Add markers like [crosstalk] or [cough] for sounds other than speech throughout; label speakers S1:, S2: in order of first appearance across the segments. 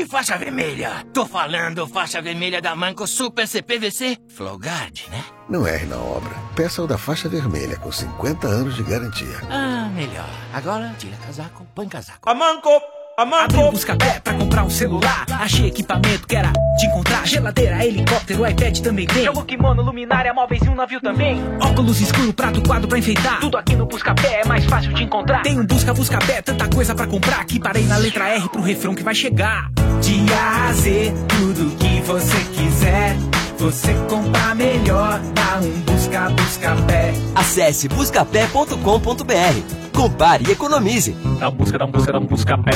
S1: E faixa vermelha? Tô falando faixa vermelha da Manco Super CPVC Flowguard, né?
S2: Não erre na obra. Peça o da faixa vermelha com 50 anos de garantia.
S1: Ah, melhor. Agora tira casaco, põe casaco.
S3: A Manco! A Manco!
S4: Abri o buscapé pra comprar um celular. Achei equipamento que era de encontrar. Geladeira, helicóptero, iPad também tem.
S5: Jogo kimono, luminária, móveis e um navio também.
S4: Óculos escuro, prato, quadro pra enfeitar.
S5: Tudo aqui no buscapé é mais fácil de encontrar.
S4: Tem um busca, busca pé, tanta coisa pra comprar. Que parei na letra R pro refrão que vai chegar. De A a Z, tudo que você quiser. Você compra melhor, dá um busca, busca pé.
S6: Acesse buscapé.com.br. Compare e economize.
S7: Dá um busca, dá busca, dá busca pé.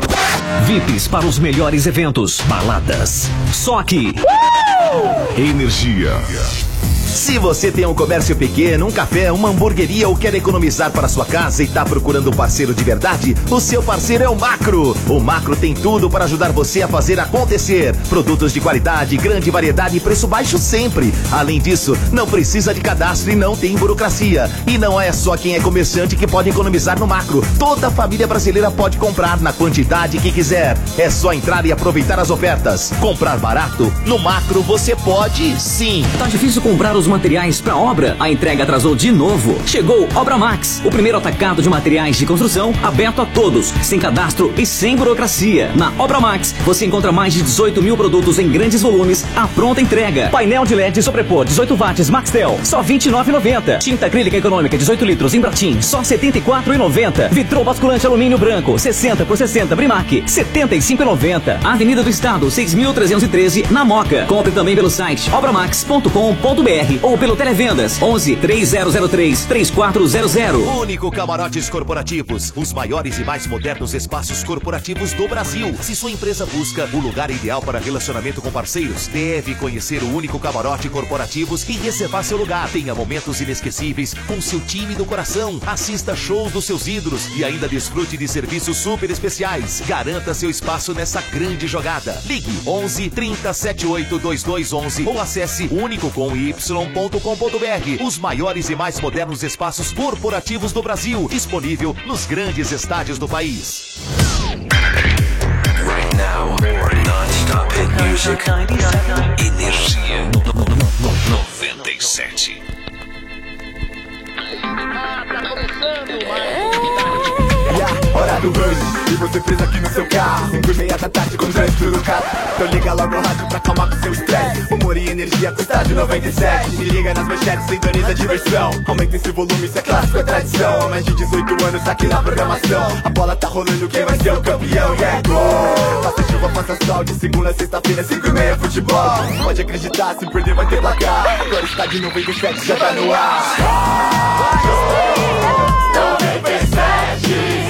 S8: VIPs para os melhores eventos, baladas. Só aqui. Uh! Energia.
S9: Se você tem um comércio pequeno, um café, uma hamburgueria ou quer economizar para sua casa e está procurando um parceiro de verdade, o seu parceiro é o Macro. O Macro tem tudo para ajudar você a fazer acontecer. Produtos de qualidade, grande variedade e preço baixo sempre. Além disso, não precisa de cadastro e não tem burocracia. E não é só quem é comerciante que pode economizar no Macro. Toda a família brasileira pode comprar na quantidade que quiser. É só entrar e aproveitar as ofertas. Comprar barato? No Macro você pode sim.
S8: Tá difícil comprar os os materiais para obra, a entrega atrasou de novo. Chegou Obra Max, o primeiro atacado de materiais de construção aberto a todos, sem cadastro e sem burocracia. Na Obra Max, você encontra mais de 18 mil produtos em grandes volumes à pronta entrega. Painel de LED sobrepor 18 watts Maxtel, só 29,90. Tinta acrílica econômica 18 litros em Bratim, só 74,90. Vitrô basculante alumínio branco 60 por 60 Brimac, 75,90. Avenida do Estado 6.313 na Moca. Compre também pelo site obramax.com.br ou pelo Televendas 11 3003 3400.
S9: Único Camarotes Corporativos, os maiores e mais modernos espaços corporativos do Brasil. Se sua empresa busca o lugar ideal para relacionamento com parceiros, deve conhecer o Único Camarote Corporativos e reservar seu lugar. Tenha momentos inesquecíveis com seu time do coração. Assista shows dos seus ídolos e ainda desfrute de serviços super especiais. Garanta seu espaço nessa grande jogada. Ligue 11 3078 2211 ou acesse único com y com.br Os maiores e mais modernos espaços corporativos do Brasil, disponível nos grandes estádios do país.
S10: Right now, non-stop hit music. Energia 97.
S11: E a hora do banho, e você presa aqui no seu carro. Um meia da tarde com trânsito no carro. Então liga logo o rádio pra calmar com seu estresse. Humor e energia custa de 97. Me liga nas manchetes, sintoniza a diversão. Aumenta esse volume, isso é clássico, é tradição. Há mais de 18 anos aqui na programação. A bola tá rolando, quem vai ser o campeão? E é gol! Passa chuva, passa sol, de segunda a sexta-feira, 5 e meia, futebol. Pode acreditar, se perder vai ter placar. Agora está de 97, já tá no ar. Rádio 97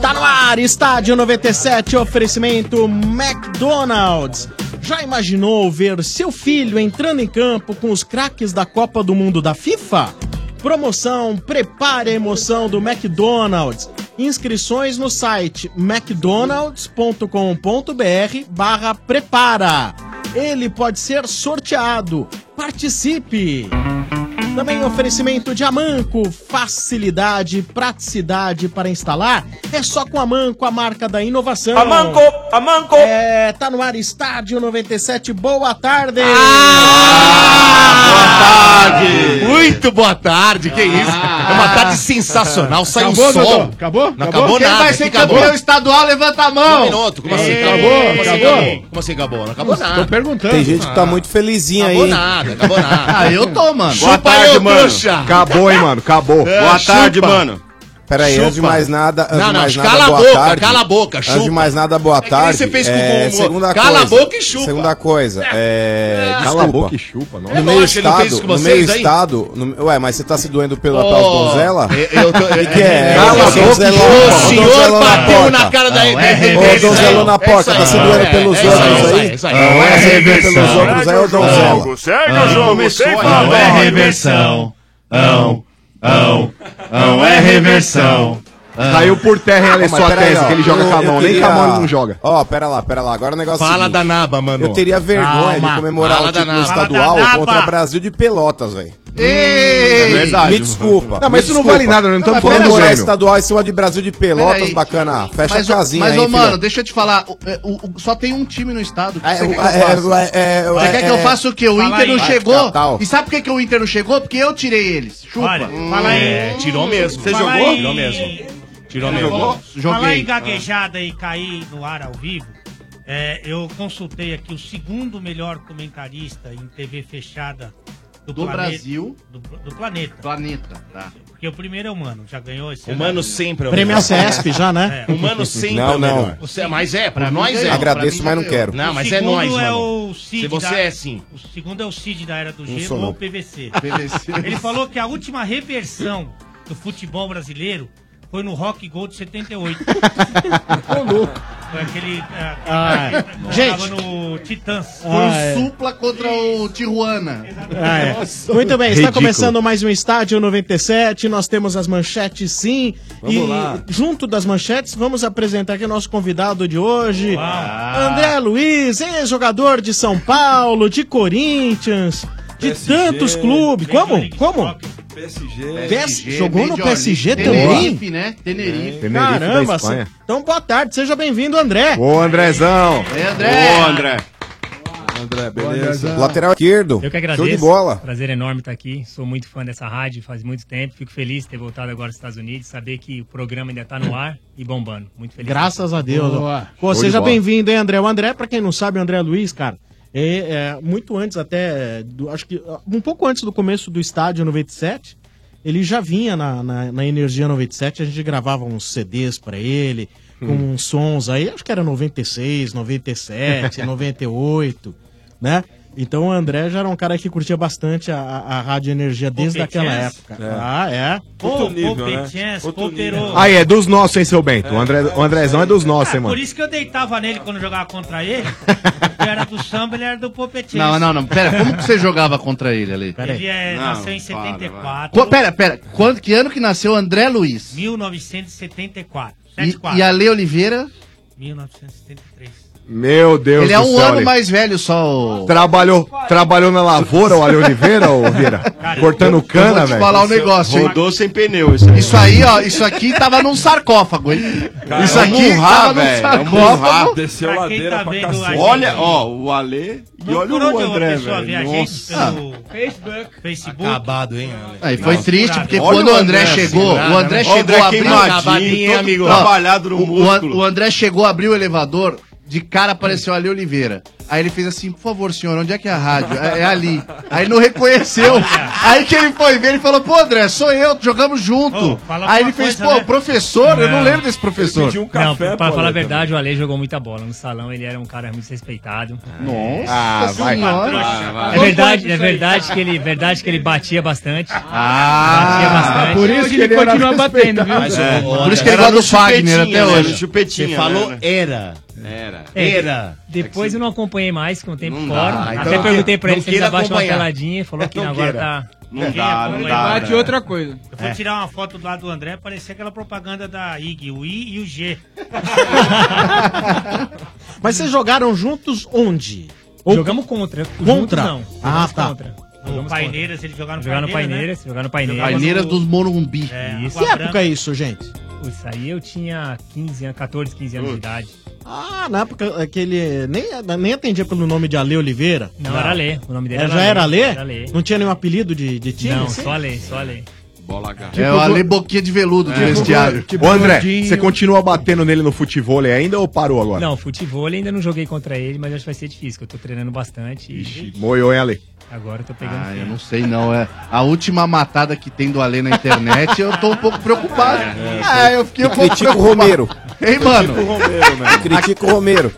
S12: Tá Estádio 97, oferecimento McDonald's. Já imaginou ver seu filho entrando em campo com os craques da Copa do Mundo da FIFA? Promoção Prepare a Emoção do McDonald's. Inscrições no site mcdonalds.com.br barra prepara. Ele pode ser sorteado. Participe! Também oferecimento de Amanco, facilidade, praticidade para instalar. É só com Amanco, a marca da inovação.
S3: Amanco, Amanco.
S12: É, tá no ar Estádio 97. Boa tarde.
S13: Ah, boa tarde. Muito boa tarde. Que isso? É uma tarde sensacional. Sai
S9: um
S12: acabou,
S13: o sol.
S12: Doutor? Acabou?
S13: Não acabou,
S12: Quem
S13: nada.
S12: vai ser
S13: Aqui
S12: campeão estadual, levanta a
S13: Um
S12: mão.
S13: minuto. Como assim?
S12: Ei,
S13: Como assim
S12: acabou? Então,
S13: acabou? Como assim acabou? Não acabou nada.
S12: Tô perguntando.
S14: Tem gente que tá muito felizinha
S13: Acabou
S14: aí.
S13: nada, acabou nada.
S12: [laughs] Ah, eu tô, mano.
S13: Chupa eu, trouxa.
S14: Acabou, hein, mano. Acabou.
S13: É,
S15: Boa tarde,
S13: chupa.
S15: mano. Peraí, antes de
S9: Chupa.
S15: mais nada. Antes
S9: Não,
S15: de
S9: não,
S15: mais
S9: cala a
S15: boa
S9: boca,
S15: tarde.
S9: cala a boca,
S15: Antes de
S9: chupa. É
S15: mais nada, boa
S9: que nem
S15: tarde. É,
S9: você fez com o Romulo.
S15: segunda
S9: Cala a
S15: coisa,
S9: boca e chupa.
S15: Segunda coisa, é.
S11: Cala a
S15: desculpa.
S11: boca e chupa, não.
S15: No
S11: É
S15: meio
S11: lógico, ele não
S15: estado,
S11: fez isso com
S15: no
S11: vocês,
S15: meio
S11: hein?
S15: estado, no- ué, mas você tá se doendo pela, pelas
S9: Ô,
S15: donzela?
S9: eu- eu tô-
S15: que, que
S9: é,
S15: é?
S9: cala a
S15: Ô,
S9: boca e
S15: donzelão,
S9: chupa.
S15: ô,
S9: O senhor
S15: donzelão
S9: bateu
S15: porta.
S9: na É cara da-
S13: é,
S9: da-
S15: Ô, donzelo na porta, tá se doendo pelos
S9: é isso aí,
S15: outros
S9: é
S15: aí?
S9: isso aí.
S15: Não é se doendo
S9: reversão.
S15: pelos outros aí, ô, donzela.
S9: Segue
S16: é
S15: Ah,
S9: começou aí,
S17: Não é
S9: ó.
S17: reversão. Não, não, não é reversão.
S11: Caiu por terra,
S16: Ah,
S11: hein, Ale,
S15: Pô, mas
S11: sua
S15: peraí,
S11: tese
S15: ó,
S11: que ele joga
S15: eu-
S11: com a
S15: eu
S11: mão. Nem
S15: queria-
S11: com a mão ele não joga.
S15: Ó, pera lá, pera lá. Agora o negócio é o
S11: Fala
S15: seguinte.
S11: da naba, mano.
S15: Eu teria vergonha
S11: Calma.
S15: de comemorar
S11: Fala
S15: o
S11: da
S15: título
S11: naba.
S15: estadual
S11: Fala da naba.
S15: contra Brasil de Pelotas, velho.
S11: Ei!
S15: Me desculpa.
S11: É Não, mas
S15: me
S11: isso não
S15: desculpa.
S11: vale nada, não estamos
S15: mas
S11: falando
S15: comemorar
S11: do Grêmio.
S15: estadual em cima de Brasil de Pelotas,
S14: Peraí.
S15: bacana. Fecha
S14: mas,
S15: a
S14: ô-
S15: casinha
S14: Mas,
S15: aí,
S14: ô,
S15: filhão.
S14: mano, deixa eu te falar. o- é, o- o- só tem um time no estado. que
S15: É,
S14: você
S15: o-
S14: quer que eu
S15: é,
S14: faça?
S15: é, é,
S14: Você
S15: é,
S14: quer que eu
S15: é. Tá,
S14: faça o quê? O
S15: Fala
S14: Inter
S15: aí,
S14: não
S15: vai,
S14: chegou.
S15: Catal.
S14: E sabe por que, que o Inter não chegou? Porque eu tirei eles. Chupa.
S1: Olha, fala aí. É, tirou mesmo.
S14: Você
S1: Fala
S14: jogou?
S1: aí.
S14: Tirou
S1: mesmo.
S14: Tirou mesmo. Jogou?
S1: Falar
S14: Joguei. Ah.
S1: em gaguejada e cair no ar ao vivo, é, eu consultei aqui o segundo melhor comentarista em TV fechada do,
S14: Do
S1: planeta-
S14: Brasil.
S1: Do, do planeta.
S14: Planeta, tá.
S1: Porque o primeiro é o Mano, já ganhou esse
S14: O
S1: ano.
S14: Mano
S9: sempre
S12: é o Prêmio melhor. CESP já, né?
S1: É.
S9: O Mano sempre
S15: Não,
S9: é o
S15: não.
S9: melhor. Você- mas é, pra nós é.
S15: Agradeço,
S9: Pra mim
S15: mas não quero.
S9: Não, mas
S1: O
S9: é
S1: segundo
S9: nós,
S1: é
S9: mano.
S1: o Cid
S9: Se você
S1: da-
S9: é assim.
S1: O segundo é o Cid da Era do
S9: Não
S1: Gelo
S9: sou,
S1: ou
S9: não.
S1: o PVC.
S9: PVC.
S1: Ele falou que a última reversão do futebol brasileiro foi no Rock Gold de 78. Ô, louco. Foi aquele... ah,
S12: Ah,
S14: [laughs]
S12: é.
S1: que
S12: Gente.
S1: tava no Titãs.
S12: Foi o Ah, é.
S14: um Supla contra o Tijuana.
S12: Ah, é. Muito bem, está começando mais um Estádio 97. Nós temos as manchetes, sim.
S14: Vamos
S12: e
S14: lá.
S12: junto das manchetes, vamos apresentar aqui o nosso convidado de hoje, André Luiz, ex-jogador de São Paulo, de Corinthians, de
S13: PSG,
S12: tantos clubes. Como? Como?
S13: PSG.
S12: PSG, jogou no
S14: Major
S12: PSG
S14: League.
S12: também? É,
S14: Tenerife, né? Tenerife.
S12: Caramba,
S11: Espanha.
S12: se- então boa tarde, seja bem-vindo, André.
S11: Ô, Andrezão.
S14: Ei, André.
S11: Ô, André.
S15: André,
S12: né?
S11: beleza.
S15: Lateral esquerdo.
S18: Eu que agradeço.
S15: Show de bola.
S18: Prazer enorme estar aqui. Sou muito fã dessa rádio, faz muito tempo. Fico feliz de ter voltado agora aos Estados Unidos, saber que o programa ainda está no ar e bombando. Muito feliz.
S12: Graças a Deus.
S18: Boa.
S12: Pô,
S18: Show de
S12: seja
S18: bola.
S12: bem-vindo, hein, André? O André, pra quem não sabe, o André Luiz, cara, é, é, muito antes até, do- acho que ah, um pouco antes do começo do estádio 97, ele já vinha na, na, na Energia 97, a gente gravava uns CDs pra ele, com
S19: Hum.
S12: uns sons aí, acho que era 96,
S18: [laughs]
S12: 97, 98, né? Então o André já era um cara que curtia bastante a, a, a Rádio Energia desde aquela
S1: Petchens?
S12: época. Ah, é.
S1: Outro Pô, nível, pô, né? Petchens, Outro pô, nível. Peru.
S11: Aí, é dos nossos, hein, seu Bento. O, André, o Andrezão é dos nossos, hein,
S1: Por
S11: mano.
S1: isso que eu deitava nele quando eu jogava contra ele. Porque eu era do samba, ele era do Popetinho.
S14: Não, não, não. Pera, como que você jogava contra ele ali?
S1: [laughs] Ele é,
S14: Não,
S1: nasceu em
S14: para, vai.
S1: 74.
S14: Co- pera, pera. Quanto, que ano que nasceu André Luiz?
S1: 1974.
S14: E,
S1: 74.
S14: e Ale Oliveira?
S1: 1973.
S11: Meu Deus
S14: ele é
S11: do
S14: um
S11: céu,
S14: ano
S11: Ale.
S14: mais velho só. o-
S11: Trabalhou, trabalhou na lavoura, o Ale Oliveira, ô Vieira? Cortando
S14: eu
S11: Tá cana,
S14: vou te
S11: velho.
S14: falar um negócio, hein?
S17: Rodou sem pneu isso
S14: Isso aí, ó, isso aqui tava num sarcófago, hein?
S17: Cara,
S14: isso
S17: é um
S14: aqui
S17: murrá,
S14: tava
S17: velho, é
S14: num
S17: um
S14: sarcófago.
S17: murrá. Desceu Pra quem ladeira tá pra vendo cacete. a gente-
S14: Olha, ó.
S17: o Ale
S14: Mas por onde uma pessoa vê a gente
S17: Nossa.
S1: Facebook. Facebook.
S17: Acabado, hein, Ale?
S14: Aí É, foi
S17: Não,
S14: triste,
S17: curado.
S14: porque
S17: Olha
S14: quando o André, chegou,
S17: assim,
S14: o André
S17: né? Olha
S14: chegou
S17: o
S14: a
S17: André
S14: abrir
S17: queimadinho, hein, amigo? Trabalhado no
S14: o, o, An-
S17: músculo.
S14: o André chegou, abriu o elevador, de cara apareceu ali Oliveira. Aí ele fez assim, por favor, senhor, onde é que é a rádio? É, é ali. Aí não reconheceu. Aí que ele foi ver, ele falou, pô, André, sou eu, jogamos junto. Aí ele fez,
S17: né?"
S14: pô, professor, eu
S17: É.
S14: não lembro desse professor.
S18: um
S17: um
S18: não, pra falar a verdade, o Ale jogou muita bola. No salão ele era um cara muito respeitado.
S17: É.
S14: Nossa Ah, vai, senhora. vai, vai.
S18: É
S14: Não
S18: verdade,
S14: pode
S18: é
S14: isso aí.
S18: verdade que ele, verdade que ele batia bastante.
S14: Ah, por isso que ele era respeitado. Mas,
S17: é,
S14: ó, ó, Por isso que ele era gosta do no Fagner chupetinha, até né? hoje. No chupetinha,
S17: né?
S18: Você falou
S17: era.
S18: Era.
S17: Era.
S18: É,
S17: É
S18: Depois eu não acompanhei mais, que um tempo
S17: Não
S18: fora.
S17: dá, então
S18: Até
S17: não
S18: perguntei
S17: queira-
S18: pra ele
S17: não
S18: se ele
S17: queira
S18: abaixou uma
S17: acompanhar. É
S18: peladinha. Falou que
S17: Não
S18: não, agora
S17: queira.
S18: tá...
S17: Não dá, não dá,
S18: acompanhar.
S17: né? Bate não dá. outra
S18: coisa.
S1: é. Eu fui
S18: É.
S1: tirar uma foto do lado do André, parecia aquela propaganda da IG, o I e
S14: [laughs]
S1: o G.
S12: Mas vocês jogaram juntos onde?
S18: Jogamos contra.
S12: Contra?
S18: Juntos, não.
S12: Ah,
S18: Jogamos
S12: tá.
S18: contra.
S1: O Paineiras, ele jogava no
S18: Jogar no
S1: Paineiras.
S18: Paineiras,
S1: né?
S18: jogar no Paineiras.
S14: Paineiras dos Morumbi.
S18: É,
S12: Que época é isso, gente?
S18: Isso aí eu tinha 15 anos, 14, 15 anos de idade.
S12: Ah, na época que ele nem, nem atendia pelo nome de Ale Oliveira.
S18: Não, era Ale, o nome dele
S12: É,
S18: era
S12: já
S18: Ale,
S12: era Ale?
S18: era Ale.
S12: Não tinha Tipo, nenhum apelido de, de time?
S18: não,
S12: assim?
S18: só a lei, só a lei.
S13: Bola H.
S14: É o Ale Boquinha de Veludo do
S13: É.
S14: vestiário.
S13: Tipo
S11: Ô André, você continua batendo nele no futebol ainda ou parou agora?
S18: Não, futebol ainda não joguei contra ele, mas acho que vai ser difícil, que eu tô treinando bastante. e-
S11: Moiou, hein, Ale?
S18: Agora eu tô pegando
S14: Ah,
S18: frio.
S14: eu não sei não, é. A última matada que tem do Alê na internet, eu tô um pouco preocupado.
S15: É,
S14: Ah, eu fiquei um
S15: Eu
S14: pouco
S15: critico o
S14: preocupado.
S15: Romero.
S14: Hein, mano?
S15: Critico o Romero, né? Eu critico o Romero.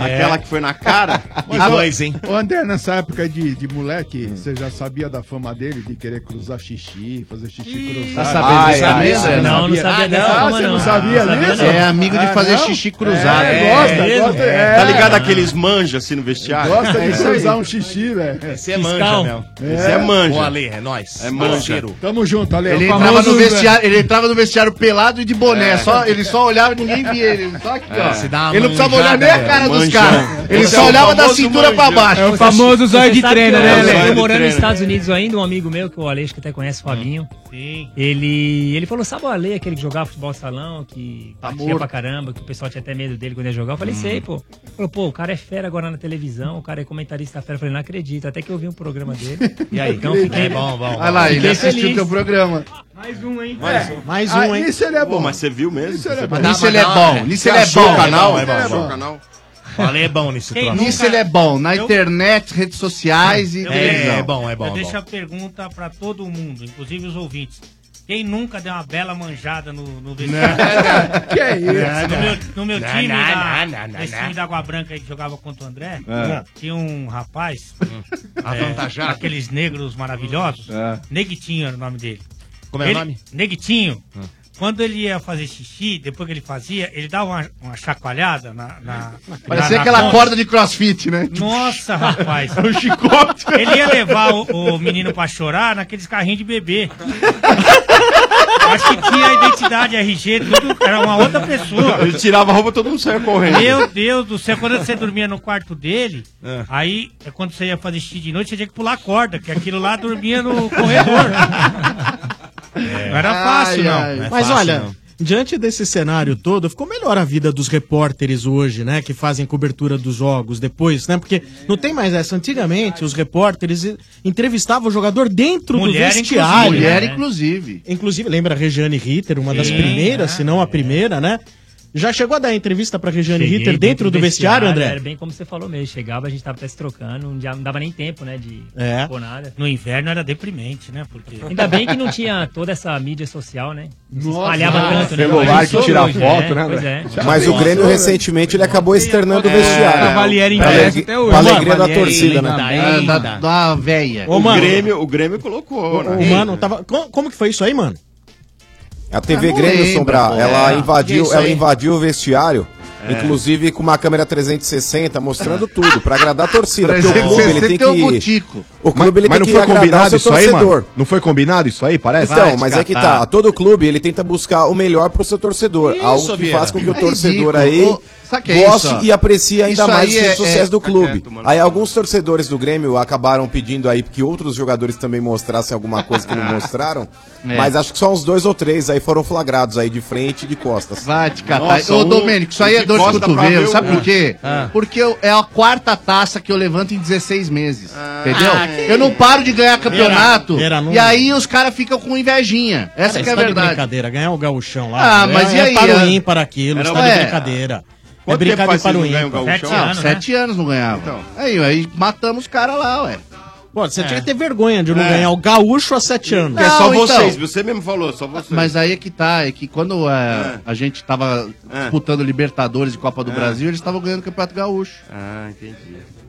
S20: É.
S13: Aquela que foi na cara.
S19: Ah,
S13: É. Os dois, hein?
S19: Ô, André, nessa época de, de moleque, você já sabia da fama dele de querer cruzar xixi, fazer xixi cruzado?
S14: Tá sabendo dessa
S19: Não,
S14: mesa?
S20: Tipo,
S13: Ah,
S19: não sabia dessa fama, Você não. não sabia Não sabia, disso? não.
S14: É amigo de
S19: Ah,
S14: fazer
S19: não?
S14: xixi cruzado.
S19: É, gosta,
S14: É,
S19: gosta,
S14: é.
S19: é.
S13: Tá ligado aqueles manja assim no vestiário?
S19: Gosta de
S13: isso aí.
S19: cruzar um xixi, velho.
S13: Esse é manja, meu. Esse é manja. Ô, Ale, é nóis. É manja.
S19: Parceiro. Tamo junto, Ale. O
S14: Ele entrava,
S19: famoso-
S14: no vestiário, ele entrava no vestiário pelado e de boné.
S19: É.
S14: Só, ele só olhava e ninguém via ele. Só aqui,
S19: É.
S14: ó.
S19: Se dá uma
S14: ele não precisava
S19: manjada,
S14: olhar nem a
S19: né?
S14: cara dos
S19: Manjão.
S14: caras. Ele
S19: Esse
S14: só
S19: é o
S14: olhava da
S19: famoso
S14: cintura pra
S19: manjão.
S14: baixo.
S19: É o famoso
S18: Você
S19: zóio de
S18: sabe
S19: treino,
S18: que
S19: né,
S18: eu-
S19: Lê? Zóio
S18: Eu morando
S19: de
S18: nos
S19: treino.
S18: Estados Unidos ainda, um amigo meu, que o Aleixo que até conhece, Fabinho.
S1: Sim.
S18: Ele, ele falou, sabe o Ale, aquele que jogava futebol de salão, que
S1: Tá
S18: batia
S1: morto.
S18: pra caramba, que o pessoal tinha até medo dele quando ia jogar? Eu falei,
S1: Hum.
S18: sei, pô. Falou, pô, o cara é fera agora na televisão, o cara é comentarista fera. Eu falei, não acredito, até que eu vi um programa dele.
S14: E aí?
S18: Então fiquei...
S14: É bom, bom, Olha lá, ele
S18: fiquei
S14: assistiu
S18: feliz.
S14: teu programa.
S1: Mais um, hein?
S13: Mais um.
S12: Mais
S13: um,
S19: hein?
S13: Isso ele é bom. mas você viu mesmo? Isso ele é
S14: bom. Nisso ele é bom, nisso ele é bom.
S13: O canal?
S14: Ele é
S13: É bom.
S14: bom.
S13: canal. Falei é bom nisso.
S1: Quem
S14: Nisso
S1: nunca-
S14: ele é bom, na
S1: Eu- É,
S14: internet, redes sociais e
S1: Eu-
S19: É,
S14: televisão.
S1: Eu deixo a pergunta pra todo mundo, inclusive os ouvintes. Quem nunca deu uma bela manjada no, [laughs] no vestiário?
S19: Que é isso?
S1: No meu, no meu
S19: Não,
S1: time,
S19: não,
S1: da,
S19: não, não,
S1: nesse
S19: não.
S1: time da Água Branca aí que jogava contra o André,
S19: É. Hum.
S1: tinha um rapaz, é,
S19: Avantajado.
S1: aqueles negros maravilhosos,
S19: É.
S1: Neguitinho era o nome dele.
S19: Como é o
S1: Ele-
S19: nome?
S1: Neguitinho.
S19: Hum.
S1: Quando ele ia fazer xixi, depois que ele fazia, ele dava uma, uma chacoalhada na. na
S14: Parecia
S1: na- na
S14: aquela
S1: ponta.
S14: corda de crossfit, né?
S1: Nossa, [laughs] rapaz.
S14: [laughs] É um chicote.
S1: Ele ia levar o, o menino pra chorar naqueles carrinhos
S14: [laughs]
S1: de bebê. Acho que tinha identidade RG, tudo. Era uma outra pessoa.
S13: Ele tirava a roupa, todo mundo saia correndo. É.
S1: Meu Deus do céu, quando você dormia no quarto dele, aí é quando você ia fazer xixi de noite, você tinha que pular a corda, que aquilo lá dormia no corredor.
S14: [laughs]
S1: Não era fácil, não. não. é
S12: Mas
S1: fácil,
S12: olha,
S1: não.
S12: diante desse cenário todo, ficou melhor a vida dos repórteres hoje, né? Que fazem cobertura dos jogos depois, né? Porque não tem mais essa. Antigamente, os repórteres e- entrevistavam o jogador dentro
S14: Mulher,
S12: do vestiário.
S14: inclusive. né? Mulher,
S1: né?
S12: inclusive. Inclusive, lembra a Regiane Ritter, uma das
S14: Sim.
S12: primeiras, se não a primeira, né? Já chegou a dar entrevista pra Regiane
S18: Cheguei
S12: Ritter dentro, do vestiário,
S18: Era
S12: André?
S18: bem como você falou mesmo. Chegava, a gente tava até se trocando, não dia- não dava nem tempo, né? De
S12: É.
S18: pôr nada.
S1: No inverno era deprimente, né? Porque...
S18: Ainda bem que não tinha toda essa mídia social, né? Não se
S1: Nossa,
S18: espalhava
S1: nossa.
S18: tanto, né?
S1: Celular
S18: Hoje
S1: que
S18: sou
S1: tira
S18: hoje,
S1: foto, né,
S18: Pois
S1: velho?
S18: é.
S15: Mas o Grêmio, recentemente, ele acabou externando o vestiário.
S13: É, o Valieri
S15: Pra
S13: em pé
S15: alegria-
S13: até hoje. Tá
S15: pra alegria da
S13: Valieri
S15: torcida,
S13: ainda,
S15: né?
S13: ainda.
S15: Ah,
S14: Da, da véia.
S13: O, Grêmio, o Grêmio colocou, né?
S12: O mano tava. co- Como que foi isso aí, mano?
S15: A
S12: Ah,
S15: TV
S12: não
S15: Grêmio,
S12: lembro,
S15: Sombrar,
S12: pô.
S15: ela
S12: É. Que
S15: invadiu,
S12: isso
S15: ela
S12: aí?
S15: invadiu o vestiário,
S12: É.
S15: inclusive com uma câmera 360, mostrando tudo, pra agradar a torcida. Porque o
S11: 360
S15: clube, ele tem
S11: é o
S15: que...
S11: Butico.
S15: O clube, ele
S11: mas
S15: tem
S11: não
S15: que
S11: foi
S15: agradar o
S11: combinado
S15: seu
S11: isso aí,
S15: torcedor.
S11: mano? Não foi combinado isso aí, parece?
S15: Então, mas é que tá. Todo clube ele tenta buscar o melhor pro seu torcedor.
S11: Isso,
S15: algo que
S11: Vieira.
S15: faz com que o
S11: É
S15: torcedor
S11: ridículo.
S15: aí
S11: Ô,
S14: sabe que é
S15: goste
S14: isso, ó?
S15: e aprecie ainda
S14: Isso
S15: mais
S14: aí é-
S15: o sucesso
S14: é-
S15: do clube.
S14: Fica quieto, mano.
S15: aí alguns torcedores do Grêmio acabaram pedindo aí que outros jogadores também mostrassem alguma
S14: [laughs]
S15: coisa que não mostraram.
S14: É.
S15: Mas acho que só uns dois ou três aí foram flagrados aí de frente e de costas. um
S14: Vai te catar. tá- Ô, Domênico, isso aí é dor de
S15: tá
S14: cotovelo. Sabe por quê? Porque eu- é a quarta taça que eu levanto em 16 meses. Entendeu?
S15: Ah,
S14: eu não paro de ganhar campeonato.
S12: Era- era não-
S14: e aí os caras ficam com invejinha. Essa
S12: Cara,
S14: que é
S12: isso
S14: a
S12: tá de
S14: verdade.
S12: brincadeira, ganhar o gauchão lá.
S14: Ah,
S12: né?
S14: mas
S12: é,
S14: e aí,
S12: É para o
S14: é?
S12: ímpar para aquilo,
S14: Era
S12: isso
S14: uma-
S12: tá de
S14: é.
S12: brincadeira. é
S14: Quanto tempo
S12: brincadeira
S14: faz
S12: para o
S14: vocês não
S12: ímpar.
S14: ganham o Sete Gauchão? anos, né? Então. Sete anos não ganhava. Aí, aí matamos os caras lá, ué.
S12: Pô, você tinha que ter vergonha de não ganhar o gaúcho há sete anos.
S14: É só É. Não, então. vocês,
S13: Você mesmo falou, só você.
S14: Mas aí é que tá, é que quando é, a gente tava
S13: É.
S14: disputando Libertadores e Copa do
S13: É.
S14: Brasil, eles estavam ganhando o Campeonato [laughs] Gaúcho.
S13: Ah, entendi.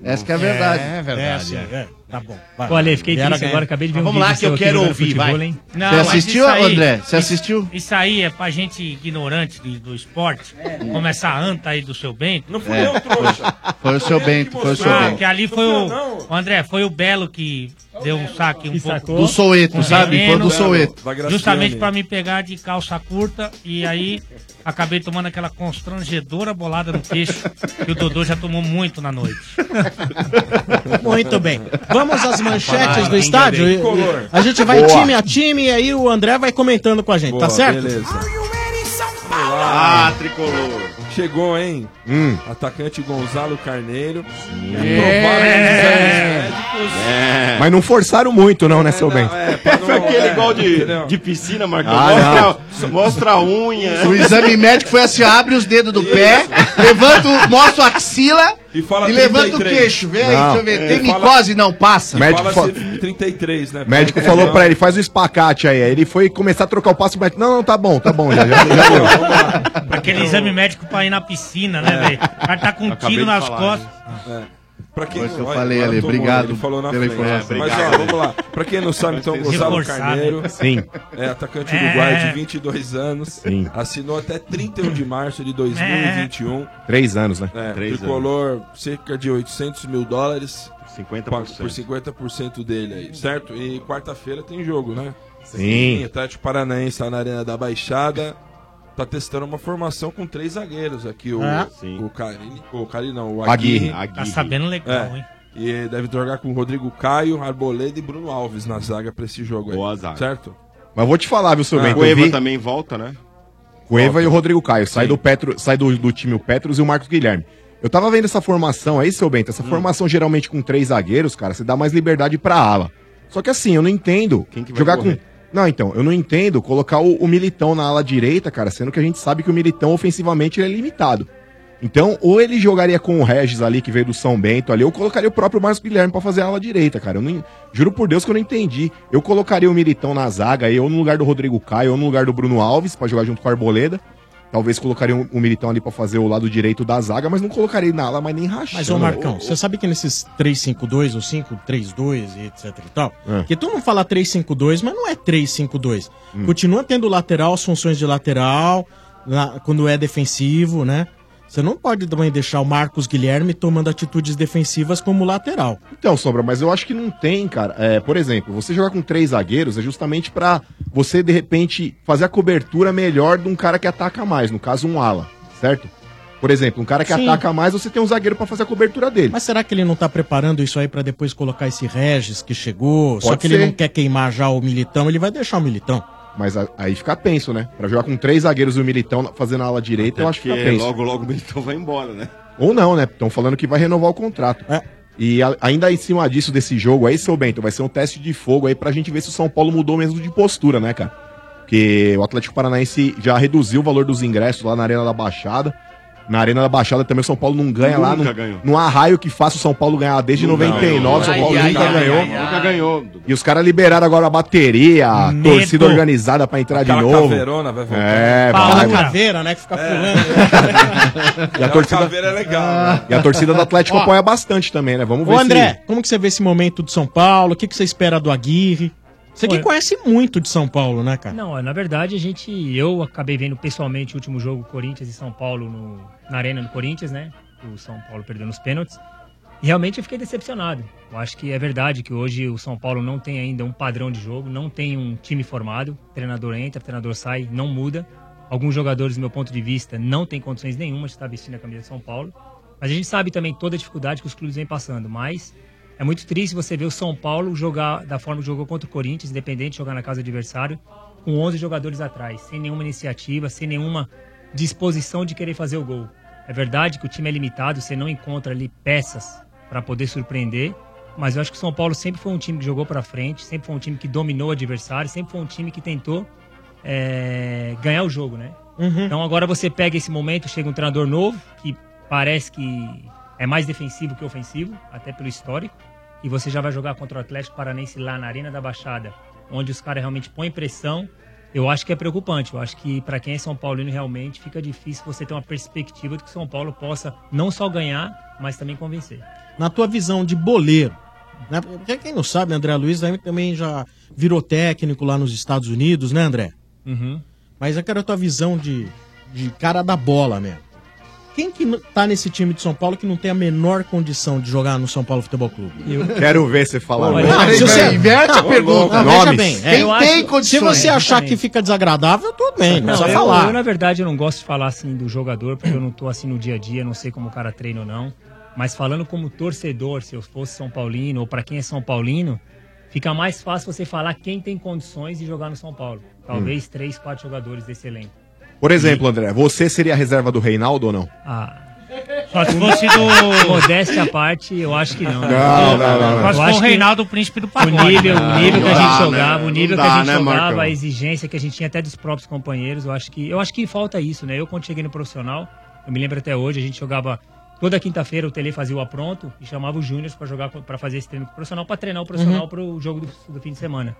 S14: Essa que é a verdade.
S12: sim, é. Tá bom. vai.
S18: Pô, Ale, fiquei
S12: Vieram
S18: triste
S12: ganhar.
S18: agora, acabei de ver um
S12: Vamos
S18: vídeo
S12: lá, que
S18: seu
S12: eu
S18: aqui
S12: quero
S18: jogando
S12: ouvir,
S18: futebol,
S12: vai.
S18: hein?
S1: Não,
S14: Você
S1: mas
S14: assistiu,
S1: isso aí-
S14: André? Você
S1: isso-
S14: assistiu?
S1: Isso, aí é pra gente ignorante do, do esporte,
S12: É.
S1: como essa anta aí do seu bem. Não
S14: fui É, eu, trouxa. foi o seu Bento, foi o seu
S1: Ah,
S14: Bento.
S1: que ali foi o, o André, foi o Belo que deu um saque um pouco.
S14: Do Soweto,
S1: com
S14: sabe? Foi
S1: veneno,
S14: do Soweto. Da Graciane.
S12: né?
S1: Justamente pra me pegar de calça curta e aí acabei tomando aquela constrangedora bolada no queixo que o Dodô já tomou muito na noite.
S12: Muito bem. Vamos às manchetes
S1: Falaram,
S12: do
S1: hein,
S12: estádio.
S1: Gabriel?
S12: E-
S1: Color.
S12: e A gente vai
S1: Boa.
S12: time a time e
S21: Tá
S12: aí o André vai comentando com a gente, tá certo?
S13: Ah, tricolor.
S21: Chegou, hein? Atacante Gonzalo Carneiro.
S11: É.
S21: É.
S11: Mas não forçaram muito, não, né, seu bem?
S17: Foi aquele gol de, de piscina, Marcão.
S11: Ah,
S17: mostra, mostra a unha. [laughs]
S14: O exame médico foi assim: abre os dedos do pé, levanta, o- mostra a axila e,
S21: fala
S14: levanta o
S21: 33.
S14: queixo. Vê aí,
S11: Não.
S14: deixa eu ver.
S11: É,
S14: Tem
S11: fala-
S14: micose? Não, passa.
S11: E Médico
S21: Fala
S11: fa-
S21: se 33, né?
S11: O médico falou pra ele, faz o espacate aí. Aí Ele foi começar a trocar o passo, mas não, não, tá bom, tá bom, já, já, já [laughs] deu.
S1: Aquele exame médico pra ir na piscina, né, velho? O cara tá com um
S21: É. Acabei
S1: tiro
S21: de
S1: nas
S21: falar,
S1: costas.
S21: né? É. Pra quem
S14: Foi o que eu
S21: olha,
S14: falei,
S21: agora
S14: Ale,
S21: eu tô
S14: obrigado
S21: morrendo, Ele falou na
S14: pela
S21: frente.
S14: informação.
S21: Mas
S14: Obrigado.
S21: ó, vamos lá. Pra quem não sabe, então, Gonzalo
S14: Reforçar, né?
S21: Carneiro.
S11: Sim.
S21: É atacante
S11: É.
S21: uruguaio de 22 anos.
S11: Sim.
S21: Assinou até 31 de março de 2021.
S11: Três anos, né?
S21: É,
S11: Três
S21: tricolor, cerca de 800 mil dólares.
S11: 50%.
S21: Por 50% dele aí, certo? E quarta-feira tem jogo, né?
S11: Sim.
S21: Atlético Paranaense lá na Arena da Baixada. Tá testando uma formação com três zagueiros aqui. O,
S1: Ah.
S21: o Carilli, o Carilli não, o
S1: Aguirre.
S21: Aguirre. É.
S1: Tá sabendo legal, hein?
S21: E deve jogar com o Rodrigo Caio, Arboleda e Bruno Alves na zaga pra esse jogo aí. Boa zaga. Certo?
S11: Mas vou te falar, viu, seu bem?
S21: Cueva
S11: eu vi-
S21: também
S17: volta, né?
S11: Cueva e o Rodrigo Caio. Sai, do, Petro, sai do, do time o Petros e o Marcos Guilherme. Eu tava vendo essa formação aí, seu Bento. Essa formação geralmente com três zagueiros, cara, você dá mais liberdade pra ala. Só que assim, eu não entendo.
S17: vai
S11: jogar
S17: correr?
S11: com. Não, então, eu não entendo colocar o, o Militão na ala direita, cara, sendo que a gente sabe que o Militão ofensivamente ele é limitado. Então, ou ele jogaria com o Regis ali, que veio do São Bento ali, ou colocaria o próprio Marcos Guilherme pra fazer a ala direita, cara. Eu não, juro por Deus que eu não entendi. Eu colocaria o Militão na zaga, aí, ou no lugar do Rodrigo Caio, ou no lugar do Bruno Alves, pra jogar junto com o Arboleda. Talvez colocaria o o Militão ali pra fazer o lado direito da zaga, mas não colocaria ele na ala, mas nem rachando.
S12: Mas, ô Marcão,
S11: velho.
S12: você sabe que nesses 352 ou 532 e etc e tal,
S11: É.
S12: que todo mundo fala 352, mas não é 352. Continua tendo lateral, as funções de lateral, na- quando é defensivo, né? Você não pode também deixar o Marcos Guilherme tomando atitudes defensivas como lateral.
S11: Então, Sombra, mas eu acho que não tem, cara. É, por exemplo, você jogar com três zagueiros é justamente pra você, de repente, fazer a cobertura melhor de um cara que ataca mais, no caso, um ala, certo? Por exemplo, um cara que
S12: Sim.
S11: ataca mais, você tem um zagueiro pra fazer a cobertura dele.
S12: Mas será que ele não tá preparando isso aí pra depois colocar esse Regis que chegou? só
S11: Pode
S12: que
S11: ser.
S12: ele não quer queimar já o Militão, ele vai deixar o Militão.
S11: Mas a- aí fica penso, né? Pra jogar com três zagueiros e o Militão na- fazendo a ala direita, eu acho que fica
S17: Porque
S11: penso.
S17: logo, logo o Militão vai embora, né?
S11: Ou não, né? Estão falando que vai renovar o contrato.
S12: É.
S11: E a- ainda em cima disso, desse jogo aí, seu Bento, vai ser um teste de fogo aí pra gente ver se o São Paulo mudou mesmo de postura, né, cara? Porque o Atlético Paranaense já reduziu o valor dos ingressos lá na Arena da Baixada. Na Arena da Baixada também o São Paulo não ganha lá.
S17: Nunca
S11: Não,
S17: ganhou.
S11: não há raio que faça o São Paulo ganhar desde
S17: Não
S11: 99. O São
S17: ganhou.
S11: Paulo
S17: Ai, ai,
S11: nunca
S17: ai,
S11: ganhou.
S17: ai, ai. Nunca ganhou.
S11: E os caras liberaram agora a bateria, a
S12: Medo.
S11: torcida organizada pra entrar de
S21: Aquela
S11: novo.
S21: caveirona vai voltar.
S11: É,
S12: Fala
S11: vai, vai.
S12: caveira, né? Que
S17: É.
S12: fica pulando.
S11: E a torcida- Ah.
S21: é legal.
S15: né?
S11: E a torcida do Atlético
S12: Ó.
S11: apoia bastante também, né? Vamos ver
S12: Ô
S11: se-
S12: André, como que você vê esse momento de São Paulo? O que, que você espera do Aguirre? Você que conhece muito de São Paulo, né, cara?
S18: Não, na verdade, a gente. Eu acabei vendo pessoalmente o último jogo Corinthians e São Paulo no- na Arena do Corinthians, né? O São Paulo perdeu nos pênaltis. E realmente eu fiquei decepcionado. Eu acho que é verdade que hoje o São Paulo não tem ainda um padrão de jogo, não tem um time formado. Treinador entra, treinador sai, não muda. Alguns jogadores, do meu ponto de vista, não têm condições nenhuma de estar vestindo a camisa de São Paulo. Mas a gente sabe também toda a dificuldade que os clubes vêm passando. Mas é muito triste você ver o São Paulo jogar da forma que jogou contra o Corinthians, independente de jogar na casa do adversário, com 11 jogadores atrás, sem nenhuma iniciativa, sem nenhuma disposição de querer fazer o gol. É verdade que o time é limitado, você não encontra ali peças para poder surpreender, mas eu acho que o São Paulo sempre foi um time que jogou para frente, sempre foi um time que dominou o adversário, sempre foi um time que tentou é, ganhar o jogo, né? Então agora você pega esse momento, chega um treinador novo, que parece que é mais defensivo que ofensivo, até pelo histórico, e você já vai jogar contra o Atlético Paranense lá na Arena da Baixada, onde os caras realmente põem pressão. Eu acho que é preocupante. Eu acho que para quem é São Paulino realmente fica difícil você ter uma perspectiva de que o São Paulo possa não só ganhar, mas também convencer.
S12: Na tua visão de boleiro, né? Porque quem não sabe, André Luiz aí também já virou técnico lá nos Estados Unidos, né, André? Mas eu quero a tua visão de, de cara da bola mesmo. Quem que n- tá nesse time de São Paulo que não tem a menor condição de jogar no São Paulo Futebol Clube?
S11: Quero ver você falar.
S12: Olha,
S11: agora.
S12: não, se você-
S14: Inverte a
S12: Não,
S14: pergunta.
S12: não, veja
S14: Nomes.
S12: bem, é,
S14: Quem tem
S12: eu acho-
S14: condições?
S12: Se você achar
S18: Exatamente.
S12: que fica desagradável, tudo bem, não, precisa
S18: eu,
S12: falar.
S18: eu, na verdade, eu não gosto de falar assim do jogador, porque eu não tô assim no dia a dia, não sei como o cara treina ou não. Mas falando como torcedor, se eu fosse São Paulino, ou para quem é São Paulino, fica mais
S1: Hum.
S18: fácil você falar quem tem condições de jogar no São Paulo. Talvez três, quatro jogadores desse elenco.
S11: Por exemplo, André, você seria a reserva do Reinaldo ou não?
S18: Ah. Só se fosse do. Modéstia à parte, eu acho que não. né?
S11: Não, não, não, não.
S18: Eu acho
S1: Só com o
S18: que
S1: Reinaldo, o príncipe do
S18: O
S1: pagode.
S18: nível,
S1: Não,
S18: o nível que a
S1: não
S18: gente
S1: dá,
S18: jogava,
S1: né?
S18: o nível
S1: Não
S18: que a
S1: dá,
S18: gente
S1: né,
S18: jogava,
S1: Marcão?
S18: a exigência que a gente tinha até dos próprios companheiros, eu acho que. Eu acho que falta isso, né? Eu quando cheguei no profissional, eu me lembro até hoje, a gente jogava. Toda quinta-feira o Tele fazia o apronto e chamava os júniors pra jogar para fazer esse treino com o profissional, pra treinar o profissional
S1: Uhum.
S18: pro jogo do, do fim de semana.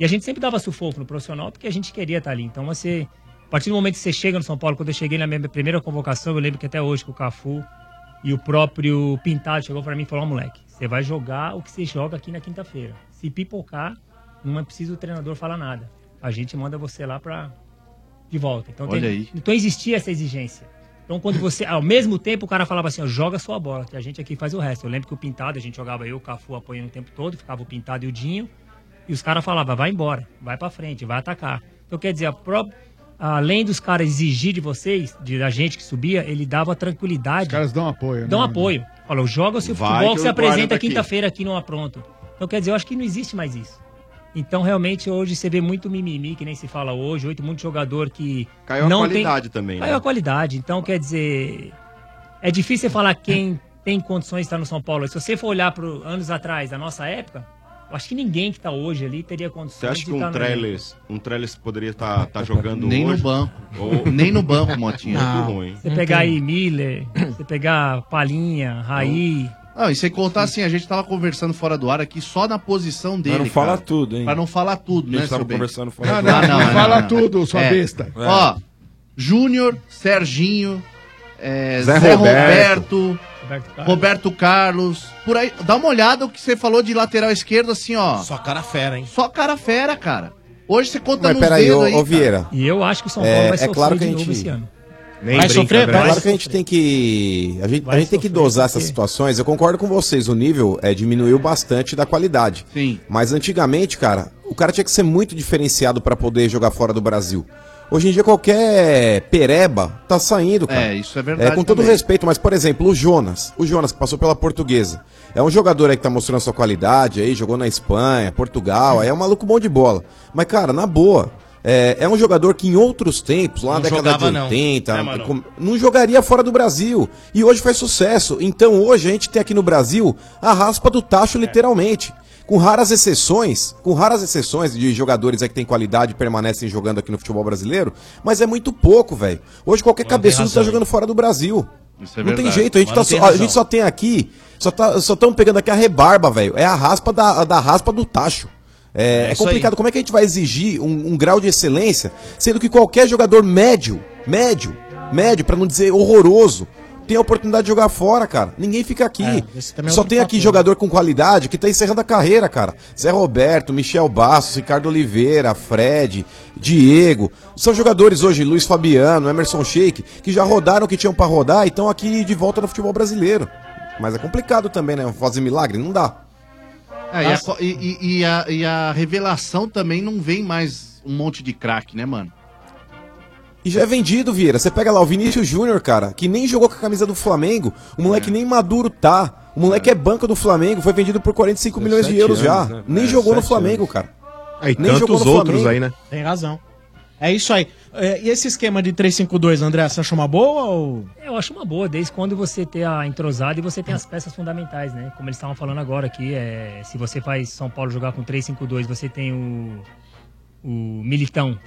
S18: E a gente sempre dava sufoco no profissional porque a gente queria estar ali. Então você, a partir do momento que você chega no São Paulo, quando eu cheguei na minha primeira convocação, eu lembro que até hoje com o Cafu e o próprio Pintado chegou pra mim e falou: ó, moleque, você vai jogar o que você joga aqui na quinta-feira. Se pipocar, não é preciso o treinador falar nada. A gente manda você lá pra de volta. Então, tem-
S14: Olha aí.
S18: então existia essa exigência. Então, quando você, ao mesmo tempo, o cara falava assim: ó, joga sua bola, que a gente aqui faz o resto. Eu lembro que o Pintado, a gente jogava eu, o Cafu apoiando o tempo todo, ficava o Pintado e o Dinho. E os caras falavam, vai embora, vai pra frente, vai atacar. Então, quer dizer, a pró- além dos caras exigir de vocês, de, da gente que subia, ele dava tranquilidade. Os caras
S19: dão apoio.
S18: Dão
S19: né?
S18: apoio. Falou, joga o seu
S19: Vai
S18: futebol
S19: que
S18: que
S19: o
S18: se
S19: guarda tá
S18: apresenta
S19: aqui.
S18: quinta-feira aqui no Apronto. Então, quer dizer, eu acho que não existe mais isso. Então, realmente, hoje você vê muito mimimi, que nem se fala hoje. Hoje, muito jogador que.
S17: Caiu a
S18: não
S17: qualidade
S18: tem...
S17: também,
S18: Caiu
S17: né?
S18: a qualidade. Então, quer dizer. É difícil você falar quem tem condições de estar no São Paulo. Se você for olhar para anos atrás, da nossa época, eu acho que ninguém que está hoje ali teria condições
S17: Você acha que
S18: de estar
S17: um
S18: no-
S17: Trellis, um Trellis poderia estar jogando
S14: Nem no
S17: hoje?
S14: banco.
S18: [laughs]
S17: Ou-
S14: [laughs] Nem no banco, Motinha.
S17: Muito
S14: Não.
S17: ruim.
S18: Ah, Você pegar aí Miller, você pegar Palinha, Raí.
S14: Não, e sem contar assim, a gente tava conversando fora do ar aqui só na posição dele.
S21: não fala
S14: cara.
S21: tudo, hein?
S14: Pra não falar tudo,
S21: A
S14: né?
S21: gente tava
S14: seu bem?
S21: conversando fora Não, do não, ar. não fala tudo, sua besta. É.
S14: Ó, Júnior, Serginho, é,
S11: Zé
S14: Zé,
S11: Roberto.
S14: Roberto,
S18: Roberto Carlos.
S14: Roberto Carlos. Por aí, dá uma olhada o que você falou de lateral esquerdo, assim, ó.
S13: Só
S9: é
S13: cara
S1: [laughs]
S13: fera, hein?
S14: Só cara fera, cara. Hoje você conta
S15: Mas
S14: nos
S15: peraí,
S14: dedos
S15: ô-
S14: Tá aí,
S15: ô,
S14: cara.
S15: Vieira.
S18: E eu acho que o São Paulo
S15: É,
S18: vai
S15: é
S18: sofrer
S15: claro que
S18: de
S15: a
S18: novo
S15: gente-
S18: esse ano.
S11: Nem
S15: Vai sofrer, vai Claro que a gente tem que. A gente, a gente tem que dosar essas situações. Eu concordo com vocês, o nível é, diminuiu bastante da qualidade.
S14: Sim.
S15: Mas antigamente, cara, o cara tinha que ser muito diferenciado pra poder jogar fora do Brasil. Hoje em dia qualquer pereba tá saindo, cara.
S14: É, isso é verdade
S15: com todo
S14: também.
S15: respeito, mas por exemplo, o Jonas, o Jonas que passou pela Portuguesa, é um jogador aí que tá mostrando sua qualidade aí, jogou na Espanha, Portugal, aí é um maluco bom de bola. Mas cara, na boa, é, é um jogador que em outros tempos, lá na
S13: Não
S15: década
S13: jogava,
S15: de
S13: não.
S15: 80,
S13: É, Manolo?
S15: com- não jogaria fora do Brasil. E hoje faz sucesso. Então hoje a gente tem aqui no Brasil a raspa do
S13: É.
S15: tacho, literalmente. Com raras exceções, com raras exceções de jogadores aí que têm qualidade e permanecem jogando aqui no futebol brasileiro, mas é muito pouco, velho. Hoje qualquer cabeçudo
S13: razão,
S15: tá jogando fora do Brasil.
S14: Isso é
S15: não tem
S14: verdade.
S15: jeito, a gente,
S13: Mas
S15: tá
S13: não tem
S15: só, a
S13: razão.
S15: gente só tem aqui, só estão pegando aqui a rebarba, velho. É a raspa da, da raspa do tacho. É,
S13: É
S15: é
S13: isso
S15: complicado. Como é que a gente vai exigir um, um grau de excelência, sendo que qualquer jogador médio, médio, médio, pra não dizer horroroso, tem a oportunidade de jogar fora, cara. Ninguém fica aqui.
S12: também é
S15: Só
S12: outro
S15: tem aqui
S12: fator.
S15: jogador com qualidade que tá encerrando a carreira, cara. Zé Roberto, Michel Bastos, Ricardo Oliveira, Fred, Diego. São jogadores hoje, Luiz Fabiano, Emerson Sheik, que já rodaram o que tinham pra rodar e estão aqui de volta no futebol brasileiro. Mas é complicado também, né? Fazer milagre não dá.
S14: É, e, a, co- e- e- e a- e a revelação também não vem mais um monte de craque, né, mano?
S15: E já é vendido, Vieira. Você pega lá o Vinícius Júnior, cara, que nem jogou com a camisa do Flamengo. O
S11: É.
S15: moleque nem maduro tá. O moleque é, banca do Flamengo. Foi vendido por 45 milhões de
S11: 17
S15: euros já.
S11: É anos, né?
S15: Nem
S11: É,
S15: jogou no
S11: 17
S15: Flamengo, cara.
S11: Aí
S15: Nem jogou
S11: tantos
S15: no
S11: outros
S15: Flamengo.
S11: aí, né?
S12: Tem razão. É isso aí. É, E esse esquema de 352, André, você achou uma boa ou.
S18: Eu acho uma boa, desde quando você tem a entrosada e você tem as peças fundamentais, né? Como eles estavam falando agora aqui, é, se você faz São Paulo jogar com 3-5-2, você tem o, o Militão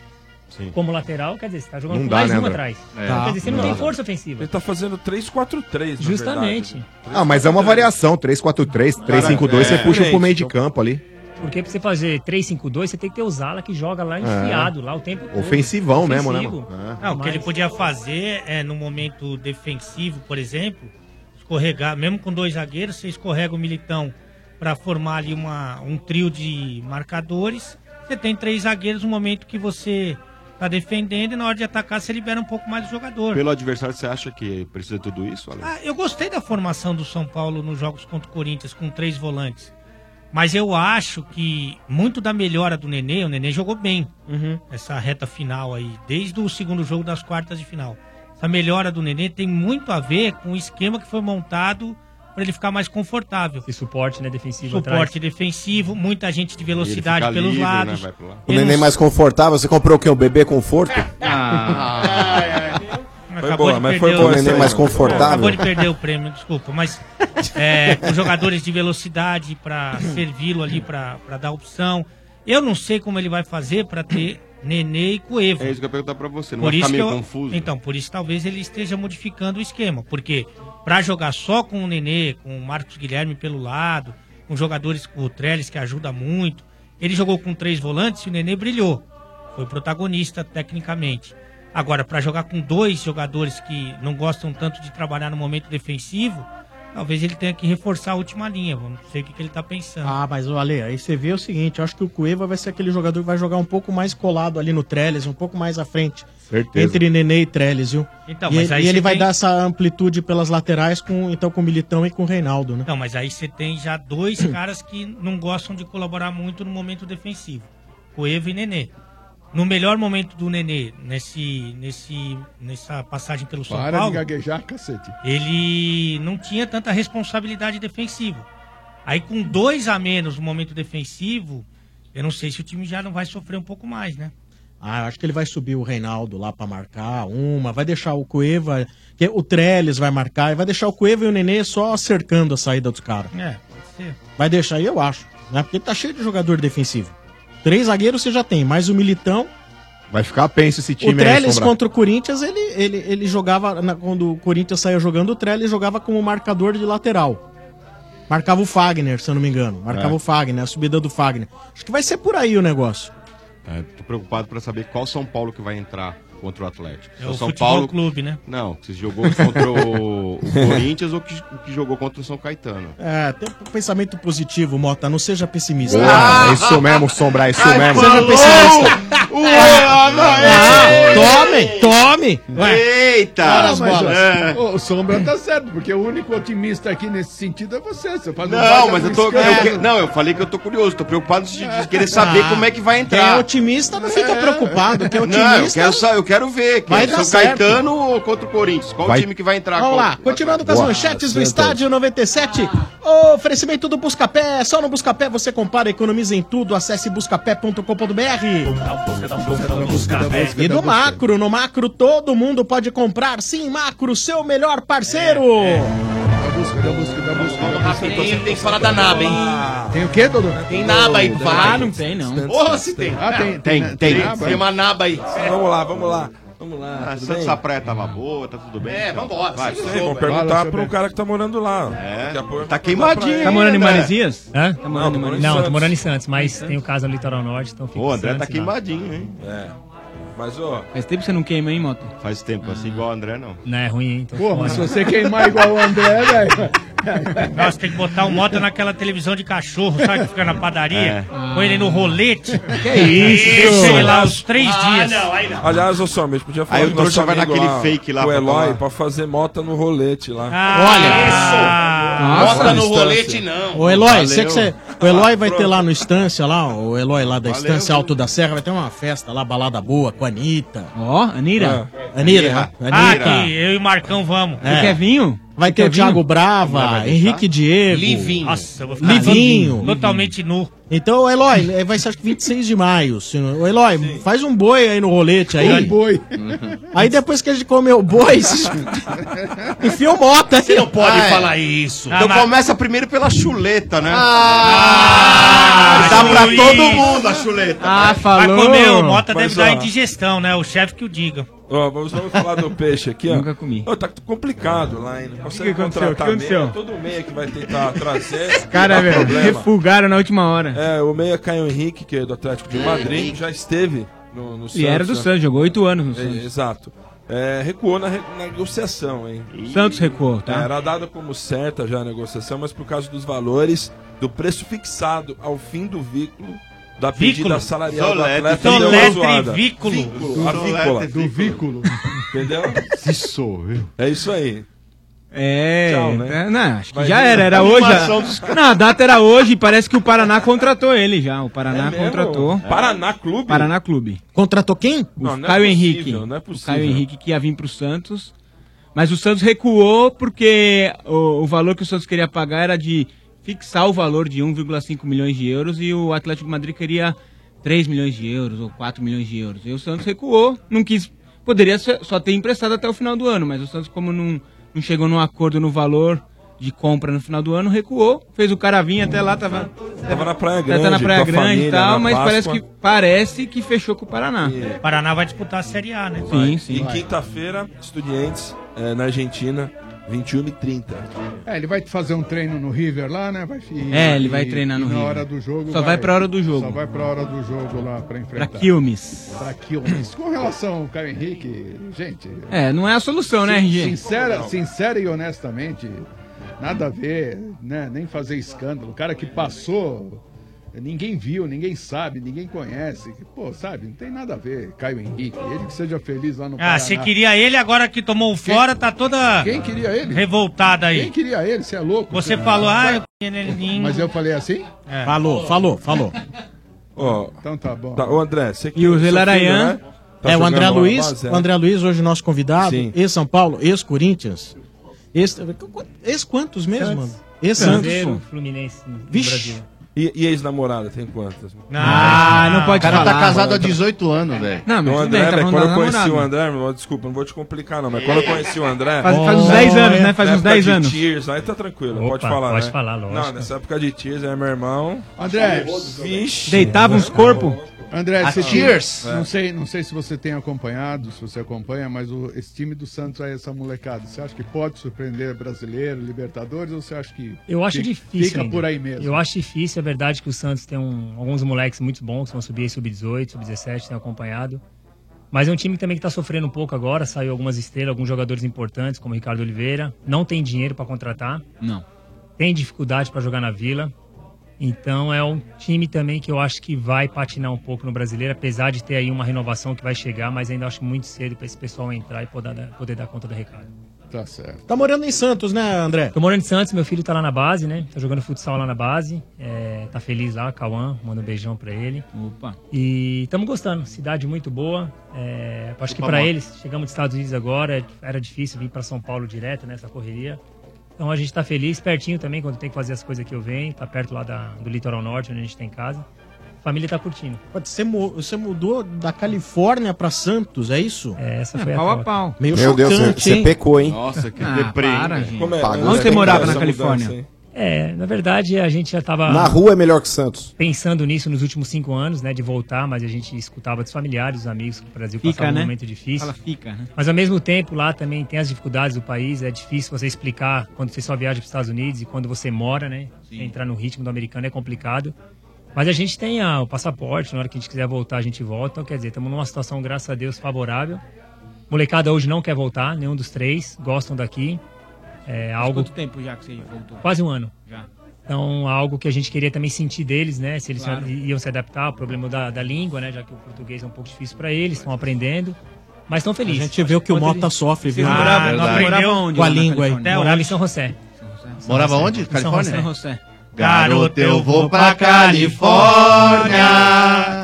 S18: como lateral, quer dizer, você tá jogando
S21: Não
S18: com
S21: dá,
S18: mais
S21: né,
S18: um
S21: André?
S18: atrás.
S21: É.
S18: Então, quer dizer, você não,
S21: Não
S18: tem
S21: dá.
S18: força ofensiva.
S21: Ele tá fazendo 3-4-3, na
S18: Justamente.
S21: verdade.
S11: Ah, mas é uma variação. 3-4-3, 3-5-2, você puxa
S21: é,
S11: pro
S21: gente,
S11: meio de campo ali.
S21: né?
S18: Porque pra você fazer 3-5-2, você tem que ter o Zala que joga lá enfiado, lá o tempo todo.
S11: Ofensivão mesmo, né,
S18: Ofensivo.
S11: mano? É.
S1: Não, o que ele podia fazer é, no momento defensivo, por exemplo, escorregar, mesmo com dois zagueiros, você escorrega o Militão pra formar ali uma, um trio de marcadores. Você tem três zagueiros no momento que você tá defendendo e na hora de atacar você libera um pouco mais o jogador.
S17: Pelo adversário, você acha que precisa de tudo isso, Ale?
S1: Ah, eu gostei da formação do São Paulo nos jogos contra o Corinthians com três volantes. Mas eu acho que muito da melhora do Nenê, o Nenê jogou bem
S15: Uhum.
S1: essa reta final aí, desde o segundo jogo das quartas de final. Essa melhora do Nenê tem muito a ver com o esquema que foi montado para ele ficar mais confortável.
S18: E suporte, né, defensivo atrás.
S1: Suporte defensivo, muita gente de
S15: fica
S1: velocidade pelos
S15: livre, né,
S1: lados.
S15: O neném mais confortável, você comprou o quê? O bebê conforto?
S1: Ah,
S14: Ah.
S21: Foi boa, mas foi
S1: perder
S21: boa
S1: o-
S21: essa aí. Mais confortável.
S1: Acabou de perder o prêmio, desculpa. Mas é, com jogadores de velocidade para
S21: Hum.
S1: servi-lo ali, para dar opção. Eu não sei como ele vai fazer para ter Nenê e Cuevo.
S17: É isso que eu ia perguntar pra você. Não
S1: Por
S17: vai
S1: isso
S17: ficar
S1: que
S17: meio
S1: eu-
S17: confuso.
S1: Então, por isso talvez ele esteja modificando o esquema. Porque para jogar só com o Nenê, com o Marcos Guilherme pelo lado, com jogadores com o Trellis, que ajuda muito. Ele jogou com três volantes e o Nenê brilhou. Foi protagonista tecnicamente. Agora, para jogar com dois jogadores que não gostam tanto de trabalhar no momento defensivo, talvez ele tenha que reforçar a última linha. Vamos não sei o que, que ele está pensando.
S12: Ah, mas o Ale, aí você vê o seguinte, eu acho que o Cueva vai ser aquele jogador que vai jogar um pouco mais colado ali no Trellis, um pouco mais à frente.
S11: Certeza.
S12: Entre Nenê e Trellis, viu?
S1: Então,
S12: e
S1: mas
S12: ele,
S1: aí
S12: e
S1: você
S12: ele vai
S1: tem-
S12: dar essa amplitude pelas laterais com então com o Militão e com o Reinaldo, né?
S1: Não, mas aí você tem
S19: [coughs]
S1: já dois caras que não gostam de colaborar muito no momento defensivo. Coevo e Nenê. No melhor momento do Nenê, nesse, nesse, nessa passagem pelo São
S19: Para de
S1: Paulo,
S19: gaguejar, cacete.
S1: ele não tinha tanta responsabilidade defensiva. Aí com dois a menos no momento defensivo, eu não sei se o time já não vai sofrer um pouco mais, né?
S12: Ah, eu acho que ele vai subir o Reinaldo lá pra marcar uma, vai deixar o Cueva, que o Trellis vai marcar e vai deixar o Cueva e o Nenê só cercando a saída dos caras.
S1: É, pode ser.
S12: Vai deixar aí, eu acho, né? Porque tá cheio de jogador defensivo. Três zagueiros você já tem, mais o Militão
S11: Vai ficar penso esse time
S12: o Trellis
S11: Sombra.
S12: contra o Corinthians, ele, ele, ele jogava, na- quando o Corinthians saía jogando, o Trellis jogava como marcador de lateral. Marcava o Fagner, se eu não me engano. Marcava
S17: É.
S12: o Fagner, a subida do Fagner. Acho que vai ser por aí o negócio.
S17: É, tô preocupado pra saber qual São Paulo que vai entrar contra o Atlético.
S1: É
S17: Se
S1: o
S17: São
S1: futebol clube, né?
S17: Não, que se jogou contra o,
S1: [laughs]
S17: o Corinthians ou que, que jogou contra o São Caetano.
S12: É, tem um pensamento positivo, Mota, não seja pessimista. Ah!
S11: Boa, é isso mesmo, Sombra, é isso
S12: Ai,
S11: mesmo.
S12: falou!
S19: Tome,
S12: tome!
S19: Eita!
S11: Horas bolas.
S13: É.
S17: É.
S19: Ô, o Sombra tá certo, porque o único otimista aqui nesse sentido é você. Você faz um
S17: Não,
S19: baita
S17: mas eu
S19: do
S17: tô.
S19: escândalo.
S17: eu que- não, eu falei que eu tô curioso, tô preocupado de, de querer saber
S19: Ah,
S17: como é que vai entrar.
S12: Quem é otimista não fica preocupado, quem é
S17: Não, eu
S12: otimista...
S17: quero, sa- eu quero ver. Que
S12: Vai
S17: é
S12: dar
S17: São
S12: certo.
S17: Caetano ou contra o Corinthians? Qual
S12: Vai-
S17: time que vai entrar?
S12: Vamos
S17: Qual-
S12: lá, continuando com as
S17: Boa,
S12: manchetes do
S17: Santos.
S12: Estádio 97, oferecimento do Buscapé, só no Buscapé você compara, economiza em tudo, acesse
S4: É
S7: um
S12: buscapé.com.br E do Macro, no Macro todo mundo pode comprar, sim, Macro, seu melhor parceiro!
S20: é.
S13: Rapidinho, tem que falar da naba, hein?
S19: Tem o quê, Dodô?
S13: Tem naba aí pra falar.
S12: Ah, não tem, não.
S13: Porra, se tem.
S19: Ah, tem,
S13: tem. Tem, tem uma naba aí.
S21: Vamos lá, vamos lá. Vamos lá.
S17: Ah,
S21: tudo
S17: Santos
S21: bem?
S17: a praia tava boa, tá tudo bem?
S13: É, vambora,
S17: Vai,
S13: segue o
S21: Sim,
S17: Sombra.
S21: vamos perguntar
S17: Fala,
S21: pro cara que tá morando lá.
S17: É,
S21: Daqui a pouco eu
S17: tá
S21: vou perguntar pra ele.
S18: Tá morando em Maresias? Hã?
S21: Tá
S18: Tá
S21: morando
S18: morando não,
S21: em Maresias.
S18: não, tô
S21: Santos.
S18: morando em Santos, mas tem o caso no Litoral Norte, então fica
S17: Pô, o
S18: em
S17: André tá
S18: Santos, lá.
S17: queimadinho, hein?
S21: É. Mas, ó.
S18: Faz tempo que você não queima, hein, Moto?
S17: Faz tempo, assim igual o André, não.
S18: Não, é ruim, hein?
S20: [laughs]
S18: Então
S19: Pô, mas se
S18: foda.
S19: você queimar igual o André, velho.
S1: Nossa, tem que botar o Mota naquela televisão de cachorro, sabe? Que fica na padaria.
S21: É.
S1: Põe ele no rolete.
S21: Que é isso?
S1: Deixa ele lá uns três
S21: Ah,
S1: dias.
S21: não, aí não. Aliás, ô Sombra, a gente podia falar
S17: Aí o
S21: com nosso
S17: trouxa vai
S21: amigo
S17: naquele fake lá
S21: O
S17: pra
S21: Eloy
S17: tomar.
S21: pra fazer mota no rolete lá.
S1: Ah,
S12: Olha!
S21: Nossa,
S13: Bota no
S21: distância.
S13: rolete, não.
S12: Ô Eloy,
S13: Valeu.
S12: você que você. O Eloy vai ter lá no Estância, lá, ó, o Eloy lá da Estância Alto da Serra, vai ter uma festa lá, balada boa com a Anitta. Ó, Anira? Anira,
S1: Ah, aqui, eu e o Marcão vamos.
S12: É. Vai ter o Thiago Brava, Henrique Diego.
S1: Nossa, eu vou ficar
S12: Livinho.
S1: totalmente nu.
S12: Então, Eloy, eh, vai ser acho que 26 de maio. se não- Ô, Eloy, faz um boi aí no rolete aí.
S19: Um boi.
S12: Aí depois que a gente comer o
S21: [laughs]
S12: boi, se- [laughs] enfia o mota aí. Você não
S14: Ah,
S1: Ah,
S13: pode
S1: é.
S14: é.
S13: falar
S12: isso.
S13: Então
S17: começa primeiro pela chuleta, né?
S13: dá pra
S1: Luiz.
S13: todo mundo a chuleta.
S12: Ah,
S1: Ah, Vai comer, o Mota deve
S21: Mas,
S1: dar
S21: ó.
S1: indigestão, né? O chefe que o diga.
S21: Ó, vamos, vamos falar do peixe aqui, ó.
S1: Nunca
S21: comi. tá complicado lá, hein? Não consegue
S22: que aconteceu?
S21: contratar
S22: O que aconteceu?
S21: meia. Todo meia que vai tentar trazer.
S22: Cara, é
S21: dá
S22: velho,
S21: problema.
S22: refugaram na última hora.
S21: É, o meia Caio Henrique, que é do Atlético de
S9: É,
S21: Madrid, já esteve no, no Santos.
S22: Ele era do
S21: né?
S22: Santos, jogou oito anos no
S21: É,
S22: Santos.
S21: Exato. É, recuou na, re- na negociação, hein?
S22: Santos recuou, tá?
S21: Era dada como certa já a negociação, mas por causa dos valores, do preço fixado ao fim do vínculo, da pedida
S1: Vículo.
S21: salarial
S1: Soletre.
S21: do atleta, deu uma
S1: Soletre
S21: zoada.
S1: vículo.
S21: Vículo, A
S1: Soletre
S21: vícola.
S1: vículo. Do
S19: vículo.
S21: Entendeu?
S17: Se sou eu.
S21: É isso aí.
S22: É,
S21: Tchau, né?
S22: é, não, acho que
S21: Vai
S22: já
S21: vir
S22: era,
S21: a
S22: era hoje.
S21: animação
S22: A...
S21: dos
S22: Não, a data era hoje e parece que o Paraná contratou ele já. O Paraná
S21: É mesmo?
S22: contratou.
S21: Paraná Clube?
S22: Paraná Clube.
S12: Contratou quem?
S22: O
S21: Não, não é
S22: Caio
S21: possível,
S22: Henrique.
S21: não é
S22: o
S21: possível.
S22: Caio Henrique que ia vir pro Santos. Mas o Santos recuou porque o, o valor que o Santos queria pagar era de fixar o valor de 1,5 milhões de euros e o Atlético de Madrid queria 3 milhões de euros ou 4 milhões de euros. E o Santos recuou, não quis Poderia ser- só ter emprestado até o final do ano, mas o Santos, como não, não chegou num acordo no valor de compra no final do ano, recuou, fez o cara vir até lá, tava,
S21: Tava na Praia
S22: tá- tá na
S21: Grande,
S22: Praia
S21: com a
S22: Grande
S21: família,
S22: e tal,
S21: na
S22: mas parece
S21: Páscoa.
S22: que, parece que fechou com o Paraná.
S1: O Paraná vai disputar a Série A, né?
S21: Vai. E quinta-feira, Estudiantes, eh, na Argentina, 21 e 30.
S20: É, ele vai fazer um treino no River lá, né? Vai, e-
S22: É, ele vai
S20: e-
S22: treinar no
S20: e na
S22: River.
S20: hora do jogo.
S22: Só vai pra hora do jogo.
S20: Só vai pra hora do jogo lá pra enfrentar.
S22: Pra Quilmes.
S20: Pra Quilmes. Com relação ao Caio Henrique, gente.
S22: É, não é a solução, né,
S20: sin-
S22: RG?
S20: Sincera,
S22: Não.
S20: sincera e honestamente, nada a ver, né? Nem fazer escândalo. O cara que passou. Ninguém viu, ninguém sabe, ninguém conhece. Pô, sabe, não tem nada a ver, Caio Henrique. Ele que seja feliz lá no
S1: Ah,
S20: Paraná.
S1: você queria ele, agora que tomou o fora, tá toda
S20: Quem queria ele?
S1: revoltada aí.
S20: Quem queria ele? Você é louco?
S1: Você
S20: cara.
S1: falou, ah, eu
S20: Vai-
S1: queria ele.
S20: Mas eu falei assim?
S1: É.
S12: Falou, falou, falou.
S21: Ó,
S20: Então tá bom.
S21: Tá, ô André, você que
S12: E o
S21: seu filho,
S12: Zelarayan.
S21: né? Tá
S12: É, o
S21: jogando
S12: André
S21: lá na
S12: Luiz,
S21: base, é?
S12: o André Luiz, hoje nosso convidado,
S21: Sim.
S12: ex-São Paulo, ex-Corinthians. Ex, ex quantos mesmo, mano? Ex-Santos.
S18: Cruzeiro, Fluminense no
S12: Vixe.
S18: Brasil.
S21: E, e ex-namorada, tem quantas?
S12: Ah, não pode
S14: O cara tá
S12: falar,
S14: casado há
S12: mano.
S14: 18 anos, velho.
S22: Não, mas
S21: o
S22: tudo bem,
S21: André,
S22: tá
S21: velho,
S22: falando
S21: quando
S22: da
S21: eu conheci o
S22: namorada.
S21: André, meu, desculpa, não vou te complicar não, mas quando eu conheci o André...
S22: Faz- faz uns 10 anos, né? Faz
S21: Na
S22: uns
S21: época
S22: 10
S21: de
S22: anos.
S21: Tears, aí tá tranquilo,
S22: Opa,
S21: pode falar,
S22: pode
S21: né?
S22: falar, lógico.
S21: Não, nessa época de Tears, aí meu irmão...
S20: André,
S21: Vixe. É.
S22: Deitava uns corpos?
S20: André,
S21: A
S20: você
S14: Assim.
S21: Cheers?
S20: Não sei, não sei se você tem acompanhado, se você acompanha, mas o, esse time do Santos é essa molecada. Você acha que pode surpreender brasileiro, Libertadores, ou você acha que.
S18: Eu acho
S20: fica-
S18: difícil.
S20: Fica
S18: ainda.
S20: por aí mesmo.
S18: Eu acho difícil, é verdade que o Santos tem um- alguns moleques muito bons, que vão subir aí sub-18, sub-17, tenho acompanhado. Mas é um time também que está sofrendo um pouco agora, saiu algumas estrelas, alguns jogadores importantes, como o Ricardo Oliveira. Não tem dinheiro para contratar,
S22: Não.
S18: tem dificuldade para jogar na Vila. Então é um time também que eu acho que vai patinar um pouco no brasileiro, apesar de ter aí uma renovação que vai chegar, mas ainda acho muito cedo para esse pessoal entrar e poder, dar- poder dar conta do recado.
S20: Tá certo.
S12: Tá morando em Santos, né, André?
S18: Tô morando em Santos, meu filho tá lá na base, né? Tá jogando futsal lá na base. é, tá feliz lá, Cauã, manda um beijão pra ele.
S22: Opa.
S18: E estamos gostando, cidade muito boa. é, acho que
S22: Opa,
S18: pra
S22: moto.
S18: eles, chegamos dos Estados Unidos agora, era difícil vir pra São Paulo direto, né? Essa correria. Então a gente tá feliz, pertinho também, quando tem que fazer as coisas que eu venho, tá perto lá da- do litoral norte, onde a gente tem casa. A família tá curtindo.
S12: Pode ser, mu- você mudou da Califórnia pra Santos, é isso?
S18: É, essa
S12: foi
S18: a
S12: pau a
S18: foto.
S12: pau. Meio
S15: Meu Deus,
S12: chocante,
S15: você- você
S12: hein?
S15: pecou, hein?
S18: Nossa,
S15: que Ah, deprê, hein? para, gente. Como é? Pagou
S12: Onde você morava
S15: essa
S12: na Califórnia?
S15: mudança, hein?
S18: É, na verdade a gente já tava.
S15: Na rua é melhor que Santos.
S18: pensando nisso nos últimos cinco anos, né, de voltar, mas a gente escutava dos familiares, dos amigos que o Brasil
S22: Fica,
S18: passava
S22: né?
S18: um momento difícil.
S22: Fala, fica, né?
S18: Mas ao mesmo tempo, lá também tem as dificuldades do país, é difícil você explicar quando você só viaja para os Estados Unidos e quando você mora, né? Entrar no ritmo do americano é complicado. Mas a gente tem ah, o passaporte, na hora que a gente quiser voltar, a gente volta. Então, quer dizer, estamos numa situação, graças a Deus, favorável. Molecada hoje não quer voltar, nenhum dos três, gostam daqui. É
S22: Faz
S18: algo
S22: Quanto tempo já que você voltou?
S18: Quase um ano.
S22: Já.
S18: Então, algo que a gente queria também sentir deles, né? Se eles
S22: Claro.
S18: iam se adaptar ao problema da, da língua, né? Já que o português é um pouco difícil para eles, estão aprendendo. Mas estão felizes.
S12: A gente vê o que o
S18: Enquanto
S12: Mota
S18: eles-
S12: sofre, viu?
S18: Ah,
S12: Verdade.
S18: não aprendeu onde?
S12: Com a
S18: lá na
S12: língua aí.
S18: Califórnia? Morava em São José. São
S14: Morava
S18: José.
S14: onde?
S18: São
S14: Califórnia?
S18: José.
S14: São
S22: José.
S14: Garoto, eu vou pra
S22: Ah!
S14: Califórnia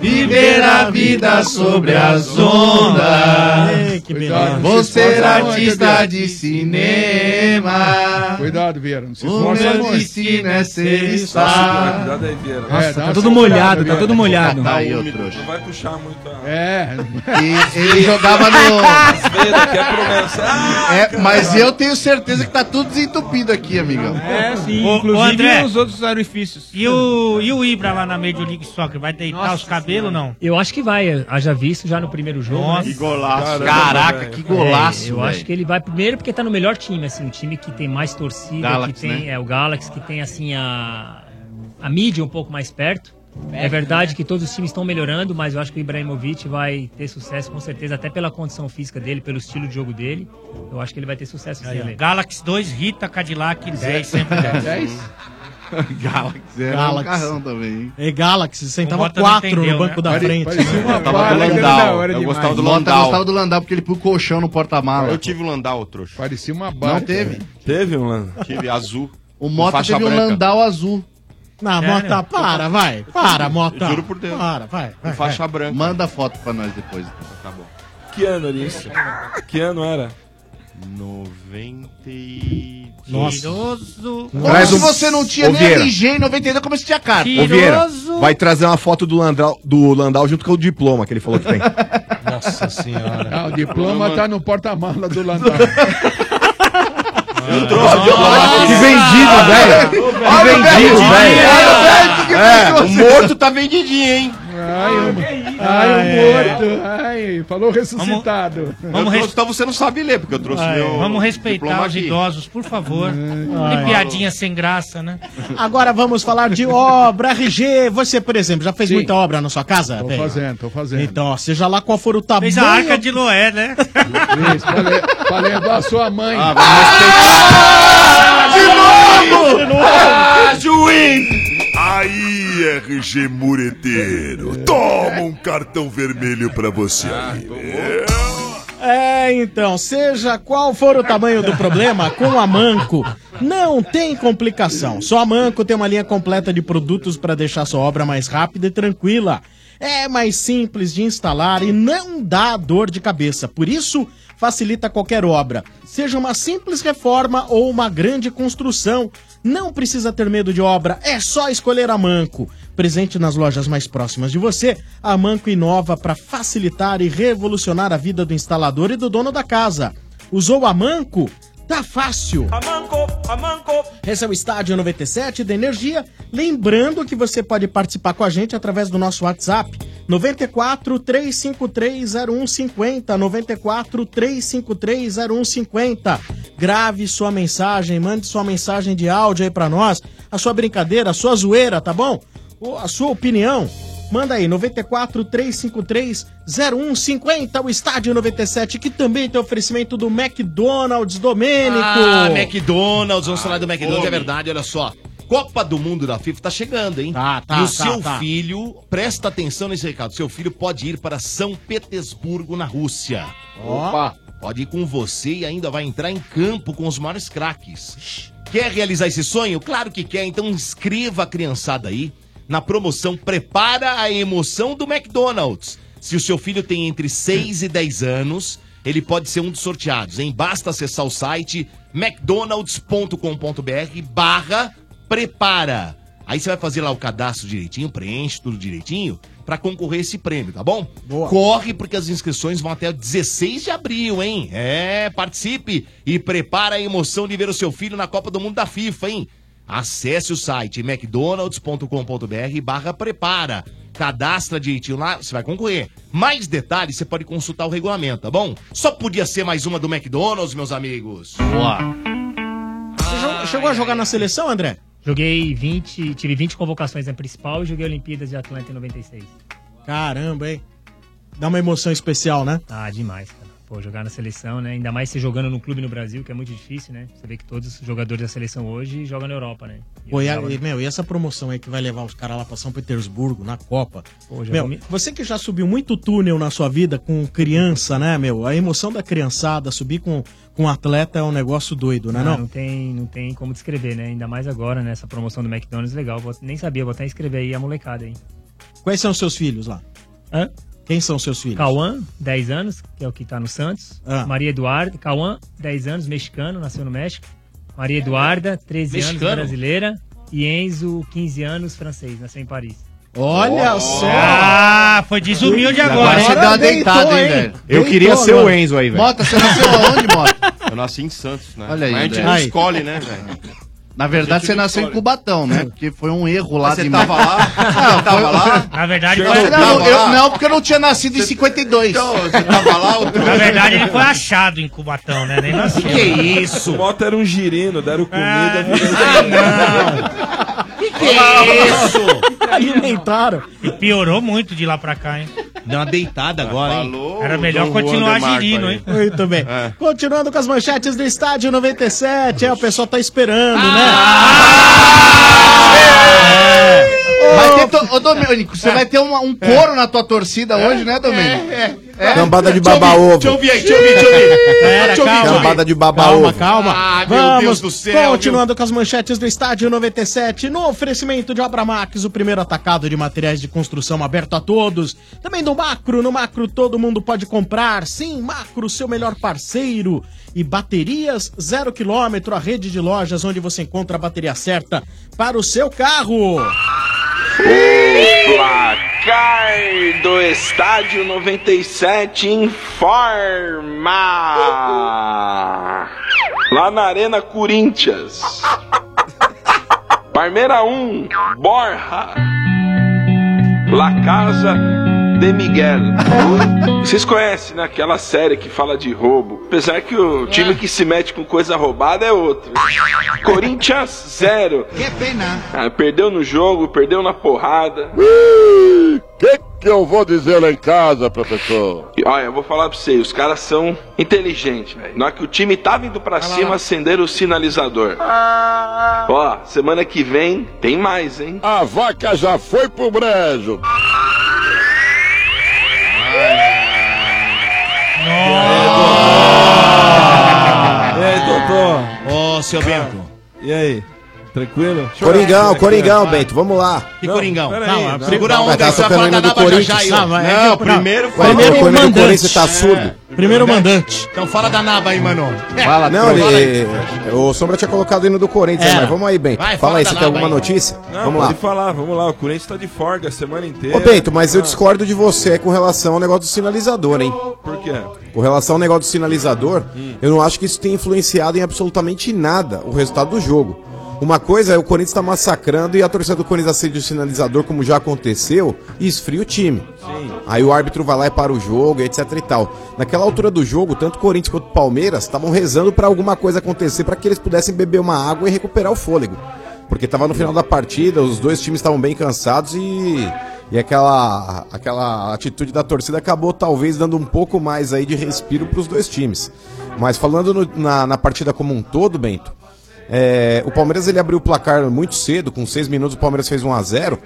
S14: viver a vida sobre as ondas.
S12: Ei, que beleza.
S14: Vou ser artista de cinema.
S20: Cuidado, Vieira. Não se
S14: O
S20: esforça
S14: meu
S20: muito.
S14: destino é ser
S21: Ah,
S14: estar.
S21: Cuidado aí, Vieira.
S20: Nossa, É, dá tá uma todo segurada, molhado, tá Vieira. todo molhado.
S14: Tá aí, ô
S21: Úmido,
S14: trouxa.
S21: Não vai puxar muito a...
S20: [laughs] É.
S14: E ele jogava no-
S21: As veias que é promessa. Ah,
S14: É,
S21: cara.
S14: mas eu tenho certeza que tá tudo desentupido aqui, amigão.
S22: É, sim.
S1: Ô,
S22: inclusive
S1: ô, André.
S22: os outros orifícios.
S1: E o, e o Ibra lá na Major League Soccer, vai deitar os cabelos ou não?
S18: Eu acho que vai, haja visto já no primeiro jogo.
S1: Nossa.
S18: né?
S1: Que golaço.
S14: Caraca, que golaço,
S18: É, eu
S14: velho.
S18: acho que ele vai primeiro porque tá no melhor time, assim, o time que tem mais torcida,
S14: Galaxy,
S18: que tem,
S14: né?
S18: é o Galaxy, que tem assim a a mídia um pouco mais perto. É
S1: né?
S18: verdade que todos os times estão melhorando, mas eu acho que o Ibrahimovic vai ter sucesso com certeza, até pela condição física dele, pelo estilo de jogo dele. Eu acho que ele vai ter sucesso.
S1: Aí, ó,
S18: sim,
S1: Galaxy 2, Rita, Cadillac
S14: [laughs]
S1: 10, sempre 10. [laughs]
S14: Galaxy é um
S12: Galaxy.
S14: carrão também, hein?
S12: É Galaxy, sentava
S14: Mota não
S12: quatro
S14: entendeu,
S12: no banco
S14: né?
S12: da
S14: Pare-
S12: frente.
S14: parecia uma
S12: Eu
S14: vaca,
S12: do
S14: era da hora
S12: Eu
S14: demais.
S12: gostava do
S14: Mota
S12: Landau.
S14: gostava do Landau porque ele pôs o colchão no porta-mala.
S17: Eu tive o Landau, trouxa.
S20: Parecia uma
S14: barca. Não teve.
S21: Teve um Landau?
S17: Tive azul.
S14: O
S17: com
S14: Mota
S17: faixa
S14: teve um
S17: branca.
S14: Landau azul.
S12: Não, Mota, para, vai. Para, Mota.
S14: Juro por Deus.
S12: Para, vai. vai, vai.
S14: branca. Manda foto pra nós depois. Tá bom.
S21: Que ano era isso? Que ano era?
S17: 90
S1: Nossa.
S14: Como
S11: Traz
S14: se
S11: um-
S14: você não tinha
S11: Ô,
S14: nem
S11: Vieira.
S14: RG em 92, como se tinha carta.
S15: [laughs] Ah.
S11: Ô, Vieira, vai trazer uma foto do Landau, do Landau junto com o diploma que ele falou que tem.
S20: Nossa senhora. o diploma
S19: Diploma-
S20: tá no porta-mala do Lanterna. tá
S19: Que vendido, velho. Que vendido, velho.
S20: É,
S19: É, o morto
S20: tá vendidinho, hein? Ai, o, ai,
S19: Ah, é.
S20: o morto. Ai, falou ressuscitado.
S1: vamos res-
S17: Então você não sabe ler, porque eu trouxe
S1: Ai,
S17: meu.
S1: vamos respeitar
S17: diploma
S1: os
S17: aqui.
S1: idosos, por
S14: Ah,
S1: favor. Que
S12: ai.
S1: piadinha sem graça, né?
S12: Agora vamos falar de obra RG. Você, por exemplo, já fez
S1: Sim.
S12: muita obra na sua casa?
S20: Tô
S12: Bem,
S20: fazendo, tô fazendo.
S12: Então, ó, seja lá qual for o tamanho.
S1: Fez a arca de Noé, né?
S20: Isso, pra, le- pra levar a sua mãe.
S17: Ah,
S23: De novo! Ah,
S16: juiz! Aí, RG Mureteiro, toma um cartão vermelho pra você.
S24: Ah,
S12: É, então, seja qual for o tamanho do problema, com a Manco não tem complicação. Só a Manco tem uma linha completa de produtos para deixar sua obra mais rápida e tranquila. É mais simples de instalar e não dá dor de cabeça. Por isso, facilita qualquer obra, seja uma simples reforma ou uma grande construção. Não precisa ter medo de obra, é só escolher a Manco. Presente nas lojas mais próximas de você, a Manco inova para facilitar e revolucionar a vida do instalador e do dono da casa. Usou a Manco? Tá fácil! Esse é o Estádio 97 da Energia. Lembrando que você pode participar com a gente através do nosso WhatsApp 94 353 0150 94 353 0150. Grave sua mensagem, mande sua mensagem de áudio aí pra nós, a sua brincadeira, a sua zoeira, tá bom? Ou a sua opinião. Manda aí 94 353 0150, o Estádio 97, que também tem oferecimento do McDonald's Domênico.
S9: Ah, McDonald's, vamos
S21: Ah,
S9: falar do McDonald's,
S12: fome.
S9: é verdade, olha só. Copa do Mundo da FIFA tá chegando, hein?
S12: tá,
S9: e o
S12: tá,
S9: seu
S12: tá.
S9: filho, presta atenção nesse recado, seu filho pode ir para São Petersburgo, na Rússia.
S12: Opa.
S9: Pode ir com você e ainda vai entrar em campo com os maiores craques. Quer realizar esse sonho? Claro que quer, então inscreva a criançada aí na promoção Prepara a Emoção do McDonald's. Se o seu filho tem entre 6 e 10 anos, ele pode ser um dos sorteados, hein? Basta acessar o site mcdonalds.com.br barra prepara. Aí você vai fazer lá o cadastro direitinho, preenche tudo direitinho pra concorrer a esse prêmio, tá bom? Corre porque as inscrições vão até 16 de abril, hein? É, participe e prepara a emoção de ver o seu filho na Copa do Mundo da FIFA, hein? Acesse o site mcdonalds.com.br barra prepara. Cadastra direitinho lá, você vai concorrer. Mais detalhes você pode consultar o regulamento, tá bom? Só podia ser mais uma do McDonald's, meus amigos.
S12: Boa. Você jo- chegou a jogar na seleção, André?
S18: Joguei 20, tive 20 convocações na principal e joguei Olimpíadas de Atlanta em 96.
S12: Caramba, hein? Dá uma emoção especial, né?
S18: Ah, demais, cara. Pô, jogar na seleção, né? Ainda mais se jogando num clube no Brasil, que é muito difícil, né? Você vê que todos os jogadores da seleção hoje jogam na Europa, né? eu
S12: Pô, e, a-
S18: jogava-
S12: e, meu, e essa promoção aí que vai levar os caras lá pra São Petersburgo, na Copa?
S18: já
S12: meu,
S18: comi-
S12: você que já subiu muito túnel na sua vida com criança, né, meu? A emoção da criançada, subir com, com um atleta é um negócio doido, né,
S18: Ah,
S12: não?
S18: não tem, não tem como descrever, né? Ainda mais agora, né? Essa promoção do McDonald's legal. Vou- nem sabia, vou até escrever aí a molecada, hein?
S12: Quais são os seus filhos lá?
S18: Hã?
S12: Quem são os seus filhos?
S18: Cauã, 10 anos, que é o que tá no Santos.
S12: Ah.
S18: Maria Eduarda, Cauã, 10 anos, mexicano, nasceu no México. Maria Eduarda, 13
S12: Mexicano?
S18: anos, brasileira. E Enzo, 15 anos, francês, nasceu em Paris.
S12: Olha só!
S1: Ah, foi desumilde agora.
S18: Agora você deu uma deitada, hein, velho?
S11: Eu queria ser o Enzo aí, velho.
S14: Mota, você nasceu aonde, Mota?
S17: Eu nasci em Santos, né?
S14: Olha aí,
S17: Mas a gente
S14: André.
S17: não
S14: Aí.
S17: escolhe, né, velho?
S14: Na verdade, você nasceu em Cubatão, né?
S15: Hum.
S14: Porque foi um erro lá
S17: Mas você
S14: de
S17: tava lá?
S14: Não,
S17: tava
S14: foi-
S17: lá?
S1: Na verdade,
S14: Não,
S1: foi-
S14: não, eu, não, porque eu não tinha nascido em 52.
S1: Na verdade, ele foi achado em Cubatão, né? Nem
S21: [laughs]
S1: nasceu.
S21: O Mota era um girino, deram
S22: É.
S21: comida.
S1: Que que
S21: é
S1: isso?
S12: [laughs] Alimentaram.
S1: E piorou muito de lá pra cá, hein?
S9: Deu uma deitada agora,
S1: hein? Era melhor
S18: Dom Juan
S1: continuar
S18: de Marco
S1: girino,
S18: aí.
S1: hein?
S12: Muito bem.
S17: É.
S12: Continuando com as manchetes do estádio 97, é, o pessoal tá esperando,
S1: Ah,
S14: Mas tem to- Ô, Domênico,
S15: É.
S14: você vai ter uma- um coro na tua torcida hoje, né, Domênico? É,
S15: Cambada de babaovo.
S14: Deixa eu ouvir aí,
S15: deixa eu ouvir, deixa eu ouvir. Deixa eu ouvir, deixa eu ouvir. Cambada de
S12: Calma,
S15: babaovo.
S12: calma.
S15: Ah, meu
S12: Vamos
S15: Deus do céu,
S12: Continuando com as manchetes do Estádio 97, no oferecimento de Obra Max, o primeiro atacado de materiais de construção aberto a todos. Também do Macro, no Macro todo mundo pode comprar. Sim, Macro, seu melhor parceiro. E baterias zero quilômetro, a rede de lojas onde você encontra a bateria certa para o seu carro.
S23: Black
S4: placar do estádio 97 informa. Lá na Arena Corinthians. Parmeira 1, Borja. La Casa de Miguel. Vocês conhecem, né? Aquela série que fala de roubo. Apesar que o time que se mete com coisa roubada é outro. Corinthians 0.
S23: Que pena.
S4: Ah, perdeu no jogo, perdeu na porrada.
S24: O que, que eu vou dizer lá em casa, professor?
S4: E olha, eu vou falar pra vocês, os caras são inteligentes, velho. Na hora que o time tava indo pra cima, acenderam o sinalizador. Ó, semana que vem tem mais, hein?
S24: A vaca já foi pro brejo.
S21: E aí, doutor?
S9: Ô, seu Bento.
S21: E aí? Tranquilo? Deixa eu
S15: Coringão,
S21: olhar aqui,
S15: Coringão,
S21: né?
S15: Bento, vamos lá.
S9: Que Coringão?
S21: peraí,
S9: Calma,
S21: não.
S9: segura a
S15: Vai
S9: onda
S15: dar
S9: aí, você
S15: essa
S9: vai falar da
S15: perna do
S9: Naba já
S15: Corinthians.
S9: já aí.
S15: Ah,
S9: ó.
S15: vai,
S9: Não,
S15: é que- tá não.
S9: primeiro
S15: Vai,
S9: foi-
S15: o primeiro mandante. Corinthians tá surdo.
S9: Primeiro mandante. É. Então fala da Naba aí, mano. É.
S15: não, ele, o Sombra tinha colocado o hino do
S21: É.
S15: Corinthians, mas vamos aí, Bento. Fala aí, você tem alguma notícia?
S21: Não,
S15: vamos lá.
S21: pode falar, vamos lá. O Corinthians tá de folga a semana inteira.
S15: Ô, Bento, mas eu
S21: Ah,
S15: discordo de você com relação ao negócio do sinalizador, hein?
S21: Por quê?
S15: Com relação ao negócio do sinalizador, eu não acho que isso tenha influenciado em absolutamente nada o resultado do jogo. Uma coisa é o Corinthians estar massacrando e a torcida do Corinthians acende o sinalizador, como já aconteceu, e esfria o time. Aí o árbitro vai lá e para o jogo, etc e tal. Naquela altura do jogo, tanto Corinthians quanto Palmeiras estavam rezando para alguma coisa acontecer, para que eles pudessem beber uma água e recuperar o fôlego. Porque estava no final da partida, os dois times estavam bem cansados e e aquela, aquela atitude da torcida acabou talvez dando um pouco mais aí de respiro para os dois times. Mas falando no- na, na partida como um todo, Bento, é, o Palmeiras ele abriu o placar muito cedo, com seis minutos o Palmeiras fez 1 a 0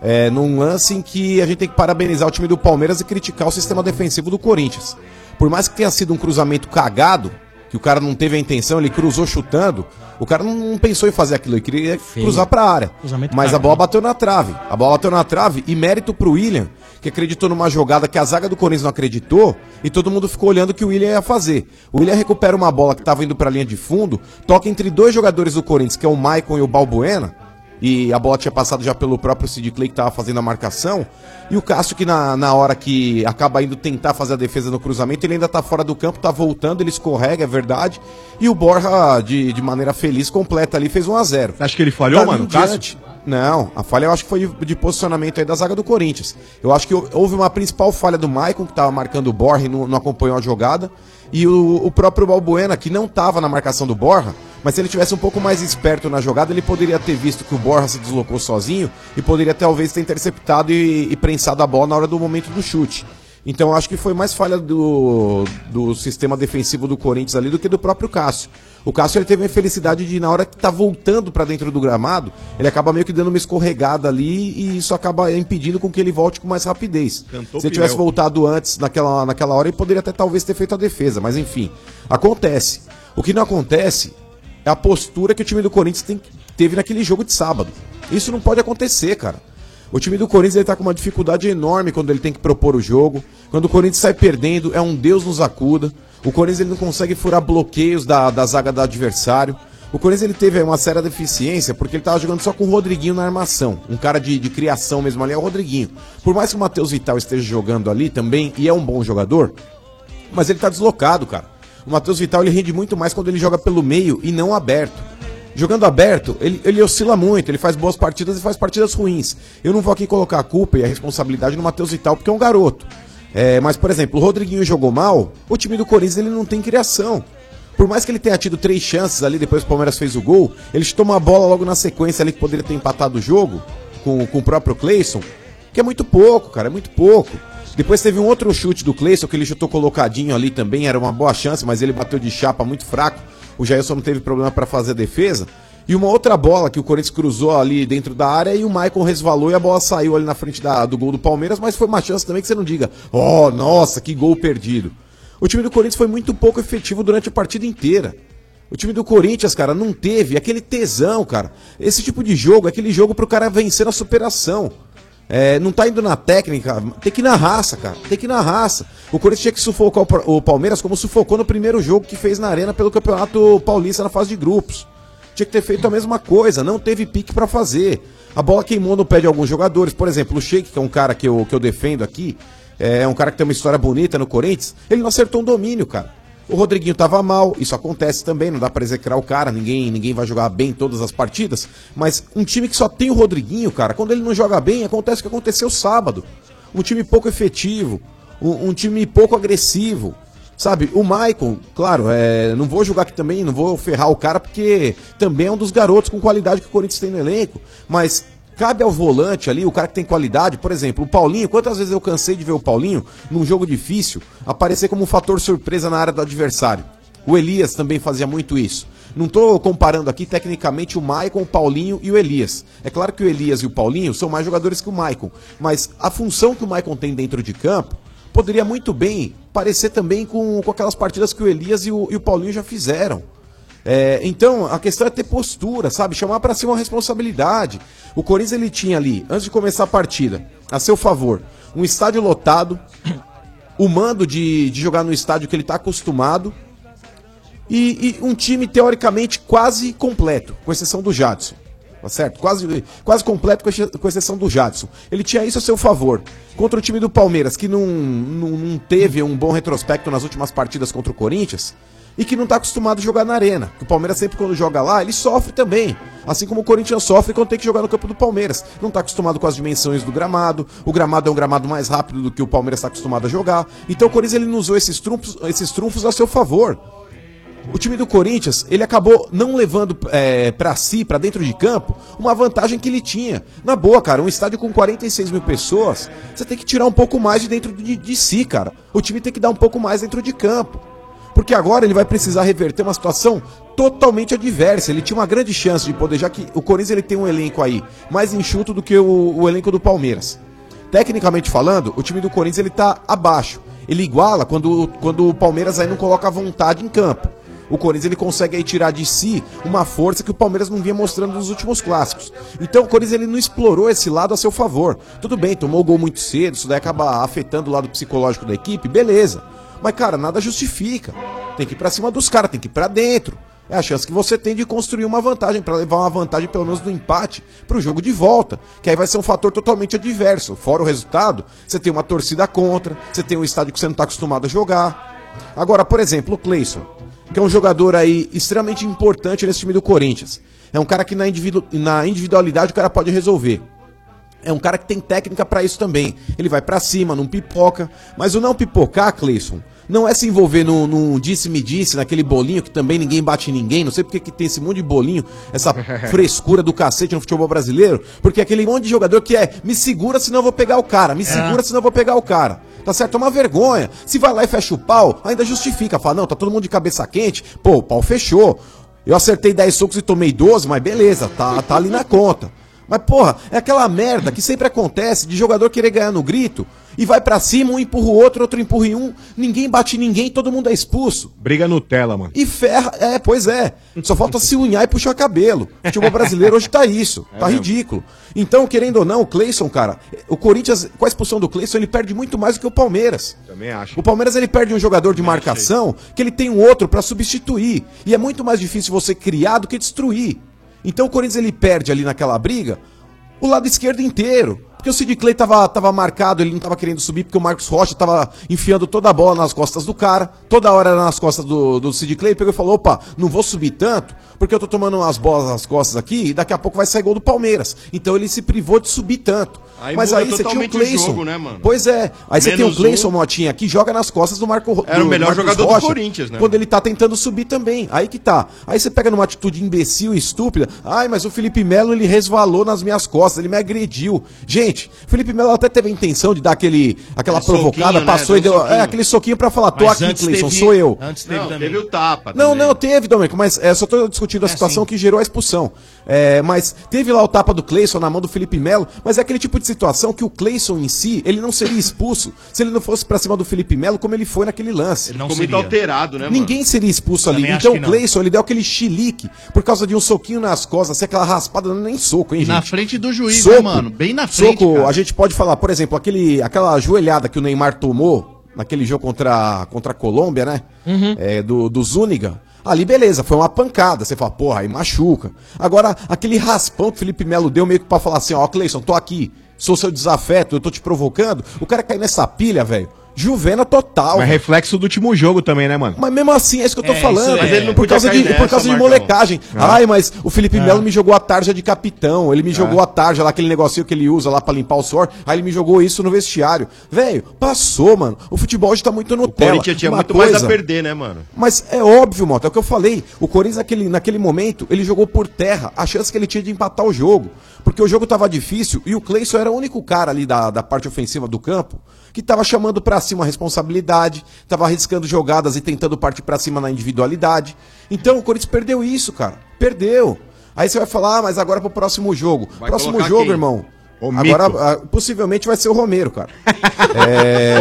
S15: é, num lance em que a gente tem que parabenizar o time do Palmeiras e criticar o sistema defensivo do Corinthians. Por mais que tenha sido um cruzamento cagado, que o cara não teve a intenção, ele cruzou chutando, o cara não, não pensou em fazer aquilo, ele queria cruzar para a área.
S19: Cruzamento
S15: Mas a
S19: cagado.
S15: bola bateu na trave. A bola bateu na trave e mérito pro William, que acreditou numa jogada que a zaga do Corinthians não acreditou e todo mundo ficou olhando o que o William ia fazer. O William recupera uma bola que tava indo pra linha de fundo, toca entre dois jogadores do Corinthians, que é o Maicon e o Balbuena. E a bola tinha passado já pelo próprio Sid Clay que tava fazendo a marcação. E o Cássio, que na, na hora que acaba indo tentar fazer a defesa no cruzamento, ele ainda tá fora do campo, tá voltando, ele escorrega, é verdade. E o Borja, de, de maneira feliz, completa ali, fez 1 a 0
S11: Acho que ele falhou,
S15: Dali
S11: mano,
S15: em
S11: o Cássio?
S15: Tá diante- Não, a falha eu acho que foi de- de posicionamento aí da zaga do Corinthians. Eu acho que houve uma principal falha do Maicon, que tava marcando o Borja e não, não acompanhou a jogada. E o, o próprio Balbuena, que não tava na marcação do Borja, mas se ele tivesse um pouco mais esperto na jogada, ele poderia ter visto que o Borja se deslocou sozinho e poderia talvez ter interceptado e, e prensado a bola na hora do momento do chute. Então eu acho que foi mais falha do, do sistema defensivo do Corinthians ali do que do próprio Cássio. O Cássio ele teve a infelicidade de, na hora que tá voltando para dentro do gramado, ele acaba meio que dando uma escorregada ali e isso acaba impedindo com que ele volte com mais rapidez.
S11: Cantou
S15: Se ele tivesse
S11: pneu.
S15: voltado antes naquela, naquela hora, ele poderia até talvez ter feito a defesa, mas enfim, acontece. O que não acontece é a postura que o time do Corinthians tem- teve naquele jogo de sábado. Isso não pode acontecer, cara. O time do Corinthians ele tá com uma dificuldade enorme quando ele tem que propor o jogo. Quando o Corinthians sai perdendo, é um Deus nos acuda. O Corinthians ele não consegue furar bloqueios da, da zaga do adversário. O Corinthians ele teve aí uma séria deficiência porque ele tava jogando só com o Rodriguinho na armação. Um cara de, de criação mesmo ali é o Rodriguinho. Por mais que o Matheus Vital esteja jogando ali também e é um bom jogador, mas ele tá deslocado, cara. O Matheus Vital ele rende muito mais quando ele joga pelo meio e não aberto. Jogando aberto, ele, ele oscila muito, ele faz boas partidas e faz partidas ruins. Eu não vou aqui colocar a culpa e a responsabilidade no Matheus Vital, porque é um garoto. É, mas, por exemplo, o Rodriguinho jogou mal, o time do Corinthians ele não tem criação. Por mais que ele tenha tido três chances ali, depois que o Palmeiras fez o gol, ele chutou uma bola logo na sequência ali que poderia ter empatado o jogo com, com o próprio Cleison que é muito pouco, cara, é muito pouco. Depois teve um outro chute do Cleison, que ele chutou colocadinho ali também, era uma boa chance, mas ele bateu de chapa muito fraco. O Jailson não teve problema pra fazer a defesa. E uma outra bola que o Corinthians cruzou ali dentro da área e o Maicon resvalou e a bola saiu ali na frente da- do gol do Palmeiras, mas foi uma chance também que você não diga, oh, nossa, que gol perdido. O time do Corinthians foi muito pouco efetivo durante a partida inteira. O time do Corinthians, cara, não teve aquele tesão, cara. Esse tipo de jogo, é aquele jogo pro cara vencer na superação. É, não tá indo na técnica, tem que ir na raça, cara. Tem que ir na raça. O Corinthians tinha que sufocar o Pa- o Palmeiras como sufocou no primeiro jogo que fez na arena pelo Campeonato Paulista na fase de grupos. tinha que ter feito a mesma coisa, não teve pique pra fazer. A bola queimou no pé de alguns jogadores, por exemplo, o Sheik, que é um cara que eu, que eu defendo aqui, é um cara que tem uma história bonita no Corinthians, ele não acertou um domínio, cara. O Rodriguinho tava mal, isso acontece também, não dá pra execrar o cara, ninguém, ninguém vai jogar bem todas as partidas, mas um time que só tem o Rodriguinho, cara, quando ele não joga bem, acontece o que aconteceu sábado. Um time pouco efetivo, um, um time pouco agressivo. Sabe, o Maicon, claro, é, não vou julgar aqui também, não vou ferrar o cara, porque também é um dos garotos com qualidade que o Corinthians tem no elenco, mas cabe ao volante ali, o cara que tem qualidade, por exemplo, o Paulinho, quantas vezes eu cansei de ver o Paulinho, num jogo difícil, aparecer como um fator surpresa na área do adversário. O Elias também fazia muito isso. Não tô comparando aqui tecnicamente o Maicon, o Paulinho e o Elias. É claro que o Elias e o Paulinho são mais jogadores que o Maicon, mas a função que o Maicon tem dentro de campo poderia muito bem parecer também com, com aquelas partidas que o Elias e o, e o Paulinho já fizeram. É, então, a questão é ter postura, sabe? Chamar pra cima uma responsabilidade. O Corinthians ele tinha ali, antes de começar a partida, a seu favor, um estádio lotado, o mando de, de jogar no estádio que ele tá acostumado e, e um time teoricamente quase completo, com exceção do Jadson. Tá certo? Quase, quase completo, com exe- com exceção do Jadson. Ele tinha isso a seu favor. Contra o time do Palmeiras, que não, não, não teve um bom retrospecto nas últimas partidas contra o Corinthians, e que não está acostumado a jogar na arena. Que o Palmeiras sempre quando joga lá, ele sofre também. Assim como o Corinthians sofre quando tem que jogar no campo do Palmeiras. Não está acostumado com as dimensões do gramado. O gramado é um gramado mais rápido do que o Palmeiras está acostumado a jogar. Então o Corinthians ele não usou esses trunfos, esses trunfos a seu favor. O time do Corinthians, ele acabou não levando é, para si, para dentro de campo, uma vantagem que ele tinha. Na boa, cara, um estádio com 46 mil pessoas, você tem que tirar um pouco mais de dentro de, de si, cara. O time tem que dar um pouco mais dentro de campo. Porque agora ele vai precisar reverter uma situação totalmente adversa. Ele tinha uma grande chance de poder, já que o Corinthians ele tem um elenco aí mais enxuto do que o, o elenco do Palmeiras. Tecnicamente falando, o time do Corinthians ele tá abaixo. Ele iguala quando, quando o Palmeiras aí não coloca a vontade em campo. O Corinthians ele consegue aí tirar de si uma força que o Palmeiras não vinha mostrando nos últimos clássicos. Então o Corinthians ele não explorou esse lado a seu favor. Tudo bem, tomou o gol muito cedo, isso daí acaba afetando o lado psicológico da equipe, beleza. Mas cara, nada justifica. Tem que ir pra cima dos caras, tem que ir pra dentro. É a chance que você tem de construir uma vantagem, pra levar uma vantagem pelo menos do empate pro jogo de volta, que aí vai ser um fator totalmente adverso. Fora o resultado, você tem uma torcida contra, você tem um estádio que você não tá acostumado a jogar. Agora, por exemplo, o Cleison que é um jogador aí extremamente importante nesse time do Corinthians. É um cara que na, individu- na individualidade o cara pode resolver. É um cara que tem técnica pra isso também. Ele vai pra cima, não pipoca. Mas o não pipocar, Cleison, não é se envolver no, no disse-me-disse, naquele bolinho que também ninguém bate em ninguém. Não sei porque que tem esse monte de bolinho, essa frescura do cacete no futebol brasileiro. Porque é aquele monte de jogador que é me segura senão eu vou pegar o cara, me segura senão eu vou pegar o cara. Tá certo? É uma vergonha. Se vai lá e fecha o pau, ainda justifica. Fala, não, tá todo mundo de cabeça quente. Pô, o pau fechou. Eu acertei 10 socos e tomei 12, mas beleza, tá, tá ali na conta. Mas, porra, é aquela merda que sempre acontece de jogador querer ganhar no grito e vai pra cima, um empurra o outro, outro empurra em um, ninguém bate em ninguém, todo mundo é expulso.
S11: Briga Nutella, mano.
S15: E ferra, é, pois é. Só falta se unhar e puxar cabelo. O futebol brasileiro hoje tá isso,
S11: É
S15: tá ridículo. Então, querendo ou não, o Cleison, cara, o Corinthians, com a expulsão do Cleison, ele perde muito mais do que o Palmeiras.
S11: Também acho.
S15: O Palmeiras ele perde um jogador de marcação que ele tem um outro pra substituir. E é muito mais difícil você criar do que destruir. Então o Corinthians ele perde ali naquela briga o lado esquerdo inteiro. Porque o Sid Clay tava, tava marcado, ele não tava querendo subir, porque o Marcos Rocha tava enfiando toda a bola nas costas do cara, toda hora era nas costas do, do Sid Clay, pegou e falou, opa, não vou subir tanto, porque eu tô tomando umas bolas nas costas aqui, e daqui a pouco vai sair gol do Palmeiras. Então ele se privou de subir tanto.
S17: Aí
S15: Mas
S17: muda
S15: aí você tinha o
S17: totalmente o
S15: Cleison.
S17: jogo, né, mano?
S15: Pois é. Aí você tem o
S17: Menos um.
S15: Cleison, Motinha, que joga nas costas do Marco Ro-
S17: Era o
S15: do
S17: melhor
S15: Marcos
S17: jogador do Corinthians, né?
S15: Quando ele tá tentando subir também. Aí que tá. Aí você pega numa atitude imbecil e estúpida. Ai, mas o Felipe Melo, ele resvalou nas minhas costas, ele me agrediu. Gente, o Felipe Melo até teve a intenção de dar aquele, aquela
S17: Aquele
S15: provocada,
S17: soquinho, né?
S15: passou e
S17: Deu
S15: deu
S17: um soquinho.
S15: é, aquele soquinho pra falar, tô aqui, Cleison, sou eu.
S17: não, Teve o tapa.
S15: Não, não, teve, Domenico, mas é, só tô discutindo a situação que gerou a expulsão. É, mas teve lá o tapa do Cleison na mão do Felipe Melo, mas é aquele tipo de situação que o Cleison em si, ele não seria expulso [laughs] se ele não fosse pra cima do Felipe Melo como ele foi naquele lance.
S17: Ficou muito alterado, né, mano?
S15: Ninguém seria expulso
S17: Também
S15: ali.
S17: acho
S15: Então
S17: que
S15: o
S17: não.
S15: Cleison, ele deu aquele chilique por causa de um soquinho nas costas, assim, aquela raspada, não é nem soco, hein, gente?
S14: Na frente do juiz, né, mano? Bem na frente,
S15: Soco,
S14: cara.
S15: a gente pode falar, por exemplo, aquele, aquela joelhada que o
S11: Uhum.
S15: Neymar tomou naquele jogo contra, contra a Colômbia, né? É, do, do Zúñiga. Ali, beleza, foi uma pancada. Você fala, porra, aí machuca. Agora, aquele raspão que o Felipe Melo deu meio que pra falar assim, ó, Cleison, tô aqui. Sou seu desafeto, eu tô te provocando. O cara cai nessa pilha, velho. Juvena total.
S11: Mas é
S15: velho.
S11: reflexo do último jogo também, né, mano?
S15: Mas mesmo assim, é isso que eu tô
S11: É, isso
S15: falando.
S11: é. Mas ele não
S15: por
S11: podia
S15: causa,
S11: cair
S15: de,
S11: nessa,
S15: por causa de
S11: Marcão.
S15: molecagem.
S11: Ah.
S15: Ai, mas o Felipe
S12: É.
S11: Ah.
S15: Melo me jogou a tarja de capitão.
S17: É.
S15: Ele me
S11: Ah.
S15: jogou a tarja lá, aquele negocinho que ele usa lá pra limpar o suor. Aí ele me jogou isso no vestiário. Velho, passou, mano. O futebol hoje tá muito no
S17: O Corinthians tinha muito mais a perder, né, mano?
S15: Mas é óbvio, Mota, é o que eu falei. O Corinthians, naquele, naquele momento, ele jogou por terra a chance que ele tinha de empatar o jogo. Porque o jogo tava difícil e o Cleison era o único cara ali da, da parte ofensiva do campo que tava chamando pra cima a responsabilidade, tava arriscando jogadas e tentando partir pra cima na individualidade. Então o Corinthians perdeu isso, cara. Perdeu. Aí você vai falar, ah, mas agora pro próximo jogo.
S11: Vai
S15: próximo
S11: colocar
S15: jogo,
S11: quem?
S15: irmão.
S11: O
S15: agora,
S11: Mico.
S15: ah, possivelmente vai ser o Romero, cara. é...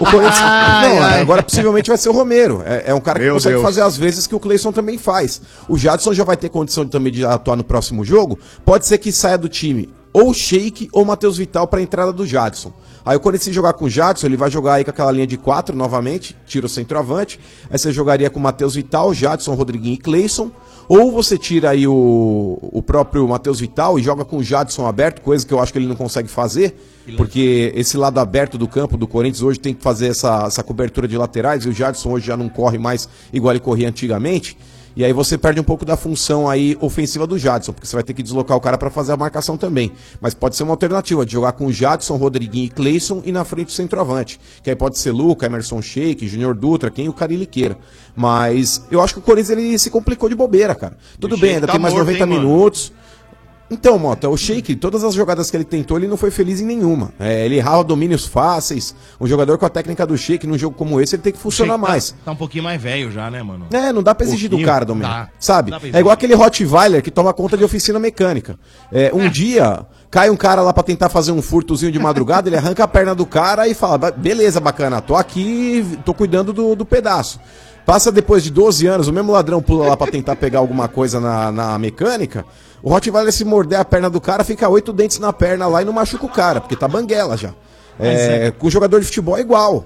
S15: o Corinthians...
S11: [laughs] Ai,
S15: Não,
S11: ai.
S15: agora possivelmente vai ser o Romero. É, é um cara que
S11: Meu
S15: consegue
S11: Deus.
S15: fazer as vezes que o Cleison também faz. O Jadson já vai ter condição também de atuar no próximo jogo. Pode ser que saia do time ou Sheik ou Matheus Vital para a entrada do Jadson. Aí o Corinthians jogar com o Jadson, ele vai jogar aí com aquela linha de quatro novamente, tira o centroavante. Aí você jogaria com o Matheus Vital, Jadson, Rodriguinho e Cleison. Ou você tira aí o, o próprio Matheus Vital e joga com o Jadson aberto, coisa que eu acho que ele não consegue fazer. Porque esse lado aberto do campo do Corinthians hoje tem que fazer essa, essa cobertura de laterais e o Jadson hoje já não corre mais igual ele corria antigamente. E aí você perde um pouco da função aí ofensiva do Jadson, porque você vai ter que deslocar o cara para fazer a marcação também. Mas pode ser uma alternativa de jogar com o Jadson, Rodriguinho e Cleison e na frente o centroavante. Que aí pode ser Luca, Emerson Sheik, Júnior Dutra, quem o Carilli queira. Mas eu acho que o Corinthians ele se complicou de bobeira, cara. Tudo
S17: Sheik
S15: bem, ainda
S17: tá
S15: tem mais
S17: morto,
S15: 90
S17: hein, mano?
S15: minutos. Então, Mota, o Sheik, todas as jogadas que ele tentou, ele não foi feliz em nenhuma. É, ele errava domínios fáceis. Um jogador com a técnica do Sheik num jogo como esse, ele tem que funcionar
S9: Achei que tá-
S15: mais.
S9: Tá, um pouquinho mais velho já, né, mano?
S15: É, não dá pra exigir do
S9: Pouquinho.
S15: cara, Domingo.
S9: Dá.
S15: Sabe?
S9: Dá pra
S15: É igual aquele Rottweiler que toma conta de oficina mecânica. É, um dia, cai um cara lá pra tentar fazer um furtozinho de madrugada, ele arranca a perna do cara e fala: "Ba- beleza, bacana, tô aqui, tô cuidando do, do pedaço. Passa depois de 12 anos, o mesmo ladrão pula lá pra tentar pegar alguma coisa na, na mecânica. O Rottweiler, se morder a perna do cara, fica oito dentes na perna lá e não machuca o cara, porque tá banguela já. É, Com jogador de futebol é igual.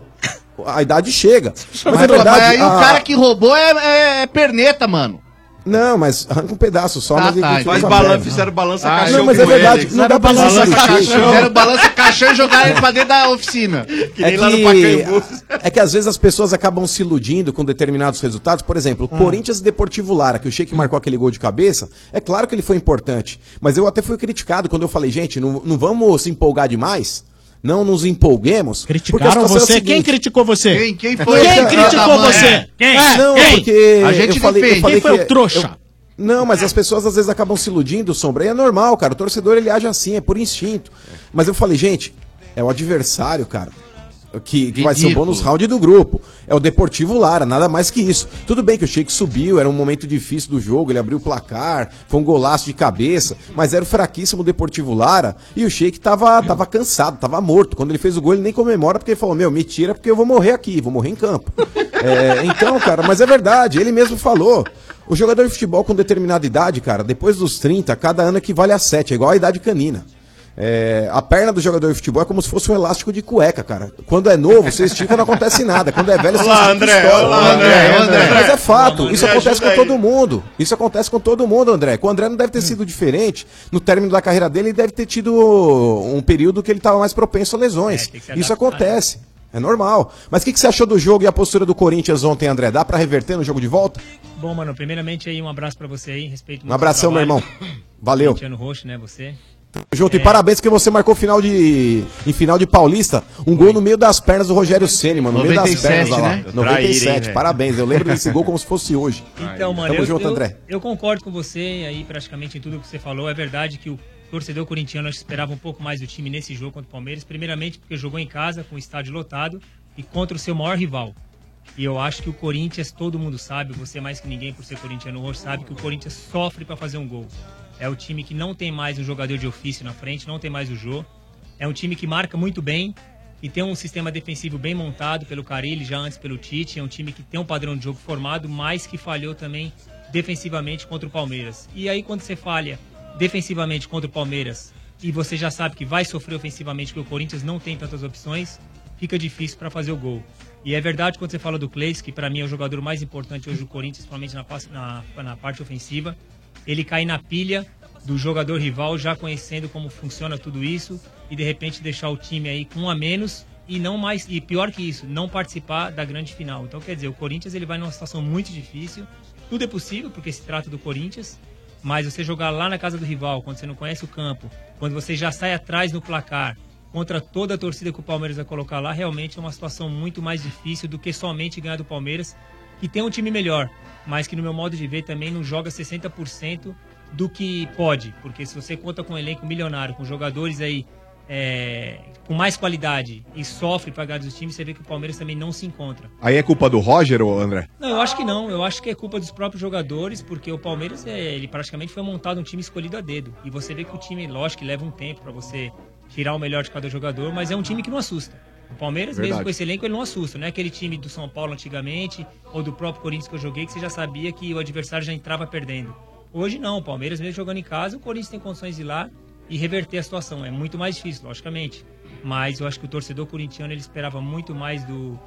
S15: A idade chega.
S14: Mas,
S15: é
S14: pô, mas
S15: verdade,
S14: aí
S15: a-
S14: o cara que roubou é, é- é perneta, mano.
S15: não, mas arranca um pedaço só,
S14: Ah,
S15: mas
S14: tá,
S15: continua
S14: faz
S15: com a
S14: balan-
S15: perna.
S14: fizeram balança
S15: Ah,
S14: caixão
S15: Não, mas é
S14: com ele.
S15: verdade, não
S14: Fizeram
S15: dá pra
S14: balança
S15: balança
S14: caixão. Fizeram
S15: caixão.
S14: balança caixão e jogaram ele pra dentro da oficina.
S15: É que, é que às vezes as pessoas acabam se iludindo com determinados resultados. Por exemplo,
S14: Hum.
S15: o Corinthians e Deportivo Lara, que o Sheik marcou aquele gol de cabeça, é claro que ele foi importante. Mas eu até fui criticado quando eu falei, gente, não, não vamos se empolgar demais. Não nos empolguemos.
S12: Criticaram
S15: é
S12: você? Quem criticou você?
S15: Quem- quem
S12: Quem
S15: foi?
S12: criticou
S15: Ah,
S12: você?
S15: é. Quem? Não, porque
S12: A gente
S15: eu falei,
S12: defende.
S15: eu falei
S12: Quem foi
S15: que
S12: o trouxa?
S15: eu- Não, mas as pessoas às vezes acabam se iludindo, Sombra. E é normal, cara. O torcedor ele age assim, é por instinto. Mas eu falei, gente, é o adversário, cara. Que, que vai ser o
S11: Ridículo.
S15: bônus round do grupo. É o Deportivo Lara, nada mais que isso. Tudo bem que o Sheik subiu, era um momento difícil do jogo, ele abriu o placar, foi um golaço de cabeça, mas era o fraquíssimo Deportivo Lara e o Sheik tava, tava cansado, tava morto. Quando ele fez o gol, ele nem comemora porque ele falou: Meu, me tira porque eu vou morrer aqui, vou morrer em campo. [laughs] É, então, cara, mas é verdade, ele mesmo falou. O jogador de futebol com determinada idade, cara, depois dos 30, cada ano equivale a 7, é igual a idade canina. É, a perna do jogador de futebol é como se fosse um elástico de cueca, cara. Quando é novo, você estica não acontece nada. Quando é velho, você
S23: Olá,
S15: estica e
S23: André,
S15: estoura.
S23: olá, André, André.
S15: Mas é fato,
S23: André,
S15: isso acontece
S23: ajuda
S15: com
S23: aí.
S15: todo mundo. Isso acontece com todo mundo, André. Com o André não deve ter sido diferente. No término da carreira dele, ele deve ter tido um período que ele estava mais propenso a lesões. isso acontece. É normal. Mas o que, que você achou do jogo e a postura do Corinthians ontem, André? Dá pra reverter no jogo de volta?
S18: Bom, mano, primeiramente aí um abraço pra você aí, respeito
S15: Um abração, meu irmão. Valeu.
S18: Tiano Roxo, né, você.
S15: Tamo Junto, e parabéns porque você marcou final de em final de Paulista, um gol no meio das pernas do Rogério Ceni, mano, no meio das
S18: 97,
S15: pernas olha lá.
S18: né? Traíra, hein,
S15: 97,
S18: velho?
S15: parabéns. Eu lembro desse gol como se fosse hoje.
S18: Então, mano,
S15: Tamo
S18: eu,
S15: junto,
S18: eu-
S15: André.
S18: eu concordo com você aí praticamente em tudo que você falou. É verdade que o torcedor corintiano acho que esperava um pouco mais do time nesse jogo contra o Palmeiras, primeiramente porque jogou em casa com o estádio lotado e contra o seu maior rival. E eu acho que o Corinthians, todo mundo sabe, você é mais que ninguém por ser corintiano hoje, sabe que o Corinthians sofre para fazer um gol. É o time que não tem mais um jogador de ofício na frente, não tem mais o Jô. É um time que marca muito bem e tem um sistema defensivo bem montado pelo Carilli, já antes pelo Tite. É um time que tem um padrão de jogo formado, mas que falhou também defensivamente contra o Palmeiras. E aí, quando você falha defensivamente contra o Palmeiras e você já sabe que vai sofrer ofensivamente, porque o Corinthians não tem tantas opções, fica difícil para fazer o gol. E é verdade quando você fala do Cleis, que pra mim é o jogador mais importante hoje do Corinthians, principalmente na, passe- na- na parte ofensiva. Ele cai na pilha do jogador rival, já conhecendo como funciona tudo isso, e de repente deixar o time aí com um a menos e não mais e pior que isso, não participar da grande final. Então quer dizer, o Corinthians ele vai numa situação muito difícil. Tudo é possível porque se trata do Corinthians, mas você jogar lá na casa do rival, quando você não conhece o campo, quando você já sai atrás no placar, contra toda a torcida que o Palmeiras vai colocar lá, realmente é uma situação muito mais difícil do que somente ganhar do Palmeiras, que tem um time melhor, mas que no meu modo de ver também não joga 60% do que pode, porque se você conta com um elenco milionário, com jogadores aí é, com mais qualidade e sofre para ganhar dos times, você vê que o Palmeiras também não se encontra.
S11: Aí é culpa do Roger ou André?
S18: Não, eu acho que não. Eu acho que é culpa dos próprios jogadores, porque o Palmeiras, é, ele praticamente foi montado um time escolhido a dedo. E você vê que o time, lógico, que leva um tempo pra você tirar o melhor de cada jogador, mas é um time que não assusta. O Palmeiras, mesmo
S25: Verdade.
S18: com esse elenco, ele não assusta. Não é aquele time do São Paulo antigamente, ou do próprio Corinthians que eu joguei, que você já sabia que o adversário já entrava perdendo. Hoje não, o Palmeiras mesmo jogando em casa, o Corinthians tem condições de ir lá e reverter a situação. É muito mais difícil, logicamente. Mas eu acho que o torcedor corintiano ele esperava muito mais do,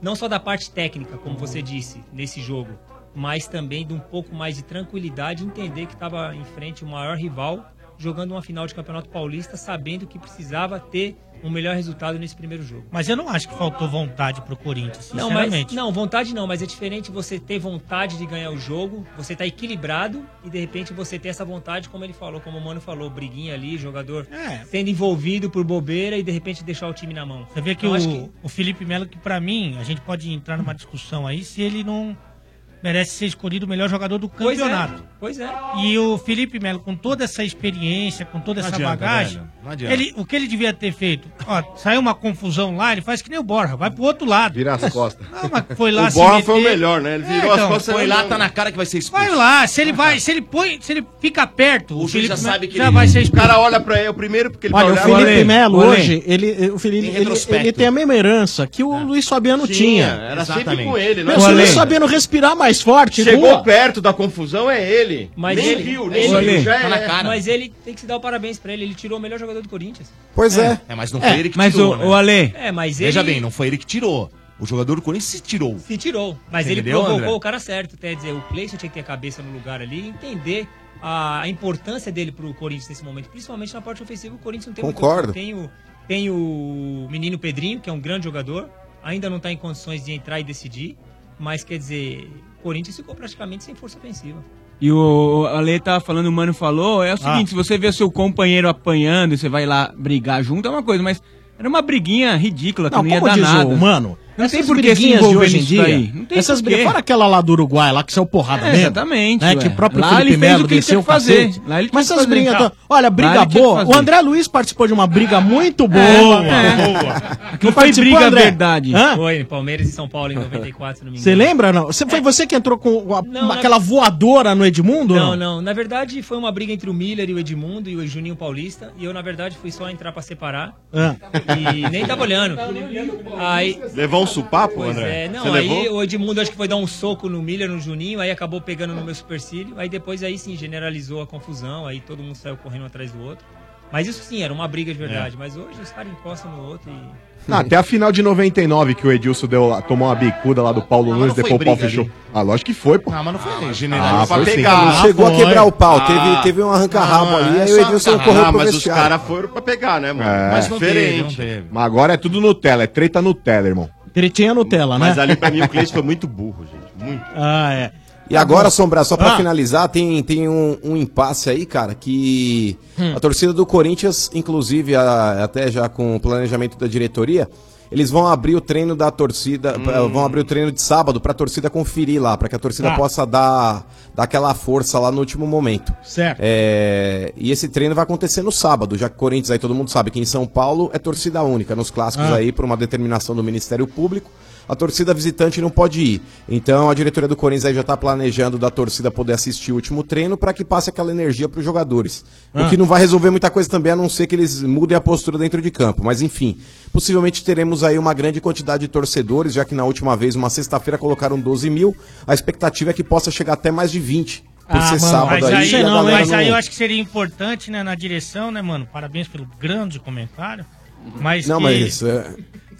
S18: não só da parte técnica, como você disse, nesse jogo, mas também de um pouco mais de tranquilidade, entender que estava em frente o maior rival jogando uma final de Campeonato Paulista, sabendo que precisava ter um melhor resultado nesse primeiro jogo.
S1: Mas eu não acho que faltou vontade pro Corinthians,
S18: Não, mas,
S1: sinceramente.
S18: não, vontade não, mas é diferente você ter vontade de ganhar o jogo, você tá equilibrado e de repente você ter essa vontade, como ele falou, como o Mano falou, briguinha ali, jogador sendo envolvido por bobeira e de repente deixar o time na mão.
S1: Você vê que,
S18: Eu
S1: o,
S18: acho
S1: o Felipe Melo, que pra mim, a gente pode entrar numa discussão aí se ele não merece ser escolhido o melhor jogador do
S18: Pois é,
S1: campeonato.
S18: Pois é.
S1: E o Felipe Melo, com toda essa experiência, com toda
S18: Não
S1: essa
S18: adianta, né,
S1: bagagem,
S18: velho, não adianta.
S1: ele, o que ele devia ter feito? Ó, saiu uma confusão lá, ele faz que nem o Borja, vai pro outro lado.
S11: Vira as costas.
S1: Não, mas foi lá
S17: O
S1: se
S17: Borja foi o
S1: meter.
S17: melhor, né? Ele virou as costas,
S1: foi
S17: ele
S1: É, lá,
S17: não-
S1: tá
S9: na cara que vai ser expulso.
S1: Vai lá, se ele vai, se ele põe, se ele fica perto, o,
S17: juiz
S1: Felipe
S17: já
S1: Melo
S17: sabe que
S1: já
S17: ele-
S1: vai ser
S17: O cara olha pra ele o primeiro porque ele
S12: Olha, o
S17: vai olhar-
S12: Felipe
S17: Olha,
S12: Melo
S17: olha.
S12: hoje, ele, o Felipe, ele,
S17: retrospecto.
S12: ele tem a mesma herança que o Luiz Fabiano
S17: Tinha,
S12: tinha.
S17: era sempre com ele, né?
S12: Meu, se o Luiz
S17: Olê.
S12: Fabiano respirar mais forte,
S17: Chegou
S12: rua,
S17: perto da confusão, é ele.
S18: Mas
S17: nem
S18: ele,
S17: viu, nem
S18: ele,
S17: viu. Já
S18: tá
S17: é-
S18: na cara. Mas ele tem que se dar o parabéns pra ele. Ele tirou o melhor jogador do Corinthians.
S15: Pois é.
S9: É, mas não foi
S18: É,
S9: ele que
S18: mas
S9: tirou.
S18: o- o Ale-
S9: É,
S18: É,
S9: mas
S18: mas
S9: Veja
S18: ele-
S9: bem, não foi ele que tirou. O jogador do Corinthians se tirou.
S18: Se tirou. Mas
S9: Você
S18: ele
S9: entendeu,
S18: provocou
S9: André?
S18: o cara certo. Quer dizer, o Cleison tinha que ter a cabeça no lugar ali e entender a, a importância dele pro Corinthians nesse momento. Principalmente na parte ofensiva, o Corinthians não tem muita
S15: Concordo.
S18: opção. Tem o, tem o menino Pedrinho, que é um grande jogador. Ainda não tá em condições de entrar e decidir. Mas quer dizer, o Corinthians ficou praticamente sem força ofensiva.
S22: E o Ale tava falando, o Mano falou, é o
S12: Ah.
S22: seguinte, se você vê seu companheiro apanhando e você vai lá brigar junto, é uma coisa, mas era uma briguinha ridícula, que
S12: Não,
S22: não ia
S12: como
S22: dar
S12: diz o
S22: nada.
S12: Mano,
S22: não tem
S12: essas
S22: por que se
S12: briguinhas de
S22: envolver
S12: hoje em
S22: nisso
S12: dia.
S22: daí. Não tem
S12: essas
S22: por quê.
S12: briguinhas, fora aquela lá do Uruguai, lá que saiu porrada
S22: É,
S12: mesmo.
S22: exatamente,
S12: Né,
S22: ué.
S12: que o próprio
S22: Lá ele
S12: Felipe
S22: fez
S12: Melo
S22: o que ele tinha
S12: desceu o
S22: que fazer.
S12: cacete.
S22: Lá ele tinha
S12: Mas
S22: que
S12: essas
S22: fazer,
S12: brigas.
S22: tá.
S12: Olha,
S22: Lá
S12: briga
S22: ele tinha que
S12: boa.
S22: fazer.
S12: O André Luiz participou de uma briga muito boa. é.
S22: Aquilo foi
S12: participou,
S22: briga
S12: André?
S22: verdade.
S12: Hã?
S18: Foi Palmeiras e São Paulo em 94, se não me engano.
S12: Você lembra não? Você, foi você que entrou com a-
S18: É. Não, na-
S12: aquela voadora no Edmundo?
S18: Não, não. Na verdade, foi uma briga entre o Miller e o Edmundo e o Juninho Paulista. E eu, na verdade, fui só entrar pra separar.
S12: Ah.
S18: E nem tava olhando. Aí.
S17: Levou um
S13: Ah,
S17: supapo,
S18: Pois
S17: André?
S18: é, não,
S17: Você
S18: aí
S17: levou?
S18: o Edmundo acho que foi dar um soco no Miller, no Juninho, aí acabou pegando no meu supercílio, aí depois aí sim generalizou a confusão, aí todo mundo saiu correndo atrás do outro. Mas isso sim, era uma briga de verdade, mas hoje os caras encostam no outro e
S11: Ah,
S18: [laughs]
S11: até a final de 99 que o Edilson deu lá, tomou uma bicuda lá do Paulo
S17: Ah,
S11: Nunes,
S18: não
S11: depois o pau
S18: foi briga
S11: fechou. Ah, lógico que foi, pô.
S9: Ah, mas não foi
S11: Ah,
S9: generalizado.
S11: foi sim.
S15: Não chegou a quebrar o pau, teve- teve um arranca-rabo ali, aí o Edilson correu pro
S17: mas os
S15: vestiário.
S17: caras foram pra pegar, né, mano?
S11: É.
S17: Mas diferente.
S11: Mas agora é tudo Nutella, é treta Nutella, irmão.
S12: Tretinha Nutella, né?
S17: Mas ali pra mim o Cleiton foi muito burro, gente. Muito.
S12: Ah, é.
S15: E agora, Sombra, só pra
S17: Ah.
S15: finalizar, tem, tem um, um impasse aí, cara, que a torcida do Corinthians, inclusive a- até já com o planejamento da diretoria, eles vão abrir o treino da torcida, pra- vão abrir o treino de sábado pra torcida conferir lá, pra que a torcida
S12: Ah.
S15: possa dar, dar aquela força lá no último momento.
S12: Certo.
S15: É, e esse treino vai acontecer no sábado, já que o Corinthians aí todo mundo sabe que em São Paulo é torcida única, nos clássicos
S12: Ah.
S15: aí por uma determinação do Ministério Público. A torcida visitante não pode ir. Então a diretoria do Corinthians aí já está planejando da torcida poder assistir o último treino para que passe aquela energia para os jogadores.
S8: Ah.
S15: O que não vai resolver muita coisa também, a não ser que eles mudem a postura dentro de campo. Mas enfim, possivelmente teremos aí uma grande quantidade de torcedores, já que na última vez, uma sexta-feira, colocaram 12 mil. A expectativa é que possa chegar até mais de 20. Por ser sábado
S1: Ah, mas
S15: aí, e a
S1: não,
S15: galera
S1: mas aí
S15: não-
S1: eu acho que seria importante, né, na direção, né, mano? Parabéns pelo grande comentário. Mas
S15: Não,
S1: que-
S15: mas é,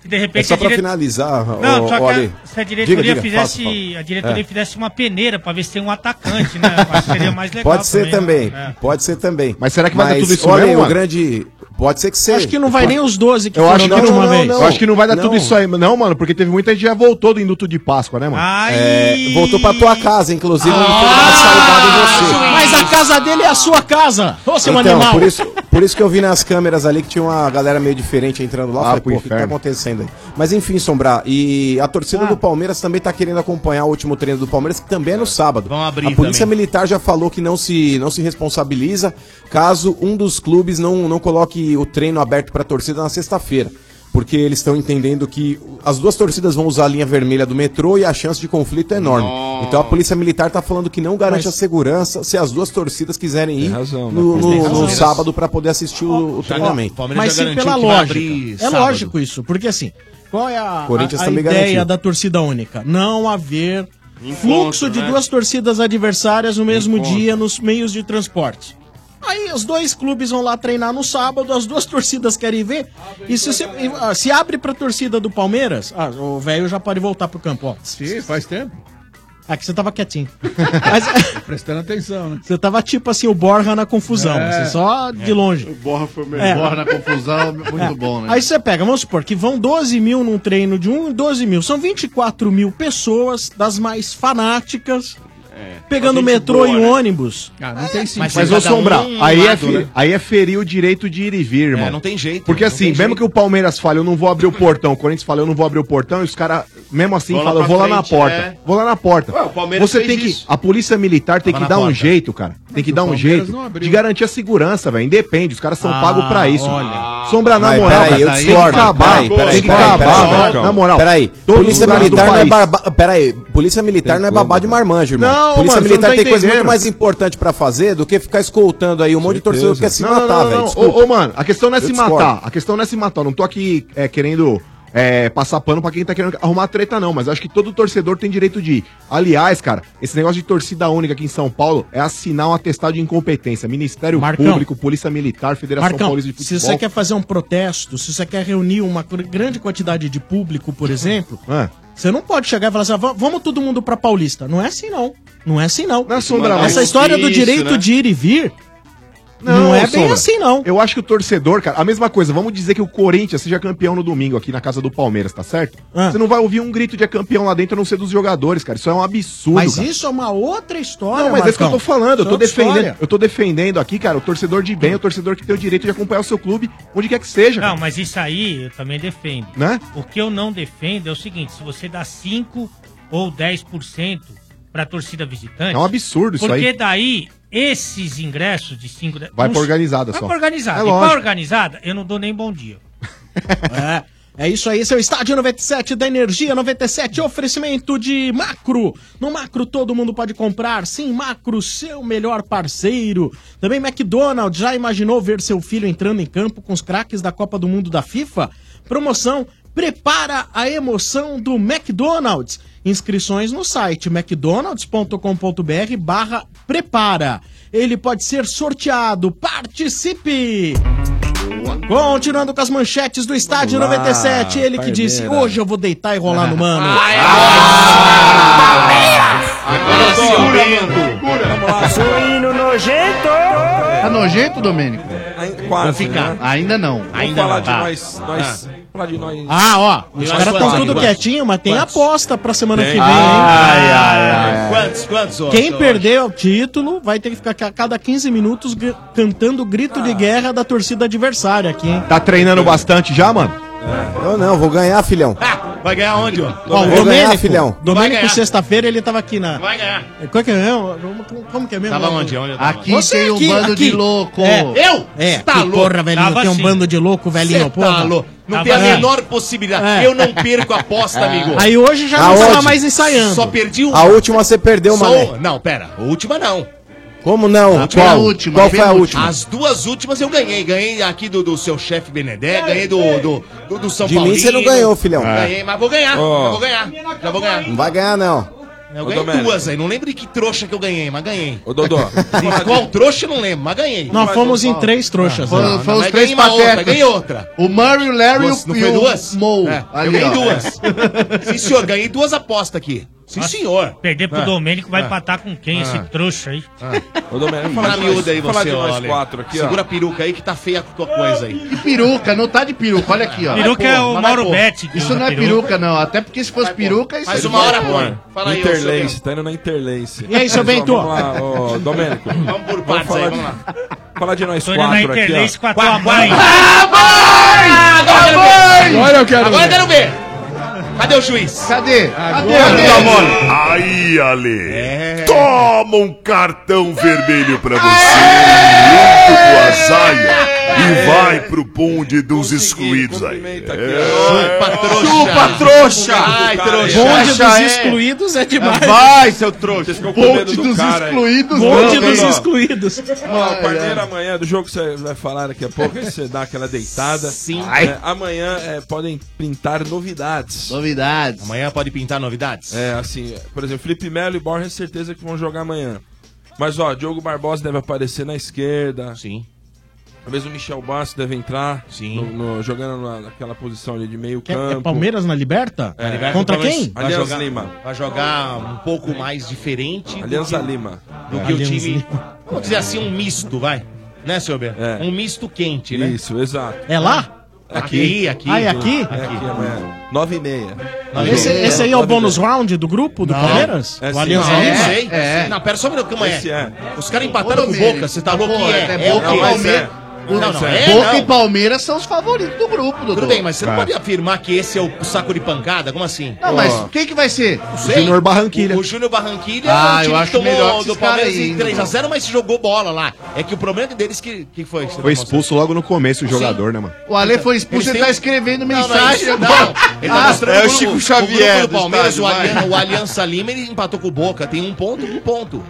S1: que de repente
S15: É só
S1: a
S15: pra finalizar,
S1: Não,
S15: o-
S1: só
S15: o
S1: que
S15: Ale.
S1: a, se a diretoria
S15: Diga, diga,
S1: fizesse
S15: fala, fala.
S1: a diretoria
S15: É.
S1: fizesse uma peneira pra ver se tem um atacante, né? Eu Acho que seria mais legal.
S15: Pode ser também,
S1: né?
S15: pode ser também.
S11: Mas será que vai dar tudo isso
S15: olha,
S11: mesmo,
S15: O
S11: mano?
S15: grande. Pode ser que seja.
S11: Acho que não vai nem os
S12: 12
S11: Eu acho, que não, eu acho que não vai dar tudo isso aí, não, mano, porque teve muita gente que já voltou do induto de Páscoa, né, mano?
S15: É, voltou pra tua casa, inclusive. onde teve uma
S1: Ah!
S18: Ah,
S15: saudade em você.
S12: Mas a casa dele é a sua casa. Ô, seu
S15: então,
S12: animal.
S15: Por isso, por isso que eu vi nas câmeras ali que tinha uma galera meio diferente entrando lá. Eu
S11: Ah,
S15: falei,
S11: pro
S15: pô, o que tá
S11: inferno.
S15: acontecendo aí? Mas enfim, Sombrar, e a
S12: Ah.
S15: torcida do Palmeiras também tá querendo acompanhar o último treino do Palmeiras, que também é no sábado.
S9: abrir
S15: a Polícia
S9: também.
S15: Militar já falou que não se, não se responsabiliza caso um dos clubes não, não coloque o treino aberto pra torcida na sexta-feira. Porque eles estão entendendo que as duas torcidas vão usar a linha vermelha do metrô e a chance de conflito é enorme. Então a Polícia Militar tá falando que não garante
S22: Mas-
S15: a segurança se as duas torcidas quiserem ir
S22: razão, né?
S15: no,
S22: Mas
S15: no-
S22: tem
S15: no
S22: razão.
S15: sábado para poder assistir o, o treinamento.
S12: Mas sim pela lógica. É
S15: sábado.
S12: lógico isso, porque assim, qual é a,
S15: Corinthians tá
S12: a, a
S13: tá
S15: também
S12: ideia
S15: garantiu.
S12: da torcida única? Não haver fluxo de
S15: né?
S12: duas torcidas adversárias no mesmo dia nos meios de transporte. Aí os dois clubes vão lá treinar no sábado, as duas [laughs] torcidas querem ver. E se, você- e, ah, se abre pra torcida do Palmeiras, ah, o velho já pode voltar pro campo, ó.
S20: Sim, faz tempo.
S12: É que você tava quietinho.
S20: Prestando atenção, né?
S12: Você tava tipo assim, o Borja na confusão.
S20: É.
S12: Você assim, só de
S20: É.
S12: longe.
S20: O Borja foi o
S14: melhor. Borja na confusão, muito bom, né?
S12: Aí você pega, vamos supor que vão 12 mil num treino de um, 12 mil. São 24 mil pessoas, das mais fanáticas, pegando
S19: gente
S12: metrô
S19: boa,
S12: e
S19: né?
S12: ônibus.
S20: Ah,
S12: não
S20: tem
S11: Mas, ô Sombra, aí, é fe- aí é ferir o direito de ir e vir, irmão.
S9: não tem jeito,
S11: Porque
S9: não
S11: assim,
S9: tem
S11: mesmo
S9: jeito.
S11: que o Palmeiras fale, eu não vou abrir o portão, o Corinthians fala, eu não vou abrir o portão, e os caras, mesmo assim,
S17: Bola
S11: falam, eu
S17: pra
S11: vou lá na
S17: frente,
S11: porta.
S17: é.
S11: Vou lá na porta.
S17: Ué, o Palmeiras
S11: Você
S17: fez
S11: tem que.
S17: isso.
S11: A polícia militar tem
S17: Tava
S11: que
S17: na
S11: dar um
S17: porta.
S11: jeito, cara. Tem que dar um
S17: Palmeiras
S11: jeito
S17: não abriu.
S11: de garantir a segurança, velho. Independe, os caras são
S17: Ah,
S11: pagos pra isso.
S17: olha.
S11: Sombra, na
S15: Mas
S11: moral,
S15: peraí,
S11: cara,
S15: eu
S11: tem que
S15: discordo.
S11: acabar.
S15: Peraí, peraí,
S11: Tem que
S15: peraí, peraí,
S11: acabar,
S15: peraí.
S11: na moral.
S15: Peraí,
S11: Todos os
S15: polícia
S11: lugares do
S15: militar não é
S11: país.
S15: babá. Peraí, polícia militar não é babá de marmanjo, irmão.
S11: Não, mano,
S15: polícia
S11: você
S15: militar
S11: não tá
S15: tem coisa muito
S11: entendendo.
S15: mais importante pra fazer do que ficar escoltando aí um monte de torcedor que quer se
S11: Não, não,
S15: matar,
S11: não,
S15: velho.
S11: não.
S15: Desculpa.
S11: Ô, ô, mano, a questão não é
S15: Eu
S11: se
S15: discordo.
S11: matar. A questão não é se matar. Eu não tô aqui é, querendo é, passar pano pra quem tá querendo arrumar treta, não. Mas eu acho que todo torcedor tem direito de ir. Aliás, cara, esse negócio de torcida única aqui em São Paulo é assinar um atestado de incompetência. Ministério
S12: Marcão.
S11: Público, Polícia Militar, Federação
S12: Marcão,
S11: Paulista de
S12: se
S11: Futebol.
S12: você quer fazer um protesto, se você quer reunir uma cr- grande quantidade de público, por exemplo,
S11: É.
S12: você não pode chegar e falar assim, "Ah, va- vamos todo mundo pra Paulista. Não é assim, não. Não é assim, não.
S11: Sombra,
S12: Essa
S11: mas-
S12: história do
S11: Isso,
S12: direito
S11: é né?
S12: de ir e vir não, é bem
S11: Sombra.
S12: assim, não.
S11: Eu acho que o torcedor, cara, a mesma coisa, vamos dizer que o Corinthians seja campeão no domingo aqui na casa do Palmeiras, tá certo?
S12: Ah.
S11: Você não vai ouvir um grito de é campeão lá dentro a não ser dos jogadores, cara. Isso é um absurdo.
S12: Mas
S11: cara.
S12: isso é uma outra história,
S11: Não, mas é isso que eu tô
S12: Marcão.
S11: falando,
S12: Isso
S11: eu
S12: é
S11: tô
S12: outra
S11: defendendo.
S12: história.
S11: Eu tô defendendo aqui, cara, o torcedor de bem, o torcedor que tem o direito de acompanhar o seu clube, onde quer que seja.
S1: Não,
S11: cara.
S1: mas isso aí eu também defendo.
S11: Né?
S1: O que eu não defendo é o seguinte, se você dá 5 ou 10% pra torcida visitante...
S11: É um absurdo isso
S1: Porque
S11: aí.
S1: daí, esses ingressos de 5...
S11: Vai pra organizada
S1: vai
S11: só.
S1: Pra organizada.
S11: É
S1: e pra
S11: lógico.
S1: organizada, eu não dou nem bom dia.
S12: É. É isso aí, seu estádio 97 da Energia 97, oferecimento de Macro. No Macro todo mundo pode comprar, sim, Macro, seu melhor parceiro. Também McDonald's, já imaginou ver seu filho entrando em campo com os craques da Copa do Mundo da FIFA? Promoção Prepara a emoção do McDonald's. Inscrições no site mcdonalds.com.br barra prepara. Ele pode ser sorteado. Participe! Continuando com as manchetes do estádio
S19: Vamos lá,
S12: 97, ele que disse:
S19: Parmeira.
S12: Hoje eu vou deitar e rolar no
S21: [laughs]
S12: mano.
S14: Agora segura, mano. Sou hino nojento. Tá nojento, Domênico?
S21: quase,
S14: Não fica.
S21: né?
S14: Ainda não.
S21: Vamos
S14: Ainda
S21: falar
S14: não.
S21: de
S14: tá.
S21: nós. nós Falar de nós.
S12: Ah, ó, os
S21: Nós
S12: caras estão
S21: quantos?
S12: tudo
S21: Quantos?
S12: quietinho, mas tem
S21: Quantos?
S12: aposta pra semana
S21: Tem.
S12: que vem, hein? É.
S21: Ai, ai, ai, ai. Quantos,
S9: quantos, ô,
S12: tá- Quem
S9: ô,
S12: perder o título vai ter que ficar a cada 15 minutos gr- cantando o grito
S21: Ah.
S12: de guerra da torcida adversária aqui, hein?
S11: Tá treinando bastante já, mano?
S15: Eu não, vou ganhar, filhão.
S9: Vai ganhar onde, ó?
S12: Ó, o
S15: Vou ganhar,
S12: Domênico,
S15: filhão.
S9: Vai
S12: Domênico,
S9: ganhar.
S12: sexta-feira, ele tava aqui na.
S9: Vai ganhar.
S12: Qual que é mesmo? Como- Como que é mesmo?
S9: Tava
S12: Lá,
S9: onde?
S12: Dom-
S9: Onde eu tava? Aqui
S12: Você
S9: tem um bando de louco.
S12: É.
S9: Eu?
S12: É,
S9: Cê tá
S12: que
S9: louco.
S12: porra, velhinho,
S9: Tava
S12: tem um
S9: assim.
S12: bando de louco, velhinho,
S9: Cê
S12: porra.
S9: tá louco. Não
S12: Tava
S9: tem a
S12: assim.
S9: menor possibilidade.
S12: É.
S9: Eu não perco a aposta,
S12: É.
S9: amigo.
S12: Aí hoje
S15: Tá
S12: já não
S9: Aonde?
S12: tava mais ensaiando.
S9: Só perdi um.
S15: A última você perdeu,
S9: Só
S15: Mané.
S9: um- Não, pera. A última não.
S15: Como não?
S9: Ah,
S15: Qual? Qual foi a última?
S9: As duas últimas eu ganhei. Ganhei aqui do, do seu chefe Benedetto, ganhei do, do, do, do São
S15: De
S9: Paulo.
S15: mim você não ganhou, filhão.
S9: Ganhei, mas vou ganhar.
S15: Ó.
S9: Já vou ganhar. Já vou ganhar.
S15: Não vai ganhar, não.
S9: Eu ganhei
S21: Domênico.
S9: duas aí. Não lembro de que trouxa que eu ganhei, mas ganhei.
S21: Ô,
S9: [laughs]
S21: Dodô.
S9: De qual trouxa eu não lembro, mas ganhei.
S12: Nós fomos em três trouxas,
S9: Foi,
S12: né?
S9: não,
S12: Foi
S9: não,
S12: os
S9: mas
S12: três
S9: ganhei uma outra,
S12: patetas.
S9: ganhei outra.
S14: O Murray, o Larry e
S9: Você não
S14: o-
S9: foi
S14: e
S9: duas?
S14: o Mo.
S9: É,
S14: Ali,
S9: eu ganhei
S14: ó. [laughs]
S9: duas. Sim, senhor, ganhei duas apostas aqui. Sim, senhor.
S1: Perder pro
S9: Ah.
S1: Domênico vai
S9: Ah.
S1: empatar com quem? Esse
S9: Ah.
S1: trouxa aí.
S21: Ô, Domênico,
S9: É. Fala
S21: de nós-
S9: miúda aí
S21: fala
S9: você,
S21: de nós
S9: ó, Ale.
S21: quatro aqui, ó.
S9: Segura a peruca aí que tá feia a tua coisa aí.
S14: Que peruca, não tá de peruca, olha aqui, ó.
S9: Peruca
S14: Vai,
S9: é
S14: pô,
S9: o
S14: vai,
S9: Mauro
S14: pô.
S9: Betti que
S14: Isso
S9: usa
S14: não é
S9: peruca.
S14: peruca, não. Até porque se fosse peruca, isso
S9: Faz
S14: aí
S9: uma
S14: não
S9: hora,
S14: vai,
S9: põe. Fala aí, ô, seu
S21: Interlace, tá indo na Interlace.
S14: E aí, seu
S21: Mas, ó,
S14: Bento?
S21: Vamos lá, ô,
S9: [laughs]
S21: Domênico. Vamos por
S9: partes aí,
S21: vamos lá. Falar de nós
S1: Tô indo na
S21: quatro
S1: Interlace
S21: aqui,
S1: com a
S21: ó.
S1: tua mãe.
S9: Ah, agora eu quero ver.
S16: Agora eu quero
S9: Agora eu
S16: ver.
S9: quero ver. Cadê tá o juiz?
S14: Cadê?
S9: Cadê?
S16: Aí, Ale.
S13: É.
S16: Toma um cartão vermelho pra você. Junto com a saia. E vai pro bonde dos excluídos aí. É.
S9: Chupa,
S16: trouxa!
S9: Ai, trouxa!
S16: Bonde
S9: Trouxa,
S16: dos
S9: é.
S16: excluídos
S12: é demais.
S9: Vai, seu trouxa!
S21: Bonde dos excluídos,
S12: Bonde
S21: não,
S12: dos
S21: hein?
S12: excluídos.
S21: Ó, parceiro, amanhã do jogo que você vai falar daqui a pouco, você dá aquela deitada. Sim. amanhã é, podem pintar novidades.
S14: Novidades.
S9: Amanhã pode pintar novidades?
S21: É, assim, por exemplo, Felipe Melo e Borges, certeza que vão jogar amanhã. Mas, ó, Diogo Barbosa deve aparecer na esquerda.
S9: Sim.
S21: Talvez o Michel Bastos deve entrar. Sim. jogando na- naquela posição ali de meio
S12: É-
S21: campo.
S12: É Palmeiras na Liberta?
S9: Tá
S21: É.
S12: Contra
S9: Talvez
S12: quem?
S9: Vai
S21: Alianza
S9: jogar,
S21: Lima.
S9: vai jogar um pouco mais diferente. do
S21: Alianza
S9: que-
S21: Lima.
S9: Do
S21: É.
S9: que o
S21: Alianza
S9: time.
S21: Lima.
S9: Vamos dizer assim, um misto, vai. Né, senhor Bento? Um misto quente, né?
S21: É. Isso, exato.
S12: É lá?
S9: Aqui, aqui.
S12: Ah, é aqui?
S21: É aqui amanhã. Nove e meia.
S12: Esse, esse aí é o
S21: Nove e meia.
S12: bônus round do grupo, do
S9: Não.
S12: Ah. Palmeiras?
S21: É
S12: o
S21: sim. é.
S12: Alianza
S9: Não,
S12: Lima?
S9: não sei.
S12: É.
S9: Não, pera só um minuto, calma aí.
S12: Esse
S9: Os caras empataram
S14: Ô,
S9: com o
S14: Domênico,
S9: Boca, você tá louco?
S14: pô,
S9: que é?
S14: até
S9: é,
S14: Boca
S9: o
S14: e
S9: quê?
S14: Palmeiras.
S9: Não, não, não, é,
S14: Boca
S9: não.
S14: e Palmeiras são os favoritos do grupo, doutor.
S9: Tudo bem, mas você não pode afirmar que esse é o saco de pancada? Como assim?
S14: Não, mas quem que vai ser?
S9: Não sei. O, o Júnior Barranquilha
S14: Ah, eu
S9: é um
S14: acho melhor que esses
S9: do Palmeiras
S14: caras aí,
S9: em
S14: hein,
S9: 3x0, mas jogou bola lá. É que o problema deles que, que tá foi?
S11: Foi expulso logo no começo o jogador, né, mano?
S14: O Ale foi expulso,
S9: Eles
S14: ele
S9: têm
S14: tá
S9: um-
S14: escrevendo
S9: Não, não,
S14: mensagem.
S9: isso-
S14: agora.
S9: não. Ele tá
S14: Ah,
S9: mostrando o grupo- o grupo do
S14: do
S9: Palmeiras, o,
S14: estádio, vai.
S9: Alian- o Aliança Lima, ele empatou com o Boca. Tem um ponto, um ponto.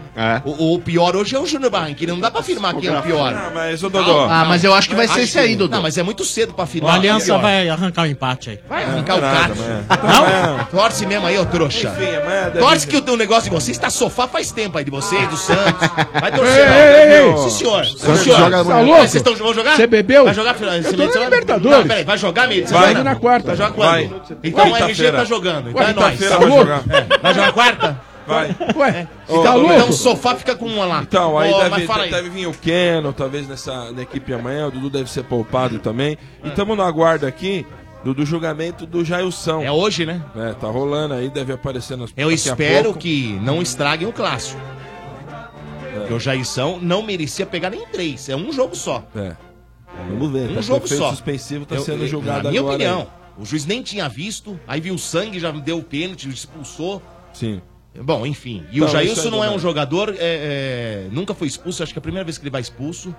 S9: O, o pior hoje é o Júnior Barranquilla. Não dá pra afirmar quem é o pior.
S21: Ah, mas, ô, Dodô.
S12: Ah, mas eu acho que vai ser esse aí,
S9: não.
S12: Dodô.
S9: Não, mas é muito cedo pra
S12: O
S9: afirmar.
S12: Aliança
S9: quem é o pior.
S12: vai arrancar o empate aí.
S9: Vai
S21: É.
S9: arrancar o
S12: Nada,
S9: cacho.
S12: mas-
S9: Não? Torce mesmo aí, ô trouxa.
S21: Enfim, amanhã deve-
S9: Torce que o teu negócio de vocês tá sofá faz tempo aí, de vocês, do Santos. Vai torcer.
S21: Ei,
S9: não,
S21: ei,
S9: meu.
S21: ei, ei.
S9: Sim, senhor. Sim,
S21: Santos
S9: senhor.
S21: joga amanhã. Tá louco?
S9: Vocês estão, vão jogar?
S21: Você bebeu?
S9: Vai jogar final.
S21: Eu tô
S9: esse meio de
S21: na
S9: semana?
S21: Libertadores.
S9: Não, peraí, vai jogar meio de
S21: Vai.
S9: semana?
S21: Jogo na quarta.
S9: Vai jogar quando?
S21: Vai.
S9: Então o RG
S21: Quinta-feira.
S9: tá jogando, então
S21: Ué,
S9: é nóis.
S21: quinta-feira vai jogar.
S9: É. Vai jogar quarta?
S21: Vai.
S9: Ué,
S21: Ô,
S9: então,
S21: ô,
S9: então
S21: Beto.
S9: o sofá fica com uma lá.
S21: Então, aí
S9: Ô,
S21: deve,
S9: mas fala aí.
S21: deve vir o Keno, talvez nessa na equipe amanhã. O Dudu deve ser poupado também. E estamos no aguardo aqui do, do julgamento do Jailson. É
S9: hoje, né?
S21: É, tá rolando aí, deve aparecer nas
S9: Eu
S21: daqui a
S9: espero
S21: pouco. É.
S9: que não estraguem o clássico. Porque o Jairção não merecia pegar nem três. É um jogo só.
S21: É. Vamos ver.
S9: Um
S21: tá,
S9: jogo
S21: efeito
S9: só.
S21: suspensivo tá
S9: Eu-
S21: sendo
S9: eu-
S21: julgado
S9: Na minha
S21: agora.
S9: opinião, o juiz nem tinha visto, aí viu o sangue, já deu o pênalti, expulsou.
S21: Sim.
S9: Bom, enfim. E
S21: Então,
S9: o
S21: isso aí
S9: Jailson não é
S21: não é.
S9: um jogador. é, é, nunca foi expulso, acho que é a primeira vez que ele vai expulso.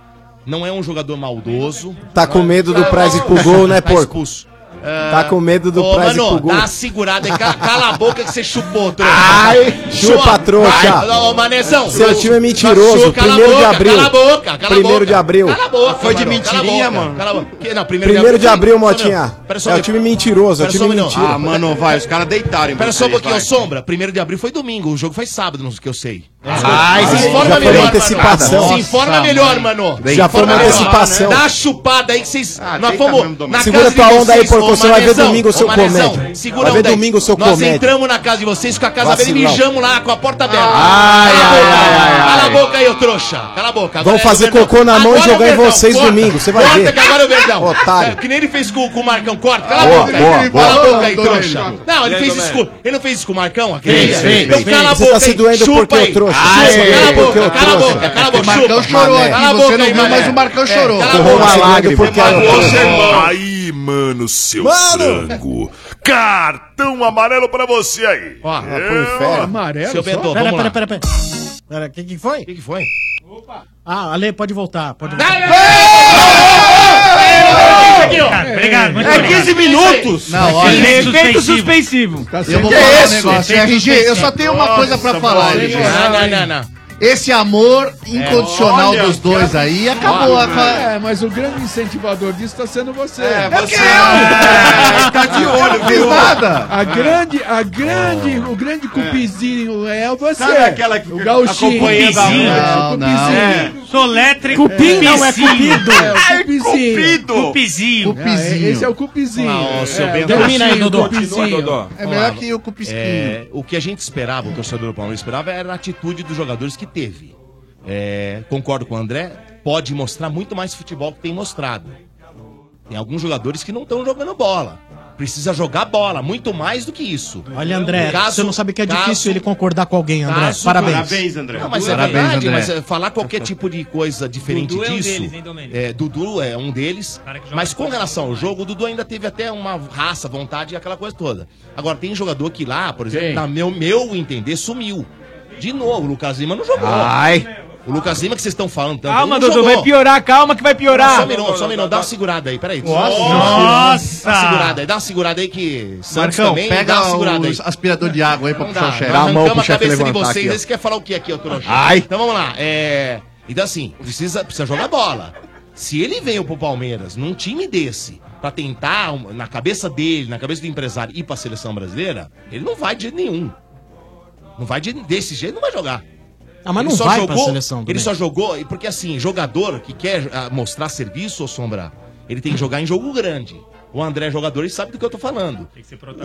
S9: Não é um jogador maldoso.
S15: Tá com medo do Price pro gol, né,
S9: Tá
S15: porco?
S9: expulso. É,
S15: Tá com medo do
S9: ô,
S15: Price
S9: mano,
S15: pro gol.
S9: Dá uma segurada aí, ca- cala a boca que você chupou, trouxa.
S15: Ai, chupa, trouxa.
S9: vai, Ô, Manezão.
S15: Seu time é
S9: Chupa,
S15: mentiroso.
S9: cala a
S15: Primeiro de
S9: boca,
S15: abril.
S9: Cala a boca, cala a boca.
S15: Primeiro de abril.
S9: Cala a boca,
S15: Ah, Foi de
S9: mano, cala a
S15: mentirinha,
S9: boca,
S15: mano.
S9: Cala a boca. Que- Não, primeiro,
S15: Primeiro de abril,
S9: Só um minuto.
S15: Motinha.
S9: Pera só um
S15: É o
S9: minuto.
S15: time mentiroso, é o
S9: Pera só
S15: time
S9: um minuto.
S15: mentira.
S9: Ah, mano, vai, os
S17: caras deitaram em
S9: Pera só um
S17: vocês,
S9: pouquinho,
S17: vai.
S9: Sombra. Primeiro de abril foi domingo, o jogo foi sábado, não sei o que eu sei.
S17: Ah,
S9: Mas
S17: isso
S9: se informa
S17: já foi
S9: melhor,
S17: uma antecipação.
S9: mano. Se informa
S17: Nossa,
S9: melhor,
S17: mãe.
S9: mano.
S17: Já
S9: Se informa
S17: foi uma
S9: melhor.
S17: antecipação.
S9: Dá a chupada aí que vocês. Nós
S17: deita
S9: fomos
S17: mesmo, Domênico.
S9: na
S15: Ah, Segura
S9: casa de
S15: tua onda aí,
S9: vocês,
S15: porco,
S9: ô,
S15: você vai ver
S9: Manezão,
S15: domingo o
S9: ô,
S15: seu
S9: Manezão,
S15: comédia.
S9: Segura
S15: Vai
S9: a
S15: ver
S9: onda aí.
S15: domingo o seu
S9: Nós
S15: comédia.
S9: entramos na casa de vocês com a casa dele e
S15: Vacilão.
S9: mijamos lá com a porta aberta. Cala a boca aí, ô trouxa. Cala a boca.
S15: Vão
S9: Agora é
S15: fazer
S9: o Verdão.
S15: cocô na mão e
S9: Agora é o
S15: jogar em
S9: Verdão.
S15: vocês
S9: Corta.
S15: domingo, você vai
S9: Corta
S15: ver.
S9: que agora é o Verdão.
S15: Otário.
S9: É, Que nem ele fez com, com o Marcão. Corta. Cala
S15: Boa,
S9: a boca aí.
S15: boa, boa.
S9: Cala a boca aí,
S15: Boa,
S9: trouxa.
S15: boa.
S9: Não, ele
S15: E aí,
S9: fez isso com...
S15: Domênico?
S9: Ele não fez isso com o Marcão? aquele?
S15: Fez, fez,
S9: Então
S15: fez.
S9: cala a
S15: Você
S9: boca
S15: tá se
S9: aí.
S15: doendo
S9: Chupa
S15: porque eu
S9: aí. Ah,
S15: trouxa. Chupa
S9: é. Cala a
S15: porque eu
S9: boca, cala a
S15: trouxa.
S9: boca, cala a boca.
S15: O Marcão
S9: chupa.
S15: chorou aqui,
S9: Cala a
S15: você
S9: boca
S15: não
S9: aí,
S15: viu,
S9: Mané.
S15: mas o
S14: Marcão chorou.
S9: Cala a
S15: Correu
S9: boca.
S15: uma lágrima porque
S9: Você magoou seu irmão.
S16: Aí, mano, seu
S9: Mano!
S16: frango. Cartão amarelo pra você aí. Ó,
S9: um
S12: Amarelo
S16: Seu
S12: só?
S16: Bento,
S12: pera,
S16: vamos
S12: pera,
S16: lá.
S12: pera, pera. Pera, o que que foi? O
S9: que que foi?
S12: Ah, Ale, pode voltar, pode voltar.
S1: Obrigado, muito
S12: É
S1: obrigado.
S12: 15
S1: minutos.
S12: Não, olha.
S1: Efeito suspensivo.
S20: Tá
S12: suspensivo.
S20: é
S14: Eu vou falar um negócio. RG, eu só tenho uma coisa pra falar, RG.
S9: Não, É, não, não, não.
S14: Esse amor incondicional
S20: Olha,
S14: dos dois
S20: cara.
S14: aí acabou.
S20: Ah,
S14: a-
S20: É, mas o grande incentivador disso está sendo [laughs] você.
S14: É, você.
S20: que
S14: É, tá de olho,
S20: Eu não fiz
S14: viu?
S20: nada.
S14: É.
S20: A grande, a grande, o grande cupizinho é, você.
S14: Sabe aquela que
S20: o gauchinho.
S14: acompanhando a Cupizinho. noite? Não, não. É.
S1: Soletre
S20: Cupim não, é
S1: Cupizinho.
S20: cupido.
S1: É,
S20: cupizinho.
S1: Cupizinho.
S20: É, esse é o cupizinho.
S9: Ah, o seu
S20: é,
S9: bem
S20: Termina aí,
S9: Cupizinho,
S20: Dodô.
S9: continua, Dodô.
S14: É melhor que o Cupisquinho.
S9: É, o que a gente esperava, o torcedor do Palmeiras esperava, era a atitude dos jogadores que teve. É, concordo com o André, pode mostrar muito mais futebol que tem mostrado. Tem alguns jogadores que não estão jogando bola. Precisa jogar bola, muito mais do que isso.
S12: Olha, André,
S9: No caso-
S12: você não sabe que é difícil
S9: caso-
S12: ele concordar com alguém, André.
S9: caso-
S12: Parabéns.
S9: Tá, Não, mas é
S12: Parabéns,
S9: verdade,
S12: André.
S9: mas é, falar qualquer tipo de
S12: [laughs]
S9: coisa diferente
S12: Dudu é um
S9: disso.
S12: deles, hein, Domênico?
S9: é, Dudu é um deles. Mas com relação ao jogo, o Dudu ainda teve até uma raça, vontade e aquela coisa toda. Agora, tem jogador que lá, por exemplo,
S25: Quem?
S9: na meu, meu entender, sumiu. De novo, o Lucas Lima não jogou.
S25: Ai.
S9: O Lucas Lima que vocês estão falando também.
S25: Calma,
S9: não
S25: Dodô,
S9: jogou.
S25: vai piorar, calma que vai piorar.
S9: Só um minuto, só um minuto, dá uma segurada aí, peraí.
S25: Nossa.
S9: Dá uma segurada aí, dá uma segurada aí que. Santos
S14: Marcão,
S9: também,
S14: pega
S9: dá uma segurada aí. Então
S14: os aspirador de água aí pra puxar o chefe.
S9: Dá a mão pro chefe levantar de vocês, Esse quer falar o que é aqui, ô trouxa?
S14: Ai.
S9: Então vamos lá. É... Então assim, precisa, precisa jogar bola. Se ele veio pro Palmeiras num time desse, pra tentar, um- na cabeça dele, na cabeça do empresário, ir pra seleção brasileira, ele não vai de jeito nenhum. Não vai de, desse jeito, não vai jogar.
S12: Ah, mas
S9: Ele
S12: não
S9: só
S12: vai
S9: jogou,
S12: pra seleção.
S9: Ele
S12: Domênico.
S9: só jogou, e porque assim, jogador que quer ah, mostrar serviço ou sombra, ele tem que jogar em jogo grande. O André é jogador e sabe do que eu tô falando.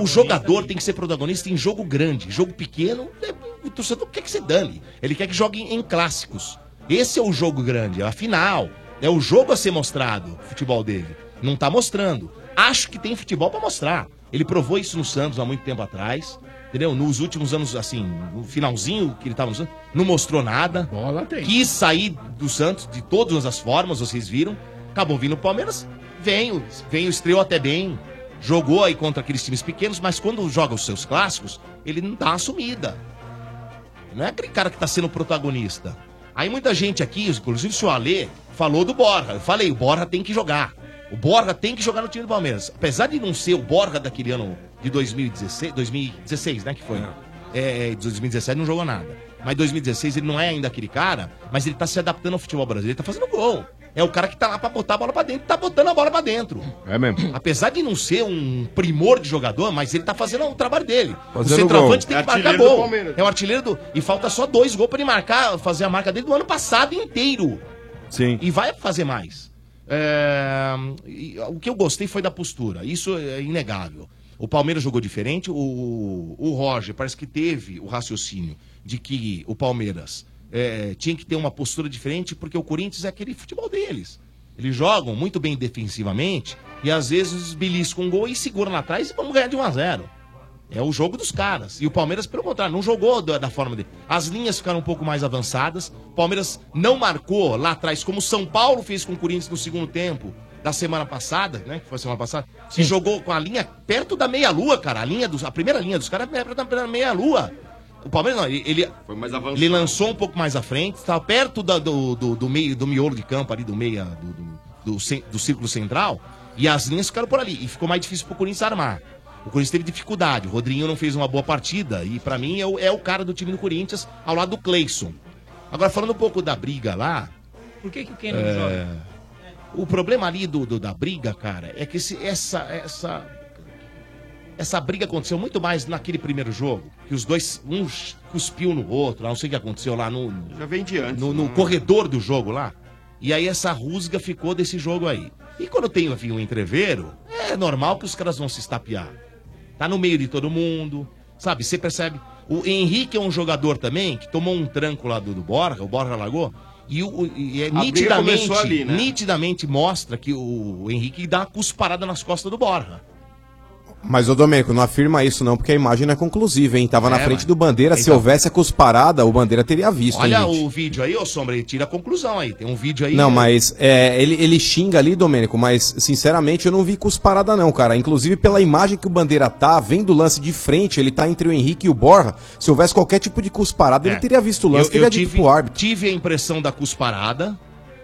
S9: O jogador tem que ser protagonista em jogo grande. Jogo pequeno, é, o torcedor quer que você dane. Ele quer que jogue em clássicos. Esse é o jogo grande, é a final. É o jogo a ser mostrado, o futebol dele. Não tá mostrando. Acho que tem futebol pra mostrar. Ele provou isso no Santos há muito tempo atrás. Entendeu? Nos últimos anos, assim, no finalzinho que ele tava no Santos, não mostrou nada. Bola tem. Quis sair do Santos de todas as formas, vocês viram. Acabou vindo o Palmeiras. Veio, veio, estreou até bem jogou aí contra aqueles times pequenos, mas quando joga os seus clássicos, ele não dá uma sumida. Não é aquele cara que tá sendo protagonista. Aí muita gente aqui, inclusive o senhor Alê, falou do Borja. Eu falei, o Borja tem que jogar. O Borja tem que jogar no time do Palmeiras. Apesar de não ser o Borja daquele ano de 2016, 2016 né, que foi. É, 2017 não jogou nada. Mas 2016 ele não é ainda aquele cara, mas ele tá se adaptando ao futebol brasileiro, ele tá fazendo gol. É o cara que tá lá pra botar a bola pra dentro, tá botando a bola pra dentro.
S11: É mesmo.
S9: Apesar de não ser um primor de jogador, mas ele tá fazendo o trabalho dele.
S11: Fazendo
S9: o centroavante
S11: gol.
S9: tem
S11: É
S9: que marcar
S11: artilheiro do
S9: gol.
S11: Palmeiras.
S9: É o artilheiro do. E falta só dois gols pra ele marcar, fazer a marca dele do ano passado inteiro.
S21: Sim.
S9: E vai fazer mais. É, e O que eu gostei foi da postura. Isso é inegável. O Palmeiras jogou diferente. O, o Roger parece que teve o raciocínio de que o Palmeiras é, tinha que ter uma postura diferente porque o Corinthians é aquele futebol deles. Eles jogam muito bem defensivamente e às vezes beliscam um gol e seguram lá atrás e vamos ganhar de 1 a 0 é o jogo dos caras. E o Palmeiras, pelo contrário, não jogou da, da forma dele. As linhas ficaram um pouco mais avançadas. O Palmeiras não marcou lá atrás, como o São Paulo fez com o Corinthians no segundo tempo da semana passada, né? Que foi a semana passada. Se jogou com a linha perto da meia-lua, cara. A, linha dos, a primeira linha dos caras é perto da- da meia-lua. O Palmeiras não, ele, ele- ele lançou um pouco mais à frente, estava perto da- do, do, do meio, do miolo de campo ali, do meia, do, do, do cen- do círculo central, e as linhas ficaram por ali. E ficou mais difícil pro Corinthians armar. O Corinthians teve dificuldade, o Rodrinho não fez uma boa partida, e pra mim é o, é o cara do time do Corinthians ao lado do Cleison. Agora, falando um pouco da briga lá,
S18: Por que, que o Keno não
S9: é,
S18: joga?
S9: O problema ali do, do- da briga, cara, é que esse- essa, essa, essa briga aconteceu muito mais naquele primeiro jogo, que os dois, um cuspiu no outro, lá, não sei o que aconteceu lá no, no-
S17: Já vem de antes. né?
S9: no, no corredor do jogo lá. E aí essa rusga ficou desse jogo aí. E quando tem enfim, um entreveiro, é normal que os caras vão se estapear. Tá no meio de todo mundo, sabe? Você percebe. O Henrique é um jogador também que tomou um tranco lá do, do Borja, o Borja largou. E, o, o- e é
S17: briga
S9: nitidamente,
S17: começou ali, né?
S9: nitidamente mostra que o Henrique dá uma cusparada nas costas do Borja.
S15: Mas, ô Domênico, não afirma isso não, porque a imagem não é conclusiva, hein? Tava na
S9: É,
S15: frente
S9: mas-
S15: do Bandeira, se
S9: Então-
S15: houvesse a cusparada, o Bandeira teria visto, hein,
S9: Olha
S15: gente?
S9: o vídeo aí, ô Sombra, e tira a conclusão aí. Tem um vídeo aí.
S15: Não, mas é, ele, ele xinga ali, Domênico, mas sinceramente eu não vi cusparada não, cara. Inclusive pela imagem que o Bandeira tá, vendo o lance de frente, ele tá entre o Henrique e o Borja. Se houvesse qualquer tipo de cusparada,
S9: É.
S15: ele teria visto o lance,
S9: Eu-
S15: teria
S9: eu
S15: dito
S9: tive-
S15: pro árbitro.
S9: Tive a impressão da cusparada.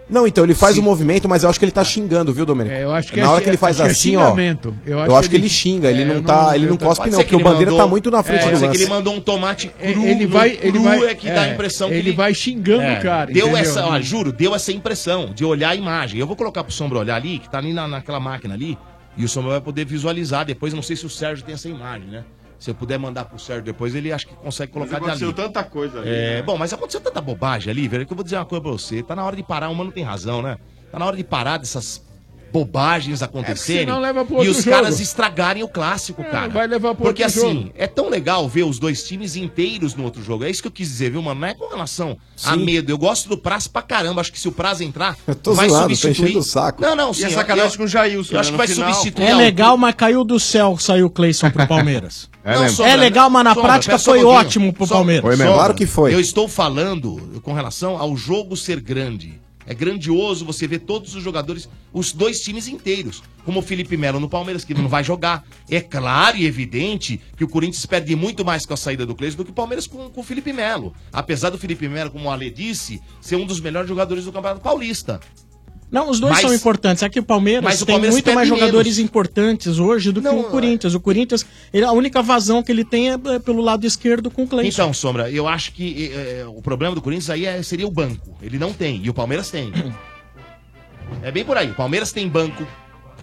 S15: Não, então, ele faz o movimento, mas eu acho que ele tá xingando, viu, Domênico?
S20: eu acho que
S15: Na
S20: é
S15: hora
S20: xi-
S15: que ele faz
S20: acho que é
S15: assim, ó.
S20: xingamento.
S15: Eu acho, que ele xinga, ele
S20: é, eu
S15: não tá. ele
S20: eu
S15: não
S20: tô-
S15: cospe,
S20: pode
S15: não,
S20: ser
S15: porque o
S20: ele
S15: bandeira
S20: mandou-
S15: tá muito na frente
S20: É,
S15: do
S20: pode ser
S15: lance.
S9: Ele mandou um tomate
S20: É,
S9: cru,
S20: ele vai- ele
S9: cru
S20: vai-
S9: é que dá a
S20: é,
S9: impressão que
S20: ele vai xingando o cara,
S9: É, Deu
S20: entendeu?
S9: essa, ó, juro, deu essa impressão de olhar a imagem. Eu vou colocar pro Sombra olhar ali, que tá ali na, naquela máquina ali, e o Sombra vai poder visualizar depois. Não sei se o Sérgio tem essa imagem, né? Se eu puder mandar pro Sérgio depois, ele acho que consegue
S13: Mas
S9: colocar de
S13: aconteceu
S9: ali.
S13: tanta coisa ali.
S9: É,
S13: né?
S9: bom, mas aconteceu tanta bobagem ali, velho, que eu vou dizer uma coisa pra você. Tá na hora de parar, o mano tem razão, né? Tá na hora de parar dessas bobagens acontecerem
S20: É, senão leva pro
S9: e
S20: outro
S9: os
S20: jogo. É,
S9: caras estragarem o clássico, cara.
S20: vai levar pro
S9: Porque
S20: outro
S9: assim,
S20: jogo.
S9: é tão legal ver os dois times inteiros no outro jogo. É isso que eu quis dizer, viu, mano? Não é com relação a
S15: Sim.
S9: medo. Eu gosto do prazo pra caramba. Acho que se o prazo entrar,
S15: Eu tô
S9: vai
S15: zoando, tô
S9: substituir.
S15: enchendo o saco.
S9: Não, não,
S15: E
S9: sim.
S15: a sacanagem
S9: eu-
S15: com o Jailson,
S9: Eu acho que
S15: né, no
S9: vai
S15: final.
S9: substituir.
S12: É
S9: alguém.
S12: legal, mas caiu do céu, saiu o Cleison pro Palmeiras.
S9: [laughs] É Não, mesmo. Sombra,
S12: é legal, mas na
S9: Sombra,
S12: prática
S9: pera só um
S12: foi
S9: pouquinho.
S12: ótimo pro Palmeiras.
S9: Sombra,
S15: Claro que foi.
S9: Eu estou falando com relação ao jogo ser grande. É grandioso você ver todos os jogadores, os dois times inteiros. Como o Felipe Melo no Palmeiras, que não vai jogar. É claro e evidente que o Corinthians perde muito mais com a saída do Cleiton do que o Palmeiras com, com o Felipe Melo. Apesar do Felipe Melo, como o Ale disse, ser um dos melhores jogadores do Campeonato Paulista.
S12: Não, os dois
S9: Mas-
S12: são importantes. Aqui o Palmeiras
S9: Mas o
S12: tem
S9: Palmeiras
S12: muito
S9: perde
S12: mais
S9: menos. é.
S12: jogadores importantes hoje do que o Corinthians. O Corinthians, ele- a única vazão que ele tem é é pelo lado esquerdo com o Cleiton.
S9: Então, Sombra, eu acho que eh, eh, o problema do Corinthians aí é- seria o banco. Ele não tem, e o Palmeiras tem. É bem por aí. O Palmeiras tem banco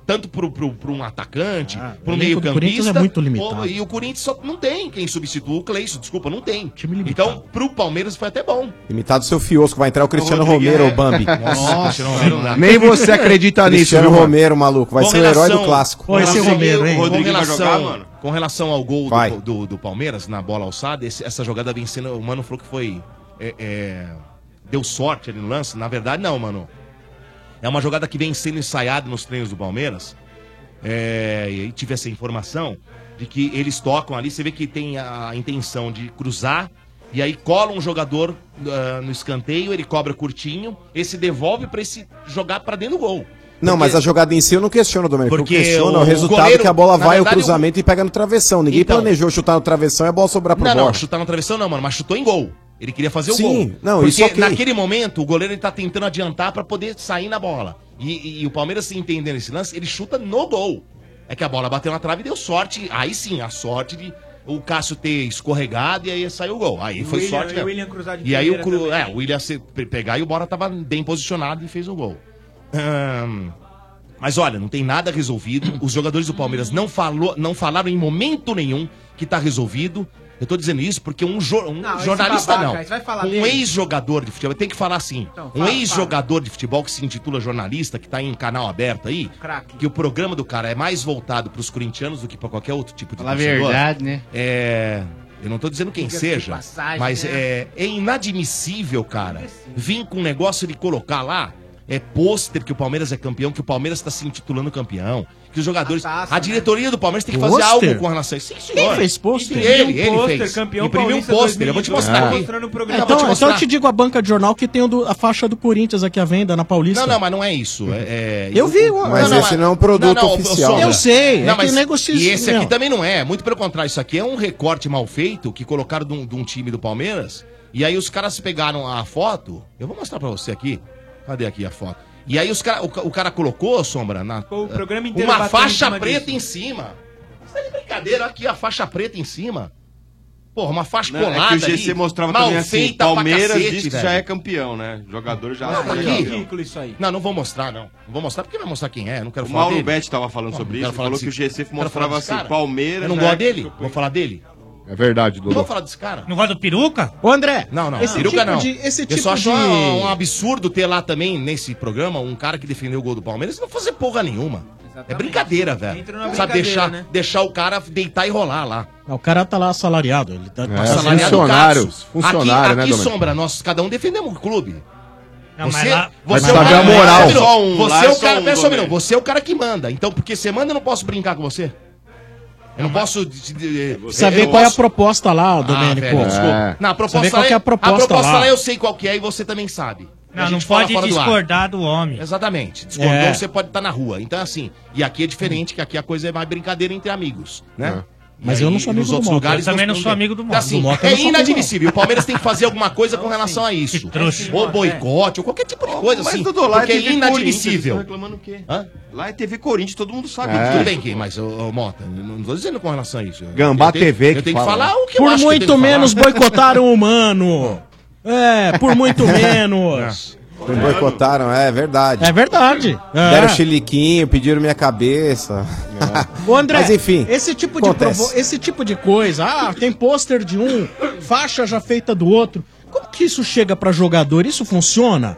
S9: tanto pro, pro, pro um atacante, pro
S12: o
S9: meio
S12: elenco do Corinthians
S9: campista.
S12: é muito limitado.
S9: E o Corinthians só não tem quem substitua o Cleison, desculpa, não tem. Então, pro Palmeiras foi até bom.
S15: Imitado seu fiosco, vai entrar o Cristiano Romero, o
S20: é.
S15: Bambi.
S9: Nossa, Cristiano Romero.
S20: [laughs]
S15: Nem você acredita nisso,
S9: viu,
S15: Cristiano
S9: mano?
S15: Romero, maluco. Vai
S9: Com
S15: ser o herói
S9: relação-
S15: do clássico.
S9: com relação-
S15: hein?
S9: Com
S15: Rodriguinho vai
S9: relação,
S15: jogar, mano?
S9: com relação ao gol
S15: Vai.
S9: do, do, do Palmeiras na bola alçada, esse- essa jogada vem sendo. O Mano falou que foi. é, é, deu sorte ali no lance. Na verdade, não, mano. É uma jogada que vem sendo ensaiada nos treinos do Palmeiras. É, e aí tive essa informação de que eles tocam ali. Você vê que tem a intenção de cruzar. E aí cola um jogador ah, no escanteio, ele cobra curtinho, esse devolve pra esse jogar pra dentro do gol.
S15: Não, mas a jogada em si eu não questiono, Domênico.
S9: Porque
S15: eu questiono o,
S9: o
S15: resultado
S9: goleiro,
S15: que a bola
S9: na
S15: vai ao
S9: verdade, Então.
S15: cruzamento e pega no travessão. Ninguém planejou chutar no travessão e a bola sobrar pro
S9: Não, não,
S15: Borja.
S9: chutar no travessão não, mano, mas chutou em gol. Ele queria fazer o
S15: Sim,
S9: gol.
S15: não,
S9: Porque
S15: isso ok.
S9: naquele momento o goleiro ele tá tentando adiantar pra poder sair na bola. E, e- e o Palmeiras se entendendo esse lance, ele chuta no gol. É que a bola bateu na trave e deu sorte. Aí sim, a sorte de o Cássio ter escorregado e aí saiu o gol. Aí
S22: E
S9: foi
S22: William-
S9: sorte
S22: e
S9: mesmo.
S22: William cruzar de
S9: E aí o,
S22: primeira
S9: cru,
S22: também.
S9: é, o William se pe- pegar e o Bora tava bem posicionado e fez o gol. Ahn, mas olha, não tem nada resolvido. Os jogadores do Palmeiras não, falou, não falaram em momento nenhum que tá resolvido. Eu tô dizendo isso porque um, jo- um
S8: Não, esse
S9: jornalista
S8: babaca,
S9: não.
S8: esse vai falar
S9: Um
S8: dele.
S9: ex-jogador de futebol. Tem que falar assim.
S8: Então,
S9: um
S8: fala,
S9: ex-jogador de futebol que se intitula jornalista, que tá em canal aberto aí.
S8: Um Craque.
S9: Que o programa do cara é mais voltado pros corintianos do que pra qualquer outro tipo de
S14: Fala a
S9: torcedor.
S14: verdade, né?
S9: É. Eu não tô dizendo quem
S14: Diga-se de
S9: seja,
S14: passagem,
S9: mas
S14: né?
S9: é, é inadmissível, cara, vir com um negócio de colocar lá é pôster que o Palmeiras é campeão, que o Palmeiras tá se intitulando campeão, que os
S12: Ah,
S9: jogadores, a,
S12: tá, né?
S9: diretoria do Palmeiras tem que fazer
S12: Pôster?
S9: algo com relação a isso. Sim, senhor.
S12: Quem fez pôster?
S9: Ele,
S12: Imprimiu
S9: ele
S12: um pôster,
S9: fez.
S12: campeão
S9: Imprimiu um
S12: paulista
S9: pôster, eu vou te
S12: 2022.
S9: mostrar
S12: Ah.
S9: aqui.
S12: É,
S9: Eu vou te
S12: então, então eu
S9: mostrar.
S12: te digo a banca de jornal que tem o do- a faixa do Corinthians aqui à venda na Paulista.
S9: Não, não, mas não é isso. É, é-
S12: Eu vi, ó. Mas esse não é um produto oficial.
S9: Sombra.
S12: Eu sei, é que negocia-
S9: E esse aqui
S12: não.
S9: também não é. Muito pelo contrário, isso aqui é um recorte mal feito que colocaram de um, de um time do Palmeiras. E aí os caras pegaram a foto. Eu vou mostrar pra você aqui. Cadê aqui a foto? E aí os cara, o, ca- o cara colocou, Sombra, na, eh,
S8: O programa inteiro
S9: uma
S8: batendo
S9: faixa
S8: em cima
S9: preta
S8: disso.
S9: em cima. Você tá de brincadeira? Aqui a faixa preta em cima. Porra, uma faixa
S13: Não,
S9: colada.
S13: é que o GC
S9: ali,
S13: mostrava
S9: mal
S13: também assim,
S9: feita pra
S13: Palmeiras
S9: cacete,
S13: diz que
S9: velho.
S13: já é campeão, né? Jogador já
S9: Não,
S13: acha que
S9: aqui.
S13: é campeão.
S22: um isso aí.
S9: Não, não vou mostrar, não. Não vou mostrar porque vai mostrar quem é. eu Não quero
S13: O
S9: falar
S13: Mauro
S9: dele.
S13: Betti tava falando
S9: Não,
S13: sobre
S9: não
S13: isso,
S9: quero falar
S13: falou que o
S9: desse-
S13: GC
S9: não quero
S13: mostrava
S9: falar desse
S13: assim,
S9: cara.
S13: Palmeiras
S9: né? Eu não
S13: já
S9: gosto
S13: é
S9: dele? Vou falar dele?
S11: É verdade,
S9: Não vou
S11: Dudu.
S9: falar desse cara.
S1: Não gosta do peruca?
S12: Ô, André.
S9: Não, não.
S12: Esse
S9: peruca
S12: tipo
S9: É não.
S12: de- esse
S9: eu
S12: tipo
S9: só acho
S12: de-
S9: um, um absurdo ter lá também, nesse programa, um cara que defendeu o gol do Palmeiras e não fazer porra nenhuma. É brincadeira, velho.
S22: Entra numa
S9: Sabe,
S22: brincadeira,
S9: deixar,
S22: né?
S9: deixar o cara deitar e rolar lá.
S12: O cara tá lá assalariado. Ele tá
S9: Tá
S12: assalariado.
S9: assalariado
S11: funcionários,
S9: Cássio.
S11: É. Assim, funcionário,
S9: aqui,
S11: né,
S9: aqui
S11: Domênico?
S9: sombra, nós cada um defendemos o clube.
S1: Não, mas lá-
S11: Mas
S9: é o
S11: pra ver
S9: cara-
S11: a moral.
S9: Não, não,
S11: Só um, lá
S9: você
S11: é
S9: é o
S11: só
S9: cara,
S11: um,
S9: pera só um
S11: Domênico.
S9: minuto, você é o cara que manda. Então, porque você manda, eu não posso brincar com você. Eu não posso. de- de- de-
S12: Precisa
S9: eu
S12: ver
S9: não
S12: qual é a
S9: posso-
S12: proposta lá,
S9: Ah,
S12: Domênico.
S9: velho, desculpa. Não,
S12: Precisa
S9: a proposta,
S12: ver qual
S9: lá,
S12: que é a proposta, lá.
S9: eu sei qual que é e você também sabe. E a
S1: Não, não
S9: gente fala
S1: pode
S9: fora do ar.
S1: discordar do homem.
S9: Exatamente. Discordou, tá
S1: É.
S9: você pode estar na rua. Então, assim, e aqui é diferente, que aqui a coisa é mais brincadeira entre amigos, né?
S12: Mas eu não sou amigo
S9: nos
S12: do
S9: outros
S12: Mota.
S9: lugares.
S12: Eu também não
S9: tem-
S12: sou amigo do Mota.
S9: Assim,
S12: Do Mota eu não
S9: é
S12: sou amigo,
S9: inadmissível. O Palmeiras tem que fazer alguma coisa com relação a isso. Ou boicote, ou qualquer tipo de coisa
S13: Mas
S9: assim.
S13: Dudu, lá
S9: Porque
S13: é
S9: é
S13: TV Corinthians, tá
S9: inadmissível.
S13: reclamando o quê?
S9: Hã?
S13: Lá é TV Corinthians, todo mundo sabe
S9: É.
S13: disso.
S9: Tudo bem, que, mas, ô, ô, Mota, eu não estou dizendo com relação a isso. Eu-
S11: Gambá
S9: eu tenho-
S11: TV que
S9: Eu tenho que
S11: fala.
S9: falar o que eu
S12: Por
S9: acho que eu tenho
S12: muito
S9: que falar.
S12: menos boicotaram o
S9: [laughs]
S12: Mano. É, por muito menos.
S15: Me É. boicotaram, é verdade.
S12: É verdade. É.
S15: Deram chiliquinho, pediram minha cabeça.
S12: Ô, André,
S15: Mas enfim.
S12: esse tipo, de
S15: acontece.
S12: provo- esse tipo de coisa, ah, tem pôster de um, faixa já feita do outro. Como que isso chega pra jogador? Isso funciona?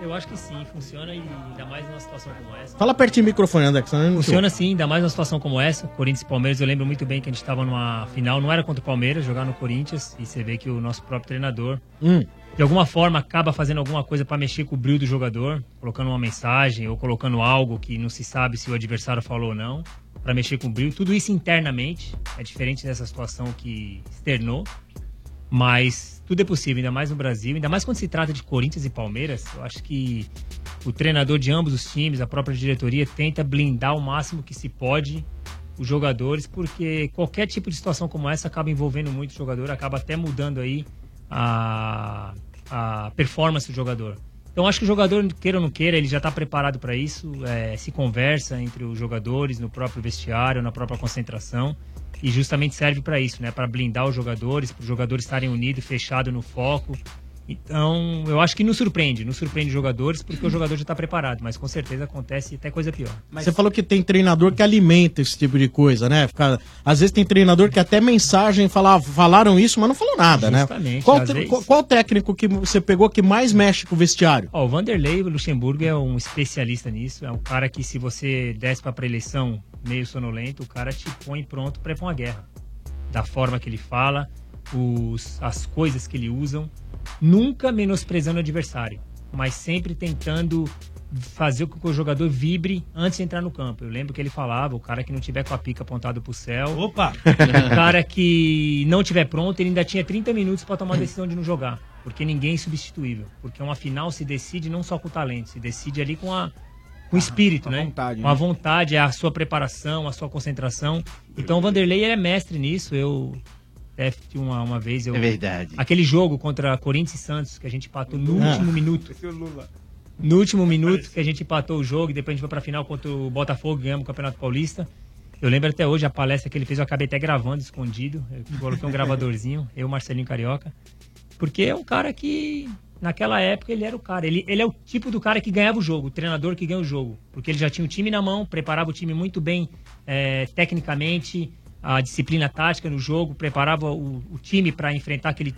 S18: Eu acho que sim, funciona e ainda mais numa situação como essa.
S12: Fala pertinho do microfone, André. que senão eu não te
S18: Funciona
S12: ouço.
S18: sim, ainda mais numa situação como essa. Corinthians e Palmeiras, eu lembro muito bem que a gente estava numa final, não era contra o Palmeiras, jogar no Corinthians, e você vê que o nosso próprio treinador,
S12: Hum.
S18: de alguma forma, acaba fazendo alguma coisa para mexer com o brilho do jogador, colocando uma mensagem ou colocando algo que não se sabe se o adversário falou ou não, para mexer com o brilho. Tudo isso internamente, é diferente dessa situação que externou, mas tudo é possível, ainda mais no Brasil, ainda mais quando se trata de Corinthians e Palmeiras. Eu acho que o treinador de ambos os times, a própria diretoria, tenta blindar o máximo que se pode os jogadores, porque qualquer tipo de situação como essa acaba envolvendo muito o jogador, acaba até mudando aí a, a performance do jogador. Então acho que o jogador, queira ou não queira, ele já está preparado para isso, é, se conversa entre os jogadores, no próprio vestiário, na própria concentração, e justamente serve para isso, né? Para blindar os jogadores, para os jogadores estarem unidos, fechados no foco. Então, eu acho que nos surpreende, nos surpreende os jogadores, porque o jogador já está preparado, mas com certeza acontece até coisa pior.
S12: Você falou que tem treinador que alimenta esse tipo de coisa, né? Fica- Às vezes tem treinador que até mensagem fala, falaram isso, mas não falou nada, né?
S18: Justamente,
S12: Qual,
S18: às
S12: tre-
S18: vezes.
S12: qual- qual técnico que você pegou que mais mexe com o vestiário?
S18: Ó, o Vanderlei Luxemburgo é um especialista nisso. É um cara que, se você desce pra preleção meio sonolento, o cara te põe pronto pra ir pra uma guerra. Da forma que ele fala, os, as coisas que ele usa, nunca menosprezando o adversário, mas sempre tentando fazer com que o jogador vibre antes de entrar no campo. Eu lembro que ele falava, o cara que não tiver com a pica apontada pro céu,
S1: Opa!
S18: o cara é que não tiver pronto, ele ainda tinha 30 minutos pra tomar a decisão de não jogar, porque ninguém é substituível, porque uma final se decide não só com o talento, se decide ali com a com o espírito, né?
S8: vontade,
S18: com a
S8: né?
S18: vontade, a sua preparação, a sua concentração. Então o Vanderlei ele é mestre nisso. Eu até uma, uma vez eu
S14: É verdade.
S18: Aquele jogo contra Corinthians e Santos que a gente empatou no
S14: Ah.
S18: último minuto. No último minuto que a gente empatou o jogo, e depois a gente foi pra final contra o Botafogo, ganhamos o Campeonato Paulista. Eu lembro até hoje a palestra que ele fez, eu acabei até gravando escondido. Eu coloquei um gravadorzinho, [laughs] eu, Marcelinho Carioca. Porque é um cara que, naquela época, ele era o cara. Ele, ele é o tipo do cara que ganhava o jogo, o treinador que ganha o jogo. Porque ele já tinha o time na mão, preparava o time muito bem eh, tecnicamente, a disciplina tática no jogo, preparava o, o time para enfrentar aquele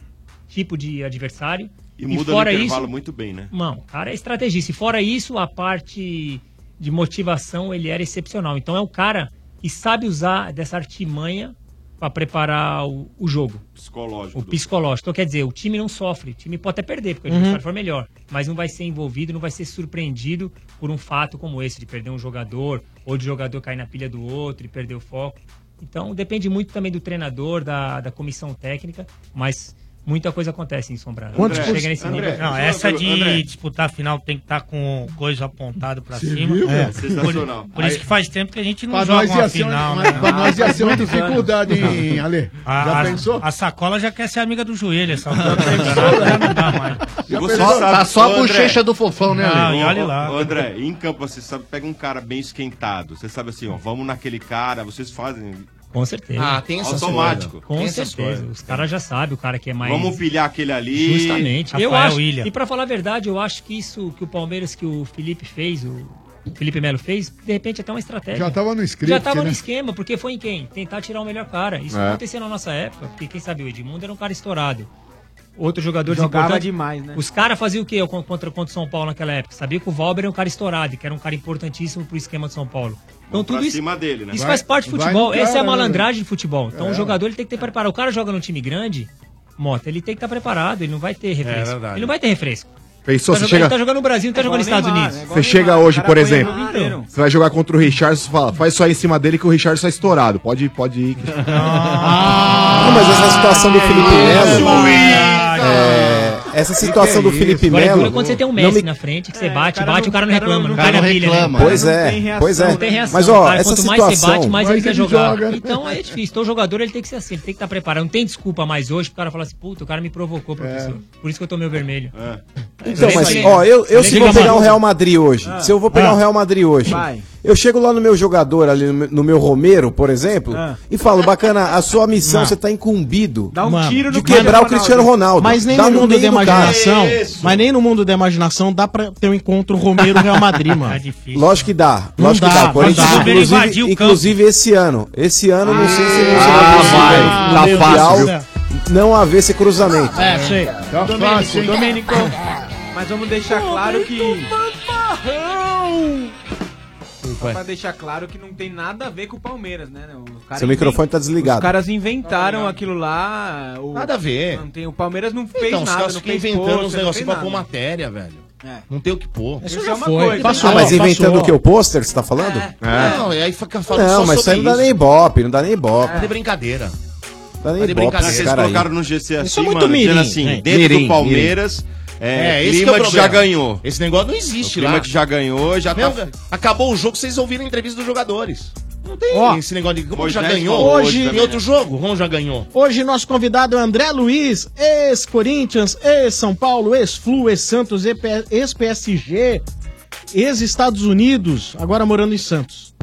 S18: tipo de adversário.
S13: E muda no intervalo muito bem, né?
S18: Não, o cara é estrategista. E fora isso, a parte de motivação ele era excepcional. Então é um cara que sabe usar dessa artimanha para preparar o, o jogo.
S13: Psicológico.
S18: O psicológico. Então, quer dizer, o time não sofre. O time pode até perder, porque o
S13: Uhum.
S18: adversário for melhor. Mas não vai ser envolvido, não vai ser surpreendido por um fato como esse, de perder um jogador, ou de jogador cair na pilha do outro e perder o foco. Então, depende muito também do treinador, da, da comissão técnica, mas muita coisa acontece em Sombra. chega nesse nível.
S1: Não, essa de disputar a final tem que estar com coisa apontada pra
S18: Você
S1: cima.
S18: viu,
S1: É.
S18: velho? Sensacional.
S1: Por, por isso que faz tempo que a gente não
S20: Pra
S1: joga
S20: nós
S1: uma
S20: ia ser um-
S1: final.
S20: uma-
S1: né? é.
S20: pra nós ia ser uma
S1: Muitos anos.
S20: dificuldade, hein, Ale?
S1: [laughs] A,
S20: Já
S1: a-
S20: pensou?
S1: A sacola já quer ser amiga do joelho,
S20: [laughs]
S1: essa já não dá mais.
S14: Só- tá só a bochecha do fofão, né,
S1: Não,
S14: Ale?
S1: e olha lá.
S13: Ô, André, em campo você sabe, pega um cara bem esquentado. Você sabe assim, ó, vamos naquele cara, vocês fazem.
S18: Com certeza.
S13: Ah, tem essas
S18: Automático.
S13: coisas.
S18: Com
S13: Tem essas
S18: certeza.
S13: coisas.
S18: Os caras já sabem, o cara que é mais.
S13: Vamos pilhar aquele ali.
S18: Justamente. eu
S13: Rafael
S18: acho,
S13: Willian.
S18: E pra falar a verdade, eu acho que isso que o Palmeiras, que o Felipe fez, o Felipe Melo fez, de repente até uma estratégia.
S20: Já tava no script,
S18: Já tava
S20: né?
S18: no esquema, porque foi em quem? Tentar tirar o melhor cara. Isso
S20: É.
S18: aconteceu na nossa época, porque quem sabe o Edmundo era um cara estourado. Outros jogadores
S8: Jogava
S18: importantes-
S8: demais, né?
S18: Os caras faziam o quê con- contra, contra o São Paulo naquela época? Sabia que o Valber era um cara estourado, e que era um cara importantíssimo pro esquema do São Paulo. Então
S13: Vamos pra
S18: tudo isso,
S13: cima dele, né?
S18: isso
S13: Vai-
S18: faz parte do
S13: vai no
S18: futebol.
S13: cara,
S18: Essa é a
S13: né,
S18: malandragem
S13: velho?
S18: de futebol. Então
S13: É.
S18: o jogador ele tem que ter preparado. O cara joga num time grande, Mota, ele tem que estar preparado, ele não vai ter refresco.
S11: verdade.
S18: ele não vai ter refresco.
S11: Pensou,
S18: Tá
S11: você
S18: jogando-
S11: chega-
S18: Ele tá jogando no Brasil, não tá jogando nos Estados Unidos.
S15: né?
S11: Você chega hoje, por exemplo,
S18: inteiro.
S11: você vai jogar contra o Richardson, fala, faz só em cima dele que o Richardson é estourado. Pode, pode ir.
S1: [laughs]
S15: Ah,
S1: Ah,
S15: Não, mas essa situação do Felipe Melo. É, Essa situação do Felipe
S18: Agora é duro
S15: Melo.
S18: quando você tem um
S15: não
S18: Messi
S15: me- É,
S18: na frente, que você bate, bate, o cara não reclama.
S15: não-
S18: cai
S15: cara
S18: na
S15: não
S18: pilha, né?
S15: reclama. Pois é,
S18: Não tem reação,
S15: pois é.
S18: Não tem reação.
S15: Mas, ó,
S18: cara,
S15: essa
S18: quanto mais
S15: situação-
S18: você bate, mais
S15: Mas
S18: ele quer
S15: ele
S18: jogar.
S15: joga, né?
S18: Então é difícil. Então o jogador ele tem que ser assim, ele tem que estar preparado. Não tem desculpa mais hoje pro cara falar assim, puta, o cara me provocou, professor. Por isso que eu tomei o vermelho.
S15: É. Então,
S12: É
S18: Lembra
S15: mas,
S18: que-
S15: ó, eu, eu se
S18: Lembra
S15: vou
S18: que-
S15: pegar o Real Madrid hoje,
S18: Ah.
S15: se eu vou pegar
S18: Ah.
S15: o Real Madrid hoje,
S18: Vai.
S15: eu chego lá no meu jogador, ali no meu- no meu Romero, por exemplo,
S12: Ah.
S15: e falo, bacana, a sua missão,
S12: Não.
S15: você tá incumbido
S12: Dá um tiro
S15: de
S12: no
S15: quebrar o Cristiano Ronaldo.
S12: Mas nem
S15: Dá
S12: no mundo um da
S15: meio do cara.
S12: imaginação. Mas nem no mundo da imaginação dá pra ter um encontro Romero Real [laughs] Madrid,
S18: [laughs]
S12: mano.
S18: Tá
S15: Lógico
S12: né?
S15: que dá.
S12: Não
S15: Lógico que
S12: dá,
S15: dá. O Corinthians,
S12: não dá.
S15: inclusive, inclusive esse ano. Esse ano, não sei se não será
S12: Ah,
S15: possível
S12: vai.
S15: no
S12: Tá
S15: Mundial
S12: fácil, viu?
S15: não haver esse cruzamento.
S8: É, sei.
S20: Tá fácil, hein?
S8: Domênico, mas vamos deixar claro que. Só pra deixar claro que não tem nada a ver com o Palmeiras, né? Os caras
S15: Seu microfone
S22: é
S15: tá desligado.
S8: Os caras inventaram aquilo lá. o-
S9: Nada a ver.
S8: Não tem, o Palmeiras não fez
S9: Então, os
S8: nada.
S9: caras
S8: Não
S9: ficam
S8: fez
S9: inventando uns
S8: pôster, não
S9: negócios
S8: fez
S9: pra pôr
S8: nada.
S9: matéria, velho.
S8: É.
S9: Não tem o que pôr.
S8: Isso já foi.
S15: Ah, mas inventando o que? O pôster, você tá falando?
S9: É.
S12: É.
S9: Não, e aí fica falando
S15: Não,
S9: só
S15: mas isso
S9: sobre
S15: aí não dá nem ibope, não dá nem ibope.
S9: Tá de brincadeira.
S15: Tá nem
S9: Tá de
S15: ibope
S9: brincadeira.
S15: esse
S9: Vocês
S15: cara aí.
S9: colocaram
S13: no GC
S9: assim,
S13: mano, dizendo assim, dentro do Palmeiras, é,
S9: esse
S13: clima
S9: que é o
S13: de já
S9: problema.
S13: ganhou.
S9: Esse negócio não existe
S13: O
S9: lá.
S13: clima que já ganhou, já
S9: Meu,
S13: tá-
S9: Acabou o jogo, vocês ouviram a entrevista dos jogadores. Não tem
S12: Ó,
S9: esse negócio de como
S12: Moisés
S9: já ganhou.
S12: falou hoje
S9: Em
S12: também,
S9: outro jogo, Ron já ganhou.
S12: Hoje nosso convidado é André Luiz, ex-Corinthians, ex-São Paulo, ex-Flu, ex-Santos, ex-PSG, ex-Estados Unidos, agora morando em Santos.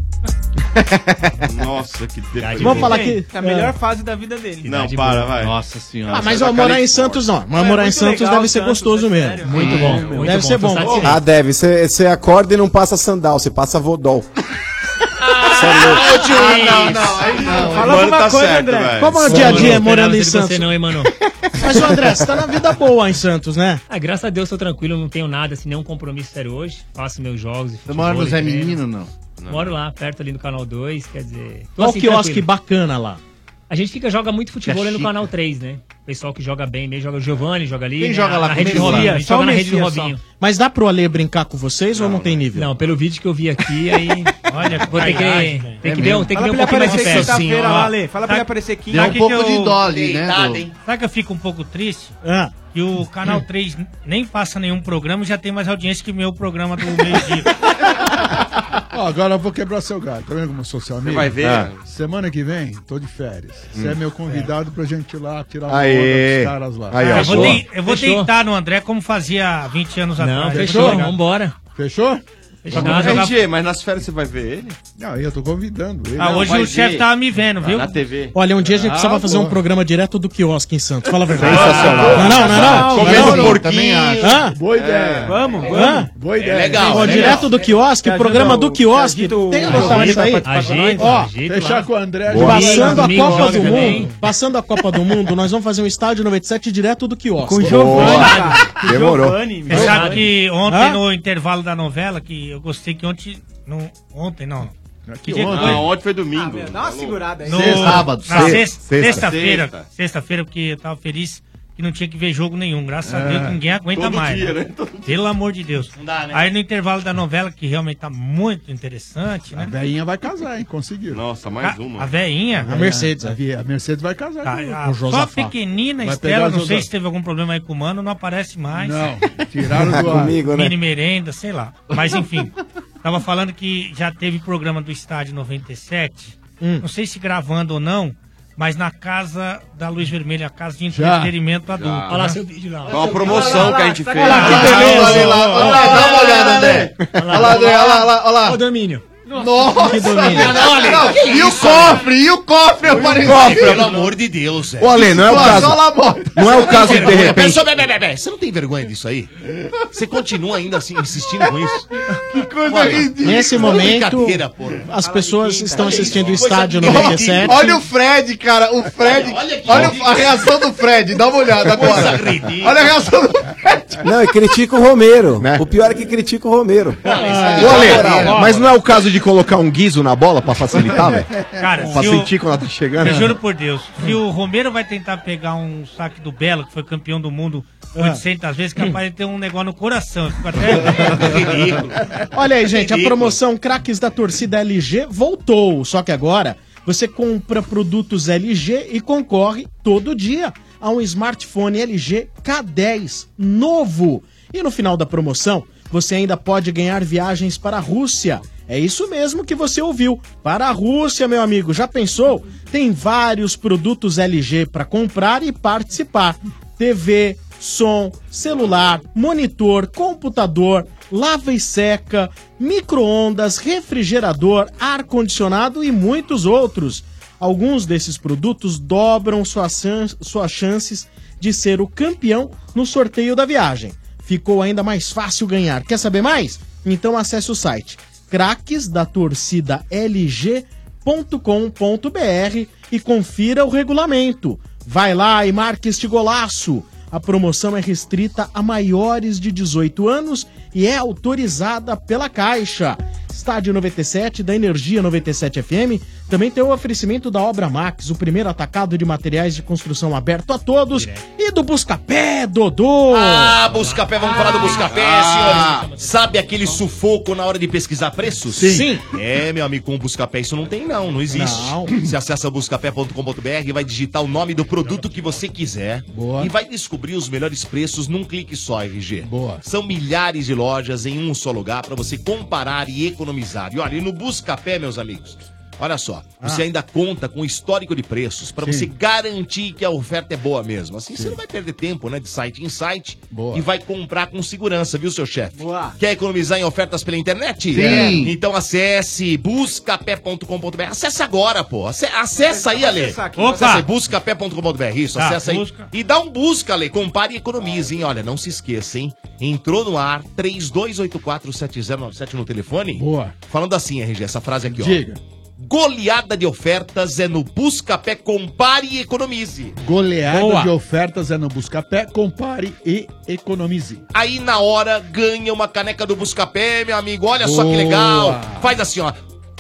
S13: Nossa, que depressão.
S12: Vamos falar que...
S22: é
S12: É.
S8: Tá a melhor fase da vida dele.
S13: Não, para, vai.
S9: Nossa senhora.
S12: Ah, mas ó, morar em Santos não. Mas morar em Santos deve ser gostoso mesmo. Muito
S9: É,
S12: bom. deve ser bom. tá
S15: Ah, deve. Você você acorda e não passa sandal, você passa vodol.
S9: Ah,
S13: Ah,
S9: não, não, aí não.
S12: Fala alguma
S13: tá
S12: coisa, André. Como é o dia a dia morando em Santos?
S18: Você não, hein, mano?
S12: Mas o André, você tá na vida boa em Santos, né?
S18: Ah, graças a Deus, tô tranquilo, não tenho nada, assim, nenhum compromisso sério hoje. Faço meus jogos. e
S14: Você mora no
S18: futebol e
S14: Zé
S18: treino.
S14: Menino, não? Não.
S18: Moro lá, perto ali no Canal 2, quer dizer... tô
S12: Olha o
S18: assim,
S12: quiosque
S18: tranquilo.
S12: bacana lá.
S18: A gente fica, joga muito futebol
S12: Que
S18: ali no
S12: chique.
S18: Canal 3, né? O pessoal que joga bem, mesmo, joga o Giovanni, joga ali.
S12: Quem
S18: né?
S12: joga lá
S18: na
S12: com
S18: rede do
S12: o Giovani?
S18: Robinho,
S12: Só
S18: joga
S12: o
S18: na rede do
S12: Messias só.
S18: Robinho.
S12: Mas dá pro Alê brincar com vocês ou não tem nível?
S18: Não, pelo vídeo que eu vi aqui, aí. Olha, vou ter que,
S12: Ai,
S1: né?
S18: tem
S12: é
S18: que ver,
S12: mesmo.
S18: um- tem que
S12: Fala
S18: ver um
S12: pra ele
S18: pouquinho mais de
S12: aparecer
S18: perto.
S12: sexta-feira
S18: Ó,
S12: lá,
S8: Ale, fala pra
S18: tá-
S8: ele aparecer quinta.
S18: Deu um
S8: Sabe
S18: pouco
S8: que
S18: de
S8: eu-
S18: dole, né,
S8: Deitado,
S18: do-
S8: hein? Sabe que eu fico um pouco triste?
S12: Ah.
S1: Que o Canal 3 nem passa nenhum programa e já tem mais audiência que o meu programa do meio-dia.
S20: Ó, agora eu vou quebrar seu galho. Tá vendo como eu sou seu amigo?
S13: vai ver.
S20: Ah. Semana que vem, tô de férias. Você
S13: Hum.
S20: é meu convidado pra gente ir lá tirar uma
S11: Aê.
S20: onda dos caras lá.
S11: Aí, ó,
S1: É, eu vou,
S11: boa.
S1: ten- eu vou
S20: Fechou.
S1: tentar no André como fazia 20 anos
S20: Não,
S1: atrás.
S20: fechou,
S18: vambora.
S20: Fechou?
S1: Fechou.
S20: é
S1: Nada,
S13: RG,
S1: jogar-
S13: mas nas férias você vai ver ele?
S20: Não, eu tô convidando ele.
S1: Ah, hoje
S20: Vai
S1: o chefe
S20: ver.
S1: tava me
S13: Tá
S1: vendo, viu?
S20: na
S13: TV.
S12: [laughs] Olha, um dia a gente
S20: Ah,
S12: precisava fazer
S20: boa.
S12: um programa direto do quiosque em Santos. Fala a verdade.
S20: Sensacional.
S12: Não, não, não. não.
S20: Comendo
S12: Não, não.
S20: porquinho. Também acho.
S12: Hã?
S20: Boa ideia.
S12: Vamos,
S20: É.
S12: vamos.
S20: Boa ideia.
S12: Legal.
S20: Legal.
S12: Direto do quiosque,
S20: Quer
S12: programa
S20: ajudar
S12: do
S20: o-
S12: quiosque.
S20: quer ajudar
S12: Tem
S20: o-
S12: noção disso aí?
S20: Agita, agita,
S12: Ó,
S20: agita Fechar lá. com o André,
S12: Boa.
S20: domingo,
S12: Passando a
S20: domingo,
S12: Copa do
S20: joga também.
S12: Mundo. Passando a Copa do Mundo, nós vamos fazer um estádio 97 direto do quiosque.
S1: Com o Giovani, Boa. cara. Com o Demorou. Giovani, Você sabe que ontem,
S12: Hã?
S1: no intervalo da novela, que eu gostei que ontem. Não, ontem não.
S13: Que
S1: dia
S13: ontem?
S1: foi?
S13: Não, ontem foi domingo. Tá
S1: Ah, meu, dá uma segurada aí.
S13: No-
S1: No-
S13: Sábado,
S1: na
S13: sábado.
S1: sexta-
S13: Sexta.
S1: Sexta-feira.
S13: Sexta.
S1: Sexta-feira, porque eu tava feliz que não tinha que ver jogo nenhum. Graças a
S13: É.
S1: Deus que ninguém aguenta
S13: Todo
S1: mais.
S13: dia,
S1: né?
S13: né?
S1: Pelo amor de Deus. Aí no intervalo da novela, que realmente tá muito interessante,
S20: A
S1: né?
S20: veinha vai casar, hein? Conseguiram.
S13: Nossa,
S1: mais A- uma. a veinha?
S20: A Mercedes. A vie- a Mercedes vai casar
S1: Tá,
S20: com,
S1: a-
S20: com o
S1: só a
S20: Josafá.
S1: pequenina
S20: Vai
S1: Estela,
S20: pegar
S1: não sei
S20: Josafá.
S1: se teve algum problema aí com o Mano, não aparece mais.
S20: Não, tiraram do ar. Comigo, né?
S1: Mini merenda, sei lá. Mas enfim, tava falando que já teve programa do Estádio 97, não sei se gravando ou não, mas na casa da Luz Vermelha, a casa de
S18: Já.
S1: entretenimento adulto.
S18: Olha lá seu vídeo lá.
S1: Olha
S18: É uma
S1: seu
S18: promoção
S1: vídeo. Olha lá,
S18: que a gente
S1: tá
S18: fez.
S1: aqui.
S18: Olha lá,
S1: beleza.
S18: olha lá, olha lá,
S1: Olha
S18: dá uma olhada,
S14: André. Olha lá, André, olha lá, olha lá, olha lá.
S12: o domínio.
S14: Nossa,
S12: Que domínio.
S14: velho.
S12: Não, Ale,
S14: Não,
S12: que
S14: e o
S12: isso,
S14: cofre, e o cofre
S9: Olha o
S14: apareceu.
S9: cofre, pelo amor de Deus, velho.
S14: Ô, Ale, não é o
S9: Nossa,
S14: caso.
S9: olha lá, bota.
S14: Não é o
S9: Você
S14: caso de
S9: tem vergonha?
S14: repente-
S9: Pessoal, bebe, bebe, bebe. Você não tem vergonha disso aí? Você continua ainda assim insistindo com isso? Que coisa
S12: Nesse momento,
S9: porra.
S12: as pessoas estão assistindo o
S9: Coisa
S12: estádio
S9: de-
S12: 97.
S14: Olha o Fred, cara, o Fred. Olha, a reação do Fred, dá uma olhada agora. Olha a reação do
S15: Não, e critica o Romero.
S12: Né?
S15: O pior é que critica o Romero.
S11: Ô, Ale, mas não é o caso de colocar um guiso na bola pra facilitar, velho?
S1: Cara,
S11: Pra
S1: se o-
S11: sentir quando ela tá chegando.
S1: Eu juro por Deus. Se o Romero vai tentar pegar um saque do Belo, que foi campeão do mundo
S12: Ah.
S1: 800 vezes, capaz de ter um negócio no coração. Eu fico
S12: [laughs]
S1: até.
S12: Olha aí, gente, a promoção Craques da Torcida LG voltou. Só que agora você compra produtos LG e concorre todo dia a um smartphone LG K10 novo. E no final da promoção, você ainda pode ganhar viagens para a Rússia. É isso mesmo que você ouviu. Para a Rússia, meu amigo, já pensou? Tem vários produtos LG para comprar e participar: TV, som, celular, monitor, computador, lava e seca, micro-ondas, refrigerador, ar-condicionado e muitos outros. Alguns desses produtos dobram suas, chan- suas chances de ser o campeão no sorteio da viagem. Ficou ainda mais fácil ganhar. Quer saber mais? Então acesse o site craquesdatorcidalg.com.br e confira o regulamento. Vai lá e marque este golaço. A promoção é restrita a maiores de 18 anos e é autorizada pela Caixa. Estádio 97 da Energia 97 FM também tem o oferecimento da Obra Max, o primeiro atacado de materiais de construção aberto a todos e do Buscapé Dodô.
S9: Ah, Buscapé, vamos falar do Buscapé, senhores. Sabe aquele sufoco na hora de pesquisar preços?
S12: Sim.
S9: É, meu amigo, com o Buscapé isso não tem não, não existe. Você acessa buscapé.com.br e vai digitar o nome do produto que você quiser.
S20: Boa.
S9: E vai descobrir os melhores preços num clique só, RG.
S20: Boa.
S9: São milhares de lojas em um só lugar para você comparar e economizar. E olha, e no Buscapé, meus amigos, olha só, você ainda conta com o histórico de preços para você garantir que a oferta é boa mesmo. Assim você não vai perder tempo, né, de site em site e vai comprar com segurança, viu, seu chefe? Quer economizar em ofertas pela internet?
S14: Sim.
S9: É. Então acesse buscapé.com.br. Acesse agora, pô. Ace- Acessa aí, Ale.
S14: Acessar aqui.
S9: Acessa aí,
S14: Opa.
S9: buscapé.com.br. Isso,
S14: Tá,
S9: acessa aí.
S14: busca.
S9: E dá um busca, Ale. Compare e economize, hein? Olha, não se esqueça, hein? Entrou no ar 32847097 no telefone. Boa. Falando assim, RG, essa frase aqui, ó.
S20: Diga.
S9: Goleada de ofertas é no Buscapé. Compare e economize.
S20: Goleada
S9: Boa.
S20: de ofertas é no Buscapé, compare e economize.
S9: Aí na hora ganha uma caneca do Buscapé, meu amigo. Olha só que
S20: Boa.
S9: legal. Faz assim, ó.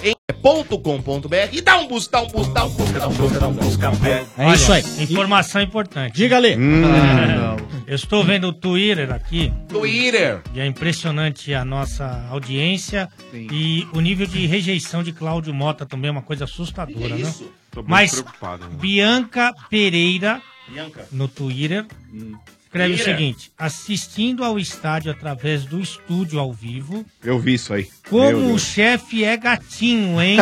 S9: Em .com.br e dá um bus, dá um bus, dá um bus, dá um bus, dá um bus, café.
S1: Olha, Informação importante.
S12: É Diga, Lê.
S11: Hum,
S1: Ah, Eu estou vendo o Twitter aqui.
S9: Twitter.
S1: E é impressionante a nossa audiência e o nível de rejeição de Cláudio Mota também é uma coisa assustadora,
S13: Que
S1: né?
S13: isso? Tô muito
S1: Mas
S13: preocupado, né?
S1: Bianca Pereira
S13: Bianca.
S1: no Twitter escreve o
S11: Pereira.
S1: seguinte: assistindo ao estádio através do estúdio ao vivo,
S11: Eu vi isso aí. Meu
S1: como o
S11: Deus.
S1: chefe é gatinho, hein?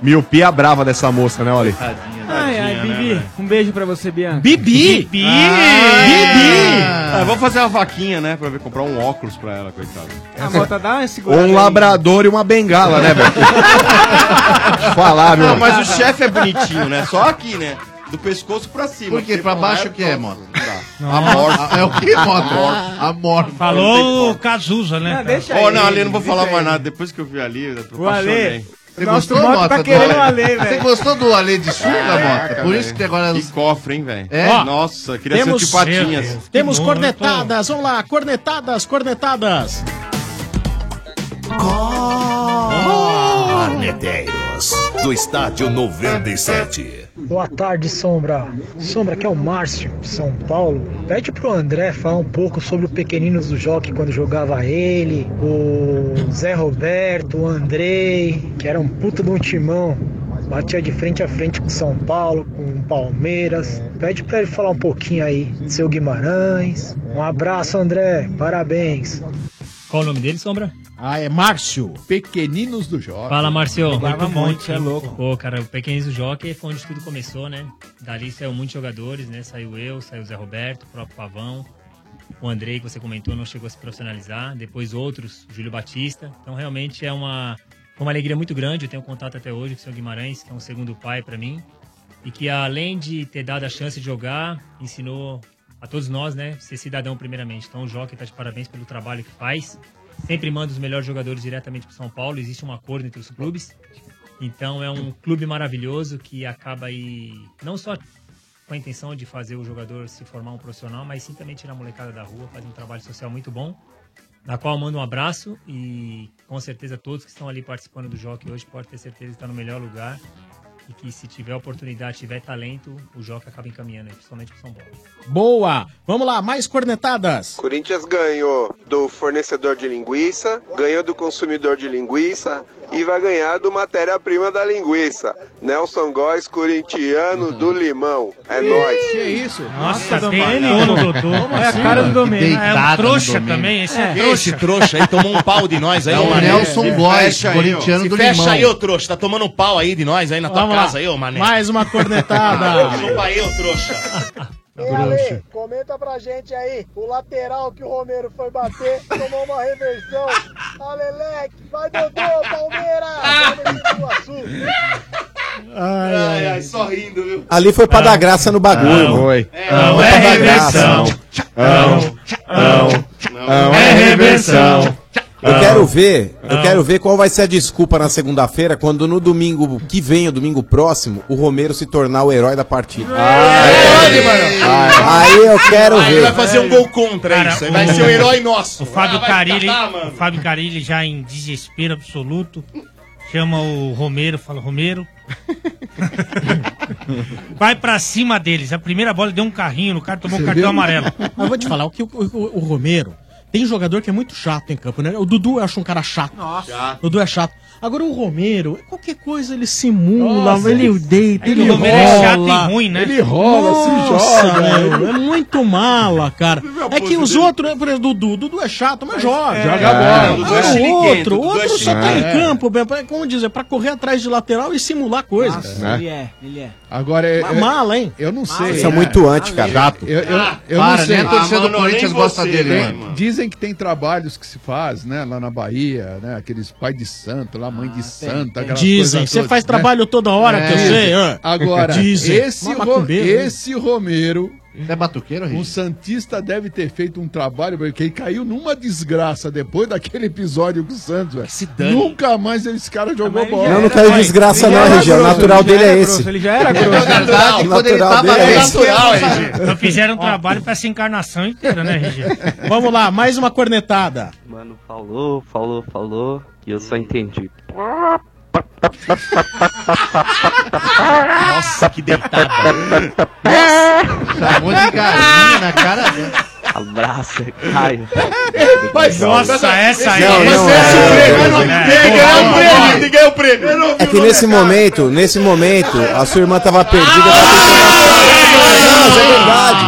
S11: Miopia brava dessa moça, né, Oli?
S8: Ai,
S1: É,
S8: ai,
S13: né,
S8: Bibi. um beijo pra você, Bianca.
S12: Bibi!
S8: Bibi!
S13: Ah, vou fazer uma vaquinha, né? Pra ver, comprar um óculos pra ela, coitada.
S8: A bota dá uma segurada
S11: Ou um
S8: aí.
S11: labrador e uma bengala, né,
S1: [laughs]
S11: velho? Deixa eu falar, meu.
S13: Não, mas o chefe é bonitinho, né? Só aqui, né? Do pescoço pra cima.
S14: Por quê? Pra baixo o que é, Mota?
S13: tá? Amorfo.
S14: É o que, Mota?
S13: Amorfo.
S14: Amorfo.
S1: Falou o Cazuza, né?
S13: Não, deixa oh, não, Ali, não vou falar mais nada. Depois que eu vi ali, eu
S1: O Ale. tá
S13: apaixonei.
S14: Você gostou, né? Mota? do tá Ale? Você gostou do Ale de surda,
S13: Caraca,
S14: Mota? Por isso
S13: velho.
S14: que agora...
S13: Que cofre, hein, velho?
S14: É?
S13: Ó, Nossa, queria ser tipo patinhas.
S12: Temos cornetadas, vamos lá, cornetadas, cornetadas.
S9: Ah.
S26: Arneteiros, do estádio 97.
S27: Boa tarde, Sombra. Sombra, que é o Márcio, de São Paulo. Pede pro André falar um pouco sobre o Pequeninos do Jockey quando jogava ele, o Zé Roberto, o Andrei, que era um puta de um timão. Batia de frente a frente com São Paulo, com Palmeiras. Pede pra ele falar um pouquinho aí, do seu Guimarães. Um abraço, André. Parabéns.
S18: Qual o nome dele, Sombra?
S12: Ah, é Márcio.
S20: Pequeninos do Jovem.
S18: Fala, Marcio.
S20: Jogava muito,
S18: hein?
S20: é louco.
S18: Pô, cara, o Pequeninos do Jockey foi onde tudo começou, né? Dali saiu muitos jogadores, né? Saiu eu, saiu o Zé Roberto, o próprio Pavão, o Andrei, que você comentou, não chegou a se profissionalizar. Depois outros, o Júlio Batista. Então, realmente é uma, foi uma alegria muito grande. Eu tenho contato até hoje com o senhor Guimarães, que é um segundo pai para mim. E que, além de ter dado a chance de jogar, ensinou a todos nós, né? Ser cidadão, primeiramente. Então, o Jockey tá de parabéns pelo trabalho que faz. Sempre manda os melhores jogadores diretamente para São Paulo. Existe um acordo entre os clubes. Então é um clube maravilhoso que acaba aí não só com a intenção de fazer o jogador se formar um profissional, mas sim também tirar a molecada da rua, faz um trabalho social muito bom, na qual eu mando um abraço e com certeza todos que estão ali participando do jogo hoje podem ter certeza que está no melhor tá lugar e que se tiver oportunidade, tiver talento, o Joca acaba encaminhando, aí, principalmente pro São Paulo.
S12: Boa! Vamos lá, mais cornetadas.
S3: Corinthians ganhou do fornecedor de linguiça, ganhou do consumidor de linguiça e vai ganhar do matéria-prima da linguiça. Nelson Góes, corintiano do Limão. É nóis.
S20: Que isso?
S1: Nossa, DNA no Dodô. Olha
S23: assim,
S9: assim,
S1: a cara do Domênio. É um trouxa também, esse é, trouxa.
S9: Esse trouxa aí tomou um pau de nós aí,
S14: É o
S13: né?
S9: Mané.
S14: Nelson
S9: Se
S14: Góes,
S9: fecha aí, ó.
S14: corintiano
S9: Se
S14: do
S9: fecha
S14: Limão.
S9: aí, ô trouxa. Tá tomando um pau aí de nós aí na tua
S12: Vamos
S9: casa
S12: lá.
S9: aí, ô Mané.
S12: Mais uma
S9: [laughs]
S12: cornetada.
S9: Chupa aí, ô trouxa.
S4: E Ale, comenta pra gente aí, o lateral que o Romero foi bater, tomou uma reversão. Aleleque, vai Dodô, Palmeiras!
S18: Ah.
S12: Ai,
S9: ai, ai, só rindo, viu?
S15: Ali foi pra dar graça no bagulho.
S11: Não.
S15: Foi.
S11: Não é reversão.
S15: Não.
S11: Não. Não é reversão.
S15: Eu quero ver, eu quero ver qual vai ser a desculpa na segunda-feira, quando no domingo que vem, o domingo próximo, o Romero se tornar o herói da partida.
S9: É,
S15: Aí eu quero
S9: Aí
S15: ver.
S9: vai fazer um gol contra isso. Aí vai ser o herói nosso.
S1: O Fábio,
S9: Ah, vai
S1: Carilli,
S9: catar,
S1: o Fábio Carilli já em desespero absoluto. Chama o Romero, fala, Romero. Vai pra cima deles. A primeira bola deu um carrinho, no cara tomou um cartão amarelo.
S12: [laughs] Mas eu vou te falar, o que o, o- o Romero. Tem jogador que é muito chato em campo, né? O Dudu eu acho um cara chato.
S1: Nossa.
S12: O Dudu é chato. Agora o Romero, qualquer coisa ele simula,
S1: Nossa.
S12: ele deita,
S1: É que
S12: ele rola.
S1: o Romero é chato e ruim, né? Ele rola, se
S12: Nossa,
S1: joga,
S12: velho,
S1: né?
S12: É muito mala, cara. É que os
S1: dele.
S12: outros, né, por exemplo, o Dudu, Dudu é chato, mas joga.
S1: é. Joga bola.
S12: Agora
S1: Dudu é
S12: o
S1: chiliquento,
S12: outro, o
S1: Dudu é
S12: outro só tá em
S20: chiliquento.
S12: campo, bem, pra- como dizer, pra correr atrás de lateral e simular coisas.
S20: Nossa,
S12: né?
S20: ele
S8: É, ele é.
S20: Agora é.
S12: Uma mala, hein?
S20: Eu não sei.
S15: Isso é muito anti, cara.
S20: Chato. Eu, eu,
S14: Ah,
S20: eu
S14: para,
S20: não sei.
S14: né? A torcida do Ah, mano, Corinthians nem gosta você, dele,
S20: Tem-
S14: né, mano?
S20: Dizem que tem trabalhos que se faz, né? Lá na Bahia, né? Aqueles pai de santo, lá mãe de santo, aquelas
S12: Ah, Dizem,
S20: coisas
S12: você
S20: todas,
S12: faz
S20: né?
S12: trabalho toda hora, que eu
S20: Dizem.
S12: sei. ah.
S20: Agora,
S12: Dizem.
S20: esse,
S12: Uma
S20: Ro-
S12: macumbeira, né?
S20: esse Romero...
S14: É batuqueiro,
S20: O Santista deve ter feito um trabalho, porque ele caiu numa desgraça depois daquele episódio com o Santos, velho. Nunca mais esse cara jogou bola.
S15: Não, não caiu desgraça não, RG. O natural dele é esse. [laughs] O natural dele é esse.
S1: Então fizeram um trabalho pra essa encarnação inteira, né, RG?
S12: Vamos lá, mais uma cornetada.
S28: Mano, falou, falou, falou, e eu
S9: Hum.
S28: só entendi.
S9: Nossa, que
S17: [laughs]
S9: deitada.
S17: É.
S14: um
S28: Chamou de carinho na cara
S14: né?
S28: dela. Abraço, Caio.
S23: Mas,
S28: Nossa, essa aí-
S23: Não,
S28: essa
S23: não,
S28: é
S23: é,
S28: surpresa,
S23: não,
S28: né?
S23: não.
S28: Tem que ganhar o prêmio,
S23: Vai,
S28: tem
S23: vai. Eu
S9: um
S23: não vi
S15: É que
S23: o
S15: nesse momento, nesse momento, a sua irmã tava perdida. Não, mas é verdade.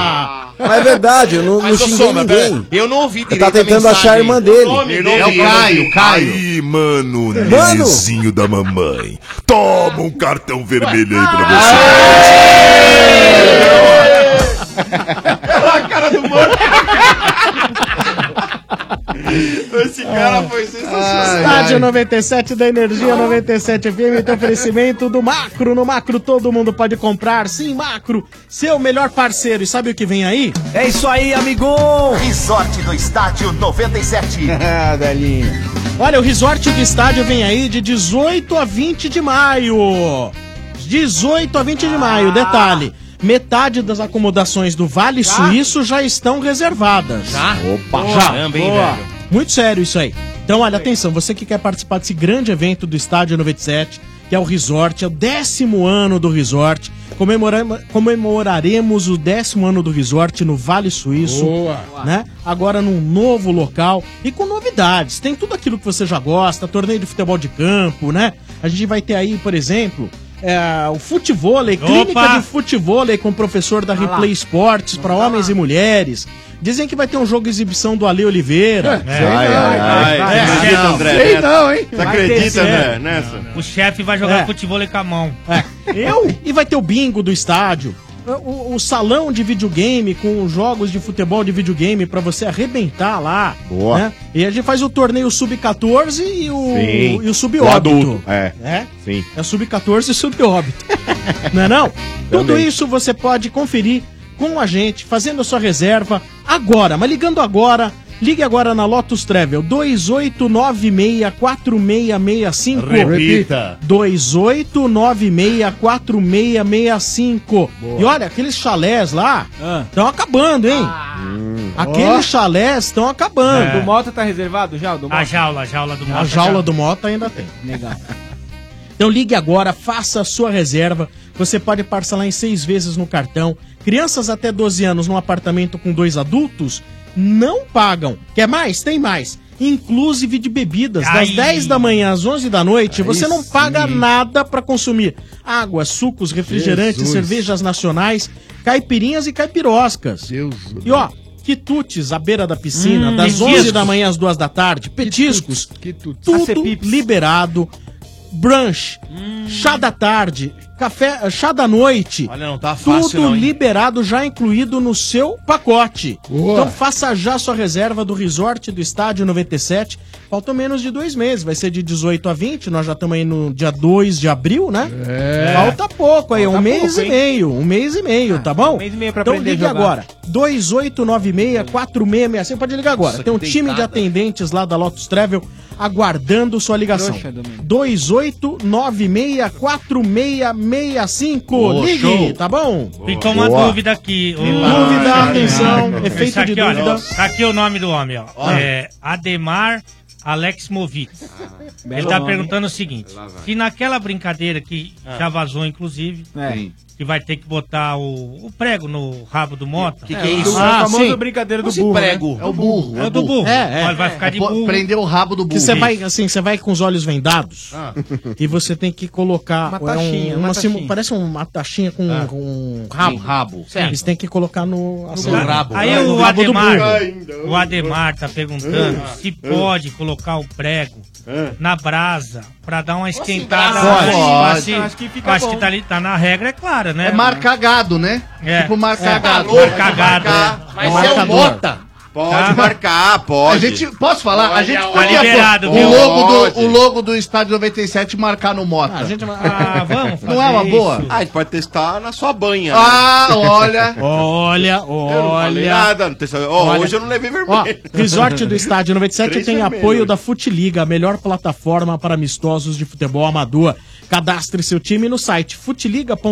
S15: Mas é verdade, eu não, não
S9: Ah! Mas, ô,
S15: xinguei
S9: Sombra, pera-
S15: ninguém.
S9: eu não ouvi
S15: Ela
S9: direito.
S15: tá tentando achar a irmã dele.
S9: É o Caio, Caio.
S16: Aí, mano, Nenezinho da mamãe. Toma um cartão vermelho aí pra
S23: a cara do mano.
S9: [laughs] Esse cara
S12: Ah,
S9: foi sensacional.
S12: Estádio 97 da Energia 97 FM, tem então, oferecimento do Macro. No Macro todo mundo pode comprar. Sim, Macro, seu melhor parceiro. E sabe o que vem aí? É isso aí, amigo!
S26: Resort do Estádio 97.
S12: [laughs] Ah, velhinho. Olha, o resort do estádio vem aí de 18 a 20 de maio. 18 a 20 de maio, detalhe. Metade das acomodações do Vale Suíço já estão reservadas.
S9: Já?
S12: Opa,
S9: Boa.
S12: já.
S9: Caramba, hein,
S12: Boa.
S9: velho?
S12: Muito sério isso aí. Então, olha, atenção, você que quer participar desse grande evento do Estádio 97, que é o Resort, é o décimo ano do Resort. Comemorama- comemoraremos o décimo ano do Resort no Vale Suíço.
S20: Boa.
S12: Né? Agora num novo local e com novidades. Tem tudo aquilo que você já gosta, torneio de futebol de campo, né? A gente vai ter aí, por exemplo, é, o futevôlei,
S1: Opa!
S12: clínica de futevôlei com o professor da Replay Esportes para homens e mulheres. Dizem que vai ter um jogo de exibição do Ale Oliveira.
S1: É. Vai, vai, vai. Vai,
S12: É.
S1: acredita,
S12: Não,
S1: André,
S12: sei
S1: nessa?
S12: não, hein?
S1: Você acredita,
S12: Vai ter,
S1: André,
S12: sim.
S1: nessa? O chefe vai jogar
S12: É.
S1: futebol com a mão.
S12: Eu? E vai ter o bingo do estádio. O, o salão de videogame com jogos de futebol de videogame pra você arrebentar lá.
S11: Boa.
S12: né? E a gente faz o torneio sub-14 e o,
S11: Sim.
S12: e o
S11: O
S12: sub-óbito.
S11: adulto. É.
S12: É?
S11: Sim.
S12: É sub-14 e
S9: [laughs]
S12: sub-óbito. não é não? Tudo isso você pode conferir com a gente, fazendo a sua reserva agora, mas ligando agora. Ligue agora na Lotus Travel 28964665.
S9: Repita.
S12: 28964665.
S9: Boa. Ah.
S12: E olha, aqueles chalés lá estão acabando, hein? Aqueles
S8: Ó.
S12: chalés estão acabando.
S9: É.
S8: Do Mota tá reservado já? o Do
S1: A É. jaula, a jaula do
S12: A
S1: Mota.
S12: jaula do Mota ainda tem.
S8: Legal.
S12: Então ligue agora, faça a sua reserva. Você pode parcelar em seis vezes no cartão. Crianças até 12 anos num apartamento com dois adultos não pagam. Quer mais? Tem mais. Inclusive de bebidas. Das
S1: Aí.
S12: 10 da manhã às 11 da noite,
S1: Aí
S12: você não
S1: sim.
S12: paga nada para consumir. Água, sucos, refrigerantes,
S1: Jesus.
S12: cervejas nacionais, caipirinhas e caipiroscas. e ó, quitutes à beira da piscina,
S1: Hum,
S12: das 11
S1: petiscos.
S12: da manhã às 2 da tarde, petiscos, tudo liberado, brunch, chá da tarde, café, chá da noite.
S9: Olha, não tá
S12: Tudo
S9: fácil não, hein?
S12: liberado já incluído no seu pacote. Então faça já sua reserva do resort do estádio 97. Faltam menos de dois meses, vai ser de 18 a 20. Nós já estamos aí no dia 2 de abril, né?
S1: É.
S12: Falta pouco aí,
S1: Falta
S12: um mês
S1: pouco,
S12: e
S1: hein?
S12: meio. Um mês e meio, tá bom? Um mês e meio
S1: pra
S12: então
S1: aprender a
S12: ligue
S1: jogar.
S12: agora. 2896-4665. Pode ligar agora.
S1: Nossa,
S12: Tem um
S1: que
S12: time de
S1: deitada.
S12: atendentes lá da Lotus Travel aguardando sua ligação.
S1: Trouxa, Domingo.
S12: 28964665.
S1: Boa,
S12: Ligue,
S1: show.
S12: tá bom?
S1: Ficou uma
S12: Boa.
S1: dúvida aqui. o-
S12: Dúvida, atenção, efeito
S1: Isso aqui,
S12: de
S1: olha,
S12: dúvida.
S1: tá aqui o nome do homem, ó. É, Ademar Alex Movitz. Ele
S8: Ah, belo
S1: tá
S8: nome.
S1: perguntando o seguinte:
S8: Lá vai.
S1: se naquela brincadeira que
S8: Ah.
S1: já vazou, inclusive,
S8: É.
S1: que vai ter que botar o, o prego no rabo do Mota. Ah,
S8: Que que é isso? É o famoso brincadeira do Esse burro, prego. né?
S1: É o burro. É o do burro.
S12: É, é.
S1: Mas vai ficar de burro.
S12: Que você vai, assim, você vai com os olhos vendados
S1: Ah.
S12: e você tem que colocar
S1: Uma
S12: é um-
S1: taxinha,
S12: uma
S1: uma
S12: simu-
S1: taxinha.
S12: parece um, uma taxinha com,
S1: Ah.
S12: com um rabo.
S1: Um rabo.
S12: Certo. Você tem que colocar no, assim,
S1: No rabo. Aí o
S12: rabo do
S1: Ademar,
S12: burro.
S1: o Ademar tá perguntando
S12: Ah.
S1: se
S12: Ah.
S1: pode colocar o prego na brasa pra dar uma esquentada.
S14: brasa
S1: antes,
S14: pode.
S1: mas se-
S14: Acho que fica
S1: Acho
S14: bom.
S1: que tá ali, tá na regra, é clara, né?
S14: É marcar gado, né?
S1: É.
S14: Tipo marcar
S1: É.
S14: gado.
S1: Tá louco, marcar.
S14: é.
S1: Mas
S14: um
S1: é o
S14: marcador.
S1: Mota.
S14: Tá?
S1: Pode marcar,
S14: A
S1: pode.
S14: gente, posso falar? a
S1: Olha,
S14: gente
S1: tá
S14: podia
S1: liberado,
S14: pôr
S1: viu?
S14: o logo,
S1: Pode.
S14: do, o logo do Estádio 97 e marcar no Mota.
S1: a
S14: [laughs]
S1: gente- ah, vamos
S14: Não é uma
S1: fazer
S14: boa?
S1: isso.
S14: Ah,
S13: Ah, a gente pode testar na sua banha.
S14: Ah, olha.
S12: Olha,
S13: Eu não falei
S12: olha.
S13: nada, não testou- Ó,
S12: Olha.
S13: hoje eu não levei
S12: Ó,
S13: vermelho.
S12: Resort do Estádio 97
S13: Três
S12: tem
S13: vermelhos.
S12: apoio da Futiliga, a melhor plataforma para amistosos de futebol amador. Cadastre seu time no site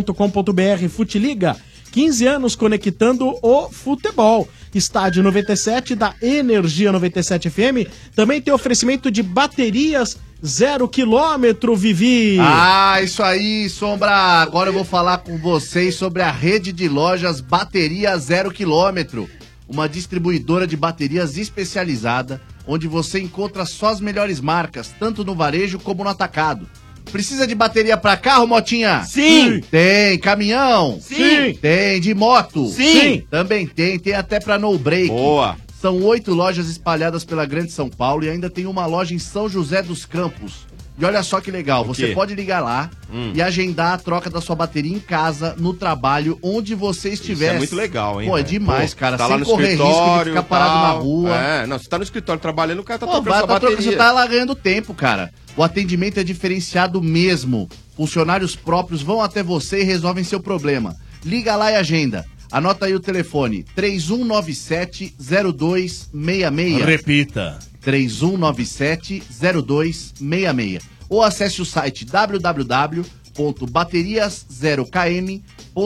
S12: futiliga.com.br. Futiliga, 15 anos conectando o futebol. Estádio 97 da Energia 97 FM também tem oferecimento de baterias zero quilômetro, Vivi.
S14: Ah, isso aí, Sombra. Agora eu vou falar com vocês sobre a rede de lojas Bateria Zero Quilômetro. Uma distribuidora de baterias especializada, onde você encontra só as melhores marcas, tanto no varejo como no atacado. Precisa de bateria para carro, Motinha?
S23: Sim.
S14: Tem caminhão?
S23: Sim.
S14: Tem de moto?
S23: Sim.
S14: Também tem, tem até para no break.
S13: Boa.
S14: São oito lojas espalhadas pela Grande São Paulo e ainda tem uma loja em São José dos Campos. E olha só que legal, você
S13: quê?
S14: pode ligar lá
S13: Hum.
S14: e agendar a troca da sua bateria em casa, no trabalho, onde você estiver.
S13: Isso é muito legal, hein?
S14: Pô, é
S13: velho?
S14: demais,
S13: Pô,
S14: cara.
S13: Tá
S14: Sem
S13: lá no
S14: correr risco de
S13: escritório,
S14: ficar parado na
S13: tal.
S14: rua.
S13: É, não, você tá no escritório trabalhando, o cara tá
S14: Pô,
S13: trocando
S14: vai,
S13: sua
S14: tá
S13: bateria.
S14: trocando, você tá lá ganhando tempo, cara. O atendimento é diferenciado mesmo. Funcionários próprios vão até você e resolvem seu problema. Liga lá e agenda. Anota aí o telefone: 3197-0266.
S9: Repita.
S14: 3197-0266. Ou acesse o site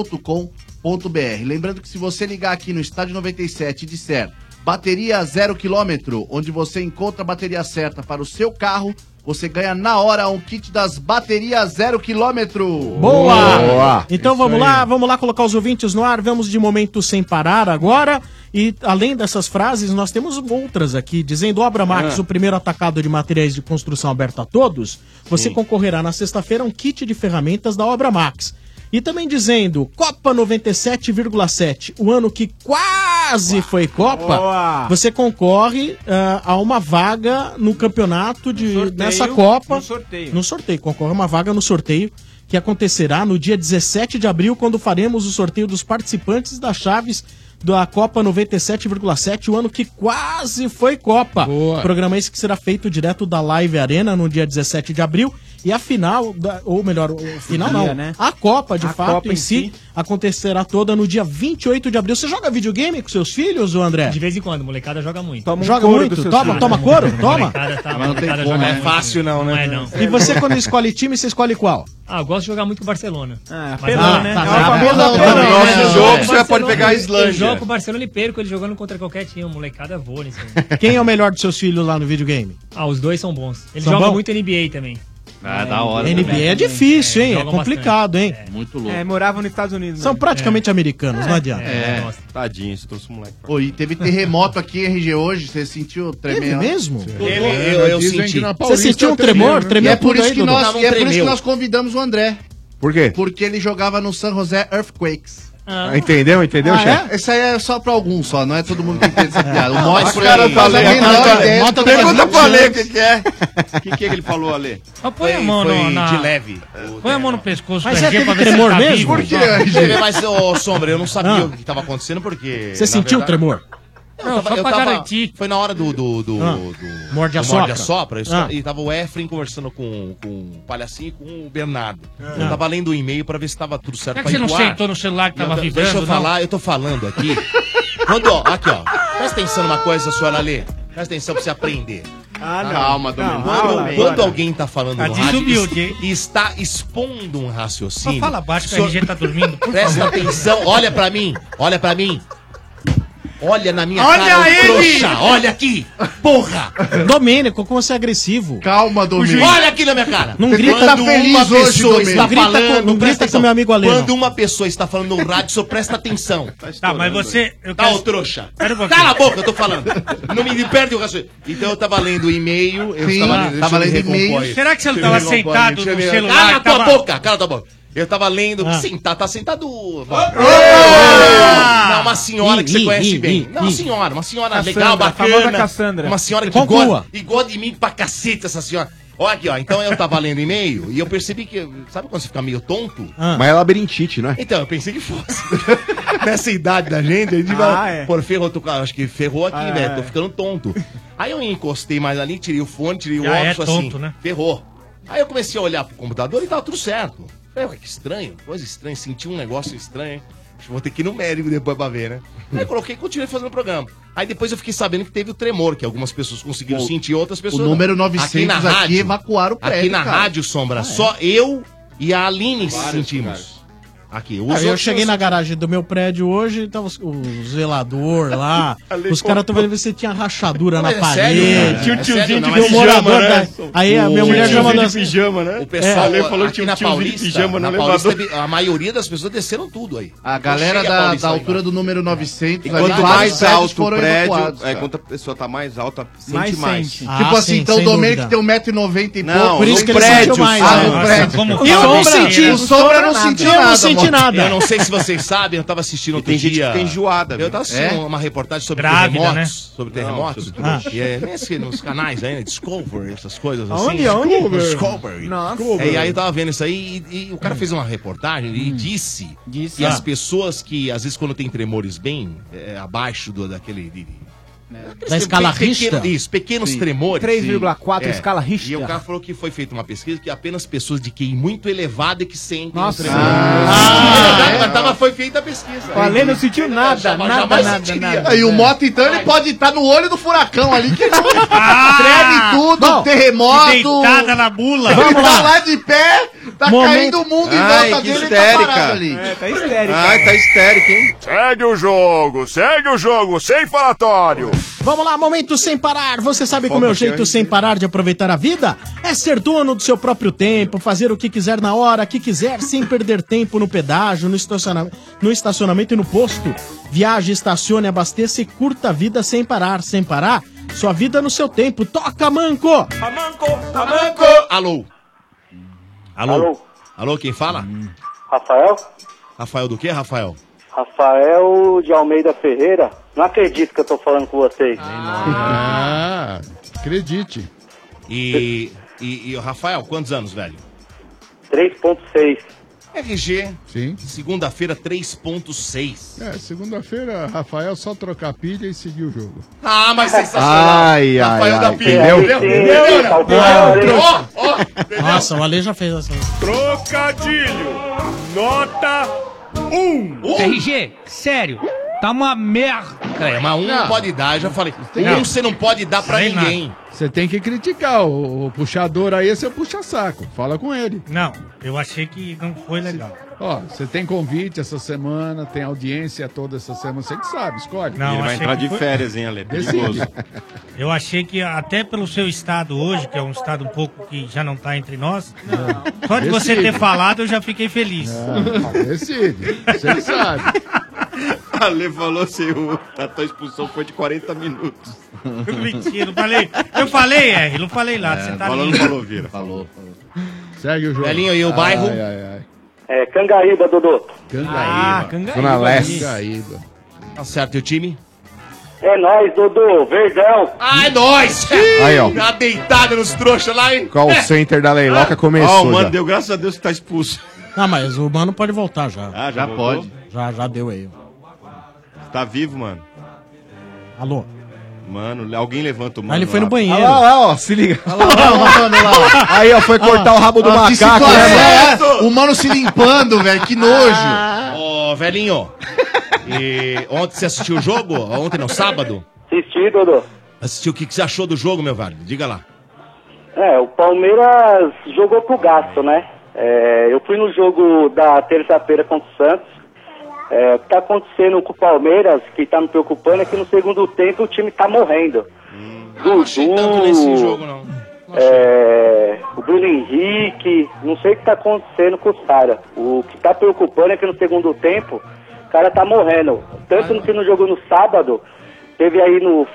S14: www.baterias0km.com.br. Lembrando que se você ligar aqui no Estádio 97 e disser bateria zero quilômetro, onde você encontra a bateria certa para o seu carro, você ganha na hora um kit das baterias zero quilômetro.
S12: Boa! Então vamos lá, vamos lá colocar os ouvintes no ar, vamos de momento sem parar agora. E além dessas frases, nós temos outras aqui, dizendo Obra Max,
S1: Ah.
S12: o primeiro atacado de materiais de construção aberto a todos, você concorrerá na sexta-feira a um kit de ferramentas da Obra Max. E também dizendo, Copa 97,7, o ano que quase foi Copa,
S1: Boa.
S12: você concorre ah, a uma vaga no campeonato de nessa Copa.
S8: no sorteio.
S12: No sorteio, concorre uma vaga no sorteio que acontecerá no dia 17 de abril, quando faremos o sorteio dos participantes das chaves da Copa 97,7, o ano que quase foi Copa. Programa esse que será feito direto da Live Arena no dia 17 de abril. E a final, da- ou melhor, o- o final
S8: dia,
S12: não,
S8: né?
S12: a Copa de
S8: A
S12: fato
S8: Copa
S12: em
S8: em
S12: si acontecerá toda no dia 28 de abril. Você joga videogame com seus filhos, ô André? um De
S18: vez em quando, molecada joga muito.
S12: joga muito? Toma, toma couro? Toma?
S18: Molecada tá-
S12: Mas não tem
S18: molecada
S12: como,
S18: joga
S12: não é
S18: muito.
S12: fácil
S18: não, né? Não é não.
S12: E você quando escolhe time, você escolhe qual?
S18: Ah, eu gosto de jogar muito com o Barcelona. Ah,
S12: apelão, né? É o famoso apelão, né? Nosso jogo, você pode pegar a Islândia.
S18: Eu jogo com o Barcelona e perco ele jogando contra qualquer time. Molecada voa nesse
S12: Quem é o melhor dos seus filhos lá no videogame?
S18: Ah, os dois são bons. Ele
S12: São
S18: joga
S12: Tá bom?
S18: muito NBA também.
S14: Ah, da hora.
S12: NBA é difícil, hein? É
S14: jogam
S12: complicado, hein?
S14: Muito louco.
S8: É, moravam nos Estados Unidos. né?
S12: São praticamente americanos, não adianta.
S14: É.
S13: Tadinho, isso trouxe o moleque.
S14: Pô, e teve terremoto aqui em RG hoje, você sentiu
S12: Teve
S14: tremendo?
S12: mesmo? né?
S14: Eu, eu, eu
S12: Dizem
S14: senti.
S12: que na Paulista Você sentiu um tremor? tremeu, Tremeu
S14: E é por
S12: tudo
S14: isso
S12: aí,
S14: que
S12: Dudu?
S14: nós,
S12: Tava um
S14: e é por isso que
S12: tremeu.
S14: nós convidamos o André.
S11: Por quê?
S14: Porque ele jogava no San José Earthquakes.
S11: Ah, Entendeu, entendeu,
S14: ah,
S11: chefe?
S14: é? Esse aí é só pra alguns, só. Não é todo mundo que entende essa piada. O
S11: Não,
S14: Mois
S11: mas
S14: foi-
S11: o cara tá
S14: faz a
S9: É
S11: ali,
S14: é menor
S11: bota-
S14: ideia do
S11: bota-
S14: que
S11: pergunta
S14: faz
S11: pro Ale
S14: isso.
S11: o que que é.
S13: O que, que ele falou, Ale?
S18: Põe a mão
S9: foi
S18: no, na...
S9: de leve.
S18: Põe a mão no pescoço
S9: Mas
S18: do
S9: é
S18: RG pra
S9: aquele
S18: ver se
S9: tremor
S18: ele tá
S9: mesmo? é
S18: vivo.
S9: Por quê, RG? Mas, ô, Sombra, eu não sabia
S13: Ah.
S9: o que tava acontecendo porque...
S12: Você
S9: na
S12: sentiu o
S9: verdade-
S12: tremor?
S9: Não, eu tava, eu tava- Foi na hora do. do, do,
S12: Ah.
S9: do
S12: Morde a
S9: do
S12: sopra.
S9: sopra, eu
S12: Ah.
S9: esta- E tava o Efren conversando com, com o Palhacinho e com o Bernardo.
S12: Ah.
S9: Eu tava lendo o e-mail pra ver se tava tudo certo tá
S18: Será que
S9: pra
S18: você não
S9: ir pro ar.
S18: sentou no celular que
S9: Não,
S18: tava
S9: de-
S18: vibrando?
S9: Deixa eu falar, eu tô falando aqui. Quando, ó, aqui, ó. Presta atenção numa coisa, senhora Lê. Presta atenção pra você aprender.
S14: Ah,
S9: tá?
S14: calma, Domingos.
S9: Quando,
S14: Calma,
S9: quando
S14: agora.
S9: alguém tá falando
S14: Tá
S9: no rádio
S14: desumilde,
S9: es- e está expondo um raciocínio...
S18: Só fala baixo que o
S9: senhor-
S18: RG tá dormindo. por
S9: Presta
S18: favor.
S9: atenção, olha pra mim, olha pra mim. Olha na minha
S12: Olha
S9: cara, ô
S12: ele!
S9: trouxa, olha aqui,
S18: é.
S9: porra.
S12: Domênico, como você é agressivo.
S14: Calma,
S9: Domênico. Olha aqui na minha cara.
S12: Não
S9: Você
S12: grita
S9: quando uma
S12: feliz hoje,
S9: pessoa
S12: Domênico.
S9: está
S12: Não grita com-
S9: falando,
S12: não grita
S9: presta
S12: com meu amigo Ale,
S9: Quando
S12: não.
S9: uma pessoa está falando no rádio, só presta atenção.
S18: Tá, mas você. Eu um
S9: Tá, ô trouxa. Cala a boca, eu tô falando. Não me perde o raciocínio. Então eu tava lendo o e-mail, eu
S18: Sim,
S9: tava
S18: ah,
S9: lendo,
S18: tava
S9: deixa eu me
S18: lendo
S9: recompor
S18: e-mail.
S9: aí.
S18: Será que você não
S9: Deixa eu
S18: tava
S9: me recompor
S18: sentado
S9: aí, deixa eu
S18: no
S9: me-
S18: celular
S9: Cala a
S18: que
S9: tua
S18: tava- Ah.
S9: boca, cala a tua boca. Eu tava lendo, sentar, tá sentado. Não, uma senhora que
S18: Ih,
S9: você
S18: Ah! ih,
S9: conhece
S18: ih,
S9: bem.
S18: ih,
S9: Não, uma
S18: ih.
S9: senhora, uma senhora
S18: Cassandra,
S9: legal,
S18: a famosa
S9: bacana.
S18: Cassandra.
S9: Uma senhora que
S18: Conclua.
S9: gosta, e gosta de mim pra cacete essa senhora. Olha aqui, ó. Então eu tava lendo e-mail e eu percebi que. Sabe quando você fica meio tonto?
S11: Mas é labirintite, não é?
S9: Então, eu pensei
S14: [laughs]
S9: que fosse. [laughs]
S14: Ah,
S9: Nessa idade da gente,
S11: Ah,
S9: a gente vai.
S14: é.
S11: é.
S9: Por ferrou, tô, acho que ferrou aqui,
S18: Ah,
S9: velho.
S18: é.
S9: Tô ficando tonto. Aí eu encostei mais ali, tirei o fone, tirei o
S18: Já é
S9: óculos, assim.
S18: tonto, né?
S9: Ferrou. Aí eu comecei a olhar pro computador e tava tudo certo. Falei, ué, que estranho, coisa estranha, senti um negócio estranho, hein? Acho que Vou ter que ir no médico depois pra ver, né? Aí eu coloquei e continuei fazendo o programa. Aí depois eu fiquei sabendo que teve o tremor, que algumas pessoas conseguiram
S14: O-
S9: sentir, outras pessoas.
S14: O
S9: não.
S14: número
S9: aqui, na
S14: 900 aqui,
S9: rádio,
S14: evacuaram o prédio.
S9: aqui na
S14: cara.
S9: rádio, Sombra,
S14: Ah, é?
S9: só eu e a Aline sentimos. Aqui, os
S12: Ah, eu
S9: outros-
S12: cheguei na garagem do meu prédio hoje, tava os- o zelador
S9: [laughs]
S12: lá.
S9: Ale
S12: os caras estavam vendo se tinha rachadura na
S9: Mas é
S12: parede. É
S9: sério, cara? Tinha um tiozinho de
S12: meu
S9: pijama,
S12: morador,
S9: né?
S12: né? Aí a minha
S9: O
S12: mulher já
S9: um tiozinho
S12: mandou
S9: de
S12: assim,
S9: pijama, né? O pessoal
S12: É.
S9: Ale falou que
S12: aqui na
S9: tinha um tiozinho de
S12: Paulista,
S9: pijama no
S12: na
S9: elevador.
S12: Paulista,
S9: a maioria das pessoas desceram tudo aí.
S14: A galera da, da altura do número 900,
S9: E
S14: ali, vários
S9: quanto mais
S14: prédios
S9: alto o
S14: foram
S9: prédio,
S14: evacuados,
S13: É,
S14: cara.
S13: quando a pessoa tá mais alta, sente
S14: Mais
S13: mais.
S14: sente.
S9: Ah,
S14: Tipo assim, então o Domênico que tem 1,90m e
S13: Não,
S14: pouco.
S13: por isso que ele sentiu mais,
S14: Ah,
S9: né?
S14: no
S9: Nossa,
S14: prédio.
S9: como
S14: eu
S9: tá
S14: não
S9: bem,
S14: senti,
S9: né?
S14: o Sombra não sentiu nada. mano.
S9: Eu não sei se vocês sabem, eu tava assistindo outro
S14: tem gente que
S9: dia.
S14: fica enjoada,
S9: Eu tava
S14: viu?
S9: assistindo
S14: É?
S9: uma reportagem sobre
S14: Grávida,
S9: terremotos.
S14: né?
S9: Sobre
S14: Não,
S9: terremotos.
S14: sobre tudo.
S9: E é nesse- nos canais ainda, Discovery, essas coisas assim.
S8: Aonde, aonde?
S9: Discovery. Discovery.
S8: Nossa.
S9: É, e aí eu tava vendo isso aí e, e o cara fez uma reportagem e disse, que
S8: Ah.
S9: as pessoas que, às vezes, quando tem tremores bem é, abaixo do, daquele... de- de-
S12: Da escala
S9: Pequeno-
S12: Richter?
S9: Isso, pequenos
S12: Sim.
S9: tremores.
S12: 3,4
S9: Sim. É.
S12: escala
S9: E o cara falou que foi feita uma pesquisa que apenas pessoas de QI muito elevada que sentem
S8: Nossa.
S9: um tremor. Ah, mas tava, foi feita a
S13: Ah.
S9: pesquisa.
S8: Falei, não sentiu nada,
S9: Jamais-
S8: nada,
S9: jamais
S8: nada,
S9: sentiria.
S8: nada.
S14: E o Mota, então, ele pode estar no olho do furacão ali, que ele treme tudo,
S12: bom,
S14: terremoto.
S12: deitada na bula.
S14: Ele
S12: Vamos
S14: tá
S12: lá.
S14: lá de pé, tá
S12: Momento-
S14: caindo o mundo em
S12: Ai,
S14: volta
S12: que
S14: dele, ele tá
S16: histérica.
S14: parado ali.
S16: É,
S8: tá histérica.
S16: Ai, tá histérico, hein? Segue o jogo, segue o jogo, sem falatório.
S12: Vamos lá, momento sem parar. Você sabe como
S16: Foca
S12: é o
S16: aqui,
S12: jeito
S16: hein?
S12: sem parar de aproveitar a vida? É ser dono do seu próprio tempo, fazer o que quiser na hora que quiser, sem perder tempo no pedágio, no estacionamento, no estacionamento e no posto. Viaje, estacione, abasteça e curta a vida sem parar, sem parar. Sua vida no seu tempo. Toca, manco!
S9: Alô? Alô? Alô? quem fala?
S25: Rafael?
S9: Rafael do quê, Rafael?
S25: Rafael de Almeida Ferreira. Não acredito que eu tô falando com vocês.
S9: Ah, acredite. E, e, e o Rafael, quantos anos, velho?
S25: 3.6.
S9: RG.
S20: Sim.
S9: Segunda-feira, 3.6.
S20: É, segunda-feira, Rafael só trocar pilha e seguir o jogo.
S9: Ah, mas sensacional.
S20: Ai,
S9: Rafael
S20: ai,
S9: da
S20: ai,
S9: Pilha,
S20: entendeu?
S9: entendeu?
S20: Entendeu?
S9: Entendeu?
S20: Ó,
S12: Nossa, o Ale já fez essa.
S16: Trocadilho, nota 1.
S19: RG, sério,
S1: Tá uma merda.
S9: Cara, mas um não pode dar, eu já falei.
S20: Tem-
S9: Um você não pode dar pra
S20: Sem nada.
S9: ninguém.
S20: Você tem que criticar. O, o puxador aí, você puxa saco. Fala com ele.
S1: Não, eu achei que não foi legal.
S20: Ó, você tem convite essa semana, tem audiência toda essa semana, você que sabe, escolhe.
S1: Não, Ele vai achei entrar que de foi- férias,
S13: hein, Ale?
S20: Decide. Tá,
S1: Eu achei que até pelo seu estado hoje, que é um estado um pouco que já não tá entre nós, só de você
S20: Decide.
S1: ter falado eu já fiquei feliz.
S20: Decide, você sabe.
S13: [laughs] Ale falou assim, o- a tua expulsão foi de 40 minutos.
S1: Mentira, não falei. Eu falei, R, não falei lá. você tá
S13: É, falou,
S1: lindo.
S13: não falou, Vira.
S14: Falou.
S20: Segue o jogo.
S9: Velhinho, e o
S20: Ai,
S9: bairro?
S20: ai, ai.
S25: É, Cangaíba, Dodô.
S20: Cangaíba.
S9: Ah, Cangaíba, Zona Leste.
S20: Cangaíba.
S9: Tá certo, e o time?
S25: É nóis, Dodô, verdão.
S9: Ai, nós!
S11: Aí, ó.
S9: Tá deitada nos trouxas lá, hein?
S11: Call
S13: É.
S11: center da
S9: Ah.
S11: Leiloca começou. já.
S9: deu graças a Deus que tá expulso.
S12: Ah, mas o mano pode voltar já.
S13: Ah, já pode.
S12: Já, já deu aí.
S13: Tá vivo, mano?
S12: Alô?
S13: Mano, alguém levanta o mano.
S12: Ah, ele foi no
S13: rápido.
S12: banheiro.
S11: Olha lá, olha lá, ó, se liga.
S12: Aí, ó, foi cortar o rabo do
S14: Ah, que
S12: macaco, né,
S14: situação.
S12: mano?
S14: É, O mano se limpando, velho, que nojo.
S9: Ô, velhinho. E ontem você assistiu o jogo? Ontem não, sábado?
S25: Assisti, Dodô.
S9: Assistiu o que, que você achou do jogo, meu velho? Diga lá.
S25: É, o Palmeiras jogou pro gasto, né? É, eu fui no jogo da terça-feira contra o Santos. É, o que tá acontecendo com o Palmeiras, que tá me preocupando, é que no segundo tempo o time tá morrendo.
S9: Hum,
S25: Dudu,
S9: não.
S25: é, o Bruno Henrique, não sei o que tá acontecendo com os caras. O que tá preocupando é que no segundo tempo o cara tá morrendo. Tanto no que no jogo no sábado, teve aí no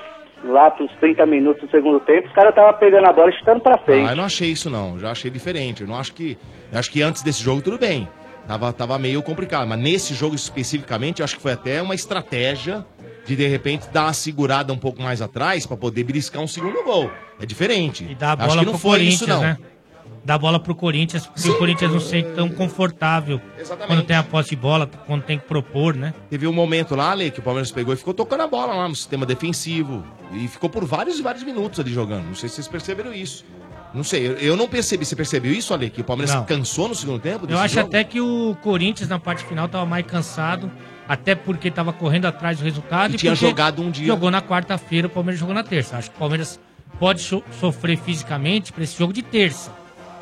S25: lá pros 30 minutos do segundo tempo, os caras tava pegando a bola e chutando pra frente.
S9: Ah,
S12: né?
S9: eu não achei isso, não. Já achei diferente. Eu não acho que. Eu acho que antes desse jogo tudo bem. Tava, tava meio complicado. Mas nesse jogo especificamente, eu acho que foi até uma estratégia de, de repente, dar uma segurada um pouco mais atrás pra poder beliscar um segundo gol. É diferente. E
S1: Dá a bola pro Corinthians, né? Dá a bola pro Corinthians, porque o Corinthians não se sente tão confortável quando tem a posse de bola, quando tem que propor, né?
S9: Teve um momento lá, Ale, que o Palmeiras pegou e ficou tocando a bola lá no sistema defensivo. E ficou por vários e vários minutos ali jogando. Não sei se vocês perceberam isso. Não sei, eu, eu não percebi. Você percebeu isso, Ale? Que o Palmeiras
S1: Não.
S9: cansou no segundo tempo?
S1: Eu
S9: desse
S1: acho
S9: jogo?
S1: até que o Corinthians na parte final tava mais cansado, até porque tava correndo atrás do resultado.
S9: E tinha
S1: porque
S9: jogado um dia.
S1: Jogou na quarta-feira, o Palmeiras jogou na terça. Acho que o Palmeiras pode so- sofrer fisicamente pra esse jogo de terça,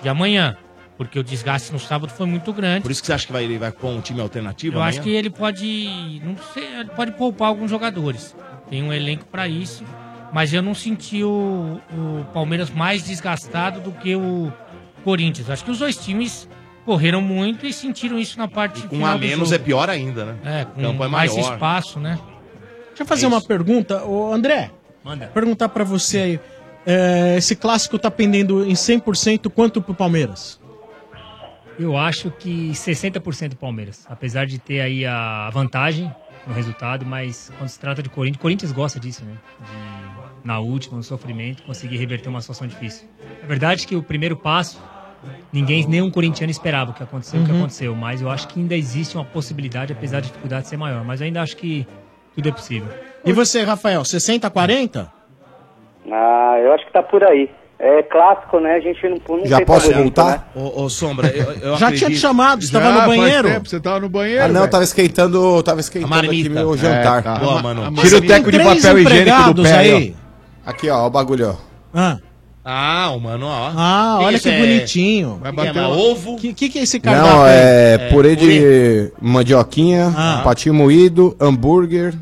S1: de amanhã, porque o desgaste no sábado foi muito grande.
S9: Por isso que você acha que vai, ele vai com um time alternativo?
S1: Eu acho
S9: amanhã?
S1: que ele pode, não sei, ele pode poupar alguns jogadores. Tem um elenco pra isso, mas eu não senti o, o Palmeiras mais desgastado do que o Corinthians. Acho que os dois times correram muito e sentiram isso na parte
S9: Com um a
S1: do
S9: menos é
S1: jogo.
S9: pior ainda, né?
S1: É,
S9: o
S1: com
S9: campo é
S1: mais
S9: maior.
S1: espaço, né?
S12: Deixa eu fazer uma pergunta, ô André.
S1: Manda.
S12: Perguntar pra você aí. é, esse clássico tá pendendo em 100% quanto pro Palmeiras?
S18: Eu acho que 60% Palmeiras, apesar de ter aí a vantagem no resultado, mas quando se trata de Corinthians, Corinthians gosta disso, né? De, na última, no sofrimento, conseguir reverter uma situação difícil. É verdade que o primeiro passo, ninguém, nenhum corintiano esperava o que aconteceu, o que
S12: Uhum.
S18: aconteceu, mas eu acho que ainda existe uma possibilidade, apesar da dificuldade ser maior, mas eu ainda acho que tudo é possível.
S12: E você, Rafael, 60 a 40?
S25: Ah, eu acho que tá por aí. É clássico, né? A gente não, não tem favorito, né?
S9: Ô, ô, Sombra, eu, eu
S12: Já tinha te chamado, você
S1: Tá
S12: tava no banheiro.
S20: você
S25: né?
S20: tava no banheiro.
S15: Ah, não,
S20: velho.
S15: tava esquentando, tava esquentando aqui
S20: marmita.
S15: meu jantar.
S20: É, tá.
S9: Boa, mano.
S15: Tira o
S9: Tem
S15: teco de
S9: três
S15: papel higiênico do
S9: empregados
S15: pé
S9: aí.
S15: aí. ó. Aqui, ó, ó o bagulho, ó.
S9: Ah, o mano, ó.
S12: Ah, olha que
S9: isso é?
S12: bonitinho.
S9: Vai bater uma ovo.
S12: Que que, que é esse cardápio
S15: Não, é,
S12: aí?
S15: purê de mandioquinha, um
S12: Ah.
S15: patinho moído, hambúrguer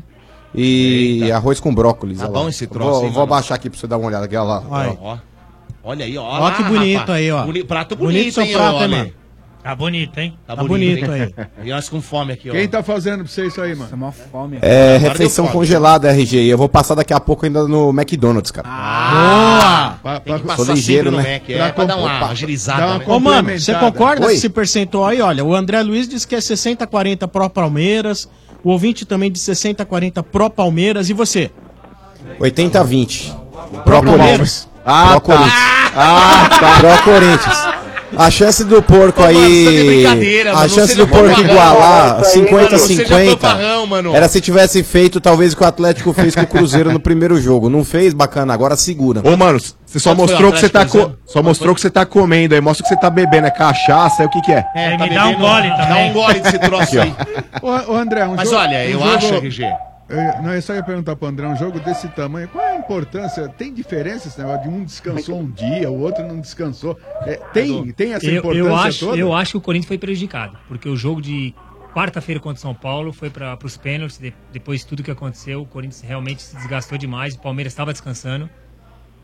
S15: e arroz com brócolis.
S9: Tá
S15: olha lá.
S9: bom esse troço,
S15: Vou,
S9: hein,
S15: vou
S9: mano?
S15: abaixar aqui pra você dar uma olhada. Aqui, olha lá.
S9: Ó,
S15: ó.
S9: ó. Olha aí, ó.
S15: Ó que bonito aí, ó.
S9: Boni- prato
S15: Bonito
S9: bonito,
S15: seu
S9: hein,
S15: prato,
S9: ó,
S15: hein,
S9: Ale?
S15: mano?
S1: Tá bonito, hein?
S9: Tá,
S15: Tá
S9: bonito,
S15: bonito
S9: hein? E nós com fome aqui, ó.
S20: Quem tá fazendo pra você isso aí, mano?
S8: Uma fome.
S15: É,
S9: Agora
S15: refeição
S9: deu fome.
S15: congelada, RG. E eu vou passar daqui a pouco ainda no McDonald's, cara.
S9: Ah,
S20: Boa!
S9: Tem que
S15: Sou
S9: passar
S15: ligeiro,
S9: sempre no
S15: né?
S9: Mac, é, pra dar uma
S15: Opa.
S9: agilizada.
S15: Dá uma
S9: né?
S12: Ô, mano, você concorda com
S9: Oi?
S12: esse percentual aí? Olha, o André Luiz diz que é 60 a 40 pró Palmeiras, o ouvinte também diz 60 a 40 pró Palmeiras, e você?
S15: 80 a 20.
S12: Pro
S15: Pro
S12: Palmeiras?
S15: Corinthians.
S12: Ah,
S15: Pro Corinthians. Ah, tá. Pro Corinthians. A chance do porco aí.
S9: brincadeira,
S15: a
S9: mano.
S15: chance
S9: Você não
S15: do
S9: é
S15: porco
S9: fanfarrão,
S15: igualar
S9: mano. Isso aí, mano, você já é
S15: 50-50.
S9: fanfarrão, mano.
S15: Era se tivesse feito, talvez, o que o Atlético fez com o Cruzeiro no primeiro jogo. Não fez? Bacana, agora segura.
S11: Ô, mano, você só
S15: Quanto foi o
S11: mostrou que você tá
S15: Atlético,
S11: co- só mostrou que você tá comendo aí, mostra que você tá bebendo, é cachaça, é o que que é?
S9: É,
S1: me dá um
S9: bebendo-
S1: gole
S9: Dá
S1: também.
S9: um gole desse troço
S11: Aqui, ó.
S9: aí.
S20: Ô, ô, André, um
S9: Mas
S20: jogo-
S9: olha,
S20: um
S9: eu
S20: jogo-
S9: acho, RG,
S20: Eu, não, eu só ia perguntar pro André, um jogo desse tamanho, qual é a importância? Tem diferença esse negócio de um descansou um dia, o outro não descansou? É, tem, tem essa
S18: eu,
S20: importância
S18: eu acho,
S20: toda?
S18: Eu acho que o Corinthians foi prejudicado, porque o jogo de quarta-feira contra o São Paulo foi para os pênaltis, de- depois de tudo que aconteceu, o Corinthians realmente se desgastou demais, o Palmeiras estava descansando.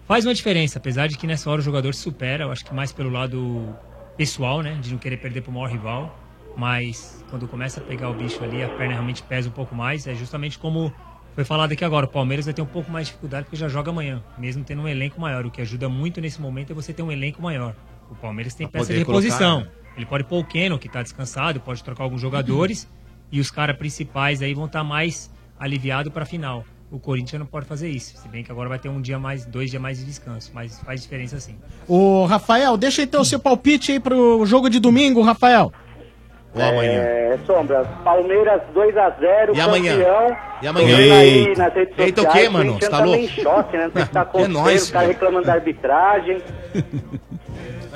S18: Faz uma diferença, apesar de que nessa hora o jogador se supera, eu acho que mais pelo lado pessoal, né, de não querer perder para o maior rival, mas quando começa a pegar o bicho ali, a perna realmente pesa um pouco mais, é justamente como foi falado aqui agora, o Palmeiras vai ter um pouco mais de dificuldade porque já joga amanhã, mesmo tendo um elenco maior. O que ajuda muito nesse momento é você ter um elenco maior. O Palmeiras tem
S9: Pra
S18: peça de
S9: poder colocar,
S18: reposição.
S9: né?
S18: Ele pode pôr o Keno, que tá descansado, pode trocar alguns jogadores e os caras principais aí vão estar mais aliviados pra final. O Corinthians não pode fazer isso, se bem que agora vai ter um dia mais, dois dias mais de descanso, mas faz diferença sim.
S12: Ô, Rafael, deixa então o seu palpite aí pro jogo de domingo,
S9: [laughs]
S12: Rafael.
S25: É, Sombra, Palmeiras 2x0,
S12: E amanhã?
S25: campeão.
S12: E amanhã?
S25: Vendo aí
S12: Eita.
S25: nas redes
S12: Eita, o
S25: sociais,
S12: quê, mano?
S25: Corinthians
S12: Tá
S25: também
S12: louco? É
S25: em choque, né? Não sei
S12: [laughs]
S25: o que tá acontecendo,
S9: nóis,
S25: os caras reclamando da arbitragem.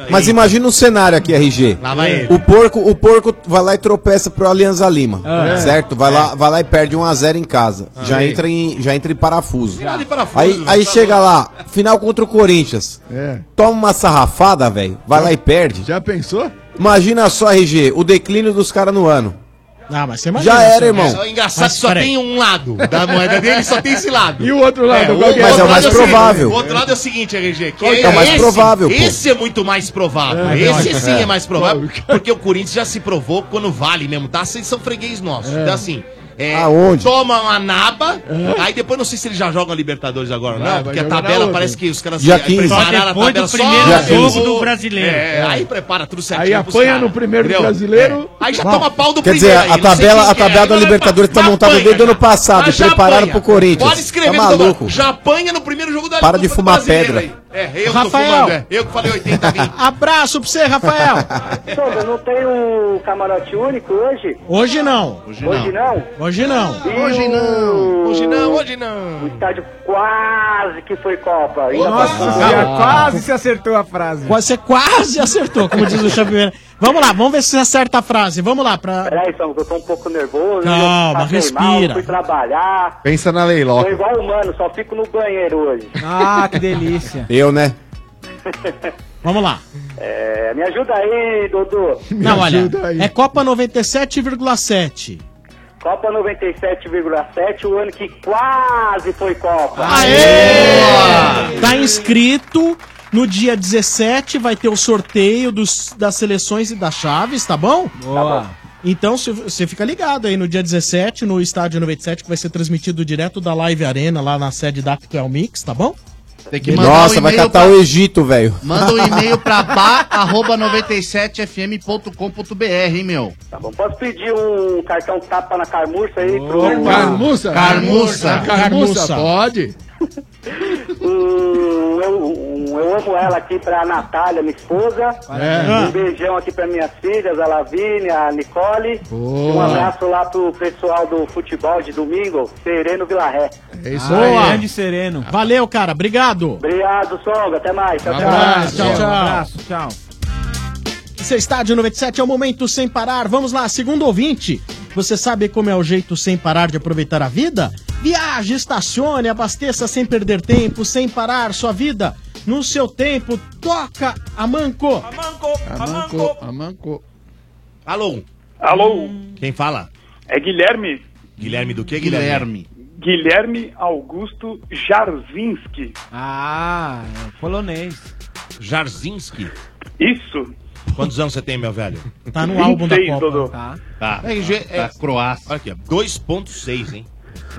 S15: Mas imagina um cenário aqui, RG.
S9: Lá vai ele.
S15: O porco, o porco vai lá e tropeça pro Alianza Lima,
S9: Ah, é.
S15: certo? Vai lá, vai lá e perde 1 a 0 em casa.
S9: Ah,
S15: já
S9: sim.
S15: entra em, já entra em parafuso.
S9: Virada em parafuso,
S15: aí,
S9: velho,
S15: aí
S9: tá
S15: chega lá, final contra o Corinthians.
S20: É.
S15: Toma uma sarrafada, velho. Vai lá e perde.
S20: Já pensou?
S15: Imagina só, RG, o declínio dos caras no ano.
S12: Ah, mas você
S15: Já era, irmão.
S9: É, engraçado que só tem um lado da moeda dele, só tem esse lado.
S20: E o outro lado,
S9: o
S20: qual que é?
S9: outro
S20: Mas é o
S9: lado
S20: mais
S9: seguinte,
S20: provável.
S9: O outro lado é o seguinte, RG. Que
S20: Qual que é o mais
S15: Então, provável, pô?
S9: Esse é muito mais provável.
S15: É,
S9: esse
S15: lógico,
S9: sim é.
S15: é.
S9: mais provável. Porque o Corinthians já se provou quando vale mesmo, tá? Vocês são freguês nossos. Então, assim. É,
S15: Aonde? É.
S9: Toma uma naba, aí depois não sei se eles já jogam Libertadores agora,
S18: Vai,
S9: não,
S18: vai
S9: porque a
S18: jogar na
S9: tabela
S18: outra.
S9: parece que os caras
S18: Dia
S9: se-
S18: 15.
S9: prepararam
S18: Só
S9: a
S18: depois
S9: tabela
S18: do primeiro
S9: Dia
S18: jogo
S9: 15.
S18: do brasileiro.
S9: É,
S18: É.
S9: aí prepara tudo certinho.
S20: Aí
S9: pros
S20: apanha
S9: cara,
S20: no primeiro
S9: entendeu? É.
S20: brasileiro.
S9: Aí já
S15: Bom,
S9: toma pau do
S15: Quer dizer,
S9: primeiro.
S15: a
S9: aí, não sei
S15: tabela,
S9: quem
S15: a
S9: que é,
S15: tabela da
S9: aí vai
S15: Libertadores tá montada desde o ano passado,
S9: Mas já
S15: prepararam
S9: apanha.
S15: pro Corinthians.
S9: Pode escrever
S15: tá
S9: no Domar-
S15: maluco.
S9: Já apanha no primeiro jogo da
S15: Para
S9: Copa
S15: de
S9: do
S15: fumar
S9: Brasileiro
S15: pedra.
S9: aí. É, eu Rafael.
S12: Rafael.
S9: fumando, é. Eu que falei 80 mil.
S12: Abraço pra você, Rafael.
S25: Sombra, não tem um camarote único hoje?
S12: Hoje não.
S25: Hoje não. Hoje não?
S12: Hoje não.
S25: E o-
S9: Hoje não, hoje não.
S25: O estádio quase que foi Copa. Ainda
S12: Nossa,
S25: passou.
S12: cara, quase
S8: se acertou a frase.
S12: Você Tipo, quase acertou, como diz o Xavier. Vamos lá, vamos ver se você acerta a frase. Vamos lá pra.
S25: Peraí, Sombra, eu tô um pouco nervoso.
S12: Calma,
S25: eu passei
S12: respira.
S25: fui trabalhar.
S11: Pensa na
S25: Tô
S11: Leiloca.
S25: igual humano, só fico no banheiro hoje.
S12: Ah, que delícia.
S15: Eu, né?
S12: Vamos lá.
S25: [laughs] É, me ajuda aí, Dodô.
S12: Não, olha. É Copa 97,7.
S25: Copa 97,7, o ano que quase foi Copa.
S12: Tá inscrito. No dia 17 vai ter o sorteio dos, das seleções e das chaves, tá bom?
S22: Boa.
S12: Então se- você fica ligado aí no dia 17, no Estádio 97, que vai ser transmitido direto da Live Arena, lá na sede da Actual Mix, tá bom?
S14: Tem que mandar
S15: Nossa,
S14: um
S15: vai
S14: e-mail
S15: catar
S14: pra-
S15: o Egito, velho.
S14: Manda um e-mail pra bar@97fm.com.br, hein, meu?
S25: Tá bom, posso pedir um cartão tapa na carmuça aí? pro-
S20: Carmuça?
S14: Carmuça.
S20: Carmuça, pode?
S25: Um, eu, um, eu amo ela aqui pra Natália, minha esposa.
S20: É.
S25: Um beijão aqui pra minhas filhas, a Lavínia, a Nicole.
S20: Boa.
S25: E um abraço lá pro pessoal do futebol de domingo, Sereno Vila Ré.
S20: É
S12: isso aí. Boa. Grande
S25: Sereno.
S12: Valeu, cara. Obrigado.
S25: Obrigado, Sombra. Até mais. Tchau,
S12: Abraço, tchau, tchau.
S8: tchau.
S12: Esse é o Estádio 97 é o momento sem parar. Vamos lá, segundo ouvinte. Você sabe como é o jeito sem parar de aproveitar a vida? Viaje, estacione, abasteça sem perder tempo, sem parar sua vida. No seu tempo, toca a manco.
S20: Amanco, amanco.
S9: Alô?
S21: Alô?
S9: Quem fala?
S21: É Guilherme?
S9: Guilherme do que, Guilherme?
S21: Guilherme Augusto Jarzinski.
S8: Ah, é polonês.
S9: Jarzinski.
S21: Isso.
S9: Quantos anos você tem, meu velho?
S12: Tá
S21: no álbum da 26, Copa. Dodô.
S8: Tá.
S9: Tá.
S21: É, G- é-
S9: Croácia. Olha aqui, ó, 2.6, hein?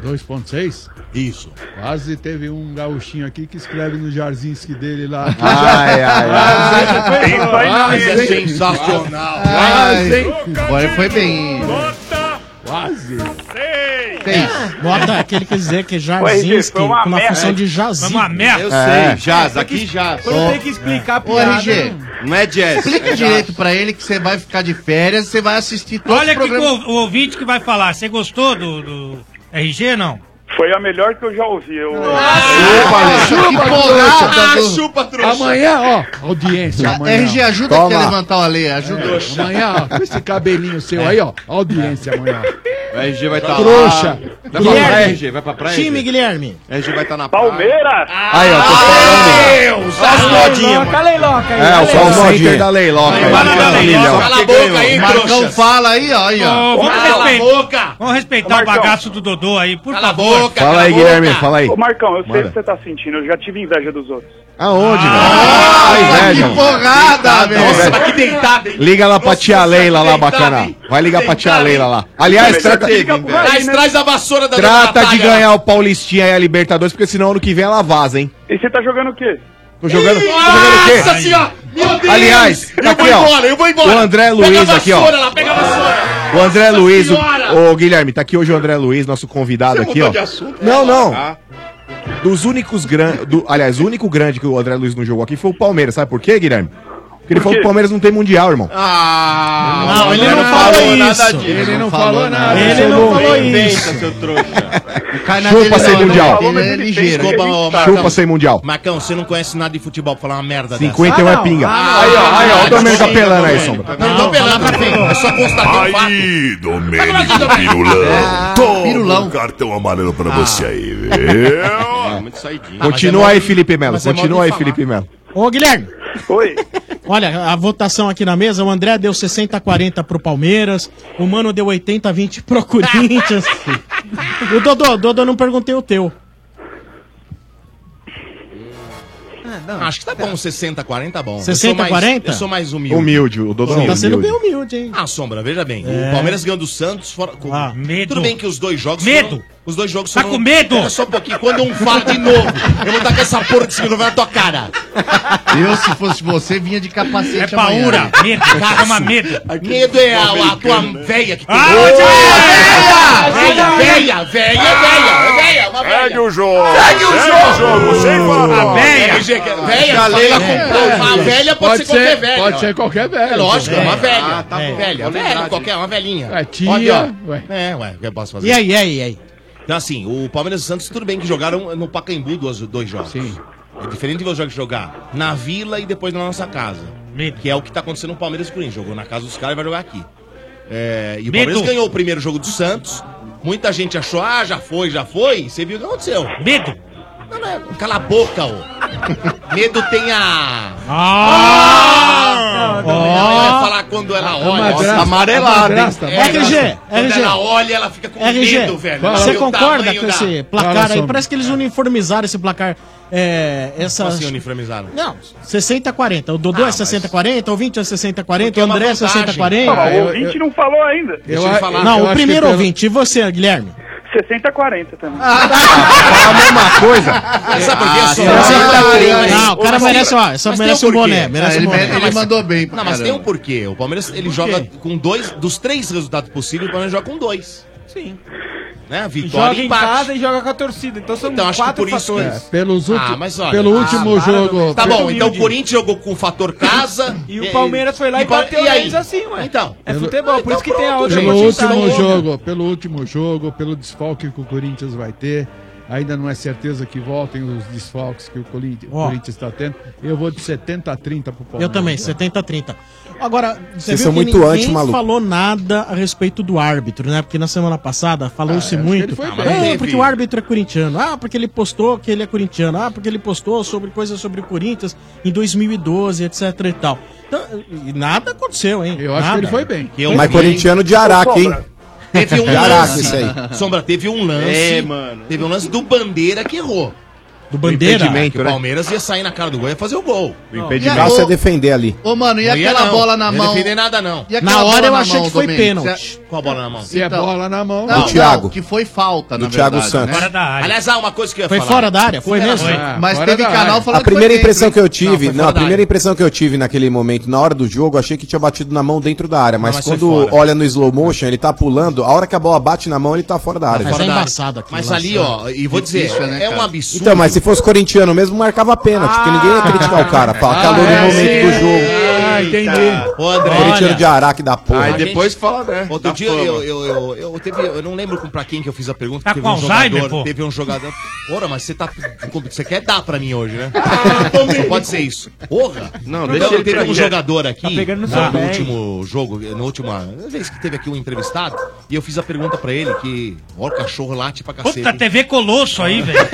S20: 2.6?
S9: Isso.
S20: Quase teve um gauchinho aqui que escreve no Jarzinski dele lá.
S9: Ai, ai,
S20: [laughs]
S9: ai.
S20: Quase,
S9: Isso aí não,
S20: quase,
S9: isso é
S20: hein?
S9: sensacional.
S20: Quase,
S14: Ai,
S20: hein?
S14: Agora foi bem.
S20: Quase.
S12: Tem. Ah. Bota aquele que dizer que
S14: Ô,
S12: é
S14: RG,
S12: Jarzinski
S14: foi
S12: com
S14: uma
S12: uma,
S14: merda.
S12: função de jazinho.
S14: Foi uma merda.
S9: Eu sei, jazz, aqui jazz.
S14: Eu não tenho que
S8: explicar a
S14: Ô,
S8: piada.
S14: RG.
S9: Não é jazz.
S14: Explica
S9: é
S14: direito pra ele que você vai ficar de férias, você vai assistir todos
S1: Olha
S14: os
S1: que
S14: programas.
S1: o, o ouvinte que vai falar. Você gostou do, do RG, não?
S21: Foi a melhor que eu já ouvi. Eu...
S23: Ah,
S14: Chupa, tá
S21: Ah,
S14: trouxa.
S21: chupa, trouxa.
S20: Amanhã, ó, audiência. Amanhã.
S14: RG, ajuda
S20: Toma.
S14: aqui a levantar o Ale, ajuda.
S20: Amanhã, ó, com esse cabelinho seu aí, ó, audiência amanhã.
S13: O RG vai estar tá
S12: Trouxa.
S13: lá. Vai pra praia, RG. Vai pra praia, RG?
S12: Time, Guilherme.
S13: O RG vai estar na praia.
S21: Palmeiras!
S13: Aí, ó, tô falando.
S21: Deus!
S13: Só os modinhos,
S21: Leiloca, Leiloca aí.
S13: É, o
S21: Leiloca.
S13: Só os modinhos.
S11: da Leiloca.
S13: Vai, vai, vai, vai,
S11: Milhão.
S13: Cala a boca aí,
S14: Marcão
S13: trouxas.
S14: fala aí, ó. Aí, ó.
S1: Ô, vamos
S14: Cala a
S1: respeitar-
S14: boca.
S1: Vamos respeitar o
S14: Marcão.
S1: bagaço do Dodô aí, por favor.
S11: Fala aí, Guilherme, fala aí.
S21: Ô, Marcão, eu sei
S11: Manda.
S21: o que você tá sentindo. Eu já tive inveja dos outros.
S11: Aonde, velho? Fala aí, velho.
S12: Ah,
S14: Porrada,
S11: velho.
S21: que deitada,
S11: Liga lá pra tia Leila lá, bacana. Vai ligar pra tia Leila lá. Aliás, trata,
S9: Traz, traz a vassoura Tá da
S11: trata de
S9: Natália.
S11: ganhar o Paulistinha e a Libertadores, porque senão ano que vem ela vaza, hein?
S21: E você tá jogando o quê?
S11: Tô jogando. tô jogando o quê?
S9: Nossa senhora! Meu Deus!
S11: Aliás,
S9: eu
S11: aqui,
S9: vou
S11: ó,
S9: embora, eu vou embora.
S11: o André
S9: Pega
S11: Luiz
S9: a
S11: aqui, ó.
S9: vassoura lá, pega a vassoura.
S11: O André Luiz, o,
S9: senhora!
S11: ô, Guilherme, tá aqui hoje o André Luiz, nosso convidado
S9: Você
S11: aqui,
S9: mudou
S11: ó.
S9: de assunto?
S11: Não, não.
S9: Ah.
S11: Dos únicos grandes. Aliás, o único grande que o André Luiz não jogou aqui foi o Palmeiras. Sabe por quê, Guilherme? Porque ele falou que o Palmeiras não tem mundial, irmão.
S9: Ah,
S11: Não, ele não falou isso. Ele não falou nada. Ele não falou isso.
S13: seu trouxa.
S9: Cai
S11: Chupa sem mundial.
S9: É ligeiro.
S11: Desculpa, ô,
S9: Marcão.
S11: Chupa sem mundial.
S9: Marcão, você não conhece nada de futebol pra falar uma merda
S11: 51
S9: dessa. Ah,
S11: é pinga. aí, ó, aí, ó. O Domênico apelando aí, sombra.
S9: Não, tô pelando, tá feio. É só constatar o fato.
S16: Aí, Domênico Pirulão. Toma
S9: É, Pirulão. Ah.
S16: um cartão amarelo pra você aí, viu?
S13: É muito saidinho.
S11: Continua aí, Felipe Melo.
S9: mas é
S11: Continua
S9: modo
S11: aí,
S9: de
S11: Felipe Melo.
S12: Ô, Guilherme.
S21: Oi.
S12: Olha, a votação aqui na mesa, o André deu 60 a 40 pro Palmeiras, o Mano deu 80 a 20 pro
S9: [laughs]
S12: Corinthians. o Dodô, Dodô, eu não perguntei o teu.
S9: Acho que tá bom, 60, 40 tá bom. Eu sou
S12: 60,
S9: mais-
S12: 40?
S9: Eu sou mais humilde.
S11: É. Humilde, o Dodô
S12: Você tá sendo bem
S9: humilde.
S12: humilde, hein?
S9: Ah, Sombra, veja bem.
S12: É.
S9: O Palmeiras ganhou do Santos. Fora, com- Tudo bem que os dois jogos. Medo! os dois jogos
S1: Tá com medo?
S9: Pera só um pouquinho. Quando um fala de novo, eu vou dar com essa porra desse microfone na tua cara.
S14: Eu, se fosse você, vinha de capacete
S9: É
S14: amanhã.
S9: paura, medo, chama medo. Medo é a, a tua véia que tem. Ah, véia! Véia, véia, véia, véia, véia, uma véia.
S16: Ah. Segue o jogo.
S9: Segue o jogo. Ah,
S16: Sem falar.
S9: RG, que- Véia, fala, ela comprou. Uma velha pode, ser qualquer velha.
S20: Pode ser qualquer velho.
S9: É lógico, é uma
S20: velho.
S9: velha. velha, velha, qualquer, uma velhinha.
S20: É tia,
S9: Olha,
S20: ué.
S9: É, ué, o que eu posso fazer?
S20: E aí,
S12: e aí, e aí?
S9: Então, assim, o Palmeiras e o Santos, tudo bem que jogaram no Pacaembu dois, dois jogos. Sim. É diferente de você jogar na Vila e depois na nossa casa. Que é o que tá acontecendo no Palmeiras e Corinthians. Jogou na casa dos caras e vai jogar aqui. É, e o
S1: Medo.
S9: Palmeiras ganhou o primeiro jogo do Santos. Muita gente achou, ah, já foi, já foi. Você viu o que aconteceu. Medo. Não, não é- Cala a boca, ô. Medo tem a... Ah! Ela vai falar quando
S12: É
S9: ela olha.
S12: madrasta.
S9: Nossa,
S12: A
S9: amarelada, Tá hein? É,
S12: madrasta, a madrasta. RG,
S9: Quando
S12: RG.
S9: ela olha, ela fica com medo, velho. Ela
S12: você
S9: vê o
S12: concorda
S9: tamanho
S12: com
S9: da-
S12: esse placar aí? Parece que eles uniformizaram esse placar. É, essa...
S9: Como assim uniformizaram? Ah,
S12: Não, 60 a 40. O Dodô é 60 a 40, o 20 é 60 a 40, o André é 60 a 40.
S21: Ah, o ouvinte não falou ainda.
S12: Eu a- Não, o primeiro ouvinte, e você, Guilherme?
S21: 60 a 40 também.
S11: Uma coisa.
S9: Sabe por quê? Só-
S12: não,
S9: Ah,
S12: não,
S9: mas-
S12: o cara
S9: mas
S12: merece,
S9: tem-
S12: ó, só
S9: mas
S12: merece
S9: tem
S12: um
S9: porquê.
S12: boné, merece
S9: Ah,
S12: um boné.
S9: mas-
S12: Ele mandou bem pra
S9: Não, mas tem
S12: caramba.
S9: um porquê. O Palmeiras, ele joga com dois, dos três resultados possíveis, o Palmeiras joga com dois. Sim. Né? Vitória
S8: joga
S9: e
S8: em
S9: empate.
S8: casa e joga com a torcida. Então são
S9: Então, acho que
S8: quatro
S9: por isso-
S8: fatores.
S9: É,
S20: Pelos
S9: Ah,
S20: últimos,
S9: mas olha.
S20: pelo último
S9: Ah, para,
S20: jogo.
S9: Tá bom, então o
S20: Humilde.
S9: Corinthians jogou com o fator casa.
S8: [laughs] E o Palmeiras foi lá e
S9: Pal-
S8: bateu
S9: e aí?
S8: neles assim, ué.
S9: Então.
S8: É futebol, por isso que tem a outra
S20: Pelo
S8: motivação.
S20: último jogo, pelo último jogo, pelo desfalque que o Corinthians vai ter. Ainda não é certeza que voltem os desfalques que o Corin- o
S12: Ó.
S20: Corinthians está tendo. Eu vou de 70 a 30 pro Palmeiras.
S12: Eu também, 70 a 30. Agora, você
S20: Vocês
S12: viu
S20: são
S12: que
S20: muito
S12: ninguém
S20: anti-maluco.
S12: falou nada a respeito do árbitro, né? Porque na semana passada falou-se
S20: acho que ele
S12: muito.
S20: foi
S12: Ah,
S20: bem.
S12: não,
S20: Teve.
S12: porque o árbitro é corintiano. Ah, porque ele postou que ele é corintiano. Ah, porque ele postou sobre coisas sobre o Corinthians em 2012, etc e tal. Então, e nada aconteceu, hein? Eu
S20: acho que ele foi bem.
S9: Eu
S15: Mas
S9: vi.
S15: corintiano de Araque, hein?
S9: Teve um
S15: de Araque,
S9: lance.
S15: isso aí.
S9: Sombra, teve um lance.
S15: É,
S9: mano. Teve um lance do Bandeira que errou.
S12: Do
S15: Bandeira? impedimento,
S9: Que o
S15: né?
S9: Palmeiras ia sair na cara do gol e ia fazer o gol.
S15: O impedimento é defender ali.
S14: Ô, mano, e
S9: Não ia
S14: aquela
S9: não.
S14: bola na
S9: Não ia
S14: mão?
S9: defender nada, não.
S14: E aquela
S9: Na hora
S14: bola
S9: eu achei
S14: mão,
S9: que foi
S14: Domênico?
S9: pênalti.
S14: Se-
S9: Qual bola na mão?
S14: Se é bola na mão...
S9: Do Thiago.
S14: que foi falta, na
S15: Do Thiago
S14: verdade,
S15: Santos.
S14: né?
S15: Fora da área.
S9: Aliás, há uma coisa que eu ia
S14: Foi
S9: falar.
S14: fora da área? Foi
S9: Era-
S14: mesmo? Ah, Mas fora teve da canal área. falando
S15: A primeira
S14: que foi
S15: impressão que
S14: dentro,
S15: eu
S14: hein? Não,
S15: tive,
S14: foi
S15: não,
S14: fora
S15: a
S14: da
S15: primeira impressão que eu tive naquele momento, na hora do jogo, eu achei que tinha batido na mão dentro da área, mas,
S9: mas foi
S15: quando
S9: fora.
S15: olha no slow motion, ele tá pulando, a hora que a bola bate na mão, ele tá fora da área.
S9: Fora da área. Mas é
S15: lá,
S9: ali,
S15: sabe?
S9: ó, e vou dizer,
S15: Difícil,
S9: é um absurdo.
S15: Então,
S14: Ah. [laughs] é,
S9: Ah, é,
S15: mas se fosse corintiano mesmo, marcava pênalti, porque ninguém ia criticar o cara. Fala, calor no momento do jogo.
S20: Ah, entendi.
S9: Ô, André.
S15: Corintiano de Araque da porra.
S9: Aí depois fala, né? Outro
S15: Da
S9: dia
S15: fama.
S9: eu, eu, eu, eu, teve, eu não lembro com- pra quem que eu fiz a pergunta.
S15: Tá
S9: teve
S15: com
S9: um
S15: Alzheimer,
S9: jogador,
S15: pô?
S9: Teve um jogador. Ora, mas você tá. como- Você quer dar pra mim hoje,
S15: [laughs]
S9: né? Só pode ser isso. Porra!
S13: Não,
S9: Então,
S13: deixa ele
S9: Teve um
S13: pegar.
S9: jogador aqui.
S13: Tá pegando no
S9: na-
S13: seu
S9: no
S13: pé,
S9: último jogo, na última vez que teve aqui um entrevistado, e eu fiz a pergunta pra ele que. Olha o cachorro late pra cacete.
S1: Puta, TV Colosso aí,
S9: [laughs]
S1: velho.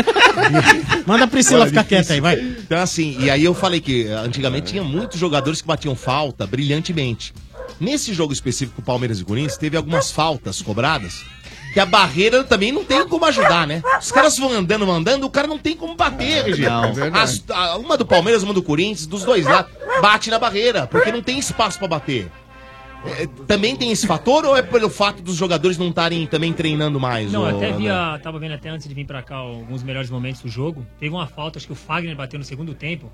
S9: Manda a
S1: Priscila ficar
S9: quieta aí, vai. Então, assim, e aí eu falei que eh, antigamente tinha muitos jogadores que batiam falta brilhantemente. Nesse jogo específico, Palmeiras e Corinthians, teve algumas faltas cobradas que a barreira também não tem como ajudar, né? Os caras vão andando, vão andando, o cara não tem como bater, Regina.
S14: não, é verdade.
S9: As- a- uma do Palmeiras, uma do Corinthians, dos dois lá, bate na barreira, porque não tem espaço pra bater. Eh, Também tem esse fator ou é pelo fato dos jogadores não estarem também treinando mais?
S18: Não,
S9: ô,
S18: eu até
S9: André?
S18: via, tava vendo até antes de vir pra cá alguns melhores momentos do jogo. Teve uma falta, acho que o Fagner bateu no segundo tempo.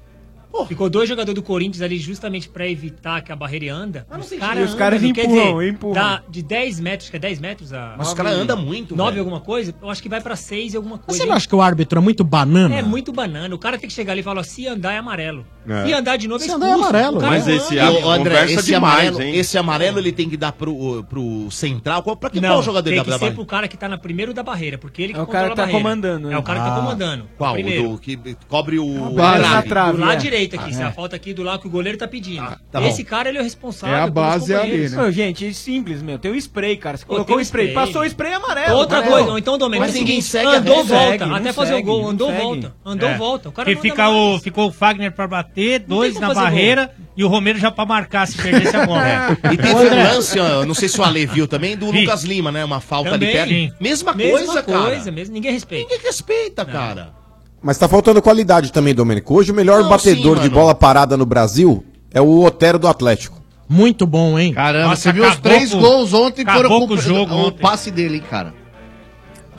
S18: Ficou dois jogadores do Corinthians ali justamente pra evitar que a barreira anda. os
S8: jeito. E os caras
S18: andam, quer
S8: empurram, empurram.
S18: dá de 10 metros, que é 10 metros a...
S9: Mas os caras andam muito,
S18: 9
S9: velho.
S18: alguma coisa, eu acho que vai pra 6 alguma coisa.
S12: Mas você não
S18: hein?
S12: acha que o árbitro é muito banana?
S18: É muito banana. O cara tem que chegar ali e falar, ó, se andar é amarelo.
S12: É.
S18: Se andar de novo é
S12: Se
S18: expulso.
S12: andar é amarelo.
S18: O cara
S12: Mas
S18: não
S12: esse
S18: anda.
S9: Ô, André,
S18: conversa
S9: esse
S18: demais,
S9: amarelo,
S18: hein?
S9: esse amarelo ele tem que dar pro, pro central. Qual, pra que
S18: Não,
S9: qual jogador
S18: tem
S9: ele
S18: que
S9: dá
S18: ser
S9: pra
S18: pro cara que tá na primeiro da barreira, porque ele que
S9: É o cara
S18: controla
S9: que tá
S18: a barreira.
S9: comandando, né?
S18: É o cara que tá
S9: Ah.
S18: comandando.
S9: Qual? O
S18: Primeiro.
S9: do- que cobre o...
S18: Base.
S9: trave.
S18: do lado
S9: é.
S18: direito aqui,
S9: Ah,
S18: se
S9: é.
S18: a falta aqui do lado que o goleiro tá pedindo.
S9: tá bom.
S18: Esse cara ele é o responsável. pelos companheiros.
S8: tá,
S9: né?
S8: Ô, gente, é simples, meu. Tem o spray, cara. Você
S18: né? Ô,
S8: colocou
S18: tem
S8: o spray. Passou o spray amarelo.
S18: Outra
S8: amarelo.
S18: coisa, ou então, Domênico,
S8: Mas
S18: é o
S8: ninguém
S18: seguinte,
S8: segue a
S18: andou,
S8: regra.
S18: volta,
S8: Segue, não
S18: até fazer
S8: segue,
S18: o gol,
S8: não
S18: andou,
S8: segue.
S18: volta, andou,
S8: É.
S18: volta. O cara
S1: Porque
S18: não
S1: fica o, ficou o Fagner pra bater, dois
S18: tem
S1: na
S18: como fazer
S1: barreira e o Romero já pra marcar se perdesse a bola.
S9: E teve um lance, ó, não sei se o Ale viu também, do Lucas Lima, né? Uma falta
S18: Também.
S9: de perna.
S18: Sim.
S9: Mesma,
S18: Mesma
S9: coisa, cara.
S18: coisa, mesmo. Ninguém respeita.
S9: Ninguém respeita, cara.
S15: Mas tá faltando qualidade também, Domênico. Hoje o melhor
S9: Não,
S15: batedor
S9: sim,
S15: de
S9: mano.
S15: bola parada no Brasil é o Otero do Atlético.
S12: Muito bom, hein?
S14: Caramba, você viu os três gols ontem foram culpa- o passe dele, hein, cara.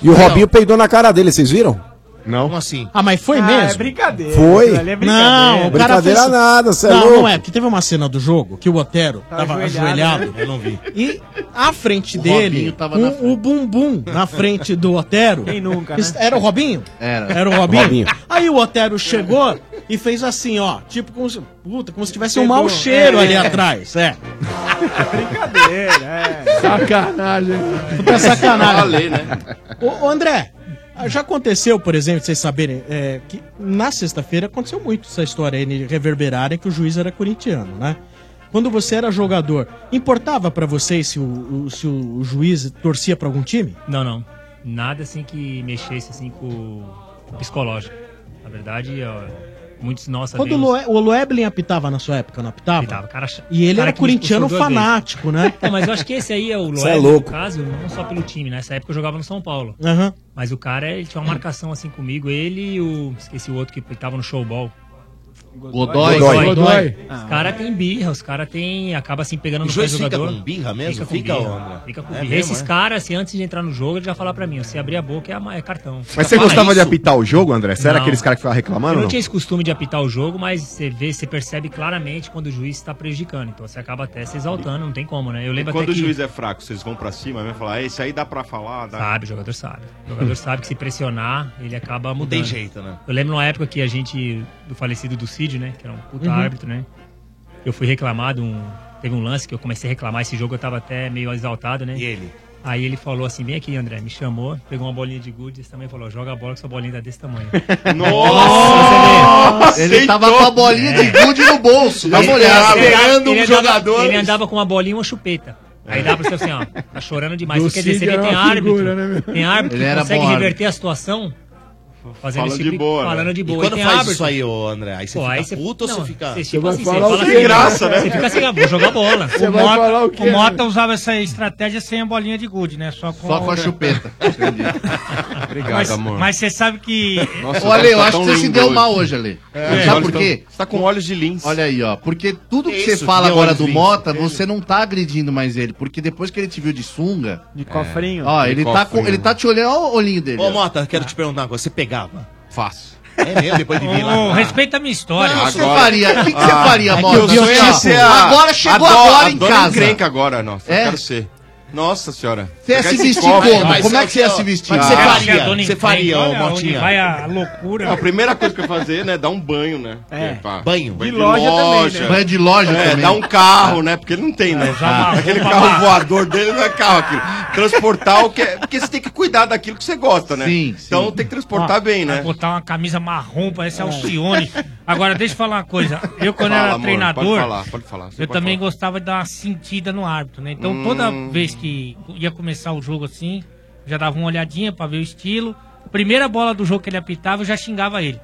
S15: E o Robinho peidou na cara dele, vocês viram?
S11: Não.
S9: Como assim?
S12: Ah, mas foi
S15: Ah,
S12: mesmo?
S15: é brincadeira. Foi?
S12: Aquilo ali é brincadeira. Não, o cara
S15: Brincadeira
S12: fez...
S15: nada, cê é
S12: Não,
S15: louco.
S12: não é, porque teve uma cena do jogo que o Otero
S13: Tá
S12: tava Tá ajoelhado,
S13: né?
S9: Eu não vi.
S12: e à frente
S9: O
S12: dele,
S9: Robinho tava na
S12: um- o bumbum na frente do Otero. Quem
S8: nunca,
S9: né?
S12: Era o Robinho?
S14: Era.
S12: Era o Robinho?
S14: Robinho.
S12: Aí o Otero chegou e fez assim, ó, tipo como se, puta, como se tivesse um
S8: Pegou.
S12: mau cheiro
S8: É.
S12: ali atrás, é.
S8: Brincadeira, é.
S12: Sacanagem. Puta sacanagem.
S8: Falei, né?
S12: Ô, ô, André, já aconteceu, por exemplo, vocês saberem, é, que na sexta-feira aconteceu muito essa história aí, de reverberarem que o juiz era corintiano, né? Quando você era jogador, importava pra vocês se o, o- se o juiz torcia pra algum time?
S18: Não, não. Nada assim que mexesse assim com o psicológico. Na verdade, ó, muitos de nós
S12: Quando o,
S18: sabemos-
S12: Loe, o Loeblin apitava na sua época, não apitava?
S18: Apitava, cara ch-
S12: E ele
S18: cara
S12: era
S18: que me expulsou
S12: corintiano
S18: duas vezes.
S12: fanático, né?
S18: É, mas eu
S12: [laughs]
S18: acho que esse aí é o
S12: Cê é
S18: Loeb,
S12: louco.
S18: no caso, não só pelo time. Nessa época eu jogava no São Paulo.
S12: Aham.
S18: Mas o cara, ele tinha uma marcação assim comigo. Ele e o... Esqueci o outro que tava no showball.
S14: Godoy.
S18: Godoy.
S14: Godoy. Godoy.
S18: Os caras têm birra, os caras têm... Acaba assim pegando
S9: O
S18: no pé do
S9: juiz fica
S18: jogador.
S9: com birra mesmo?
S18: Fica com
S9: Fica,
S18: birra.
S9: ô, André?
S18: Fica com
S9: É
S18: birra.
S9: mesmo,
S18: Esses
S9: é?
S18: caras, assim, antes de entrar no jogo, ele já fala pra mim, ó, se abrir a boca é, ama- é cartão.
S11: Mas você
S18: Fala
S11: gostava de
S18: isso.
S11: apitar o jogo, André? Você era
S18: Não.
S11: aqueles caras que ficavam reclamando?
S18: Eu
S11: ou
S18: não
S11: Não
S18: tinha esse costume de apitar o jogo, mas você vê, você percebe claramente quando o juiz está prejudicando. Então você acaba até se exaltando, não tem como, né? Eu
S13: E
S18: lembro
S13: quando
S18: até
S13: o
S18: que...
S13: juiz é fraco, vocês vão pra cima e vão falar, esse aí dá pra falar, dá.
S18: Sabe, o jogador sabe. O jogador sabe que se pressionar, ele acaba mudando.
S13: tem jeito, né?
S18: Eu lembro numa época que a gente, do falecido do Cid, né? Que era um puta
S17: Uhum.
S18: árbitro, né? Eu fui reclamado, um, teve um lance que eu comecei a reclamar esse jogo, eu tava até meio exaltado, né? E
S9: ele?
S18: Aí ele falou assim, vem aqui, André, me chamou, pegou uma bolinha de gude desse tamanho e falou, joga a bola que sua bolinha tá desse
S13: [laughs]
S18: tamanho.
S14: Nossa,
S18: Você vê?
S14: ele tava com a bolinha de
S18: É.
S14: gude no bolso, dá uma olhada.
S18: ele andava- Ele andava com uma bolinha e uma chupeta. Aí dá pra você assim, ó, tá chorando demais.
S14: Do
S18: Quer dizer, você
S14: Cid
S18: vê,
S14: era
S18: tem
S14: uma
S18: árbitro,
S14: figura, né, meu?
S18: tem árbitro
S14: Ele
S18: que
S14: era
S18: consegue
S14: bom árbitro.
S18: reverter a situação fazendo
S9: Fala
S18: esse
S9: de
S18: tipo-
S9: boa, né?
S18: falando de
S9: E
S18: boa.
S9: quando
S18: tem
S9: faz
S18: árbitro-
S9: isso aí, ô, André? Aí você fica puto ou você fica-
S18: Você
S9: Você
S18: fica
S9: vai
S18: assim, você
S9: falar o
S18: fala
S9: quê?
S18: assim,
S9: Que graça, né?
S18: Você fica assim, ah, vou jogar bola.
S1: O Mota, o Mota usava essa estratégia sem a bolinha de gude, né? Só com,
S14: Só com a
S1: [laughs]
S14: chupeta.
S1: Obrigado, mas,
S13: amor.
S1: Mas você sabe que.
S14: Ô, Ale,
S1: tá
S14: eu acho que você se deu mal hoje, É. Ale.
S1: É.
S14: Sabe por quê?
S13: Você tá com olhos de lins.
S14: Olha aí, ó. Porque tudo que
S13: Isso,
S14: você fala
S13: deu
S14: agora
S13: olhos
S14: do
S13: de
S14: Mota,
S13: lins.
S14: você não tá agredindo mais ele. Porque depois que ele te viu de sunga. De
S9: cofrinho.
S14: É. Ó,
S9: De
S14: ele tá,
S9: cofrinho.
S14: com, ele tá te olhando, ó o olhinho dele.
S9: Ô,
S14: ó.
S9: Mota,
S18: Tá.
S9: quero te perguntar uma coisa. Você pegava? Faço. É mesmo? Depois de
S18: [laughs]
S9: vir
S1: Ô,
S9: lá.
S18: é
S1: respeita a minha história.
S9: Não,
S1: Agora-
S9: você faria? O que que você
S1: Ah,
S9: faria,
S1: é que
S9: Mota?
S1: eu vi
S9: Você
S1: o
S9: ia
S1: Chico.
S9: ser
S14: Agora chegou agora em
S13: dona
S14: casa.
S13: encrenca agora, nossa.
S14: É?
S13: Eu quero ser. Nossa senhora.
S9: Você ia se vestir como? Como é que você ia se vestir?
S13: Mas
S9: Ah,
S13: você
S9: se a
S13: faria?
S9: dona
S13: Você
S9: entende,
S13: faria,
S9: olha
S13: ô
S9: onde
S13: Motinha?
S9: vai
S1: a loucura.
S13: A primeira coisa que eu ia fazer, né, dar um banho, né?
S9: É.
S13: Porque, pá,
S9: Banho. De loja também, né? Banho de loja
S13: é,
S9: também. Ah.
S13: dar um carro, né? Porque ele não tem, né?
S9: usar uma
S13: Aquele
S9: roupa
S13: carro
S9: lá.
S13: voador dele não é carro aquilo. Transportar o que é... Porque você tem que cuidar daquilo que você gosta, né?
S1: Sim,
S13: Então tem que transportar
S1: Ó,
S13: bem, né? É.
S1: vai Botar uma camisa marrom, parece Alcione. Agora, deixa eu falar uma coisa. Eu, quando
S13: Fala,
S1: era
S13: amor,
S1: treinador,
S13: pode falar, pode falar, você
S1: eu
S13: pode
S1: também gostava de dar uma sentida no árbitro, né? Então, toda
S13: Hum.
S1: vez que ia começar o jogo assim, já dava uma olhadinha pra ver o estilo. Primeira bola do jogo que ele apitava, eu já xingava ele.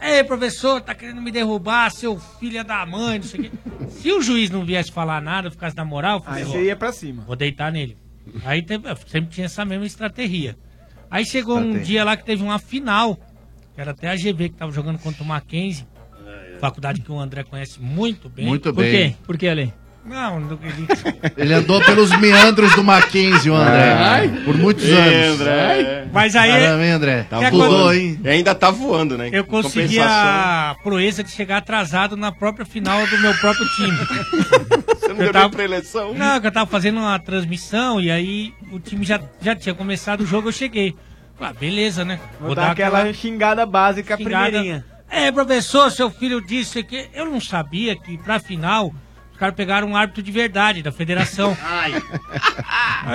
S1: Ei, professor, tá querendo me derrubar, seu filho da mãe, não sei o
S13: [laughs]
S1: quê. Se o juiz não viesse falar nada, ficasse na moral, eu falei,
S22: Aí
S1: "Ó,
S22: você ia pra cima.
S1: Vou deitar nele. Aí teve- eu sempre tinha essa mesma estratégia. Aí
S9: Tá
S1: chegou um
S22: Estratégia.
S1: dia lá que teve uma final. que Era até a GV que tava jogando contra o Mackenzie.
S13: É,
S1: Faculdade que o André conhece muito bem.
S9: Muito
S1: Por
S9: bem.
S1: quê? Por que, Ale? Não, não [laughs] ele...
S9: Ele andou pelos meandros do Mackenzie, o André.
S1: Ai.
S9: Por muitos
S1: Ei,
S9: anos.
S1: André.
S9: Ai.
S1: Mas aí-
S9: Caramba, hein, André?
S1: Tá voando.
S9: Pulou, hein?
S13: E ainda tá voando, né?
S1: Eu consegui a proeza de chegar atrasado na própria final do meu próprio
S13: [laughs]
S1: time. Você
S13: não deu nem preleção?
S1: Não, que eu tava fazendo uma transmissão e aí o time já, já tinha começado o jogo, eu cheguei. Ah, beleza, né?
S22: Vou, dar, aquela xingada básica,
S1: Xingada.
S22: a primeirinha.
S1: É, professor, seu filho disse que eu não sabia que pra final os caras pegaram um árbitro de verdade da federação. Aí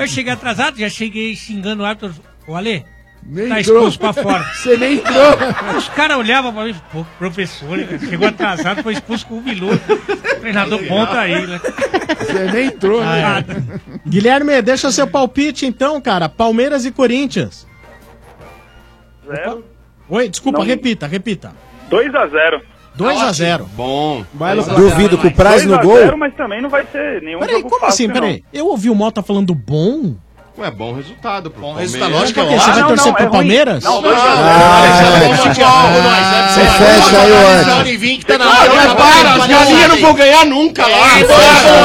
S1: eu cheguei atrasado, já cheguei xingando o árbitro. Ô, Ale,
S20: Nem
S1: tá
S20: entrou.
S1: expulso pra fora.
S20: Você nem entrou.
S1: Os caras olhavam pra mim, pô, professor, né, cara? chegou atrasado, foi expulso com o biludo. Treinador bom tá aí, né?
S12: Você nem entrou,
S1: né?
S12: Ah, é. Guilherme, deixa seu palpite então, cara. Palmeiras e Corinthians.
S23: Zero.
S12: Oi, desculpa,
S23: Não.
S12: repita, repita.
S23: 2 a 0
S12: 2 a 0.
S13: Bom.
S12: Duvido com o Praz no gol.
S23: 0 mas também não vai ser nenhum
S12: Peraí,
S23: jogo
S12: como
S23: fácil,
S12: assim? Peraí. Eu ouvi o Mota falando bom?
S13: Ué, bom resultado pro Bom
S25: resultado, lógico que é Ah,
S12: Por quê? Você vai torcer pro Palmeiras? Ah,
S25: Não,
S12: dois
S25: não,
S12: Alex,
S25: não,
S12: futebol,
S25: não,
S12: nós,
S25: não,
S12: você
S25: não,
S12: fecha
S25: não,
S12: aí,
S25: não,
S12: Alex.
S25: não, não, Vim, que tá na
S13: Claro,
S25: hora,
S13: mas
S25: tá
S13: para,
S25: na hora,
S13: as
S25: tá na
S13: galinhas
S25: hora,
S13: não vão ganhar nunca lá.
S25: É, Boa,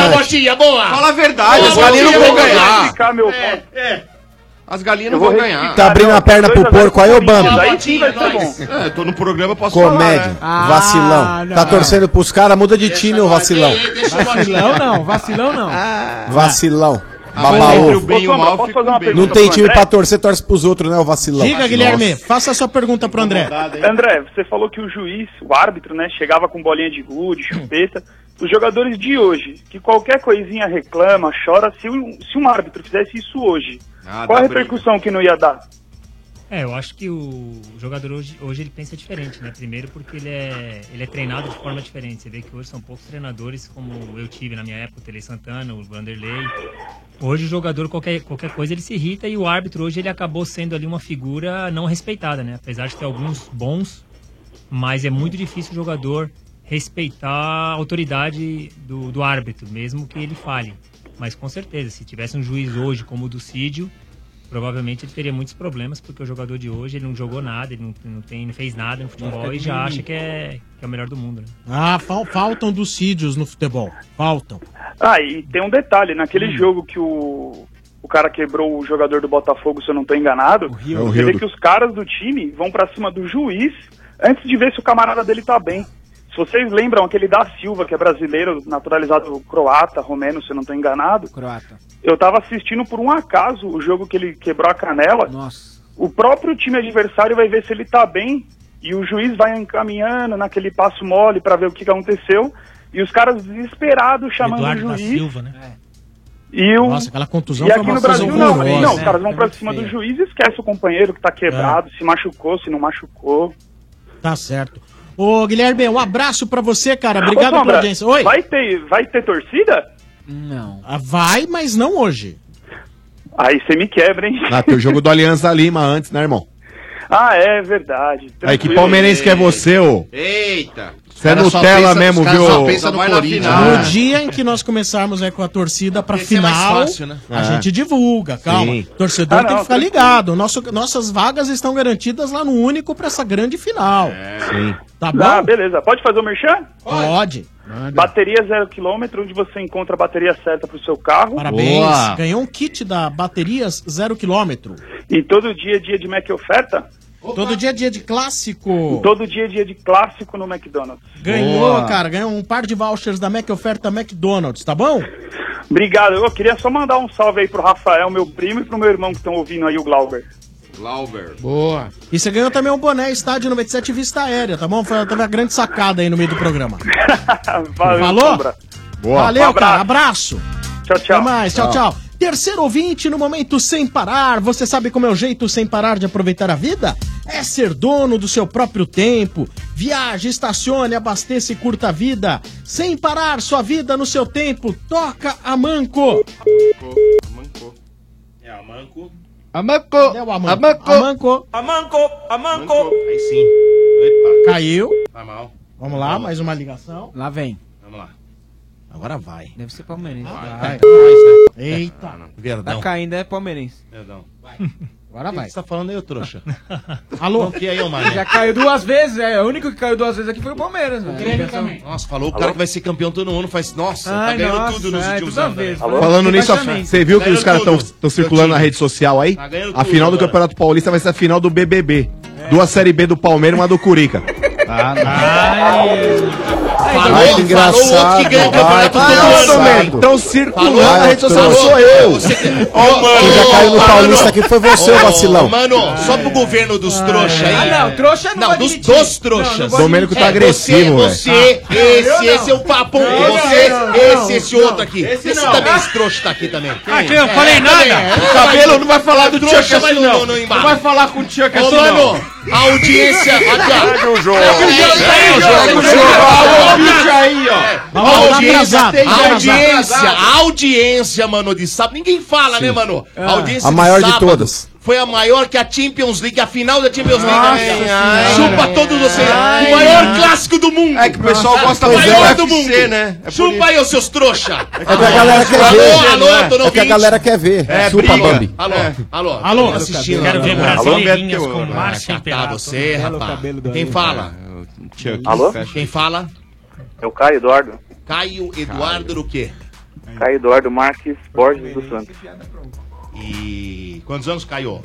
S25: boa, Motinha, boa.
S13: Fala a verdade,
S25: Boa,
S13: as galinhas não
S25: Motinha,
S13: vão
S25: boa.
S13: ganhar.
S23: meu
S13: As galinhas não vão ganhar.
S12: Ah,
S15: Tá abrindo a perna pro porco aí, ô Bambi.
S13: É, eu tô no programa, eu posso falar,
S15: Comédia,
S13: né?
S15: vacilão. Tá
S13: [laughs]
S15: torcendo pros caras, muda de time, ô vacilão.
S22: Vacilão não, vacilão não.
S25: Ah.
S15: Vacilão.
S12: Ah, entre
S15: Babaú.
S12: o bem e o
S15: Ô,
S12: mal,
S15: Sombra, posso
S12: fica
S15: fazer uma
S12: o bem.
S15: Não tem time
S23: André?
S15: pra torcer, torce pros outros, né, ô vacilão.
S12: Diga, Guilherme, faça a sua pergunta pro André.
S23: tá? André, você falou que o juiz, o árbitro, né, chegava com bolinha de gude, chupeta. Os jogadores de hoje, que qualquer coisinha reclama, chora, se um, se um árbitro fizesse isso hoje,
S13: Ah,
S23: qual a
S13: dá briga.
S23: repercussão que não ia dar?
S18: É, eu acho que o jogador hoje, hoje ele pensa diferente, né? Primeiro porque ele é, ele é treinado de forma diferente. Você vê que hoje são poucos treinadores como eu tive na minha época, o Tele Santana, o Vanderlei. Hoje o jogador, qualquer, qualquer coisa, ele se irrita e o árbitro hoje ele acabou sendo ali uma figura não respeitada, né? Apesar de ter alguns bons, mas é muito difícil o jogador respeitar a autoridade do, do árbitro, mesmo que ele fale. Mas com certeza, se tivesse um juiz hoje como o do Cídio, provavelmente ele teria muitos problemas, porque o jogador de hoje ele não jogou nada, ele não, não, tem, não fez nada no futebol
S12: fica
S18: e já
S12: diminuindo.
S18: acha que é, que é o melhor do mundo. Né?
S12: Ah, fal- faltam dosídios no futebol. Faltam.
S23: Ah, e tem um detalhe, naquele
S20: Hum.
S23: jogo que o, o cara quebrou o jogador do Botafogo, se eu não tô enganado,
S20: É o
S23: você vê
S20: Rildo.
S23: que os caras do time vão pra cima do juiz antes de ver se o camarada dele tá bem. Se vocês lembram, aquele da Silva, que é brasileiro, naturalizado croata, romeno, se eu não tô enganado,
S22: Croata.
S23: eu tava assistindo por um acaso o jogo que ele quebrou a canela.
S22: Nossa.
S23: O próprio time adversário vai ver se ele tá bem e o juiz vai encaminhando naquele passo mole pra ver o que que aconteceu. E os caras desesperados chamando
S12: Eduardo
S23: o
S12: da
S23: juiz.
S12: Silva, né?
S23: E o...
S12: Nossa, aquela contusão
S23: E
S12: foi
S23: aqui
S12: uma
S23: no
S12: coisa
S23: Brasil não,
S12: horrorosa. né? É.
S23: não, os caras vão
S12: Foi
S23: pra
S12: muito É.
S23: cima do
S12: feia.
S23: juiz e esquece o companheiro que tá quebrado, se machucou, se não machucou.
S12: Tá certo. Ô, Guilherme, um abraço pra você, cara. Obrigado
S23: Ô,
S12: pela
S23: Sombra,
S12: audiência. Oi?
S23: Vai ter, vai ter torcida?
S12: Ah, vai, mas não hoje.
S23: Aí você me quebra, hein?
S11: Ah, tem o jogo do Alianza Lima antes, né, irmão?
S23: [laughs] Ah, é verdade.
S11: Aí que
S23: Tranquilo.
S11: palmeirense que é você, ô.
S13: Eita!
S11: Você é Nutella mesmo, viu?
S12: No dia em que nós começarmos aí com a torcida pra
S25: Esse é mais
S12: final,
S25: fácil, né?
S12: a
S25: É.
S12: gente divulga, calma.
S25: Sim.
S12: Torcedor
S25: Ah,
S12: tem
S25: não,
S12: que ficar
S25: tranquilo.
S12: ligado. Nosso, nossas vagas estão garantidas lá no único pra essa grande final.
S11: É.
S12: Tá bom?
S23: Ah, beleza. Pode fazer o merchan?
S12: Pode.
S23: Bateria zero quilômetro, onde você encontra a bateria certa pro seu carro.
S12: Parabéns. Ganhou um kit da Baterias Zero Quilômetro.
S23: E todo dia é dia de Mac oferta?
S12: Todo dia é dia de clássico.
S23: Todo dia é dia de clássico no McDonald's.
S12: Ganhou, cara. Ganhou um par de vouchers da Mac Oferta McDonald's, tá bom?
S21: Obrigado. Eu queria só mandar um salve aí pro Rafael, meu primo, e pro meu irmão que estão ouvindo aí o Glauber.
S13: Glauber.
S12: Boa. E você ganhou também um boné Estádio 97 Vista Aérea, tá bom? Foi, teve uma grande sacada aí no meio do programa.
S21: Valeu,
S12: Falou?
S21: Boa.
S12: Valeu,
S21: Um abraço.
S12: cara. Abraço.
S21: Tchau, tchau.
S12: Até mais. Tchau,
S21: Tchau.
S12: tchau. Terceiro ouvinte no momento sem parar. Você sabe como é o jeito sem parar de aproveitar a vida? É ser dono do seu próprio tempo. Viaje, estacione, abasteça e curta a vida. Sem parar sua vida no seu tempo. Toca a manco.
S13: É, a Manco.
S14: Amanco!
S12: Amanco! Amanco!
S13: Amanco! Amanco! Aí sim.
S12: Caiu.
S13: Tá mal.
S12: Vamos lá, mais uma ligação.
S8: Lá vem.
S13: Vamos lá. Agora vai.
S8: Deve ser palmeirense.
S12: Vai. Eita.
S13: Ah,
S8: Tá caindo, é palmeirense.
S13: Perdão.
S12: Agora
S9: vai. O que você tá falando aí, ô trouxa?
S12: Alô?
S9: que aí, ô Mané?
S8: Já caiu duas vezes, é. O único que caiu duas vezes aqui foi o Palmeiras, mano.
S9: Nossa, falou o cara que vai ser campeão todo ano. Faz, nossa, tá
S8: Ai,
S9: ganhando
S8: nossa,
S9: tudo nos
S8: é,
S9: últimos
S8: tudo a
S9: anos.
S8: vez.
S9: né?
S8: Alô?
S11: Falando nisso, a-
S9: Rebaixamento.
S11: você viu que
S9: Ganhando
S11: os caras
S9: tudo.
S11: estão circulando na rede social aí?
S9: Tá ganhando
S11: A
S9: tudo É.
S11: final do
S9: agora.
S11: Campeonato Paulista vai ser a final do BBB. Duas Série B do Palmeiras e uma do Curica. Ah,
S9: Falou,
S11: Ai,
S9: É. falou
S11: que
S9: o outro que
S11: engraçado.
S9: ganha o campeonato
S11: Ai,
S9: todo ano.
S11: ô, Domênico, Então circulando
S9: Falou,
S11: na rede social
S9: falou.
S11: sou eu.
S9: Você-
S11: Ó, mano.
S15: Quem já caiu no
S9: Ô,
S15: Paulista
S9: mano.
S15: aqui foi você,
S9: Ô,
S15: ô vacilão.
S9: Mano, só pro governo dos trouxas aí.
S8: Ah, não, trouxa não
S9: Não,
S8: vai
S9: dos,
S8: admitir.
S9: dos trouxas. É
S11: Não, não Domênico tá agressivo, velho.
S9: Você, você
S11: Ah.
S8: Eu não.
S9: esse, esse é o papo.
S8: Não, não,
S9: Você,
S8: não,
S9: esse,
S8: não,
S9: esse
S8: não.
S9: outro aqui.
S8: Esse
S9: Esse
S8: não.
S9: também, esse trouxa tá aqui também.
S18: Ah,
S9: É,
S8: Aqui eu falei nada.
S9: também.
S8: O cabelo
S9: Mas- é
S8: não vai falar do Chuck
S9: trouxa, mas
S8: assim, não.
S9: embala.
S8: Não vai falar com o Chuck
S9: Ô,
S8: assim,
S9: mano,
S8: não.
S9: a audiência... Aqui, ó.
S8: Segue o jogo.
S9: É, é,
S8: Segue o jogo,
S9: segue o
S8: segue o
S9: jogo.
S8: jogo.
S9: Ó, o vídeo
S8: aí, ó.
S9: a
S8: Vamos lá, tá
S9: audiência,
S8: atrasado, tá
S9: a
S8: atrasado.
S9: audiência, a audiência, mano, de sábado. Ninguém fala, né, mano?
S15: Ah.
S9: A audiência
S15: A maior de todas.
S9: Foi a maior que a Champions League, a final da Champions League. também. Chupa todos vocês.
S23: ai,
S9: o maior
S23: ai.
S9: clássico do mundo. É que o
S23: pessoal gosta
S9: do
S23: muito
S9: maior
S23: do
S9: do mundo.
S23: UFC, né? É por
S9: Chupa aí, os seus trouxa. É
S15: que a galera quer ver.
S9: Alô, alô, Antônio
S15: É que a galera quer ver.
S9: É,
S15: Chupa,
S9: briga.
S15: Bambi. É.
S9: Alô, alô.
S15: Alô,
S9: tô assistindo.
S15: quero ver
S9: Alô,
S15: brasileirinhas
S9: Alô,
S15: com
S9: Beto.
S15: Márcia
S9: Ah, Tá, você, rapaz. Quem fala?
S13: né?
S25: Alô?
S9: Quem fala?
S17: É
S25: Eu, Caio Eduardo.
S9: Caio Eduardo do quê?
S25: Caio Eduardo Marques Borges dos Santos.
S9: E quantos anos caiu?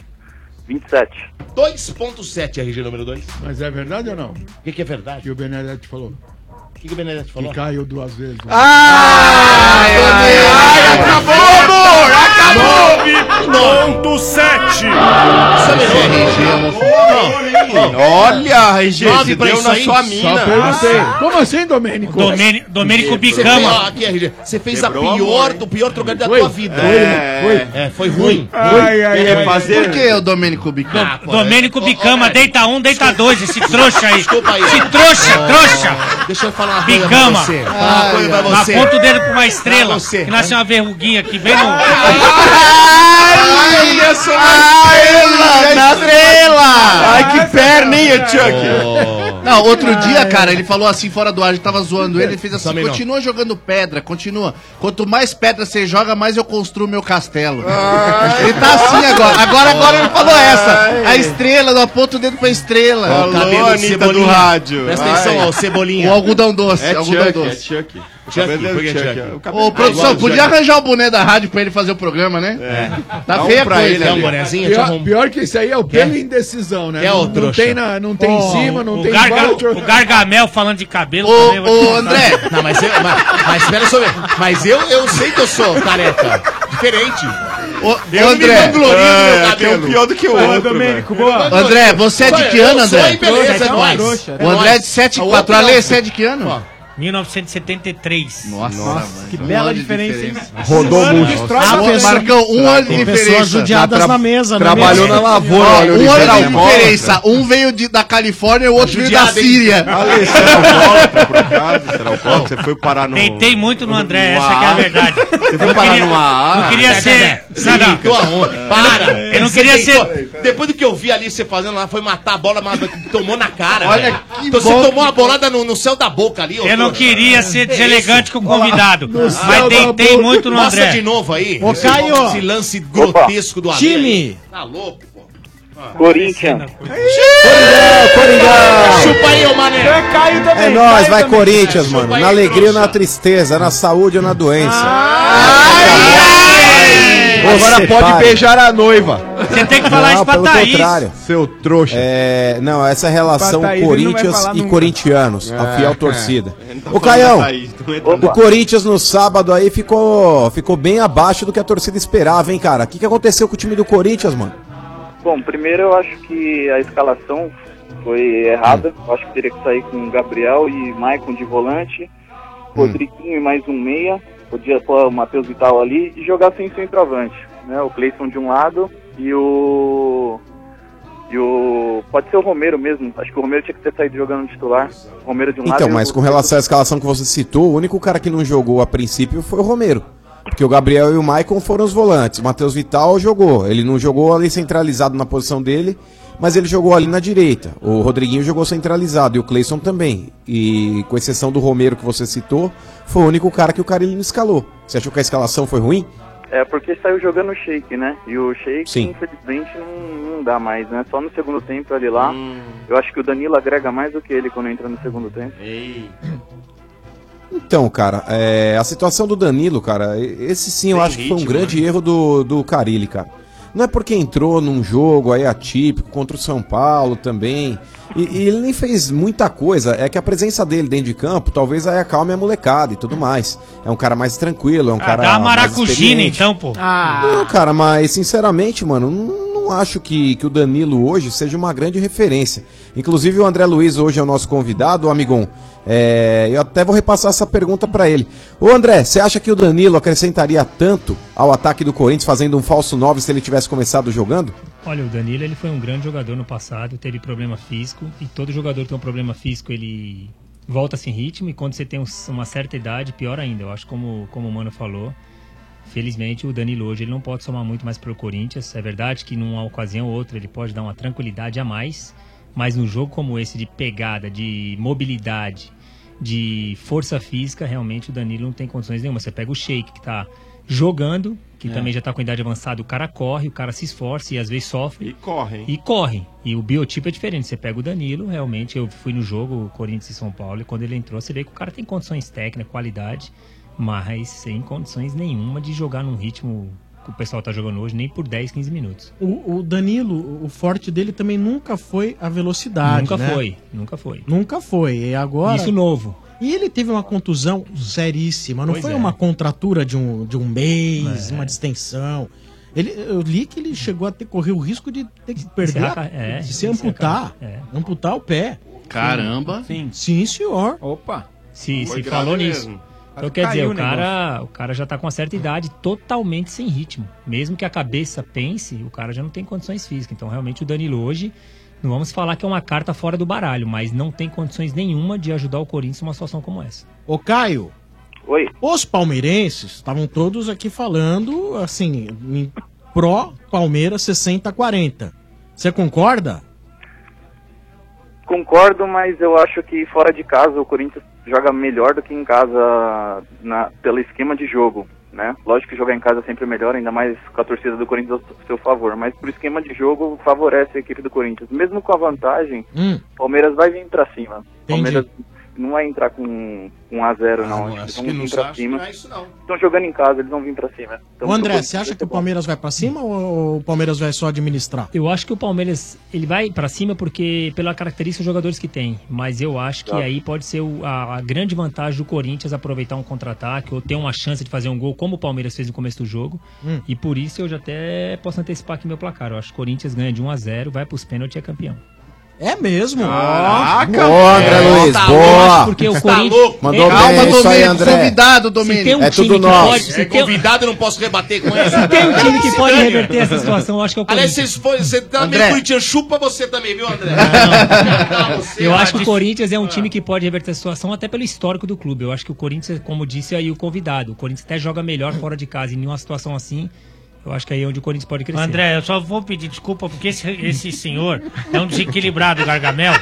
S25: 27.
S9: 2.7 RG número 2.
S20: Mas é verdade ou não? O
S9: que, é verdade?
S20: Que o Benedetti falou. O
S9: que, o Benedetti
S20: falou? Que caiu duas vezes.
S16: Ah,
S23: Acabou, amor! Acabou! Ponto 7!
S11: Olha,
S23: RG, você deu na sua mina.
S20: Só perguntei. Como assim, Domênico?
S1: Domênico, Domênico
S9: Ó,
S1: Bicama.
S9: Aqui, RG. Você fez
S1: Quebrou
S9: a
S1: a
S9: pior,
S1: mão, hein?
S9: o pior trocadilho da
S1: Foi?
S9: tua vida.
S1: Foi,
S9: é,
S1: foi.
S9: é, foi ruim. Ah,
S1: Ai, ai,
S9: Quer
S1: ai,
S9: fazer-
S14: Por que o Domênico Bicama?
S1: Domênico Bicama, deita um, deita dois, esse trouxa aí.
S9: Desculpa aí.
S1: Esse trouxa,
S9: Ó,
S1: trouxa.
S9: Deixa eu falar uma coisa
S1: Bicama.
S9: pra você. Falar uma coisa pra você.
S1: Aponta o dedo pra uma estrela,
S9: você.
S1: que nasce uma verruguinha aqui, bem
S14: [laughs]
S1: no...
S23: Ai,
S14: Estrela, na estrela!
S23: Ai, que perna, hein, Chuck?
S14: Não, outro dia, cara, ele falou assim fora do ar, a gente tava zoando ele, ele fez assim,
S23: Também não.
S14: continua jogando pedra, continua. Quanto mais pedra você joga, mais eu construo meu castelo. ele tá assim agora. Agora, agora ele falou essa. A estrela, não aponta o dedo pra estrela.
S9: Ó, o cabelo do Cebolinha. Presta atenção, ó, o Cebolinha.
S14: O algodão doce,
S9: É
S14: algodão
S9: Chuck,
S14: doce.
S9: é Chuck. O cabelo dele é Chuck, ó. O cabelo-
S14: Ô, produção,
S9: Igual o
S14: podia
S9: Chuck.
S14: arranjar o boné da rádio pra ele fazer o programa, né? É. Tá
S9: Dá um
S14: feia a
S9: pra
S14: coisa.
S9: ele ali.
S20: pior, pior que isso aí é o pelo indecisão, né?
S14: Quer, ô,
S20: não, não
S14: trouxa?
S20: tem, na, não tem em
S1: Ó,
S20: cima, não
S1: o
S20: tem
S1: garga-
S20: embaixo.
S1: O Gargamel falando de cabelo
S9: Ô,
S1: também, eu vou te
S9: ô
S1: contar.
S9: André, não, mas, eu, mas, mas espera só, um minuto. mas eu, eu sei que eu sou careca, diferente. eu
S14: ô, é André.
S9: me vanglorizo do meu
S14: É,
S9: cabelo.
S14: tem um pior do que o
S9: Vai,
S14: outro,
S9: Domênico,
S14: velho.
S9: boa.
S14: André, você é de que
S9: Eu
S14: ano,
S9: sou,
S14: André?
S9: hein, beleza,
S14: Trouxa,
S9: é nóis.
S14: trouxa.
S9: É
S14: O André é de
S9: nóis. A
S14: 74.
S9: outra
S14: Ale,
S9: não.
S14: você é de que ano?
S1: 1973.
S14: Nossa,
S1: Nossa
S14: mano.
S1: que
S14: Um
S1: bela
S14: ano de
S1: diferença,
S14: diferença.
S1: hein?
S14: Rodou
S1: Um ano
S14: muito.
S1: que destrói
S14: Ah,
S1: uma
S14: pô,
S1: pessoa.
S14: Marcão, um ano de
S1: Tem
S14: diferença.
S1: Pessoas judiadas
S14: Tra-
S1: na mesa,
S14: trabalhou na
S1: lavoura.
S14: Ó, um ano de diferença. Um veio de- da Califórnia e o outro veio da
S1: Judiado, hein?
S14: Síria.
S13: Você foi parar no...
S1: Deitei muito no André, essa que é a verdade.
S13: Você foi parar no né? AA.
S1: Não queria ser. Sabe?
S9: Para!
S1: Eu não queria
S9: Você
S1: ser-
S9: deitou- Depois do que eu vi ali você fazendo lá, foi matar a bola, mas tomou na cara.
S1: Olha
S9: velho.
S1: que
S9: então você
S1: bom
S9: tomou uma bolada no, no céu da boca ali. ô,
S1: Eu não
S9: trouxa.
S1: queria ser
S9: Que
S1: deselegante
S9: isso?
S1: com o convidado.
S9: No
S1: Mas
S9: céu da
S1: deitei
S9: boca.
S1: muito no
S9: Mostra
S1: André.
S9: de novo aí.
S1: Ô,
S9: esse-
S1: Caio.
S9: Esse lance grotesco do Ale.
S1: Time.
S9: Tá louco, pô. Ah.
S25: Corinthians.
S15: Coringão, Coringão.
S9: Chupa aí, ô mané. É Caio
S15: É nóis, vai Corinthians, mano. Na alegria ou na tristeza, na saúde ou na doença.
S11: Agora pode beijar a noiva.
S1: Você tem que falar isso pra
S15: pelo
S1: Thaís.
S15: contrário.
S11: Seu trouxa.
S15: É, não, essa relação
S1: Pra Thaís, ele não vai
S15: Corinthians
S1: falar
S15: e
S1: nunca.
S15: corintianos,
S1: É,
S15: a fiel
S1: é.
S15: torcida.
S1: Ele não
S15: Ô,
S1: tá
S15: Caião,
S1: falando da Thaís, não entra
S15: o
S1: nessa.
S15: Corinthians no sábado aí ficou, ficou bem abaixo do que a torcida esperava, hein, cara? O que, que aconteceu com o time do Corinthians, mano?
S17: Bom, primeiro eu acho que a escalação foi errada. Eu acho que teria que sair com Gabriel e Maicon de volante,
S15: Hum.
S17: Rodriguinho e mais um meia. Podia pôr o Matheus Vital ali e jogar sem centroavante. Né? O Cleison de um lado e o. E o. Pode ser o Romero mesmo. Acho que o Romero tinha que ter saído jogando titular. Romero de um lado.
S15: Então,
S17: e
S15: mas
S17: o...
S15: com relação à escalação que você citou, o único cara que não jogou a princípio foi o Romero. Porque o Gabriel e o Maicon foram os volantes. O Matheus Vital jogou. Ele não jogou ali centralizado na posição dele, mas ele jogou ali na direita. O Rodriguinho jogou centralizado e o Cleison também. E com exceção do Romero que você citou, foi o único cara que o Carilino escalou. Você achou que a escalação foi ruim?
S17: É porque saiu jogando o Shake, né? E o Shake,
S15: Sim.
S17: infelizmente, não, não dá mais, né? Só no segundo tempo ele lá. Eu acho que o Danilo agrega mais do que ele quando entra no segundo tempo.
S15: Então, cara, é, a situação do Danilo, cara, e- esse sim eu
S17: Sem
S15: acho que foi um
S17: ritmo,
S1: né?
S15: grande erro do, do Carilli, cara. Não é porque entrou num jogo aí atípico contra o São Paulo também. E, e ele nem fez muita coisa. É que a presença dele dentro de campo talvez aí acalme a molecada e tudo mais. É um cara mais tranquilo, é um cara.
S1: Ah, Dá uma
S15: mais
S1: maracujina
S15: experiente.
S1: então, pô.
S12: Ah,
S15: Não, cara, mas sinceramente, mano, não, não acho que, que o Danilo hoje seja uma grande referência. Inclusive o André Luiz hoje é o nosso convidado, amigão. É, eu até vou repassar essa pergunta pra ele. Ô André, você acha que o Danilo acrescentaria tanto ao ataque do Corinthians fazendo um falso 9 se ele tivesse começado jogando?
S18: Olha, o Danilo ele foi um grande jogador no passado, teve problema físico e todo jogador que tem um problema físico ele volta sem ritmo e quando você tem um- uma certa idade pior ainda. Eu acho como como o mano falou, felizmente o Danilo hoje ele não pode somar muito mais pro Corinthians. É verdade que numa ocasião ou outra ele pode dar uma tranquilidade a mais, mas num jogo como esse de pegada, de mobilidade, de força física, realmente o Danilo não tem condições nenhuma. Você pega o Sheik que tá jogando, que
S13: É.
S18: também já tá com idade avançada, o cara corre, o cara se esforça e às vezes sofre.
S13: E corre, hein?
S18: E corre. E o biotipo é diferente. Você pega o Danilo, realmente, eu fui no jogo Corinthians e São Paulo, e quando ele entrou, você vê que o cara tem condições técnicas, qualidade, mas sem condições nenhuma de jogar num ritmo que o pessoal tá jogando hoje, nem por 10, 15 minutos.
S12: O, o Danilo, o forte dele também nunca foi a velocidade.
S18: nunca
S12: né?
S18: foi, nunca foi.
S12: Nunca foi. E agora.
S18: Isso novo.
S12: E ele teve uma contusão seríssima. Não
S18: Pois
S12: foi
S18: é.
S12: uma contratura de um, de um mês,
S18: É.
S12: uma distensão. Ele, eu li que ele chegou a ter correr o risco de ter que perder,
S18: Encerrar
S12: a-
S18: a ca- é,
S12: de se
S18: encerrar a
S12: amputar,
S18: ca- é.
S12: amputar o pé.
S18: Caramba.
S12: Sim, Sim senhor.
S18: Opa! Se,
S12: Foi
S18: se
S12: grave
S14: Tá
S18: falou nisso.
S12: mesmo.
S18: Então
S12: Acho que
S18: quer dizer,
S12: caiu
S18: o
S12: o
S18: cara, o cara já tá com uma certa idade, totalmente sem ritmo. Mesmo que a cabeça pense, o cara já não tem condições físicas. Então realmente o Danilo hoje, não vamos falar que é uma carta fora do baralho, mas não tem condições nenhuma de ajudar o Corinthians numa situação como essa.
S12: Ô, Caio.
S17: Oi.
S12: Os palmeirenses estavam todos aqui falando, assim, em pró Palmeiras 60-40. Você concorda?
S17: Concordo, mas eu acho que fora de casa o Corinthians joga melhor do que em casa na, pelo esquema de jogo, né? Lógico que jogar em casa é sempre melhor, ainda mais com a torcida do Corinthians ao seu favor, mas pro esquema de jogo favorece a equipe do Corinthians. Mesmo com a vantagem,
S12: Hum.
S17: o Palmeiras vai vir pra cima. O
S12: Entendi.
S17: Palmeiras não vai entrar com 1 a 0 não. Acho eles
S12: que
S17: vão
S12: não
S17: vir pra
S12: acho
S17: cima. Estão jogando em casa, eles vão vir pra cima. Então,
S12: Ô, André, é-
S17: eu-
S12: você acha que o Palmeiras vai pra cima ou o Palmeiras vai É só administrar?
S18: Eu acho que o Palmeiras ele vai pra cima porque pela característica dos jogadores que tem, mas eu acho que
S28: Tá.
S18: aí pode ser o- a, a grande vantagem do Corinthians aproveitar um contra-ataque ou ter uma chance de fazer um gol como o Palmeiras fez no começo do jogo.
S28: Hum.
S18: E por isso eu já até posso antecipar aqui meu placar. Eu acho que o Corinthians ganha de 1 a 0, vai pros pênaltis e é campeão.
S12: É mesmo?
S18: Caraca!
S15: Boa, André Luiz,
S18: tá
S15: boa.
S18: louco, Porque o
S15: Tá
S18: Corinthians...
S15: louco. Mandou
S14: é
S15: bem, isso aí, André.
S18: Convidado,
S15: Convidado,
S18: Domênio.
S15: Domênico.
S18: tem um
S15: É
S18: time
S15: tudo
S18: que
S15: nosso.
S18: pode... se
S9: É
S18: tem um-
S9: convidado, eu não posso rebater com
S18: Se
S9: essa.
S18: tem um time que pode reverter essa situação, eu acho que é o
S9: Aliás,
S18: Corinthians.
S9: vocês foram- você tá meio
S18: André.
S9: corintiano, chupa você também, viu, André?
S18: Eu acho que o Corinthians é um time que pode reverter a situação até pelo histórico do clube. Eu acho que o Corinthians, como disse aí o convidado, o Corinthians até joga melhor fora de casa. E em uma situação assim, eu acho que aí é onde o Corinthians pode crescer.
S1: André, eu só vou pedir desculpa porque esse, esse senhor é um desequilibrado, Gargamel.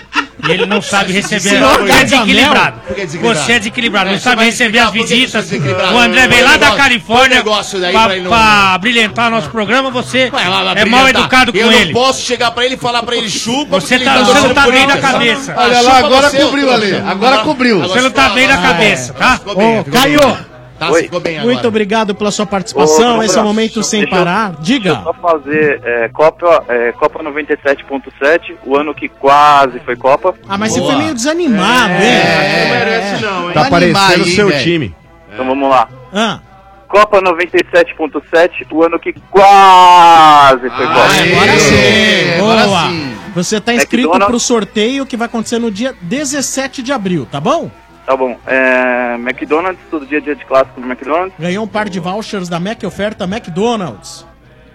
S1: E ele não sabe receber.
S18: Senhor
S1: Você é
S18: Gargamel?
S1: desequilibrado.
S18: Por que desequilibrado?
S1: Você é desequilibrado, não
S18: É,
S1: sabe
S18: você vai
S1: receber as
S18: explicar por que eu sou
S1: visitas.
S18: desequilibrado?
S1: O André veio lá da
S18: Põe
S1: Califórnia
S9: negócio daí
S1: pra,
S9: pra ele não-
S1: pra brilhantar o nosso programa. Você é mal educado com
S9: eu
S1: ele.
S9: Eu não posso chegar pra ele e falar pra ele chupa.
S1: Você
S9: porque
S1: tá-
S9: ele
S1: você não
S9: torcendo
S1: tá
S9: pro
S1: bem da
S9: Corinthians.
S1: cabeça.
S9: Ah,
S1: Olha lá,
S9: chupa
S1: agora
S9: você, ô
S1: cobriu,
S9: trouxa.
S1: Ale, agora cobriu. Você não tá bem da cabeça, tá?
S9: Ficou bem,
S1: Ô,
S9: ficou
S1: Caio,
S9: bem. Tá,
S25: Oi.
S9: ficou bem agora.
S12: Muito obrigado pela sua participação.
S25: Ô,
S12: Esse é o
S25: Bruno,
S12: momento sem
S25: deixa eu-
S12: parar. Diga.
S25: Só fazer é, Copa, é, Copa 97.7, o ano que quase foi Copa.
S12: Ah, mas você foi meio desanimado, hein?
S25: Não merece não,
S12: hein? É. Tá parecendo o seu time.
S25: Então vamos lá.
S12: Ah.
S25: Copa 97.7, o ano que quase foi Copa.
S12: Ah, Agora sim,
S25: É, agora
S12: É, boa.
S25: sim. É
S12: Você está inscrito
S25: McDonald's.
S12: para o sorteio que vai acontecer no dia 17 de abril, tá bom?
S25: Tá bom. É, McDonald's, todo dia é dia de clássico do McDonald's.
S12: Ganhou um par de vouchers da Mac Oferta McDonald's.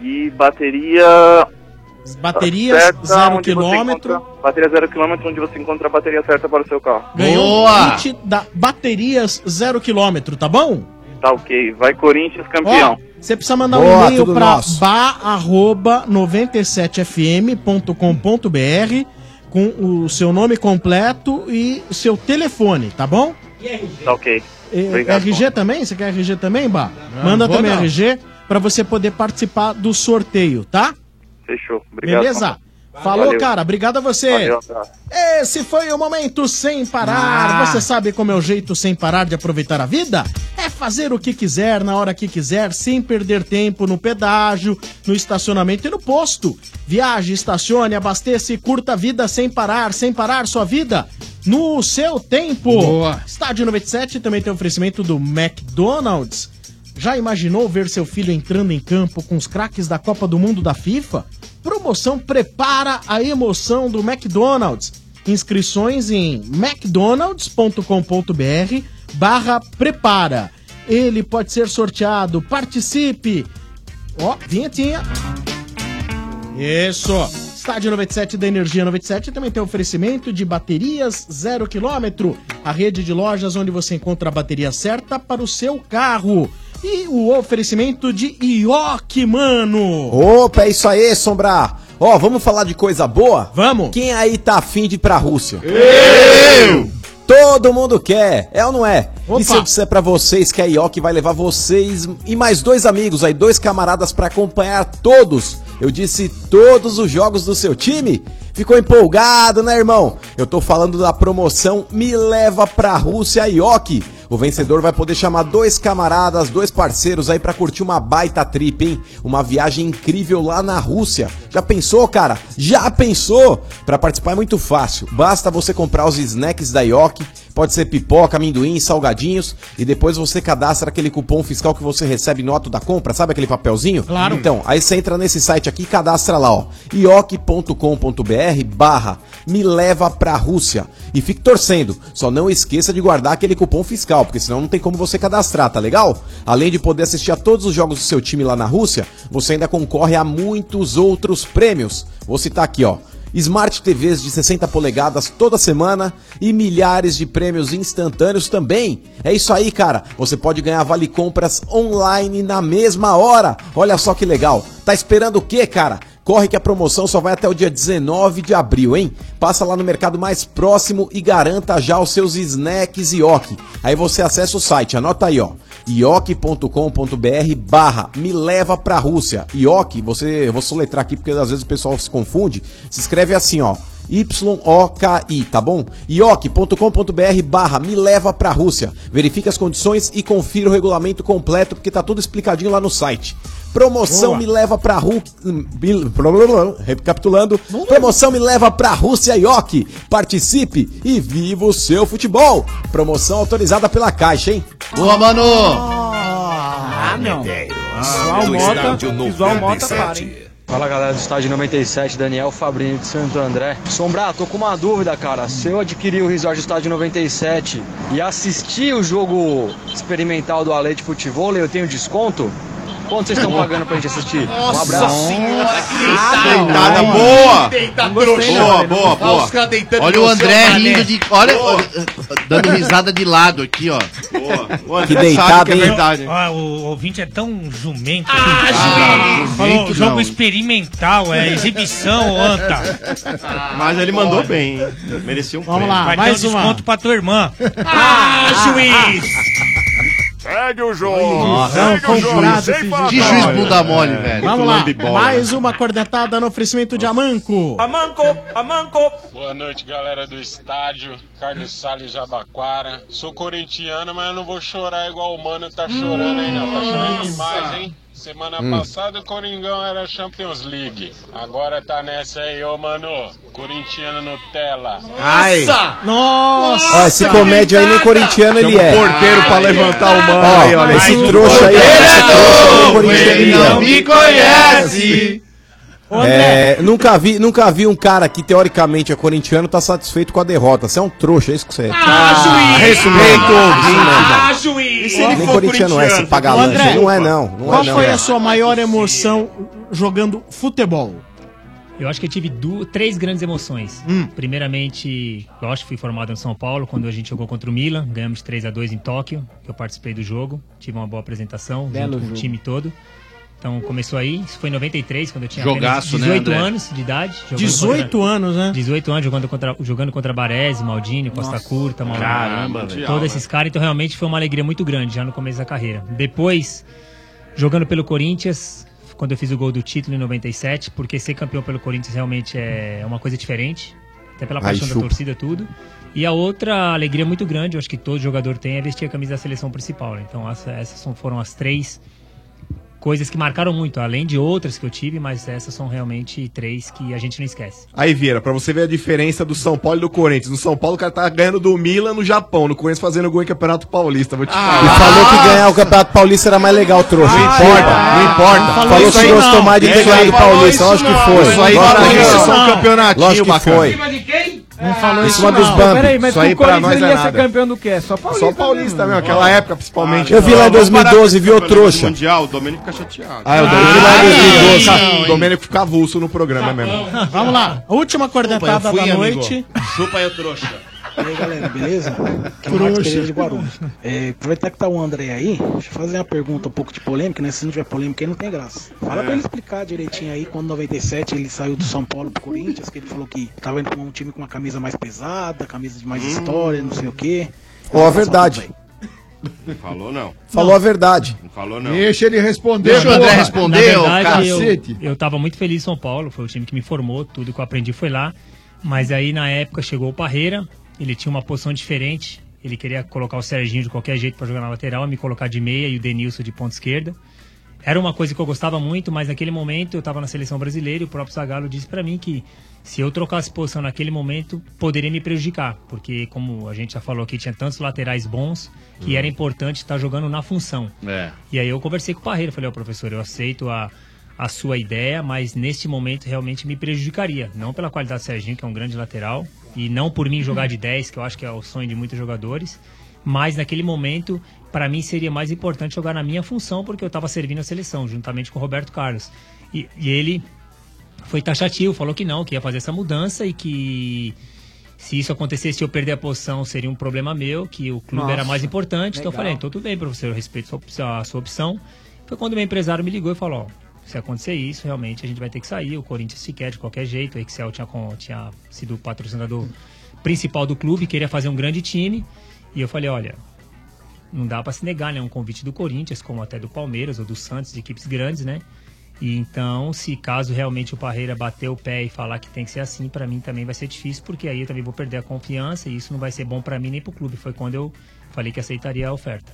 S25: E bateria.
S12: baterias
S25: certa
S12: zero
S25: onde você
S12: quilômetro.
S25: encontra- Bateria zero quilômetro, onde você encontra a bateria certa para o seu carro.
S12: Ganhou um kit da Baterias Zero Quilômetro, tá bom?
S25: Tá ok. Vai Corinthians
S19: Ah, é?
S25: campeão.
S12: Você precisa mandar
S25: Boa,
S12: um e-mail
S25: tudo
S12: para
S25: nosso.
S12: ba97fm.com.br com o seu nome completo e seu telefone, tá bom?
S25: Tá ok.
S12: E-
S25: Obrigado.
S12: RG também? Você quer RG também, Bah?
S25: Não,
S12: Manda
S25: não vou
S12: também
S25: não.
S12: RG para você poder participar do sorteio, tá?
S25: Fechou. Obrigado.
S12: Beleza?
S25: Valeu.
S12: Falou, cara. Obrigado a você.
S25: Valeu, abraço.
S12: Esse foi o Momento Sem Parar.
S19: Ah.
S25: Ah.
S12: Você sabe como é o jeito sem parar de aproveitar a vida? É fazer o que quiser, na hora que quiser, sem perder tempo no pedágio, no estacionamento e no posto. Viaje, estacione, abasteça e curta a vida sem parar, sem parar sua vida no seu tempo.
S20: Boa.
S12: Estádio 97 também tem oferecimento do McDonald's. Já imaginou ver seu filho entrando em campo com os craques da Copa do Mundo da FIFA? Promoção Prepara a Emoção do McDonald's. Inscrições em mcdonalds.com.br barra prepara. Ele pode ser sorteado. Participe! Ó, vinhetinha. Isso! Estádio 97 da Energia 97 também tem oferecimento de baterias zero quilômetro. A rede de lojas onde você encontra a bateria certa para o seu carro. E o oferecimento de Ioki, mano!
S15: Opa, é isso aí, Sombra. Ó, vamos falar de coisa boa?
S12: Vamos.
S15: Quem aí tá afim de ir pra Rússia? Eu! Todo mundo quer, é ou não é? E se eu disser pra vocês que a Ioki vai levar vocês e mais dois amigos aí, dois camaradas pra acompanhar todos? Eu disse todos os jogos do seu time? Ficou empolgado, né, irmão? Eu tô falando da promoção Me Leva pra Rússia Ioki. O vencedor vai poder chamar dois camaradas, dois parceiros aí pra curtir uma baita trip, hein? Uma viagem incrível lá na Rússia. Já pensou, cara? Já pensou? Pra participar é muito fácil. Basta você comprar os snacks da Yoki, pode ser pipoca, amendoim, salgadinhos, e depois você cadastra aquele cupom fiscal que você recebe no ato da compra, sabe aquele papelzinho? Claro. Então, aí você entra nesse site aqui e cadastra lá, ó, ioki.com.br barra me leva pra Rússia. E fique torcendo, só não esqueça de guardar aquele cupom fiscal, porque senão não tem como você cadastrar, tá legal? Além de poder assistir a todos os jogos do seu time lá na Rússia, você ainda concorre a muitos outros prêmios. Vou citar aqui, ó. Smart TVs de 60 polegadas toda semana e milhares de prêmios instantâneos também. É isso aí, cara. Você pode ganhar vale compras online na mesma hora. Olha só que legal. Tá esperando o quê, cara? Corre que a promoção só vai até o dia 19 de abril, hein? Passa lá no mercado mais próximo e garanta já os seus snacks Yoki. Aí você acessa o site, anota aí, ó. ioki.com.br barra me leva pra Rússia. Ioki, você, eu vou soletrar aqui porque às vezes o pessoal se confunde. Se escreve assim, ó. Y-O-K-I, tá bom? ioki.com.br barra me leva pra Rússia. Verifique as condições e confira o regulamento completo porque tá tudo explicadinho lá no site. Promoção
S27: Boa.
S15: me leva pra hum, Hulk. Recapitulando. Promoção me leva pra Rússia Ioki. Participe e viva o seu futebol. Promoção autorizada pela Caixa, hein?
S14: Boa, mano!
S12: Ah, não.
S19: Visual Mota, Visual Mota para, hein? Fala galera do estádio 97, Daniel Fabrini de Santo André. Sombra, tô com uma dúvida, cara. Se eu adquirir o Resort Estádio 97 e assistir o jogo experimental do Ale de futebol, eu tenho desconto? Quanto vocês estão pagando pra gente assistir? um abraço.
S14: Deitada boa! Boa, boa, boa.
S9: tá
S14: Olha o André rindo de. Olha, dando risada de lado aqui, ó.
S1: Boa.
S14: Que é deitada,
S12: é
S14: hein?
S1: Ó, o ouvinte é tão jumento. Ah, jumento! Falou,
S14: jumento
S1: jogo
S14: não.
S1: experimental, é exibição, anta.
S19: Mas ele mandou bem, hein? Merecia um
S1: Vamos
S19: prêmio.
S1: lá, mais um desconto pra tua irmã. Ah, juiz!
S16: Segue o jogo.
S12: Não,
S16: Segue o jogo.
S12: comprado
S16: Sem
S12: esse
S16: falar.
S12: jogo. Vamos lá,
S16: lambibola.
S12: mais uma cornetada no oferecimento de Amanco.
S3: Amanco, Amanco. Boa noite, galera do estádio. Carlos Salles Jabaquara. Sou corintiano, mas eu não vou chorar igual o Mano tá chorando aí, não. Tá chorando demais, hein? Semana
S27: Hum.
S3: passada o Coringão era Champions League. Agora tá nessa aí, ô mano. Corintiano Nutella.
S12: Ai. Nossa!
S15: Ó, esse comédia aí nem corintiano
S9: um
S15: ele é.
S23: porteiro pra levantar o mano
S15: Ó,
S23: aí, olha.
S15: esse
S23: Mas o
S15: trouxa aí.
S23: porteiro
S15: esse
S23: é
S15: trouxa nem
S23: novo,
S15: corintiano
S23: ele
S15: ele é.
S23: não me conhece.
S15: É, nunca vi, nunca vi um cara que teoricamente é corintiano tá satisfeito com a derrota. Você é um trouxa, é isso que você é. né,
S23: Ah,
S15: Respeito,
S23: Ah,
S15: ouvinte.
S23: juiz.
S15: se ele Nem for corintiano é, se pagar
S12: Ô,
S15: lanche.
S12: André,
S15: Não é não, não
S12: Qual
S15: é não.
S12: foi a sua maior emoção jogando futebol?
S18: Eu acho que eu tive du- três grandes emoções.
S24: Hum.
S18: Primeiramente, eu acho que fui formado em São Paulo, quando a gente jogou contra o Milan. Ganhamos 3 a 2 em Tóquio, que eu participei do jogo. Tive uma boa apresentação
S24: Belo
S18: junto com
S24: jogo.
S18: o time todo. Então começou aí, isso foi em 93, quando eu tinha
S24: Jogaço, né,
S18: apenas 18
S24: André?
S18: anos de idade. jogando
S12: 18 anos, né?
S18: 18 anos jogando contra, jogando contra Baresi, Maldini, Costa
S24: Nossa.
S18: Curta, Mauro.
S24: Caramba, velho.
S18: Todos esses caras, então realmente foi uma alegria muito grande já no começo da carreira. Depois, jogando pelo Corinthians, quando eu fiz o gol do título em 97, porque ser campeão pelo Corinthians realmente é uma coisa diferente, até pela
S24: Aí
S18: paixão da
S24: chupa.
S18: torcida tudo. E a outra alegria muito grande, eu acho que todo jogador tem, é vestir a camisa da seleção principal. né? Então essa- essas são- foram as três coisas que marcaram muito, além de outras que eu tive, mas essas são realmente três que a gente não esquece.
S11: Aí, Vieira, pra você ver a diferença do São Paulo e do Corinthians. No São Paulo, o cara tá ganhando do Milan no Japão. No Corinthians, fazendo gol em Campeonato Paulista. Vou te
S24: Ah,
S11: falar.
S15: Ele falou que ganhar É, o Campeonato Paulista era mais legal, trouxa. Não importa, não importa. Falou,
S11: Falou isso
S15: que
S11: aí
S15: gostou
S11: não.
S15: mais de ter
S11: Isso aí.
S15: ganhado o
S11: Falou
S15: Paulista.
S11: isso
S15: Lógico que
S11: não.
S15: foi.
S11: Isso aí
S15: Lógico
S11: pra
S15: que
S11: nós
S15: foi.
S11: é só um campeonatinho
S15: Lógico que
S11: bacana.
S15: foi.
S24: é, Não falou
S15: Em
S24: isso
S15: cima dos
S24: não.
S15: bancos.
S24: Peraí, mas
S15: Isso aí
S24: o
S15: pra
S24: Corinthians
S15: nós é
S24: ele ia ser
S15: nada.
S24: campeão do quê? Só Paulista. Ah.
S11: Só Paulista mesmo, aquela época principalmente.
S15: Eu vi lá em
S11: Vamos parar com
S15: 2012,
S11: esse
S15: vi o é
S11: campeonato
S15: trouxa.
S13: Mundial, o Domênico fica chateado.
S11: Ah, eu vi lá em 2012. O Domênico fica avulso no
S24: Tá
S11: programa mesmo.
S12: Vamos lá, a última cornetada
S11: Opa, eu fui,
S12: da
S11: amigo.
S12: noite.
S29: Chupa aí, trouxa. E aí, galera, beleza? Aqui é o
S12: Trouxa.
S29: Marcos Pereira de Guarulhos. É, aproveitar que tá o André aí, deixa eu fazer uma pergunta um pouco de polêmica, né? Se não tiver polêmica aí, não tem graça. Fala
S30: É.
S29: pra ele explicar direitinho aí, quando em 97 ele saiu do São Paulo pro Corinthians, que ele falou que tava indo pra um time com uma camisa mais pesada, camisa de mais história, não sei o quê.
S15: Falou a verdade.
S13: Falou não.
S15: Falou a verdade.
S13: Não falou não.
S20: Deixa ele responder.
S18: Na
S20: porra.
S18: verdade, eu-
S20: Cacete.
S18: Eu tava muito feliz em São Paulo, foi o time que me formou, tudo que eu aprendi foi lá. Mas aí na época chegou o Parreira, ele tinha uma posição diferente. Ele queria colocar o Serginho de qualquer jeito pra jogar na lateral, me colocar de meia e o Denilson de ponta esquerda. Era uma coisa que eu gostava muito, mas naquele momento eu tava na seleção brasileira e o próprio Zagallo disse pra mim que se eu trocasse posição naquele momento, poderia me prejudicar, porque como a gente já falou aqui, tinha tantos laterais bons que
S24: Hum.
S18: era importante estar jogando na função.
S24: É.
S18: E aí eu conversei com o Parreira, falei, ó, professor, eu aceito a, a sua ideia, mas neste momento realmente me prejudicaria. Não pela qualidade do Serginho, que é um grande lateral, e não por mim jogar de 10, que eu acho que é o sonho de muitos jogadores, mas naquele momento, para mim, seria mais importante jogar na minha função, porque eu estava servindo a seleção, juntamente com o Roberto Carlos. E, e ele foi taxativo, falou que não, que ia fazer essa mudança e que... Se isso acontecesse, se eu perder a posição, seria um problema meu, que o clube
S24: Nossa,
S18: era mais importante. Então eu
S24: legal.
S18: falei, então tudo bem, professor, eu respeito sua opção- a sua opção. Foi quando o meu empresário me ligou e falou, ó, se acontecer isso, realmente a gente vai ter que sair, o Corinthians se quer de qualquer jeito, o Excel tinha, con- tinha sido o patrocinador principal do clube, queria fazer um grande time. E eu falei, olha, não dá pra se negar, né? Um convite do Corinthians, como até do Palmeiras ou do Santos, de equipes grandes, né? E então, se caso realmente o Parreira bater o pé e falar que tem que ser assim, pra mim também vai ser difícil, porque aí eu também vou perder a confiança e isso não vai ser bom pra mim nem pro clube. Foi quando eu falei que aceitaria a oferta.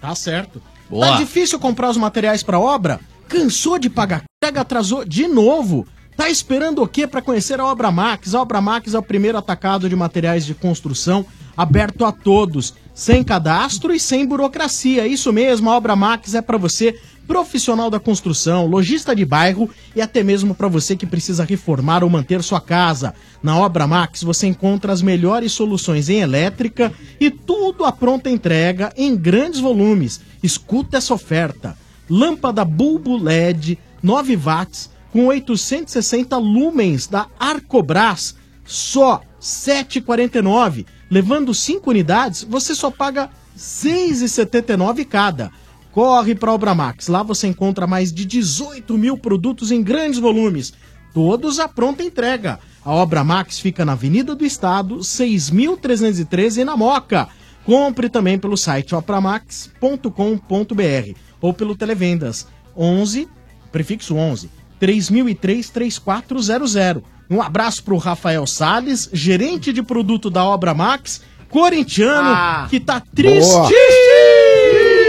S12: Tá certo.
S18: Boa.
S12: Tá difícil comprar os materiais pra obra? Cansou de pagar carga? Atrasou de novo? Tá esperando o quê para conhecer a Obra Max? A Obra Max é o primeiro atacado de materiais de construção aberto a todos, sem cadastro e sem burocracia. Isso mesmo, a Obra Max é para você, profissional da construção, lojista de bairro e até mesmo para você que precisa reformar ou manter sua casa. Na Obra Max você encontra as melhores soluções em elétrica e tudo à pronta entrega em grandes volumes. Escuta essa oferta: lâmpada bulbo LED 9 watts com 860 lumens da Arcobras, só 7,49. Levando 5 unidades, você só paga 6,79 cada. Corre para a Obra Max. Lá você encontra mais de 18 mil produtos em grandes volumes, todos à pronta entrega. A Obra Max fica na Avenida do Estado, 6.313 na Moca. Compre também pelo site opramax.com.br ou pelo Televendas 11, prefixo 11, 3003 3400. Um abraço para o Rafael Sales, gerente de produto da Obra Max, corintiano,
S23: Ah.
S12: que tá triste.
S23: Boa.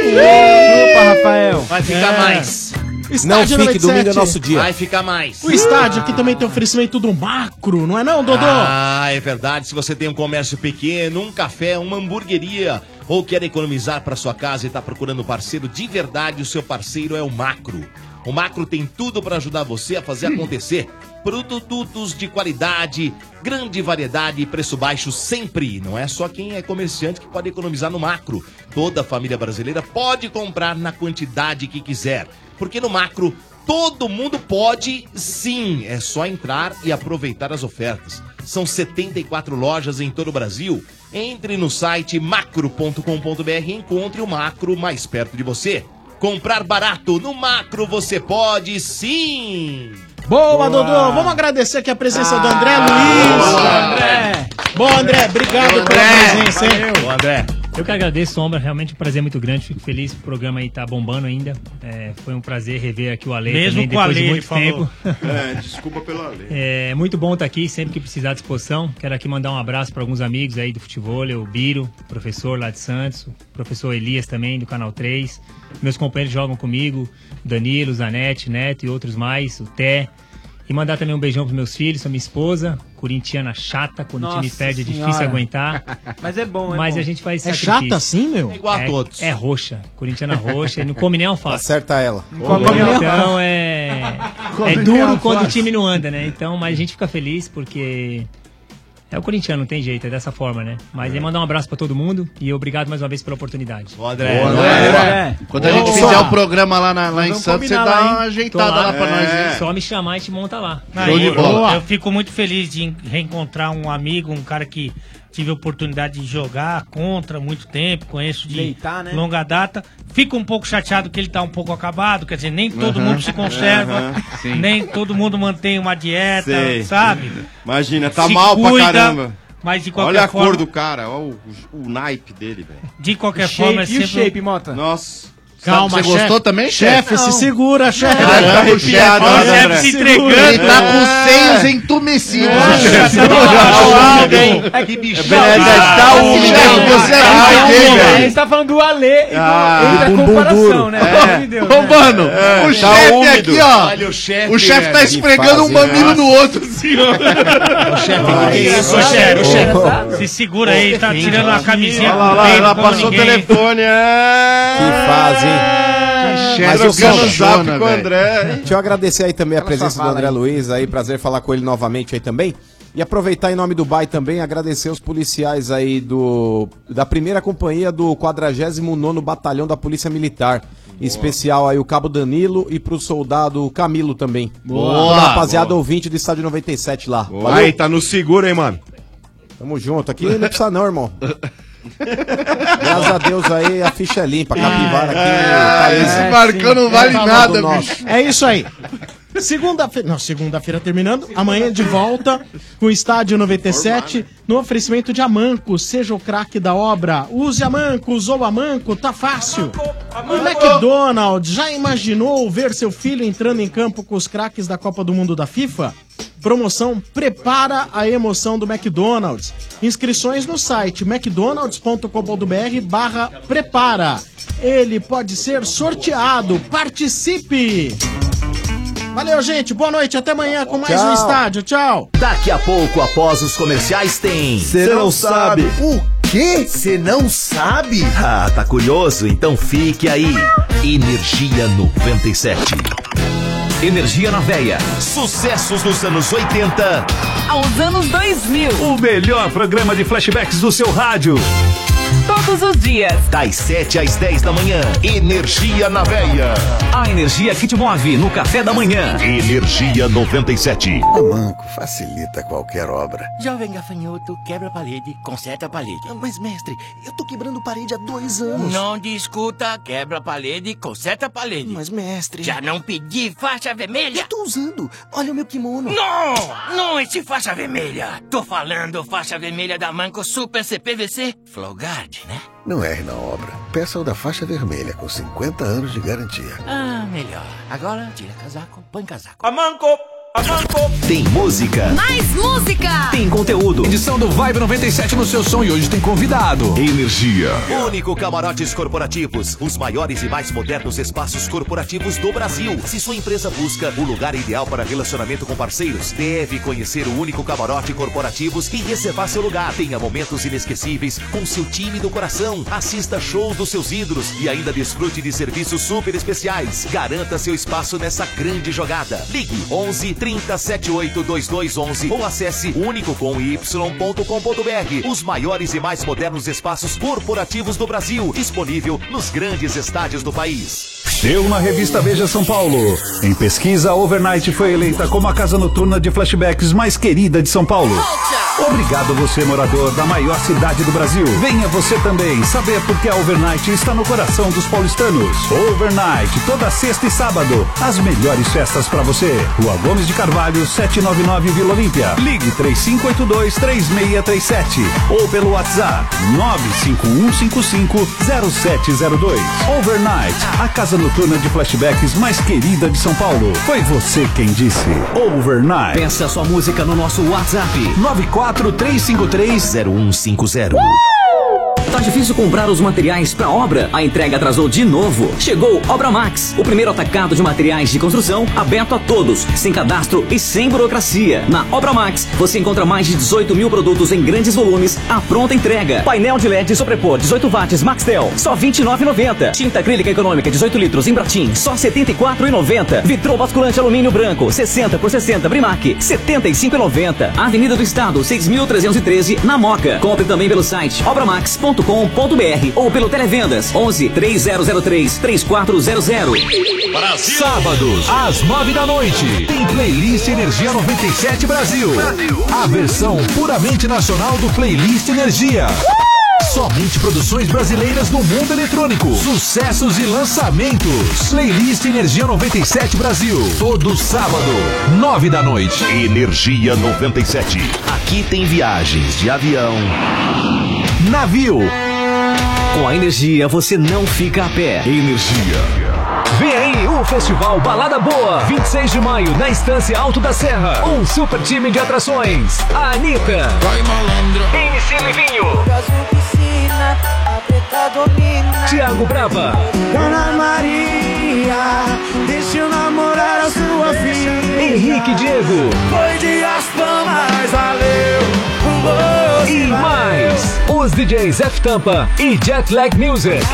S12: Opa,
S23: Rafael.
S9: Vai ficar
S13: É.
S9: mais.
S12: Estádio 97.
S9: Vai ficar mais.
S12: O estádio que também tem oferecimento do macro, não é não, Dodô?
S9: Ah, é verdade. Se você tem um comércio pequeno, um café, uma hamburgueria ou quer economizar para sua casa e está procurando um parceiro de verdade, o seu parceiro é o Macro. O Macro tem tudo para ajudar você a fazer acontecer. Produtos de qualidade, grande variedade e preço baixo sempre. Não é só quem é comerciante que pode economizar no Macro. Toda a família brasileira pode comprar na quantidade que quiser. Porque no Macro Todo mundo pode, sim. É só entrar e aproveitar as ofertas. São 74 lojas em todo o Brasil. Entre no site macro.com.br e encontre o macro mais perto de você. Comprar barato no macro você pode, sim.
S12: Boa, Dodô. Vamos agradecer aqui a presença do André Luiz. André. Bom, André, obrigado pela presença, hein?
S9: Ô, André.
S18: Eu que agradeço, Ombra. Realmente um prazer muito grande. Fico feliz. O programa aí tá bombando ainda. É, foi um prazer rever aqui o Ale
S1: Mesmo
S18: também,
S1: com o
S18: depois
S1: Ale,
S18: de
S1: ele
S18: muito
S1: falou.
S18: tempo.
S13: É, desculpa pela
S18: [laughs]
S13: lei.
S18: É muito bom estar aqui, sempre que precisar à disposição. Quero aqui mandar um abraço para alguns amigos aí do futebol, o Biro, professor lá de Santos, o professor Elias também, do Canal 3. Meus companheiros jogam comigo, Danilo, Zanetti, Neto e outros mais, o Té. E mandar também um beijão pros meus filhos, pra minha esposa, corintiana chata, quando o time
S8: Nossa
S18: perde é
S8: Senhora.
S18: difícil aguentar.
S8: [laughs] Mas é bom, é
S18: Mas
S8: bom.
S18: a gente faz
S8: É
S18: sacrifício.
S8: chata assim, meu?
S18: É
S8: igual a
S15: todos.
S18: É roxa, corintiana roxa, e não come nem alface.
S8: Tá
S15: Acerta Tá ela.
S18: Então é.
S15: Come
S18: É
S15: nem
S18: duro
S15: alface.
S18: quando o time não anda, né? Então, mas a gente fica feliz porque. É o corintiano, não tem jeito, é dessa forma, né? Mas
S14: É.
S18: aí mandar um abraço pra todo mundo e obrigado mais uma vez pela oportunidade. Boa,
S14: André. Boa,
S18: é,
S14: André. André. Quando a gente fizer o programa lá na- lá em Santos, você dá uma ajeitada lá pra nós, hein?
S18: É, Só me chamar e te monta lá.
S14: Show de
S18: eu-
S14: bola.
S18: Eu fico muito feliz de reencontrar um amigo, um cara que tive a oportunidade de jogar contra há muito tempo, conheço de
S8: Deitar, né?
S18: longa data. Fico um pouco chateado que ele tá um pouco acabado, quer dizer, nem todo
S13: Aham.
S18: mundo se conserva,
S13: Aham, sim.
S18: nem todo mundo mantém uma dieta,
S13: Sei.
S18: sabe?
S13: Imagina, tá
S18: Se
S13: mal
S18: cuida,
S13: pra caramba.
S18: mas de qualquer
S13: Olha a
S18: forma- [laughs]
S13: cor do cara, olha o, o naipe dele, velho.
S18: De qualquer O shape, forma, é e o sempre um- shape,
S13: Mota? Nossa.
S12: Calma,
S13: Sabe,
S12: chefe. Chefe, se
S22: [laughs]
S12: segura, chefe.
S13: Tá arrepiado,
S12: Olha o
S13: André.
S12: chefe se entregando.
S14: Ele tá
S12: É.
S14: com seios entumecidos.
S22: tá É
S23: Que
S13: É
S23: bicho.
S14: tá humilhado. Você
S22: Tá
S14: é muito bem, velho.
S22: Ele tá falando do Ale e do,
S13: Ah.
S22: entre a
S14: bumbum
S22: comparação,
S14: duro.
S22: né?
S14: É.
S22: Pelo amor de Deus,
S14: Ô,
S22: né?
S14: mano, o
S22: tá
S14: chefe
S22: úmido.
S14: aqui, ó.
S22: Olha
S14: o
S22: o
S14: chefe,
S22: chefe,
S14: tá
S22: velho, que né?
S14: esfregando um
S22: fase,
S14: mamilo
S22: nossa.
S14: no outro, assim, ó.
S18: O chefe, o que é isso, Ô, chefe? Ô, chefe, se segura aí, tá tirando a camisinha.
S14: Olha lá, olha lá, ela passou o é.
S13: telefone. Que
S15: fase,
S14: hein?
S15: Mas eu sou
S14: Trocando zap com o André, hein?
S15: Deixa eu agradecer aí também a presença do
S14: fala
S15: André
S14: aí.
S15: Luiz aí, prazer falar com ele novamente aí também. E aproveitar em nome do BAI também, agradecer os policiais aí do da primeira companhia do 49º Batalhão da Polícia Militar. Em especial aí o Cabo Danilo e pro soldado Camilo também.
S11: Boa.
S15: Toda a rapaziada ouvinte do Estádio 97 lá.
S11: Aí, tá no seguro, hein, mano?
S15: Tamo junto. Aqui não precisa não, irmão.
S11: [laughs]
S15: Graças a Deus aí a ficha é limpa, a capivara aqui. tá
S12: É,
S15: lisa.
S12: sim. É, tá bom, do nosso. É isso aí. Segunda-feira, não, segunda-feira terminando, amanhã de volta com o Estádio 97 no oferecimento de Amanco, seja o craque da obra, use Amanco, usou Amanco, tá fácil. O McDonald's já imaginou ver seu filho entrando em campo com os craques da Copa do Mundo da FIFA? Promoção Prepara a Emoção do McDonald's. Inscrições no site mcdonalds.com.br barra prepara. Ele pode ser sorteado. Participe! Valeu, gente. Boa noite. Até amanhã com mais um
S4: Tchau.
S12: estádio. Tchau.
S4: Daqui a pouco, após os comerciais, tem.
S12: Cê não sabe.
S4: O quê? Você não sabe? Ah, tá curioso? Então fique aí. Energia 97. Energia na veia. Sucessos dos anos 80.
S26: Aos anos 2000.
S4: O melhor programa de flashbacks do seu rádio.
S26: Todos os dias.
S4: Das 7 às 10 da manhã. Energia na veia. A energia que te move no café da manhã. Energia 97.
S27: Amanco facilita qualquer obra.
S30: Jovem gafanhoto, quebra a parede, conserta a parede. Ah, Mas, mestre, eu tô quebrando parede há dois
S27: anos.
S30: Não discuta, quebra a parede, conserta a parede. Mas, mestre. Já não pedi faixa vermelha? Eu tô usando. Olha o meu kimono. Não! Não esse faixa vermelha. Tô falando faixa vermelha da Manco Super CPVC Flowguard, né?
S2: Não erre na obra. Peça o da faixa vermelha com 50 anos de garantia.
S13: Ah, melhor. Agora tira casaco, põe casaco. Amanco! Amanco!
S9: Tem música.
S31: Mais música!
S9: Tem conteúdo. Edição do Vibe 97 no seu som e hoje tem convidado. Energia. Único Camarotes Corporativos, os maiores e mais modernos espaços corporativos do Brasil. Se sua empresa busca o lugar ideal para relacionamento com parceiros, deve conhecer o Único Camarote Corporativos e reservar seu lugar. Tenha momentos inesquecíveis com seu time do coração. Assista shows dos seus ídolos e ainda desfrute de serviços super especiais. Garanta seu espaço nessa grande jogada. Ligue 11 30 78 2211 ou acesse únicocomy.com.br. Os maiores e mais modernos espaços corporativos do Brasil, disponível nos grandes estádios do país.
S26: Deu na revista Veja São Paulo. Em pesquisa, a Overnight foi eleita como a casa noturna de flashbacks mais querida de São Paulo. Obrigado você, morador da maior cidade do Brasil. Venha você também saber por que a Overnight está no coração dos paulistanos. Overnight, toda sexta e sábado, as melhores festas para você. Rua Gomes de Carvalho, 799 Vila Olímpia. Ligue 3582-3637 ou pelo WhatsApp 951550702. Overnight, a casa noturna de flashbacks mais querida de São Paulo. Foi você quem disse. Overnight.
S9: Peça sua música no nosso WhatsApp 943530150.
S8: Tá difícil comprar os materiais para obra? A entrega atrasou de novo. Chegou Obra Max, o primeiro atacado de materiais de construção aberto a todos, sem cadastro e sem burocracia. Na Obra Max, você encontra mais de 18 mil produtos em grandes volumes à pronta entrega. Painel de LED sobrepor 18 watts Maxtel, só 29,90. Tinta acrílica econômica 18 litros em Bratim, só 74,90. Vitrô basculante alumínio branco 60 por 60 Brimac, 75,90. Avenida do Estado 6.313 na Moca. Compre também pelo site obramax.com.br ou pelo televendas 11 3003 3400.
S9: Brasil. Sábados, às nove da noite, tem playlist Energia 97 Brasil. A versão puramente nacional do playlist Energia. Somente produções brasileiras do mundo eletrônico, sucessos e lançamentos. Playlist Energia 97 Brasil, todo sábado, nove da noite. Energia 97. Aqui tem viagens de avião. Navio.
S8: Com a energia você não fica a pé.
S9: Energia.
S8: Vem aí o Festival Balada Boa, 26 de maio, na Estância Alto da Serra. Um super time de atrações. A Anitta. Vai malandro. MC Livinho. Tiago Brava.
S4: Dona Maria, deixa eu namorar a sua filha.
S8: Henrique Diego.
S4: Foi de Aspan, mas valeu.
S8: E mais, os DJs F Tampa e Jet Lag Music.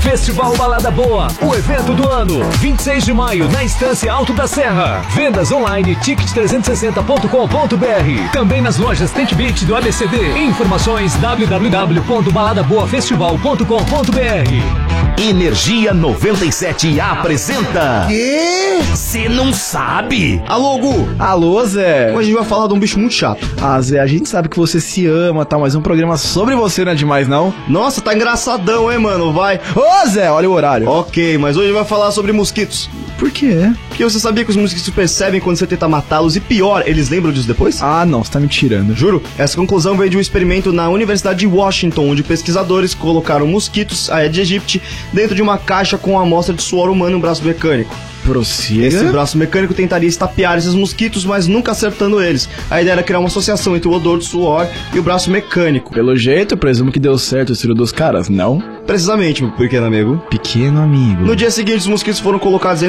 S8: Festival Balada Boa, o evento do ano, 26 de maio, na Estância Alto da Serra. Vendas online, ticket360.com.br. Também nas lojas Tent Beat do ABCD. Informações www.baladaboafestival.com.br.
S9: Energia 97 apresenta.
S8: Quê?
S9: Você não sabe?
S32: Alô, Gu! Alô, Zé! Hoje a gente vai falar de um bicho muito chato. Ah, Zé, a gente sabe que você se ama, tá? Mas um programa sobre você não é demais, não? Nossa, tá engraçadão, hein, mano? Vai! Ô, Zé, olha o horário. Ok, mas hoje vai falar sobre mosquitos. Por quê? Porque você sabia que os mosquitos percebem quando você tenta matá-los e pior, eles lembram disso depois? Ah, não, você tá me tirando. Juro, essa conclusão veio de um experimento na Universidade de Washington, onde pesquisadores colocaram mosquitos, a Aedes aegypti, dentro de uma caixa com uma amostra de suor humano e um braço mecânico. Prossiga. Esse braço mecânico tentaria estapear esses mosquitos, mas nunca acertando eles. A ideia era criar uma associação entre o odor do suor e o braço mecânico. Pelo jeito, presumo que deu certo o estilo dos caras, não? Precisamente, meu pequeno amigo. Pequeno amigo. No dia seguinte, os mosquitos foram colocados